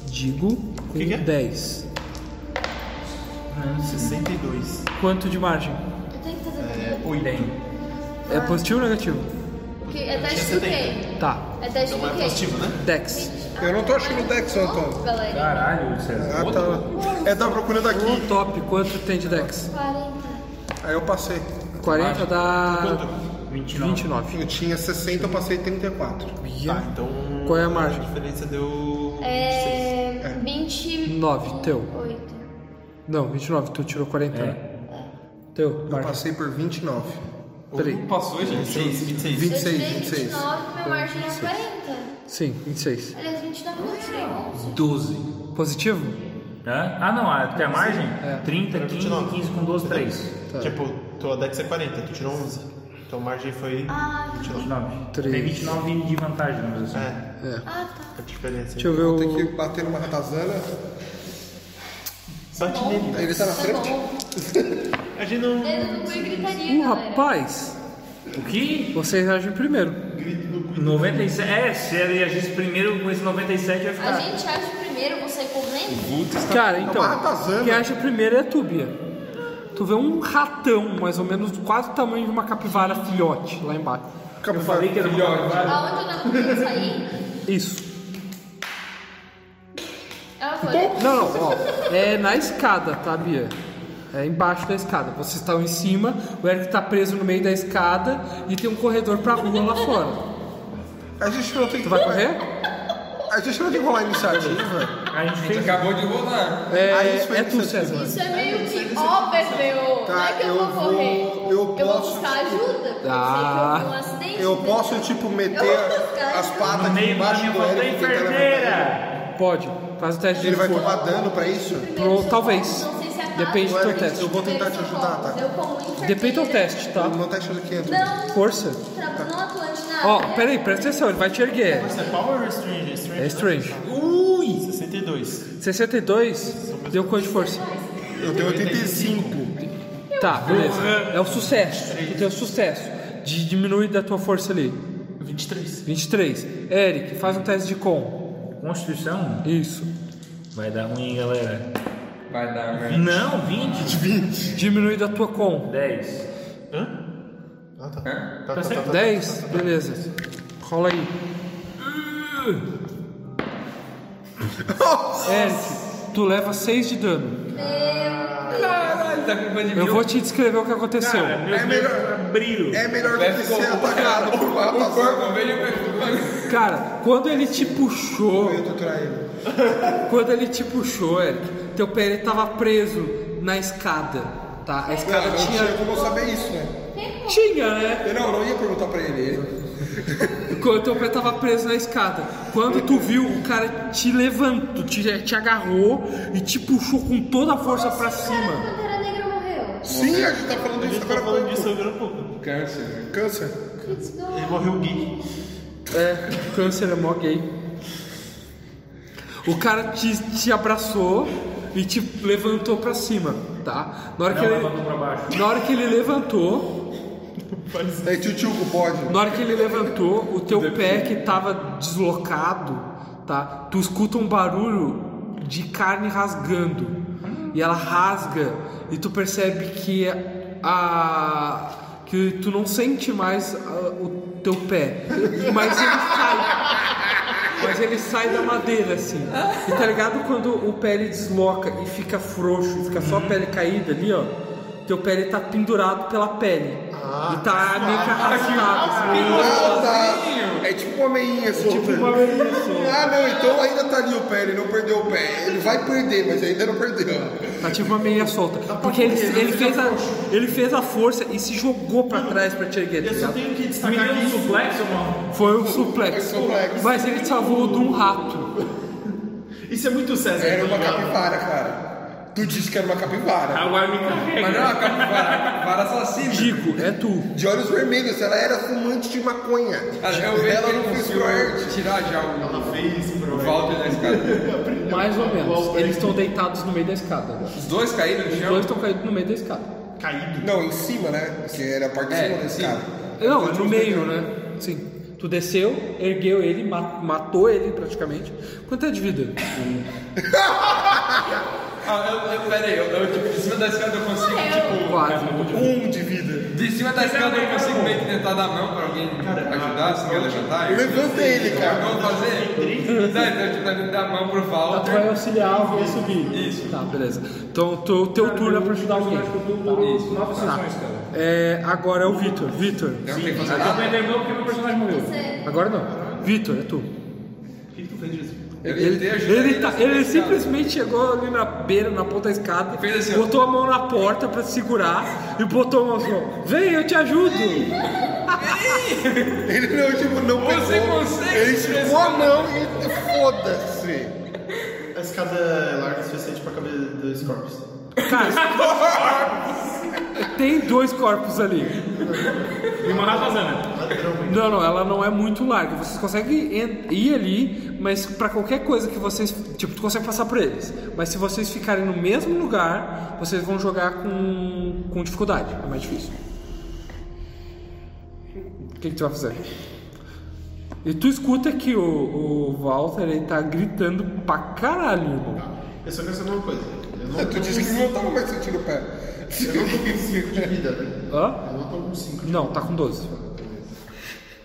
[SPEAKER 1] Digo com
[SPEAKER 6] que é?
[SPEAKER 1] 10.
[SPEAKER 6] 62.
[SPEAKER 1] Quanto de margem?
[SPEAKER 3] Eu tenho que fazer tudo.
[SPEAKER 1] É positivo ou negativo?
[SPEAKER 3] Porque é teste do quê?
[SPEAKER 1] Tá.
[SPEAKER 3] É teste do quê?
[SPEAKER 6] Tipo, né?
[SPEAKER 1] Dex.
[SPEAKER 2] Eu não tô achando o Dex,
[SPEAKER 3] ó,
[SPEAKER 2] Antônio.
[SPEAKER 3] Galera,
[SPEAKER 5] Caralho, César.
[SPEAKER 2] Ah, tá. É, tá procurando aqui.
[SPEAKER 1] Um top, quanto tem de Dex?
[SPEAKER 3] 40.
[SPEAKER 2] Aí eu passei.
[SPEAKER 1] 40 dá
[SPEAKER 5] 29.
[SPEAKER 1] 29.
[SPEAKER 2] Eu tinha 60, eu passei 34.
[SPEAKER 6] Tá, então.
[SPEAKER 1] Qual é a margem?
[SPEAKER 6] A diferença deu.
[SPEAKER 3] É. 29.
[SPEAKER 1] 9, teu. Não, 29, tu tirou 40,
[SPEAKER 6] É.
[SPEAKER 1] né? Teu,
[SPEAKER 2] Eu
[SPEAKER 1] marca.
[SPEAKER 2] passei por 29.
[SPEAKER 1] Peraí.
[SPEAKER 4] Passou, gente.
[SPEAKER 6] 26.
[SPEAKER 2] 26, 26.
[SPEAKER 3] 29, minha margem é 40.
[SPEAKER 1] Sim, 26.
[SPEAKER 3] Aliás, 29 não tirei né? 11.
[SPEAKER 5] 12.
[SPEAKER 1] Positivo?
[SPEAKER 5] Hã? Ah, não, até a margem?
[SPEAKER 1] É.
[SPEAKER 5] 30, 15,
[SPEAKER 8] 29.
[SPEAKER 5] 15 com 12, 3.
[SPEAKER 8] Tipo, tua Dex é 40, tu tirou 11. Então a margem foi.
[SPEAKER 3] Ah,
[SPEAKER 5] 29.
[SPEAKER 1] Três.
[SPEAKER 5] Tem 29 de vantagem, vamos dizer assim.
[SPEAKER 8] É,
[SPEAKER 1] É.
[SPEAKER 3] ah tá.
[SPEAKER 8] a diferença.
[SPEAKER 1] Deixa eu ver o.
[SPEAKER 2] Tem que bater numa ratazana.
[SPEAKER 8] Bate nele.
[SPEAKER 6] é
[SPEAKER 2] Ele tá na
[SPEAKER 3] Tá
[SPEAKER 2] frente.
[SPEAKER 3] bom.
[SPEAKER 8] A gente não.
[SPEAKER 3] Dedo no cu e gritaria,
[SPEAKER 1] Uh,
[SPEAKER 3] galera.
[SPEAKER 1] rapaz!
[SPEAKER 5] O que?
[SPEAKER 1] Vocês agem primeiro.
[SPEAKER 5] 97. É, se ele agisse primeiro com esse 97, vai
[SPEAKER 3] A
[SPEAKER 5] ficar.
[SPEAKER 3] gente age primeiro, você correndo.
[SPEAKER 1] Cara, então,
[SPEAKER 2] É uma ratazana.
[SPEAKER 1] quem age primeiro é a Túbia. Tu vê um ratão, mais ou menos quase o tamanho de uma capivara filhote lá embaixo.
[SPEAKER 5] Eu falei que era uma capivara.
[SPEAKER 3] Aonde eu não consegui sair,
[SPEAKER 1] Isso.
[SPEAKER 3] ela foi.
[SPEAKER 1] Não, não, ó. É na escada, tá, Bia? É embaixo da escada. Vocês estão em cima, o Eric tá preso no meio da escada e tem um corredor pra rua lá fora.
[SPEAKER 2] A gente não tem que
[SPEAKER 1] Tu vai correr?
[SPEAKER 2] A gente não tem que rolar iniciativa.
[SPEAKER 5] A gente fez.
[SPEAKER 4] Acabou de rolar.
[SPEAKER 1] É,
[SPEAKER 2] Ah, isso foi
[SPEAKER 1] é tu,
[SPEAKER 2] iniciativa.
[SPEAKER 1] César.
[SPEAKER 9] Isso é meio que óbvio. Não é que eu, vou correr.
[SPEAKER 2] Tá, eu posso- Tá.
[SPEAKER 9] buscar ajuda. Porque
[SPEAKER 1] Ah.
[SPEAKER 9] eu sei que houve um acidente.
[SPEAKER 2] Eu posso, tipo, meter as patas
[SPEAKER 5] No
[SPEAKER 2] aqui
[SPEAKER 5] meio da
[SPEAKER 2] embaixo
[SPEAKER 5] minha
[SPEAKER 2] do
[SPEAKER 5] banda
[SPEAKER 2] Eric e tentar levantar ele.
[SPEAKER 5] enfermeira.
[SPEAKER 1] Pode. Faz o teste
[SPEAKER 2] Ele
[SPEAKER 1] de
[SPEAKER 2] vai
[SPEAKER 1] força.
[SPEAKER 2] tomar dano pra isso?
[SPEAKER 1] Pro- talvez.
[SPEAKER 9] Não sei se é
[SPEAKER 1] Depende do
[SPEAKER 2] Ué,
[SPEAKER 1] teu
[SPEAKER 2] gente,
[SPEAKER 1] teste.
[SPEAKER 2] eu vou tentar te ajudar, tá?
[SPEAKER 9] Eu como enfermeira.
[SPEAKER 1] Depende do teu teste, tá?
[SPEAKER 2] Não tá achando que entra.
[SPEAKER 9] Não,
[SPEAKER 1] Força.
[SPEAKER 9] tra- não atuante na
[SPEAKER 1] Ó,
[SPEAKER 9] área.
[SPEAKER 1] peraí, presta atenção, ele vai te erguer.
[SPEAKER 8] Isso é Power ou Strange? Strange?
[SPEAKER 1] É strange.
[SPEAKER 8] Ui! 62.
[SPEAKER 1] 62, deu quanto de força?
[SPEAKER 2] Eu tenho 85.
[SPEAKER 1] Tá, beleza. É o sucesso. Tu tem o sucesso de diminuir da tua força ali.
[SPEAKER 8] 23.
[SPEAKER 1] 23. Eric, faz um teste de com.
[SPEAKER 5] Constituição?
[SPEAKER 1] Isso.
[SPEAKER 5] Vai dar ruim, galera.
[SPEAKER 4] Vai dar né? merda.
[SPEAKER 5] Não, 20.
[SPEAKER 1] Diminui da tua com.
[SPEAKER 5] 10.
[SPEAKER 8] Ah, tá. Tá, tá, tá, tá.
[SPEAKER 1] 10? Beleza. Rola aí. Eric, tu leva 6 de dano.
[SPEAKER 4] Caralho, tá com banho de
[SPEAKER 1] Eu
[SPEAKER 4] mil.
[SPEAKER 1] vou te descrever o que aconteceu.
[SPEAKER 5] Cara, meus
[SPEAKER 2] É
[SPEAKER 5] dedos
[SPEAKER 2] melhor-
[SPEAKER 5] abriram.
[SPEAKER 2] É melhor do que
[SPEAKER 4] Let's go.
[SPEAKER 2] ser atacado por uma
[SPEAKER 4] O
[SPEAKER 2] ratazana.
[SPEAKER 4] corpo veio e
[SPEAKER 1] Cara, quando ele te puxou,
[SPEAKER 2] Eu tô traído.
[SPEAKER 1] Quando ele te puxou, Eric, teu pé ele tava preso na escada, tá? A
[SPEAKER 2] Cara,
[SPEAKER 1] escada
[SPEAKER 2] não tinha
[SPEAKER 1] tinha...
[SPEAKER 2] como eu saber isso, né?
[SPEAKER 1] Tinha, né?
[SPEAKER 2] Eu não, eu não ia perguntar pra ele. Ele-
[SPEAKER 1] Quando teu pé tava preso na escada. Quando tu viu, o cara te levantou, te, te agarrou e te puxou com toda a força pra
[SPEAKER 3] A
[SPEAKER 1] cima.
[SPEAKER 3] Pantera Negra morreu.
[SPEAKER 2] Sim, a gente tá falando
[SPEAKER 8] A
[SPEAKER 2] disso
[SPEAKER 8] gente tá
[SPEAKER 2] agora há
[SPEAKER 8] falando disso
[SPEAKER 2] pouco.
[SPEAKER 8] agora há pouco.
[SPEAKER 4] Câncer.
[SPEAKER 2] Câncer.
[SPEAKER 3] Let's go.
[SPEAKER 6] Tipo,
[SPEAKER 8] Ele morreu gay.
[SPEAKER 1] É, câncer é mó gay. O cara te, te abraçou e te levantou pra cima, tá? Na hora que
[SPEAKER 5] Não,
[SPEAKER 1] ele,
[SPEAKER 5] levantou pra baixo.
[SPEAKER 1] na hora que ele levantou,
[SPEAKER 2] É tio tio com bode.
[SPEAKER 1] Na hora que ele levantou, o teu pé que tava deslocado, tá? Tu escuta um barulho de carne rasgando. E ela rasga e tu percebe que a que tu não sente mais ah, o teu pé, mas ele sai. Mas ele sai da madeira assim. E tá ligado quando o pé ele desloca e fica frouxo, fica só a pele caída ali, ó. Teu pé ele tá pendurado pela pele. e tá meio que arrastado. assim.
[SPEAKER 2] Ah, tá. É tipo uma meinha solta. Ah, não, então ainda tá ali o pé, ele não perdeu o pé. Ele vai perder, mas ainda não perdeu.
[SPEAKER 1] Tá tipo uma meia solta. Porque ele, ele, fez a, ele fez a força e se jogou pra trás pra te erguer, tá
[SPEAKER 8] Eu só
[SPEAKER 1] ligado?
[SPEAKER 8] tenho que
[SPEAKER 5] Me
[SPEAKER 8] destacar
[SPEAKER 5] deu um
[SPEAKER 8] que
[SPEAKER 5] suplex ou não?
[SPEAKER 1] Foi um suplex.
[SPEAKER 2] Foi um suplex.
[SPEAKER 1] Mas ele te salvou de um rato.
[SPEAKER 8] isso é muito César.
[SPEAKER 2] Era
[SPEAKER 8] tá
[SPEAKER 2] uma
[SPEAKER 8] ligado?
[SPEAKER 2] capivara, cara. Tu disse que era uma capivara.
[SPEAKER 5] Agora me
[SPEAKER 4] Mas não é
[SPEAKER 5] carrega.
[SPEAKER 4] uma capivara, é uma capivara assassina.
[SPEAKER 1] Digo, é tu.
[SPEAKER 2] De olhos vermelhos, ela era fumante de maconha.
[SPEAKER 4] Ah, Eu vejo
[SPEAKER 2] ela
[SPEAKER 4] que ele
[SPEAKER 2] não fez
[SPEAKER 4] conseguiu
[SPEAKER 2] pro
[SPEAKER 4] tirar já o
[SPEAKER 8] Ela fez, bro.
[SPEAKER 4] o Walter da escada.
[SPEAKER 1] Mais ou menos. Eles estão deitados no meio da escada. agora.
[SPEAKER 4] Os dois caíram no
[SPEAKER 1] Os
[SPEAKER 4] chão.
[SPEAKER 1] dois estão caídos no meio da escada.
[SPEAKER 8] Caído.
[SPEAKER 2] Não, em cima, né? Porque era a parte de
[SPEAKER 4] É,
[SPEAKER 2] cima desse
[SPEAKER 4] sim.
[SPEAKER 2] cara.
[SPEAKER 1] Não, no meio, né? Sim. Tu desceu, ergueu ele, ma- matou ele praticamente. Quanto é de vida?
[SPEAKER 4] Ah, eu, eu, pera aí, eu, eu, tipo, de cima da escada eu consigo, tipo...
[SPEAKER 1] Quase.
[SPEAKER 2] Um de vida.
[SPEAKER 4] De cima da escada eu consigo meio que tentar dar a mão pra alguém ajudar, se não levantar.
[SPEAKER 2] Eu levantei ele, cara.
[SPEAKER 4] Vamos fazer? Não, então, tipo, ele dá a mão pro
[SPEAKER 1] Tá, tu
[SPEAKER 4] Walter.
[SPEAKER 1] vai auxiliar, eu vou subir. Isso. Tá, beleza. Então, o teu turno é pra ajudar alguém.
[SPEAKER 5] Isso, nove sessões, cara.
[SPEAKER 1] É, agora é o Vitor. Vitor.
[SPEAKER 4] Eu não tenho Tá. Então, que fazer
[SPEAKER 5] Eu
[SPEAKER 4] nada.
[SPEAKER 5] também terminou porque meu personagem morreu.
[SPEAKER 1] Agora não. Vitor, é tu.
[SPEAKER 8] O que que tu fez disso?
[SPEAKER 1] Ele, ele, tá- ele simplesmente chegou ali na beira, na ponta da escada,
[SPEAKER 4] Fez assim, ó.
[SPEAKER 1] botou a mão na porta pra segurar e botou a mão assim: ó, Vem, eu te ajudo!
[SPEAKER 2] Ele não, tipo, não
[SPEAKER 4] Você
[SPEAKER 2] pegou.
[SPEAKER 4] consegue
[SPEAKER 2] Ele
[SPEAKER 4] expressar-
[SPEAKER 2] esticou a mão e foda-se.
[SPEAKER 6] A escada é larga o suficiente pra caber dois corpos.
[SPEAKER 1] Cara, tem dois corpos ali.
[SPEAKER 5] E uma ratazana.
[SPEAKER 1] Não, não, ela não é muito larga. Vocês conseguem en- ir ali, mas pra qualquer coisa que vocês. Tipo, tu consegue passar por eles. Mas se vocês ficarem no mesmo lugar, vocês vão jogar com, com dificuldade. É mais difícil. O que, que tu vai fazer? E tu escuta que o, o Walter ele tá gritando pra caralho, irmão.
[SPEAKER 6] Eu só quero saber uma coisa. Eu não
[SPEAKER 2] Tu disse que não tava mais sentindo o pé.
[SPEAKER 6] Eu não tô com 5 de vida, né?
[SPEAKER 1] Hã?
[SPEAKER 6] Eu não tô com 5.
[SPEAKER 1] Não, tá com 12.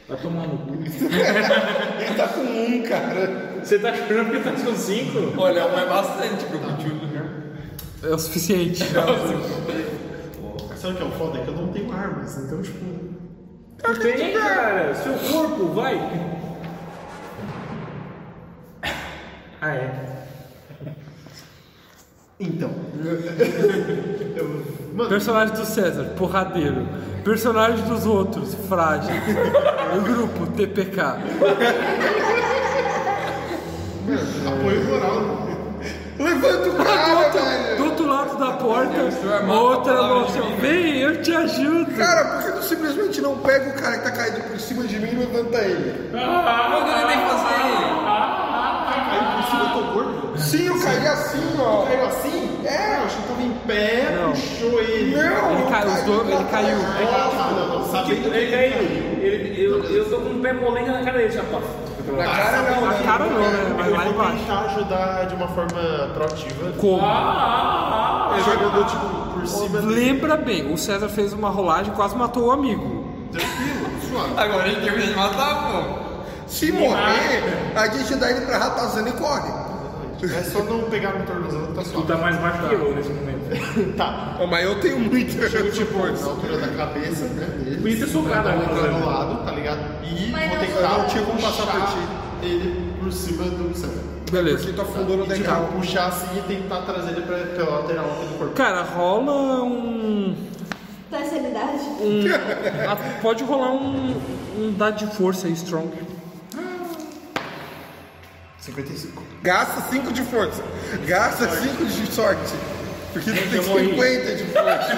[SPEAKER 5] Vai tomar no cu.
[SPEAKER 2] Ele tá com um, cara.
[SPEAKER 5] Você tá chorando porque tá com 5?
[SPEAKER 4] Olha, mas bastante pro conteúdo, né?
[SPEAKER 1] É o suficiente.
[SPEAKER 6] Sabe o que é o foda? É que eu não tenho armas, então, tipo.
[SPEAKER 5] Tem, cara. Seu corpo, vai. Ah, é.
[SPEAKER 6] Então. eu, mano,
[SPEAKER 1] Personagem do César, porradeiro. Personagem dos outros, frágil. O grupo, TPK.
[SPEAKER 6] apoio moral.
[SPEAKER 2] Levanta o
[SPEAKER 1] Do
[SPEAKER 2] cara,
[SPEAKER 1] outro,
[SPEAKER 2] velho.
[SPEAKER 1] do outro lado da porta,
[SPEAKER 4] armado,
[SPEAKER 1] outra
[SPEAKER 4] palavra
[SPEAKER 1] moça. Vem, eu te ajudo.
[SPEAKER 2] Cara, por que tu simplesmente não pega o cara que tá caído por cima de mim e levanta ele?
[SPEAKER 4] Não, não, nem fazer.
[SPEAKER 6] Caiu por cima do teu corpo?
[SPEAKER 2] Sim, eu caí assim, ó.
[SPEAKER 6] Caiu assim? É, eu acho que tava em pé,
[SPEAKER 1] Não.
[SPEAKER 6] puxou ele.
[SPEAKER 1] Ele
[SPEAKER 2] Não, eu
[SPEAKER 1] caiu,
[SPEAKER 2] caí
[SPEAKER 1] os dois-
[SPEAKER 2] na
[SPEAKER 1] ele caiu.
[SPEAKER 2] cara.
[SPEAKER 6] Ah, tá, não, não, sabendo que
[SPEAKER 5] Ele
[SPEAKER 6] ele
[SPEAKER 5] caiu.
[SPEAKER 6] caiu.
[SPEAKER 5] Ele, eu, eu tô com um pé molenga na cara dele, rapaz.
[SPEAKER 2] Na cara não,
[SPEAKER 1] A
[SPEAKER 2] né?
[SPEAKER 1] cara não, né? Mas
[SPEAKER 6] Eu
[SPEAKER 1] lá
[SPEAKER 6] vou
[SPEAKER 1] embaixo.
[SPEAKER 6] tentar ajudar de uma forma proativa.
[SPEAKER 4] Tá.
[SPEAKER 1] Como?
[SPEAKER 6] Jogando, tipo, por cima dele.
[SPEAKER 1] Lembra bem, o César fez uma rolagem e quase matou o amigo.
[SPEAKER 6] Tranquilo, suave.
[SPEAKER 4] Agora ele termina de matar, pô.
[SPEAKER 2] Se morrer, a gente dá ele pra ratazana e corre.
[SPEAKER 6] É só não pegar no tornozelo que tá
[SPEAKER 5] Tu
[SPEAKER 6] suave.
[SPEAKER 5] tá mais baixo que eu nesse momento.
[SPEAKER 6] Tá.
[SPEAKER 2] Mas eu tenho muita chance de
[SPEAKER 6] Na
[SPEAKER 2] força.
[SPEAKER 6] altura da cabeça, né? dele.
[SPEAKER 5] Podia ter socado a
[SPEAKER 6] Cada um entrar no
[SPEAKER 5] ratazana.
[SPEAKER 6] lado, tá ligado? E
[SPEAKER 3] Mas
[SPEAKER 6] um vou
[SPEAKER 3] não
[SPEAKER 6] tentar
[SPEAKER 2] não tinha como passar por
[SPEAKER 6] puxar ele por cima do sangue.
[SPEAKER 1] Beleza.
[SPEAKER 2] Tu afundou no
[SPEAKER 6] E, tipo,
[SPEAKER 2] decal.
[SPEAKER 6] puxar assim e tentar trazer ele pra, pela lateral do corpo.
[SPEAKER 1] Cara, rola um.
[SPEAKER 9] Parcialidade?
[SPEAKER 1] a- Pode rolar um, um dado de força aí, strong.
[SPEAKER 6] 55.
[SPEAKER 2] Gasta 5 de força. Gasta 5 de sorte. Porque tu tem
[SPEAKER 5] eu morri.
[SPEAKER 2] 50 de força.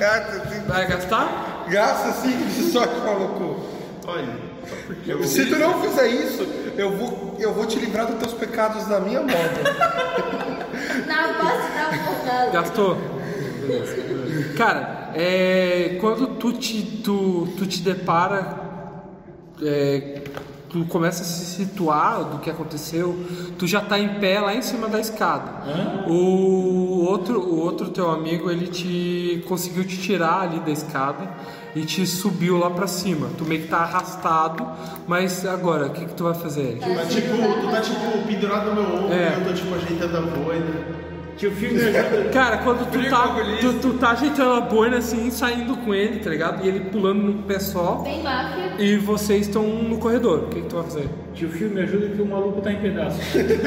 [SPEAKER 2] Gasta 5
[SPEAKER 1] Vai gastar?
[SPEAKER 2] Gasta 5 de sorte, maluco.
[SPEAKER 6] Olha, só porque eu.
[SPEAKER 2] Se tu não fizer isso, eu vou, eu vou te livrar dos teus pecados na minha moda.
[SPEAKER 9] Na base da porrada.
[SPEAKER 1] Gastou? Cara, é, quando tu te, tu, tu te depara, é, tu começa a se situar do que aconteceu, tu já tá em pé lá em cima da escada. O outro, o outro teu amigo, ele te conseguiu te tirar ali da escada e te subiu lá pra cima. Tu meio que tá arrastado, mas agora, o que que tu vai fazer?
[SPEAKER 6] Tá tipo, tu tá tipo pendurado no meu ombro
[SPEAKER 1] É.
[SPEAKER 6] e eu tô tipo ajeitando a boina.
[SPEAKER 5] Tio Fio me ajuda.
[SPEAKER 1] Cara, quando tu
[SPEAKER 4] Frio
[SPEAKER 1] tá,
[SPEAKER 4] comunista.
[SPEAKER 1] tu, tu tá ajeitando a boina assim, saindo com ele, tá ligado? E ele pulando no pé só.
[SPEAKER 9] Tem máfia.
[SPEAKER 1] E vocês estão no corredor. O que, que tu vai fazer?
[SPEAKER 5] Tio Fio me ajuda que o maluco tá em pedaço.
[SPEAKER 2] Ele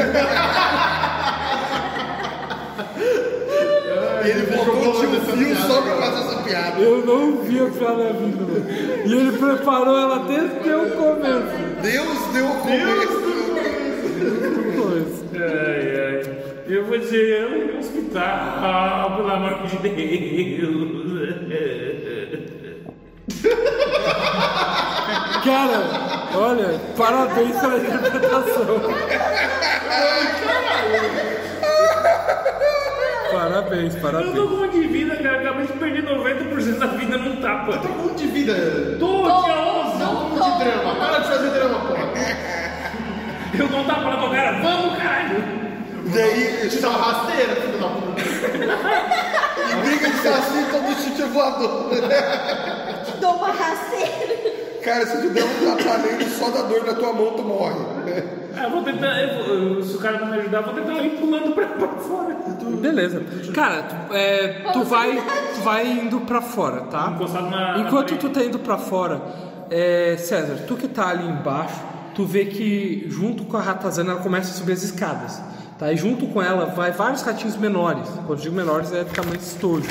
[SPEAKER 2] botou o tio fio só pra fazer essa piada.
[SPEAKER 1] Eu não vi a cara vindo. mano. E ele preparou ela desde o começo.
[SPEAKER 2] Deus deu o começo.
[SPEAKER 1] Do começo.
[SPEAKER 5] Ai, ai. Eu vou dizer, eu vou no hospital, pelo amor de Deus.
[SPEAKER 1] Cara, olha, parabéns pela interpretação. Parabéns,
[SPEAKER 5] Eu tô
[SPEAKER 1] parabéns.
[SPEAKER 5] com um de vida, cara. Acabei de perder 90% da vida num tapa.
[SPEAKER 6] Tá bom de vida.
[SPEAKER 5] Tô, dia 11.
[SPEAKER 6] Não como de drama. Para de fazer drama, porra.
[SPEAKER 5] Eu dou um tapa na tua cara. Vamos, caralho.
[SPEAKER 2] Daí,
[SPEAKER 6] Te dá uma rasteira, filho da puta.
[SPEAKER 2] e briga de saci, todo chute é voador.
[SPEAKER 9] Dou uma rasteira.
[SPEAKER 2] Cara, se tu der um tapa nele, só da dor na tua mão, tu morre.
[SPEAKER 5] Ah, Eu vou tentar. eu vou- eu- se o cara não me ajudar, eu vou tentar ir pulando pra, pra fora.
[SPEAKER 1] Beleza. Cara, tu, é, tu vai, tu vai indo pra fora, tá?
[SPEAKER 5] Encostado na.
[SPEAKER 1] Enquanto
[SPEAKER 5] na
[SPEAKER 1] tu tá
[SPEAKER 5] parede.
[SPEAKER 1] indo pra fora, é, César, tu que tá ali embaixo, tu vê que junto com a ratazana ela começa a subir as escadas. Tá? E junto com ela vai vários ratinhos menores. Quando eu digo menores é do tamanho de estojo.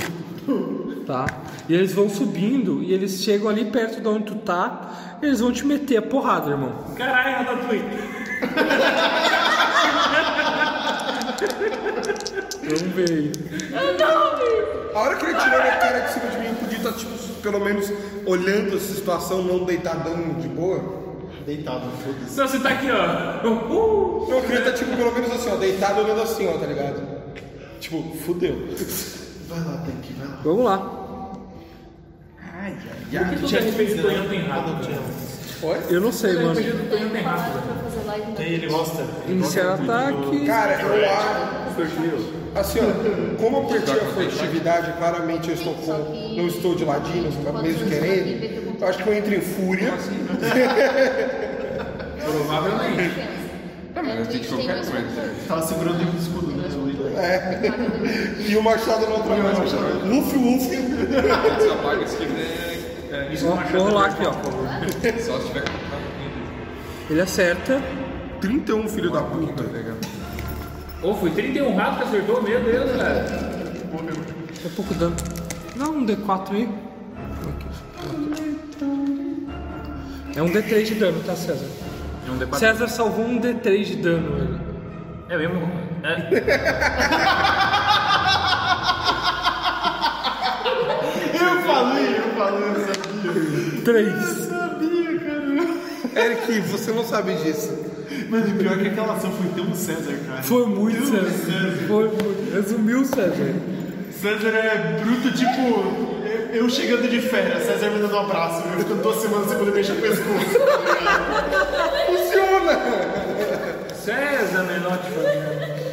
[SPEAKER 1] Tá? E eles vão subindo e eles chegam ali perto de onde tu tá, eles vão te meter a porrada, irmão.
[SPEAKER 5] Caralho, Ratatouille.
[SPEAKER 1] Vamos ver aí.
[SPEAKER 2] A hora que ele tirou a cara de cima de mim, eu podia estar, tipo, pelo menos olhando essa situação, não deitadão de boa.
[SPEAKER 6] Deitado, foda-se.
[SPEAKER 5] Não, você tá aqui, ó. Uh!
[SPEAKER 2] Eu queria estar, tipo, pelo menos assim, ó, deitado olhando assim, ó, tá ligado? Tipo, fudeu.
[SPEAKER 6] Vai lá, tem que vai lá.
[SPEAKER 1] Vamos lá.
[SPEAKER 5] Por que todo RPG do Tonhão tem rato?
[SPEAKER 1] Eu não sei, mano.
[SPEAKER 5] RPG do Tonhão tem rato.
[SPEAKER 3] pra fazer live no
[SPEAKER 8] Ele gosta.
[SPEAKER 1] Iniciar ataque.
[SPEAKER 2] Cara, eu acho. Assim, ó, como eu perdi a furtividade, claramente eu estou com, não estou de ladinho, mesmo querendo. Eu acho que eu entro em fúria.
[SPEAKER 4] Provavelmente.
[SPEAKER 3] É, mas tem que qualquer coisa.
[SPEAKER 6] Tava Tá segurando o escudo, né?
[SPEAKER 2] E o machado não trabalha. Uf, uf.
[SPEAKER 4] Você apaga esse aqui, né?
[SPEAKER 5] Isso
[SPEAKER 1] Vamos
[SPEAKER 5] machuca
[SPEAKER 1] vamos lá aqui,
[SPEAKER 5] mesmo.
[SPEAKER 1] ó.
[SPEAKER 4] Só se tiver com
[SPEAKER 1] Ele acerta.
[SPEAKER 2] 31, filho da puta.
[SPEAKER 5] Ô, foi 31 rato que acertou, meu Deus, cara.
[SPEAKER 1] É pouco dano. Dá um D4 aí. É um D3 de dano, tá, César?
[SPEAKER 5] É um D4.
[SPEAKER 1] César salvou um D3 de dano ele.
[SPEAKER 5] É mesmo? É.
[SPEAKER 6] Eu falei, eu falei, eu sabia.
[SPEAKER 1] 3.
[SPEAKER 6] Sabia, cara.
[SPEAKER 2] Eric, você não sabe disso.
[SPEAKER 6] Mano, e pior que aquela ação foi tão César, cara.
[SPEAKER 1] Foi muito,
[SPEAKER 6] Tão
[SPEAKER 1] César. Foi muito. Resumiu, César.
[SPEAKER 6] César é bruto, tipo. eu- Eu chegando de férias, César me dando um abraço, eu ficando duas semanas sem poder mexer o pescoço.
[SPEAKER 5] César Menotti.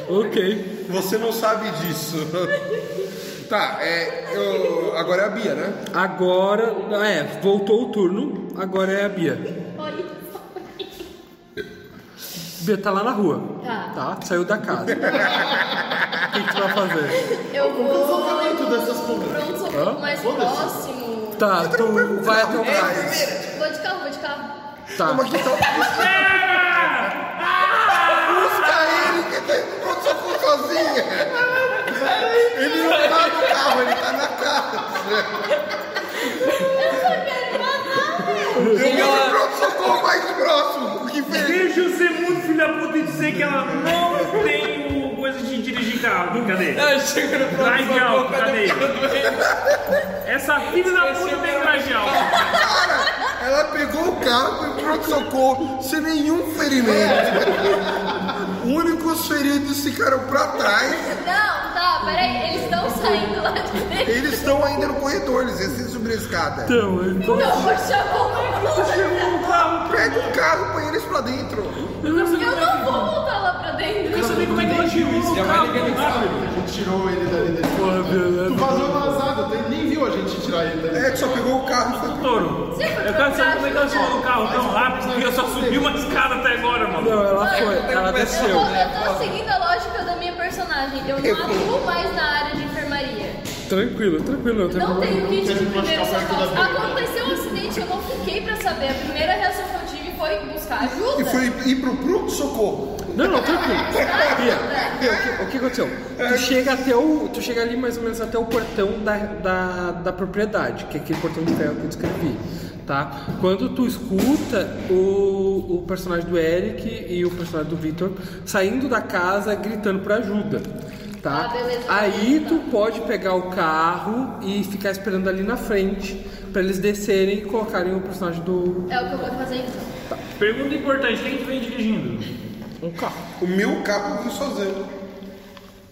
[SPEAKER 1] Ok.
[SPEAKER 2] Você não sabe disso. Tá, é. eu- agora é a Bia, né?
[SPEAKER 1] Agora. ah, É, voltou o turno. Agora é a Bia.
[SPEAKER 3] Olha.
[SPEAKER 1] Bia tá lá na rua.
[SPEAKER 3] Tá.
[SPEAKER 1] Tá? Saiu da casa. O que, que tu vai fazer?
[SPEAKER 3] Eu vou. Pronto,
[SPEAKER 1] Hã?
[SPEAKER 3] socorro mais próximo.
[SPEAKER 1] Tá, tu vai até o braço.
[SPEAKER 3] Vou de carro, vou de carro.
[SPEAKER 1] Tá.
[SPEAKER 2] Mas então. Busca ele que tá indo pro socorro sozinha. Ele não tá no carro, ele tá na casa. Eu vou pro é pronto-socorro mais próximo. Que feliz.
[SPEAKER 5] Deixa eu ser muito filho da puta e dizer que ela não tem o coisa de dirigir carro. Cadê?
[SPEAKER 4] chega no
[SPEAKER 5] Dragão, cadê?
[SPEAKER 4] doente?
[SPEAKER 5] Essa filha da puta tem dragão.
[SPEAKER 2] Ela pegou o carro e pronto-socorro sem nenhum ferimento. Únicos feridos ficaram pra trás.
[SPEAKER 3] Não, tá, peraí. Eles estão saindo lá de dentro.
[SPEAKER 2] Eles estão ainda no corredor, eles precisam subir a escada.
[SPEAKER 1] Então, ele
[SPEAKER 3] Não, vou chamar o
[SPEAKER 2] Pega o carro, põe eles pra dentro.
[SPEAKER 3] Eu não vou voltar lá pra dentro.
[SPEAKER 5] Eu sabia como é que ela chegou no carro tão rápido.
[SPEAKER 6] A gente tirou ele dali dentro.
[SPEAKER 1] Porra, Bia,
[SPEAKER 6] Tu vazou vazado, ele nem viu a gente tirar ele dali.
[SPEAKER 2] É, que só pegou o carro e foi pro...
[SPEAKER 5] Touro, eu quero saber como é que ela chegou no carro tão rápido que eu só subi uma escada até agora, mano.
[SPEAKER 1] Não, ela foi, ela
[SPEAKER 3] Eu,
[SPEAKER 1] desceu.
[SPEAKER 3] vou, eu tô seguindo a lógica da minha personagem. Eu não atuo mais na área de enfermaria.
[SPEAKER 1] Tranquilo, tranquilo, não tem
[SPEAKER 3] Não
[SPEAKER 1] problema.
[SPEAKER 3] tenho kit de primeiro
[SPEAKER 6] da
[SPEAKER 3] socorro. Aconteceu um acidente, eu não fiquei pra saber. A primeira reação que eu tive foi buscar ajuda. Ah,
[SPEAKER 2] E foi ir pro pronto-socorro.
[SPEAKER 1] Não, não, tranquilo. Bia, o que, o que aconteceu? Tu chega até o. Tu chega ali mais ou menos até o portão da, da, da propriedade, que é aquele portão de ferro que eu descrevi. Tá? Quando tu escuta o, o personagem do Eric e o personagem do Victor saindo da casa gritando por ajuda. Tá?
[SPEAKER 3] Ah, beleza.
[SPEAKER 1] Aí tu pode pegar o carro e ficar esperando ali na frente pra eles descerem e colocarem o personagem do.
[SPEAKER 3] É o que eu vou fazer então.
[SPEAKER 5] Pergunta importante, quem que vem dirigindo?
[SPEAKER 1] Um carro.
[SPEAKER 2] O meu carro veio sozinho.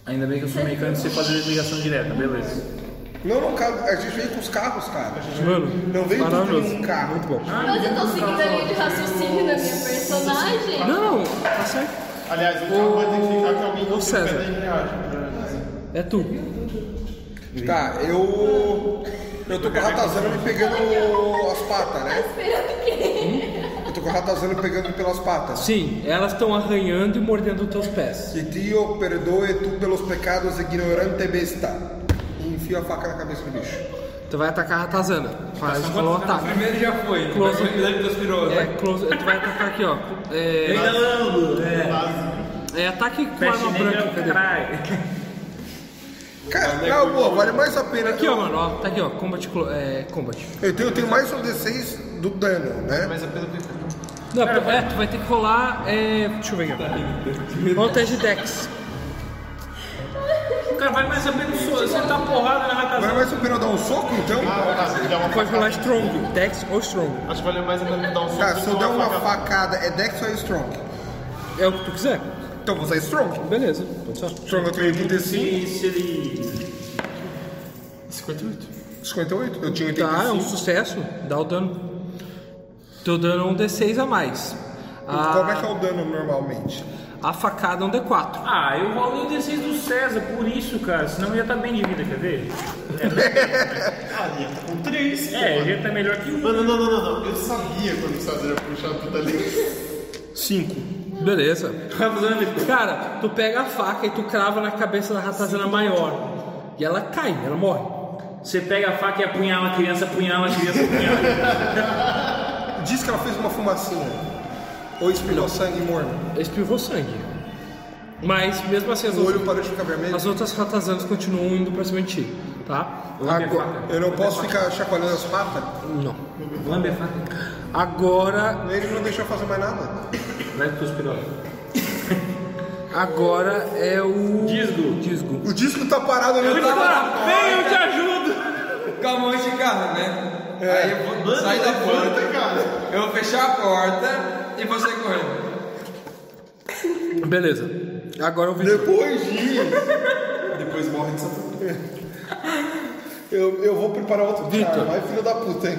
[SPEAKER 5] Ainda bem que eu sou mecânico e sei fazer ligação direta, beleza.
[SPEAKER 2] Não, não, cara, a gente veio com os carros, cara.
[SPEAKER 1] Mano,
[SPEAKER 2] Não veio tudo
[SPEAKER 1] maravilhoso.
[SPEAKER 2] em um carro.
[SPEAKER 1] Muito bom.
[SPEAKER 3] Mas eu tô seguindo a linha de raciocínio da minha personagem.
[SPEAKER 1] Não, tá certo.
[SPEAKER 6] Aliás, o carro vai ter que ficar que alguém
[SPEAKER 1] Ô,
[SPEAKER 6] não
[SPEAKER 1] César.
[SPEAKER 6] da embreagem.
[SPEAKER 1] É tu.
[SPEAKER 2] Tá, eu... Eu tô com a ratazana me pegando as patas, né?
[SPEAKER 3] Esperando que.
[SPEAKER 2] Eu tô com a ratazana pegando pelas patas.
[SPEAKER 1] Sim, elas estão arranhando e mordendo os teus pés.
[SPEAKER 2] Que Dio perdoe tu pelos pecados ignorante besta. E enfio a faca na cabeça do bicho.
[SPEAKER 1] Tu vai atacar a Ratazana. Faz
[SPEAKER 4] Só
[SPEAKER 1] um
[SPEAKER 4] quando-
[SPEAKER 1] ataque.
[SPEAKER 4] O primeiro já foi.
[SPEAKER 1] Close.
[SPEAKER 4] Close. O primeiro conspirou.
[SPEAKER 1] É,
[SPEAKER 4] né?
[SPEAKER 1] close, tu vai atacar aqui, ó.
[SPEAKER 5] Eu
[SPEAKER 1] É,
[SPEAKER 5] ainda ando, é.
[SPEAKER 1] é ataque com arma
[SPEAKER 5] Peste
[SPEAKER 1] branca,
[SPEAKER 5] negra, é
[SPEAKER 1] cadê?
[SPEAKER 5] caralho.
[SPEAKER 2] Cara,
[SPEAKER 6] é
[SPEAKER 2] não, pô, vale mais a pena.
[SPEAKER 1] Aqui, ó, mano, ó. Tá aqui, ó. Combat. clo- É, combat.
[SPEAKER 2] Eu tenho, eu tenho mais um D6 do dano, né?
[SPEAKER 6] Mas é pelo que.
[SPEAKER 1] Não, é, tu vai ter que rolar. É, deixa eu ver aqui. Rola o teste de Dex.
[SPEAKER 5] O cara vai mais ou menos so- sentar porrada na
[SPEAKER 2] Vale
[SPEAKER 5] ratazana.
[SPEAKER 2] mais a pena eu dar um soco, então?
[SPEAKER 6] Ah, tá, dá uma
[SPEAKER 1] Pode rolar
[SPEAKER 6] facada.
[SPEAKER 1] Strong. Dex ou Strong.
[SPEAKER 6] Acho que valeu mais a pena dar um soco.
[SPEAKER 2] Tá, se eu
[SPEAKER 6] do
[SPEAKER 2] der
[SPEAKER 6] que
[SPEAKER 2] uma facada, é Dex ou é Strong?
[SPEAKER 1] É o que tu quiser.
[SPEAKER 2] Então vou usar Strong.
[SPEAKER 1] Beleza, pode ser.
[SPEAKER 2] Strong eu tenho 85,
[SPEAKER 5] E se ele.
[SPEAKER 2] 58. Eu tinha
[SPEAKER 1] Tá, é um
[SPEAKER 2] 85.
[SPEAKER 1] sucesso. Dá o dano. Teu dano é um D6 a mais.
[SPEAKER 2] Como é
[SPEAKER 1] A,
[SPEAKER 2] que é o dano normalmente?
[SPEAKER 1] a facada é um D4.
[SPEAKER 5] Ah, eu rolei o D6 do César, por isso, cara. Senão eu ia estar bem de vida, quer ver?
[SPEAKER 6] Ah, ia tá com 3.
[SPEAKER 5] É, ele ia estar melhor que um.
[SPEAKER 6] Mano, não, não, não, não. Eu sabia quando o César ia puxar tudo ali.
[SPEAKER 2] 5.
[SPEAKER 1] Beleza. um Cara, tu pega a faca e tu crava na cabeça da ratazana maior. E ela cai, ela morre.
[SPEAKER 5] Você pega a faca e apunhala a criança, apunhala a criança, apunhala.
[SPEAKER 2] Diz que ela fez uma fumacinha. Ou espirrou sangue morno.
[SPEAKER 1] Espirrou sangue. Mas, mesmo assim, as,
[SPEAKER 2] O olho
[SPEAKER 1] outras,
[SPEAKER 2] parou de ficar vermelho.
[SPEAKER 1] as outras ratazanas continuam indo pra cima de ti, tá?
[SPEAKER 2] Agora, eu não posso ficar chacoalhando as patas?
[SPEAKER 1] Não.
[SPEAKER 5] Lambe a é faca.
[SPEAKER 1] Agora,
[SPEAKER 2] Ele não deixou eu fazer mais nada.
[SPEAKER 5] Vai pros piroca.
[SPEAKER 1] agora é o...
[SPEAKER 5] Disgo.
[SPEAKER 1] Disgo.
[SPEAKER 2] O disco tá parado, eu não tava.
[SPEAKER 5] Vem, eu te ajudo!
[SPEAKER 4] Com a mão esticada, né? Aí eu vou sair da porta, cara. Eu vou fechar a porta e vou sair correndo.
[SPEAKER 1] Beleza. Agora o Victor.
[SPEAKER 2] Depois de.
[SPEAKER 6] Depois morre de Santa
[SPEAKER 2] Eu, eu vou preparar outro
[SPEAKER 1] Vitor.
[SPEAKER 2] cara. Vai, filho da puta, hein?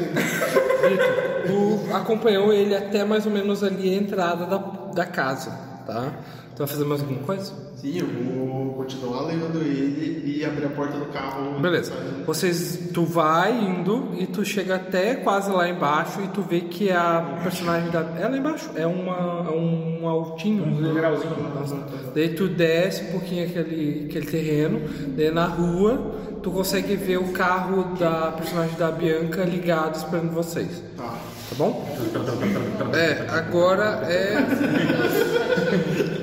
[SPEAKER 1] Tu acompanhou ele até mais ou menos ali a entrada da, da casa, tá? Tu vai fazer mais alguma coisa?
[SPEAKER 11] Sim, eu vou continuar levando ele e abrir a porta do carro.
[SPEAKER 1] Beleza. Vocês, tu vai indo e tu chega até quase lá embaixo e tu vê que a personagem da é lá embaixo é uma é um altinho, um degrauzinho. Daí tu desce um pouquinho aquele aquele terreno, daí na rua tu consegue ver o carro da personagem da Bianca ligado esperando vocês. Tá. Tá bom? É, agora é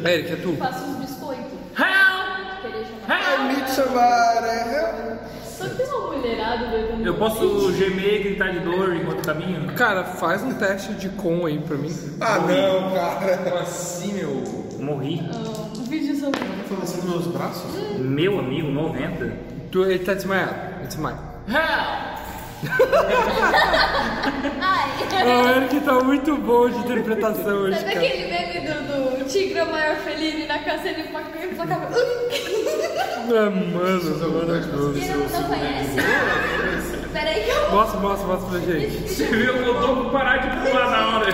[SPEAKER 1] Eric, é tu.
[SPEAKER 3] Faço uns biscoitos.
[SPEAKER 5] Help!
[SPEAKER 3] Querer chamar.
[SPEAKER 2] é
[SPEAKER 3] Só tem uma mulherada bebendo.
[SPEAKER 5] Eu posso gemer e gritar de dor enquanto caminho?
[SPEAKER 1] Cara, faz um teste de com aí pra mim.
[SPEAKER 2] Ah, não, cara.
[SPEAKER 4] Como assim, meu?
[SPEAKER 5] Morri.
[SPEAKER 3] Um vídeo sobre.
[SPEAKER 5] Meu amigo, 90.
[SPEAKER 1] Tu, ele tá desmaiado. Ele desmaia.
[SPEAKER 3] Ai!
[SPEAKER 1] O Eric tá muito bom de interpretação hoje,
[SPEAKER 3] Sabe
[SPEAKER 1] cara.
[SPEAKER 3] aquele meme do, do tigre é o maior felino e na casa ele placa- ele placava. Ui!
[SPEAKER 5] é,
[SPEAKER 1] Ah, mano, maravilhoso.
[SPEAKER 3] Quem não, não conhece? Peraí que eu.
[SPEAKER 1] Mostra, mostra, mostra pra gente.
[SPEAKER 5] Você viu que eu tô com parar de pular na hora.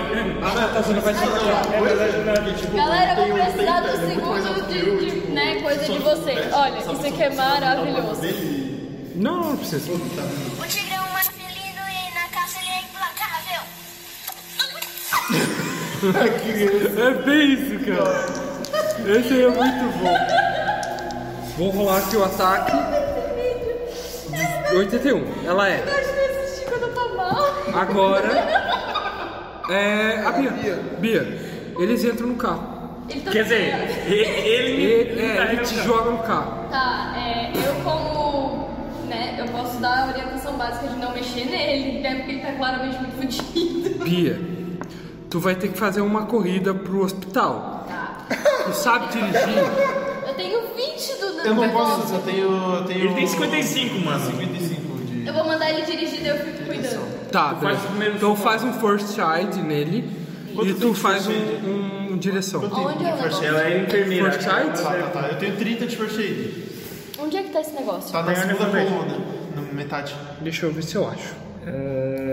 [SPEAKER 3] Galera, eu vou
[SPEAKER 5] um
[SPEAKER 3] precisar do segundo de,
[SPEAKER 5] tipo,
[SPEAKER 3] de né, coisa de vocês. Olha, isso aqui é maravilhoso.
[SPEAKER 1] Não, não precisa.
[SPEAKER 12] O tigre é um mais felino e na caça ele é implacável.
[SPEAKER 1] É bem isso, cara. Esse aí é muito bom. Vou rolar aqui o ataque. 81. Ela
[SPEAKER 3] Eu
[SPEAKER 1] é.
[SPEAKER 3] gosto de assistir quando eu tô mal.
[SPEAKER 1] Agora é a Bia. Bia, eles entram no carro.
[SPEAKER 3] Ele tá
[SPEAKER 5] Quer dizer, e- ele me.
[SPEAKER 1] Ele,
[SPEAKER 5] me
[SPEAKER 1] é,
[SPEAKER 5] carrega
[SPEAKER 1] ele te
[SPEAKER 5] o carro.
[SPEAKER 1] joga no carro.
[SPEAKER 3] Tá, é, eu como, né, eu posso dar a orientação básica de não mexer nele, né, porque ele tá claramente muito fodido.
[SPEAKER 1] Bia, tu vai ter que fazer uma corrida pro hospital.
[SPEAKER 3] Tá.
[SPEAKER 1] Tu sabe dirigir?
[SPEAKER 3] Eu tenho 20 do
[SPEAKER 6] Eu não
[SPEAKER 3] do-
[SPEAKER 6] posso, eu tenho. Eu tenho
[SPEAKER 5] Ele tem 55, mano.
[SPEAKER 6] 55 de.
[SPEAKER 3] Eu vou mandar ele dirigir, daí eu fico cuidando.
[SPEAKER 1] Tá,
[SPEAKER 5] Tu
[SPEAKER 1] beleza.
[SPEAKER 5] faz o primeiro
[SPEAKER 1] então
[SPEAKER 5] som.
[SPEAKER 1] faz um first aid nele
[SPEAKER 6] Quanto
[SPEAKER 1] e
[SPEAKER 6] tem
[SPEAKER 1] tu
[SPEAKER 6] de
[SPEAKER 1] faz um,
[SPEAKER 6] first
[SPEAKER 1] um direção.
[SPEAKER 3] Onde eu levo?
[SPEAKER 5] Ela é enfermeira.
[SPEAKER 1] First aid?
[SPEAKER 6] Tá, tá, eu tenho 30 de first aid.
[SPEAKER 3] Onde é que tá esse negócio?
[SPEAKER 6] Tá na
[SPEAKER 5] Tem a
[SPEAKER 6] segunda
[SPEAKER 5] minha
[SPEAKER 6] coluna, na metade.
[SPEAKER 1] Deixa eu ver se eu acho.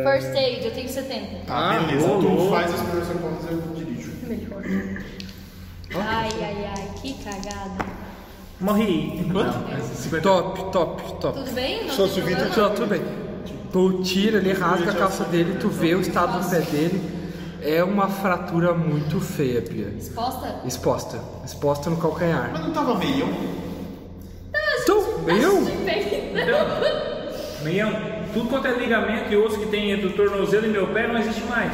[SPEAKER 3] First aid, eu tenho 70.
[SPEAKER 5] Ah,
[SPEAKER 6] Tá, beleza. Tu faz os primeiros socorros, eu dirijo.
[SPEAKER 3] Melhor. Ai, ai, ai, que cagada.
[SPEAKER 5] Morri.
[SPEAKER 1] Top, top, top.
[SPEAKER 3] Tudo bem? Não
[SPEAKER 2] Sou
[SPEAKER 3] tem
[SPEAKER 2] Vitor,
[SPEAKER 3] problema?
[SPEAKER 1] Tá, tudo bem. Tu tira ele, rasga a calça dele, tu vê o estado do pé dele. É uma fratura muito feia, Bia.
[SPEAKER 3] Resposta?
[SPEAKER 1] Exposta. Exposta no calcanhar.
[SPEAKER 6] Mas não tava meio.
[SPEAKER 1] Então, meu?
[SPEAKER 3] é Tudo bem.
[SPEAKER 5] Meião. tudo quanto é ligamento e osso que tem entre o tornozelo e meu pé não existe mais.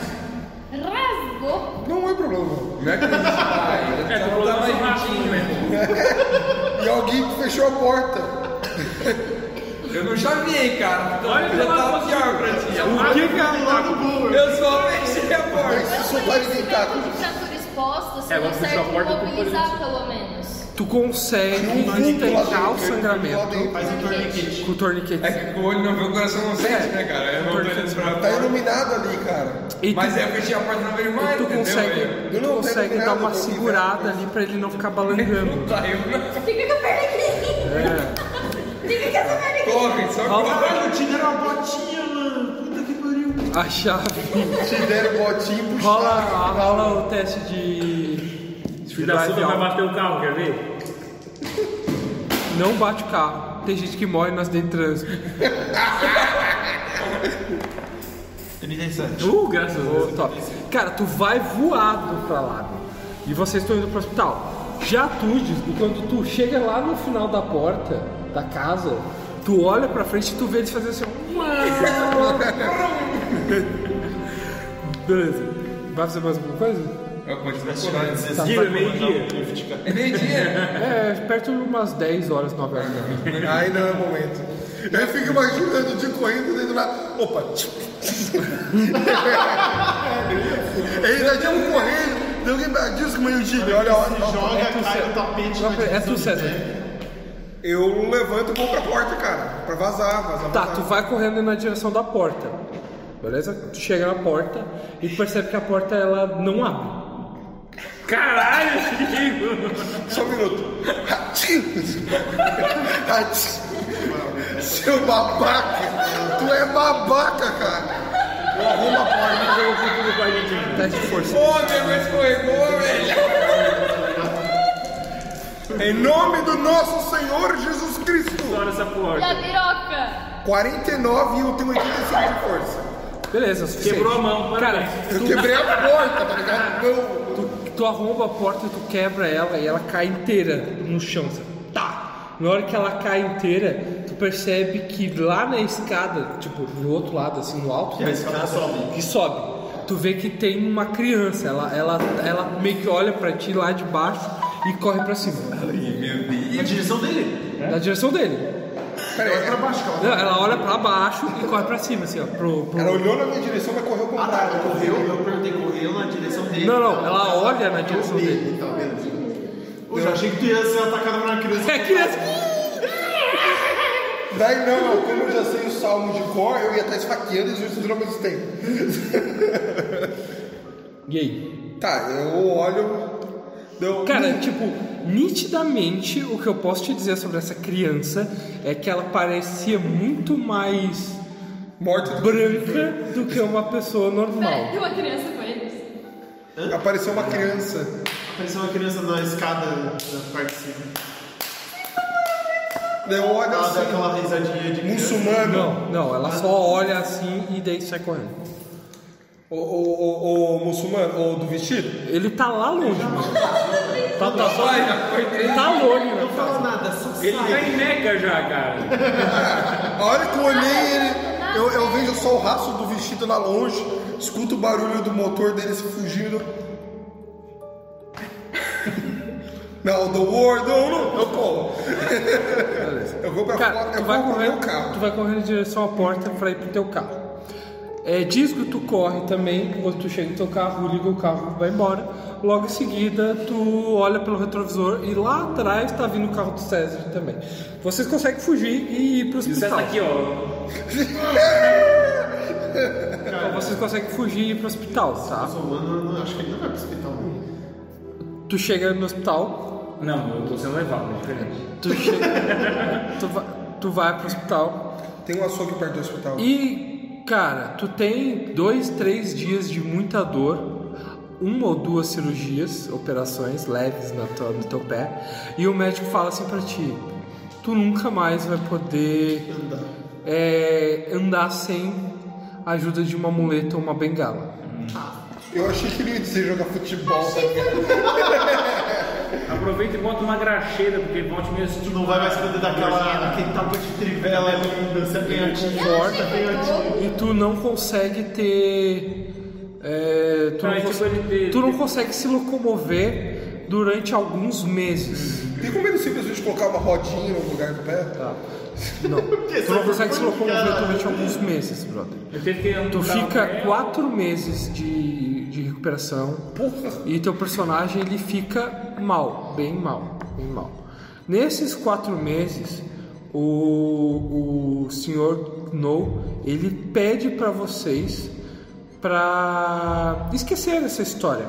[SPEAKER 9] Rasgou.
[SPEAKER 2] Não é problema.
[SPEAKER 4] Não é que eu ainda
[SPEAKER 5] É, tô
[SPEAKER 4] precisava dar
[SPEAKER 5] falando
[SPEAKER 4] mais
[SPEAKER 5] mais rápido
[SPEAKER 4] juntinho.
[SPEAKER 5] mesmo.
[SPEAKER 2] E alguém que fechou a porta.
[SPEAKER 4] Eu não chavei, cara. Então
[SPEAKER 5] Olha
[SPEAKER 4] já
[SPEAKER 5] que
[SPEAKER 4] tava
[SPEAKER 5] maluco.
[SPEAKER 4] pior pra ti.
[SPEAKER 5] O que que é
[SPEAKER 4] Eu só fechei a porta.
[SPEAKER 2] Mas
[SPEAKER 3] Pelo
[SPEAKER 2] isso vai tentar.
[SPEAKER 3] conhecimento de fratura exposta, você
[SPEAKER 5] É, vamos
[SPEAKER 3] consegue
[SPEAKER 5] fechar a porta com
[SPEAKER 3] imobilizar pelo menos.
[SPEAKER 1] Tu consegue evitar o sangramento
[SPEAKER 6] Faz um torniquete.
[SPEAKER 1] com o torniquete.
[SPEAKER 4] É que com o olho não vê, o coração não sente, né, cara? Eu não tô olhando pra
[SPEAKER 2] Tá
[SPEAKER 4] porta.
[SPEAKER 2] iluminado ali, cara.
[SPEAKER 1] E tu,
[SPEAKER 4] Mas é, eu fechei a porta e não vejo
[SPEAKER 1] e
[SPEAKER 4] mais,
[SPEAKER 1] tu
[SPEAKER 4] entendeu? É.
[SPEAKER 1] consegue,
[SPEAKER 4] Eu-
[SPEAKER 1] tu
[SPEAKER 2] não pego
[SPEAKER 1] consegue dar
[SPEAKER 2] nada,
[SPEAKER 1] uma
[SPEAKER 2] eu tô ligado.
[SPEAKER 1] segurada ali pra ele não ficar
[SPEAKER 4] Não
[SPEAKER 1] balangando.
[SPEAKER 4] tá, eu não.
[SPEAKER 9] Fica com a perna aqui.
[SPEAKER 1] É.
[SPEAKER 9] Fica com essa perna aqui.
[SPEAKER 4] Corre, só corre.
[SPEAKER 8] Te deram uma botinha, mano. Puta que pariu.
[SPEAKER 1] A chave.
[SPEAKER 2] Te deram um botinho puxado.
[SPEAKER 1] Rola, rola o teste de.
[SPEAKER 5] Filho da puta vai
[SPEAKER 1] alto.
[SPEAKER 5] bater o carro, quer ver?
[SPEAKER 1] Não bate o carro. Tem gente que morre nas dentro de trânsito.
[SPEAKER 8] 37.
[SPEAKER 5] Uh, graças a Deus.
[SPEAKER 1] né? Top. Cara, tu vai voado pra lá. E vocês estão indo pro hospital. Já tu, e quando tu chega lá no final da porta da casa, tu olha pra frente e tu vê eles fazendo assim. ó. Beleza. Vai fazer mais alguma coisa?
[SPEAKER 4] Eu continuo correndo.
[SPEAKER 1] Tá,
[SPEAKER 5] Gira,
[SPEAKER 1] vai-
[SPEAKER 5] meio-dia.
[SPEAKER 4] É meio-dia.
[SPEAKER 1] É, perto de umas 10 horas, 9 horas da noite.
[SPEAKER 2] Aí não é momento. Eu fico imaginando o dia correndo dentro da. Opa! Ele tá de um correndo. deu alguém- Diz que meio dia. Olha, olha.
[SPEAKER 6] Joga, cai no tapete. na
[SPEAKER 1] É tu,
[SPEAKER 6] direção
[SPEAKER 1] César.
[SPEAKER 2] Eu levanto e vou pra porta, cara. Pra vazar, vazar.
[SPEAKER 1] Tá,
[SPEAKER 2] vazar.
[SPEAKER 1] tu vai correndo na direção da porta. Beleza? Tu chega na porta e tu percebe que a porta ela não abre.
[SPEAKER 5] Caralho, Chico!
[SPEAKER 2] Só um minuto. Ratinho! Ratinho! Seu babaca! Tu é babaca, cara!
[SPEAKER 1] Teste de força.
[SPEAKER 4] Pô, minha mãe escorregou, velho.
[SPEAKER 2] Em nome do nosso Senhor Jesus Cristo!
[SPEAKER 5] Olha essa
[SPEAKER 9] E a
[SPEAKER 5] porta.
[SPEAKER 9] piroca?
[SPEAKER 2] 49 e eu tenho 85 de força.
[SPEAKER 1] Beleza, é o suficiente.
[SPEAKER 5] Quebrou a mão,
[SPEAKER 1] Cara,
[SPEAKER 5] parabéns.
[SPEAKER 2] Eu quebrei a porta, tá ligado? Não.
[SPEAKER 1] tu, tu arromba a porta e tu quebra ela e ela cai inteira no chão. sabe? Tá! Na hora que ela cai inteira, tu percebe que lá na escada, tipo, do outro lado, assim, no alto, da escada sobe. que sobe. Tu vê que tem uma criança, ela, ela, ela meio que olha pra ti lá de baixo e corre pra cima.
[SPEAKER 8] Na direção dele.
[SPEAKER 1] Na direção dele. Não, ela olha pra baixo e corre pra cima, assim, ó. Pro, pro-
[SPEAKER 2] Ela olhou na minha direção, mas correu com
[SPEAKER 8] Ah, tá.
[SPEAKER 2] contrário.
[SPEAKER 8] Correu. Eu perguntei, correu na direção dele.
[SPEAKER 1] Não, não, ela olha na direção dele.
[SPEAKER 6] Então, beleza.
[SPEAKER 8] Eu já achei que tu ia ser atacado por uma criança.
[SPEAKER 1] É a criança.
[SPEAKER 2] Daí não, como eu já sei o salmo de cor, eu ia estar esfaqueando e Jesus ao mesmo tempo.
[SPEAKER 1] E aí?
[SPEAKER 2] Tá, eu olho. Deu...
[SPEAKER 1] Cara, tipo, nitidamente o que eu posso te dizer sobre essa criança é que ela parecia muito mais
[SPEAKER 2] Morto.
[SPEAKER 1] branca do que uma pessoa
[SPEAKER 9] Peraí,
[SPEAKER 1] normal.
[SPEAKER 9] tem uma criança com eles.
[SPEAKER 2] Apareceu uma criança.
[SPEAKER 6] Apareceu uma criança na escada da parte de cima.
[SPEAKER 2] Daí eu olho
[SPEAKER 6] Ela dá
[SPEAKER 2] assim,
[SPEAKER 6] aquela risadinha de criança.
[SPEAKER 2] muçulmano.
[SPEAKER 1] Não, não, ela só olha assim e daí sai correndo.
[SPEAKER 2] O, o, o, o muçulmano, ou do vestido?
[SPEAKER 1] Ele tá lá longe, mano. Tá, tá, só,
[SPEAKER 4] Olha, já foi três.
[SPEAKER 1] tá longe, né?
[SPEAKER 8] Não nada, só
[SPEAKER 5] Ele tá em meca já, cara.
[SPEAKER 2] A hora que eu olhei ele, eu, eu vejo só o rastro do vestido lá longe, escuto o barulho do motor dele se fugindo. Não, do World, não, não, eu corro. Eu vou pra
[SPEAKER 1] Cara,
[SPEAKER 2] fora,
[SPEAKER 1] tu
[SPEAKER 2] eu
[SPEAKER 1] vai
[SPEAKER 2] vou pro meu
[SPEAKER 1] correndo, tu
[SPEAKER 2] carro.
[SPEAKER 1] vai correndo em direção à porta pra ir pro teu carro. É, diz que tu corre também, quando tu chega no teu carro, liga o carro, vai embora. Logo em seguida, tu olha pelo retrovisor e lá atrás tá vindo o carro do César também. Vocês conseguem fugir e ir pro
[SPEAKER 5] Você
[SPEAKER 1] hospital.
[SPEAKER 5] tá aqui, ó.
[SPEAKER 1] Então, vocês conseguem fugir e ir pro hospital, tá?
[SPEAKER 6] Muçulmano, não- acho que ele não vai pro hospital. não.
[SPEAKER 1] Tu chega no hospital,
[SPEAKER 5] Não, eu tô sendo levado, é diferente.
[SPEAKER 1] tu, chega, tu, vai, tu vai pro hospital,
[SPEAKER 2] Tem um açougue perto do hospital.
[SPEAKER 1] E, cara, tu tem dois, três dias de muita dor, uma ou duas cirurgias, operações leves na tua- no teu pé, e o médico fala assim pra ti: tu nunca mais vai poder é, andar sem a ajuda de uma muleta ou uma bengala.
[SPEAKER 2] Eu achei que ele ia dizer jogar futebol. tá ligado?
[SPEAKER 5] Aproveita e bota uma graxeira, porque volte mesmo.
[SPEAKER 8] Tu não vai mais poder dar aquela, aquele tapa de trivela linda, você tem a conforta, tem a
[SPEAKER 1] E tu não consegue ter. é, tu,
[SPEAKER 5] Ah,
[SPEAKER 1] não
[SPEAKER 5] é tipo
[SPEAKER 1] cons-
[SPEAKER 5] ele ter-
[SPEAKER 1] tu não consegue se locomover durante alguns meses.
[SPEAKER 2] Tem como ele simplesmente colocar uma rodinha no lugar do pé?
[SPEAKER 1] Tá. Não. Tu não consegue se locomover durante alguns meses, brother.
[SPEAKER 5] Ele teve que
[SPEAKER 1] Tu
[SPEAKER 5] amputar o
[SPEAKER 1] fica
[SPEAKER 5] pé.
[SPEAKER 1] quatro meses de, de recuperação e teu personagem ele fica mal, bem mal, bem mal. Nesses quatro meses, o, o senhor No ele pede para vocês para esquecer essa história,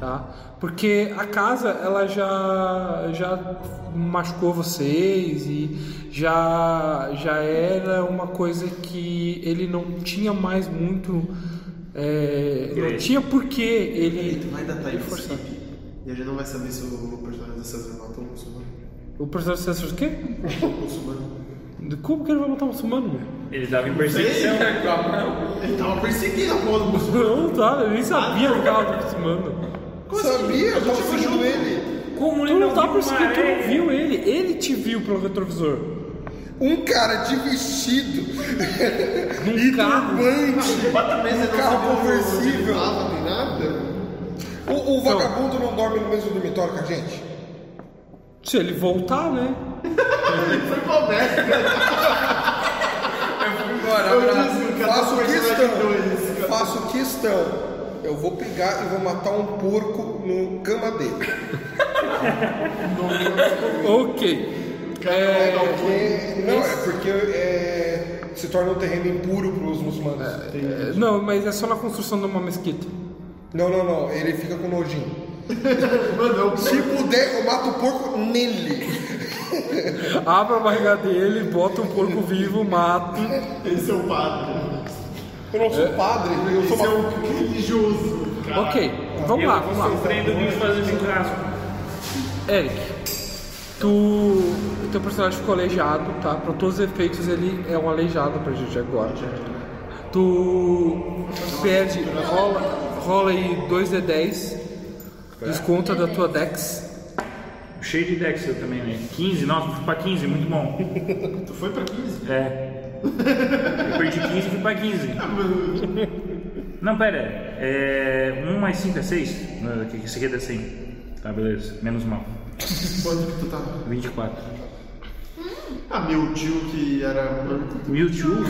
[SPEAKER 1] tá? Porque a casa ela já já machucou vocês e já já era uma coisa que ele não tinha mais muito é, não tinha porquê
[SPEAKER 8] Ele
[SPEAKER 1] ele
[SPEAKER 8] vai datar isso. E a gente não vai saber se o personagem da César matou um muçulmano.
[SPEAKER 1] o professor César o quê?
[SPEAKER 8] muçulmano.
[SPEAKER 1] Como que ele vai matar um muçulmano? meu?
[SPEAKER 5] Ele tava em perseguição.
[SPEAKER 8] Ele tava perseguindo a porra do muçulmano.
[SPEAKER 1] Não, tá, eu nem sabia que um tava aproximando.
[SPEAKER 2] Sabia, eu tava seguindo ele.
[SPEAKER 5] Como
[SPEAKER 1] Tu não tá
[SPEAKER 5] viu uma
[SPEAKER 1] percebendo, tu não
[SPEAKER 5] areia?
[SPEAKER 1] viu ele, ele te viu pelo retrovisor.
[SPEAKER 2] Um cara de vestido
[SPEAKER 1] Num
[SPEAKER 2] e
[SPEAKER 1] carro.
[SPEAKER 2] turbante.
[SPEAKER 8] Mas
[SPEAKER 2] Um carro conversível.
[SPEAKER 6] Não tem nada?
[SPEAKER 2] O, o vagabundo não dorme no mesmo dormitório que a gente?
[SPEAKER 1] Se ele voltar, né? um
[SPEAKER 2] Faço questão. Faço questão. Eu vou pegar e vou matar um porco no cama dele.
[SPEAKER 1] Ok. É,
[SPEAKER 2] Porque, não, é porque é, se torna um terreno impuro para os muçulmanos.
[SPEAKER 1] é, não, mas é só na construção de uma mesquita.
[SPEAKER 2] Não, não, não. Ele fica com nojinho.
[SPEAKER 1] é um
[SPEAKER 2] Se puder, eu mato o porco nele.
[SPEAKER 1] Abra a barriga dele, bota um porco vivo, mata.
[SPEAKER 8] Esse é o padre.
[SPEAKER 2] Eu não sou É um padre, eu sou
[SPEAKER 8] Esse é
[SPEAKER 2] uma...
[SPEAKER 8] o religioso.
[SPEAKER 1] Ok, vamos lá, vamos lá.
[SPEAKER 5] Sofrendo de fazer churrasco.
[SPEAKER 1] Eric, tu. Teu personagem ficou aleijado, tá? Pra todos os efeitos, ele é um aleijado pra gente agora. Tu perde, rola, rola aí 2D10, desconta da tua Dex.
[SPEAKER 5] Cheio de Dexter também, né? 15, nossa, fui pra 15, muito bom.
[SPEAKER 8] Tu foi pra 15?
[SPEAKER 5] É. Eu perdi 15 e fui pra 15. Não, pera. É. 1 mais 5 é 6? Não, que- que Isso aqui é da 100. Tá, beleza. Menos mal.
[SPEAKER 8] Quanto que tu tá? tava?
[SPEAKER 5] 24.
[SPEAKER 8] Ah, meu tio que era manco.
[SPEAKER 5] Mewtwo?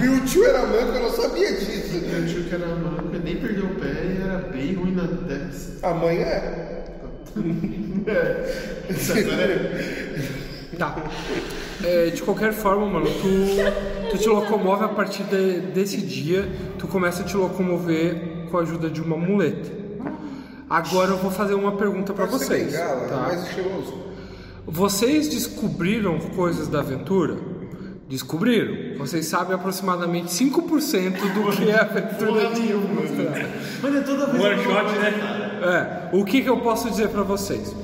[SPEAKER 2] Meu tio era manco, eu não sabia disso.
[SPEAKER 8] Meu tio que era manco, ele nem perdeu o pé e era bem ruim na testa.
[SPEAKER 2] A mãe é.
[SPEAKER 1] Tá. É, de qualquer forma, mano, tu, tu te locomove a partir de- desse dia, tu começa a te locomover com a ajuda de uma muleta. Agora eu vou fazer uma pergunta pra
[SPEAKER 2] Pode ser
[SPEAKER 1] vocês.
[SPEAKER 2] bengala, é
[SPEAKER 1] tá?
[SPEAKER 2] mais cheiroso.
[SPEAKER 1] Vocês descobriram coisas da aventura? Descobriram. Vocês sabem aproximadamente 5% do que é a aventura de
[SPEAKER 8] Mano, é toda vez
[SPEAKER 5] One shot, né?
[SPEAKER 1] é, o que, que eu posso dizer pra vocês?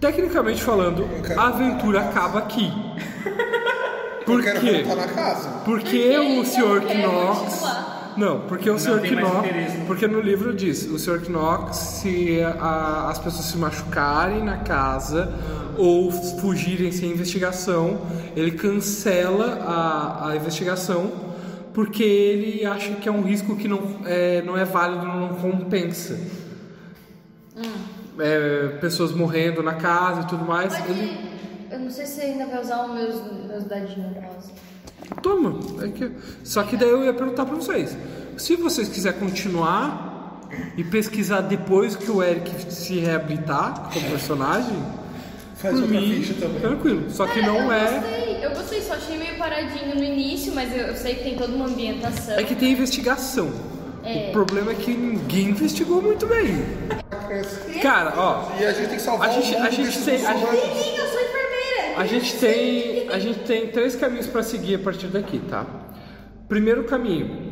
[SPEAKER 1] Tecnicamente falando, a aventura acaba aqui. Por
[SPEAKER 2] Eu quero
[SPEAKER 1] quê?
[SPEAKER 2] voltar na casa.
[SPEAKER 1] Porque o
[SPEAKER 9] ele
[SPEAKER 1] Sr.
[SPEAKER 9] não quer
[SPEAKER 1] Knox.
[SPEAKER 9] continuar.
[SPEAKER 1] Não, porque o Sr.
[SPEAKER 5] tem mais
[SPEAKER 1] Knox.
[SPEAKER 5] interesse, né?
[SPEAKER 1] Porque no livro diz: o Sr. Knox, se a- as pessoas se machucarem na casa
[SPEAKER 5] Ah.
[SPEAKER 1] ou fugirem sem investigação, ele cancela a, a investigação porque ele acha que é um risco que não é, não é válido, não compensa.
[SPEAKER 9] Hum.
[SPEAKER 1] É, pessoas morrendo na casa e tudo mais. Ele-
[SPEAKER 3] Pode. Eu não sei se ainda vai usar os meus, meus dadinhos rosa.
[SPEAKER 1] Toma. É que... Só que daí eu ia perguntar pra vocês. Se vocês quiserem continuar e pesquisar depois que o Eric se reabilitar como personagem,
[SPEAKER 2] Faz
[SPEAKER 1] por
[SPEAKER 2] outra
[SPEAKER 1] mim,
[SPEAKER 2] ficha também.
[SPEAKER 1] tranquilo. Só que
[SPEAKER 9] Cara,
[SPEAKER 1] não
[SPEAKER 9] eu
[SPEAKER 1] é.
[SPEAKER 9] Gostei, eu gostei, só achei meio paradinho no início, mas eu, eu sei que tem toda uma ambientação.
[SPEAKER 1] É que tem investigação. O problema é que ninguém investigou muito bem. Cara, ó,
[SPEAKER 2] E a gente tem que salvar
[SPEAKER 1] A gente-
[SPEAKER 2] o mundo
[SPEAKER 1] a gente
[SPEAKER 2] desses
[SPEAKER 1] tem- a gente-
[SPEAKER 2] muçulmanos.
[SPEAKER 9] Sim, eu sou enfermeira!
[SPEAKER 1] a gente tem, a gente tem três caminhos pra seguir a partir daqui, tá? Primeiro caminho.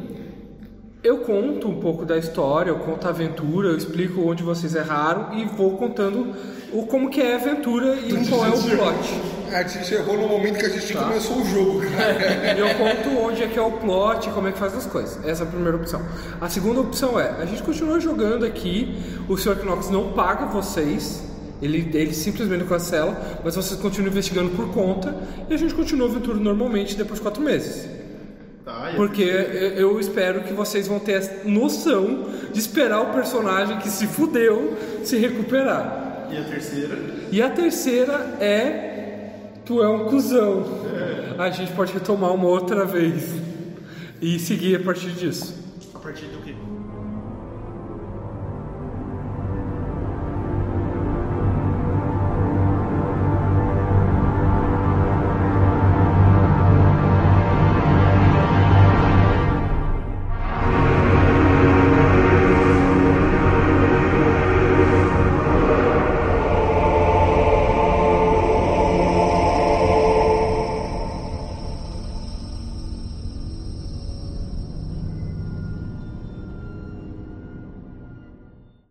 [SPEAKER 1] Eu conto um pouco da história, eu conto a aventura, eu explico onde vocês erraram e vou contando o como que é a aventura e qual é o plot.
[SPEAKER 2] A gente errou no momento que a
[SPEAKER 1] Tá.
[SPEAKER 2] gente começou o jogo, cara.
[SPEAKER 1] E eu conto onde é que é o plot, como é que faz as coisas. Essa é a primeira opção. A segunda opção é, a gente continua jogando aqui, o Sr. Knox não paga vocês, ele, ele simplesmente cancela, mas vocês continuam investigando por conta e a gente continua a aventura normalmente depois de quatro meses.
[SPEAKER 8] Tá, e-
[SPEAKER 1] Porque eu eu espero que vocês vão ter a noção de esperar o personagem que se fudeu se recuperar.
[SPEAKER 8] E a terceira?
[SPEAKER 1] E a terceira é tu é um cuzão. A gente pode retomar uma outra vez e seguir a partir disso.
[SPEAKER 8] A partir do quê?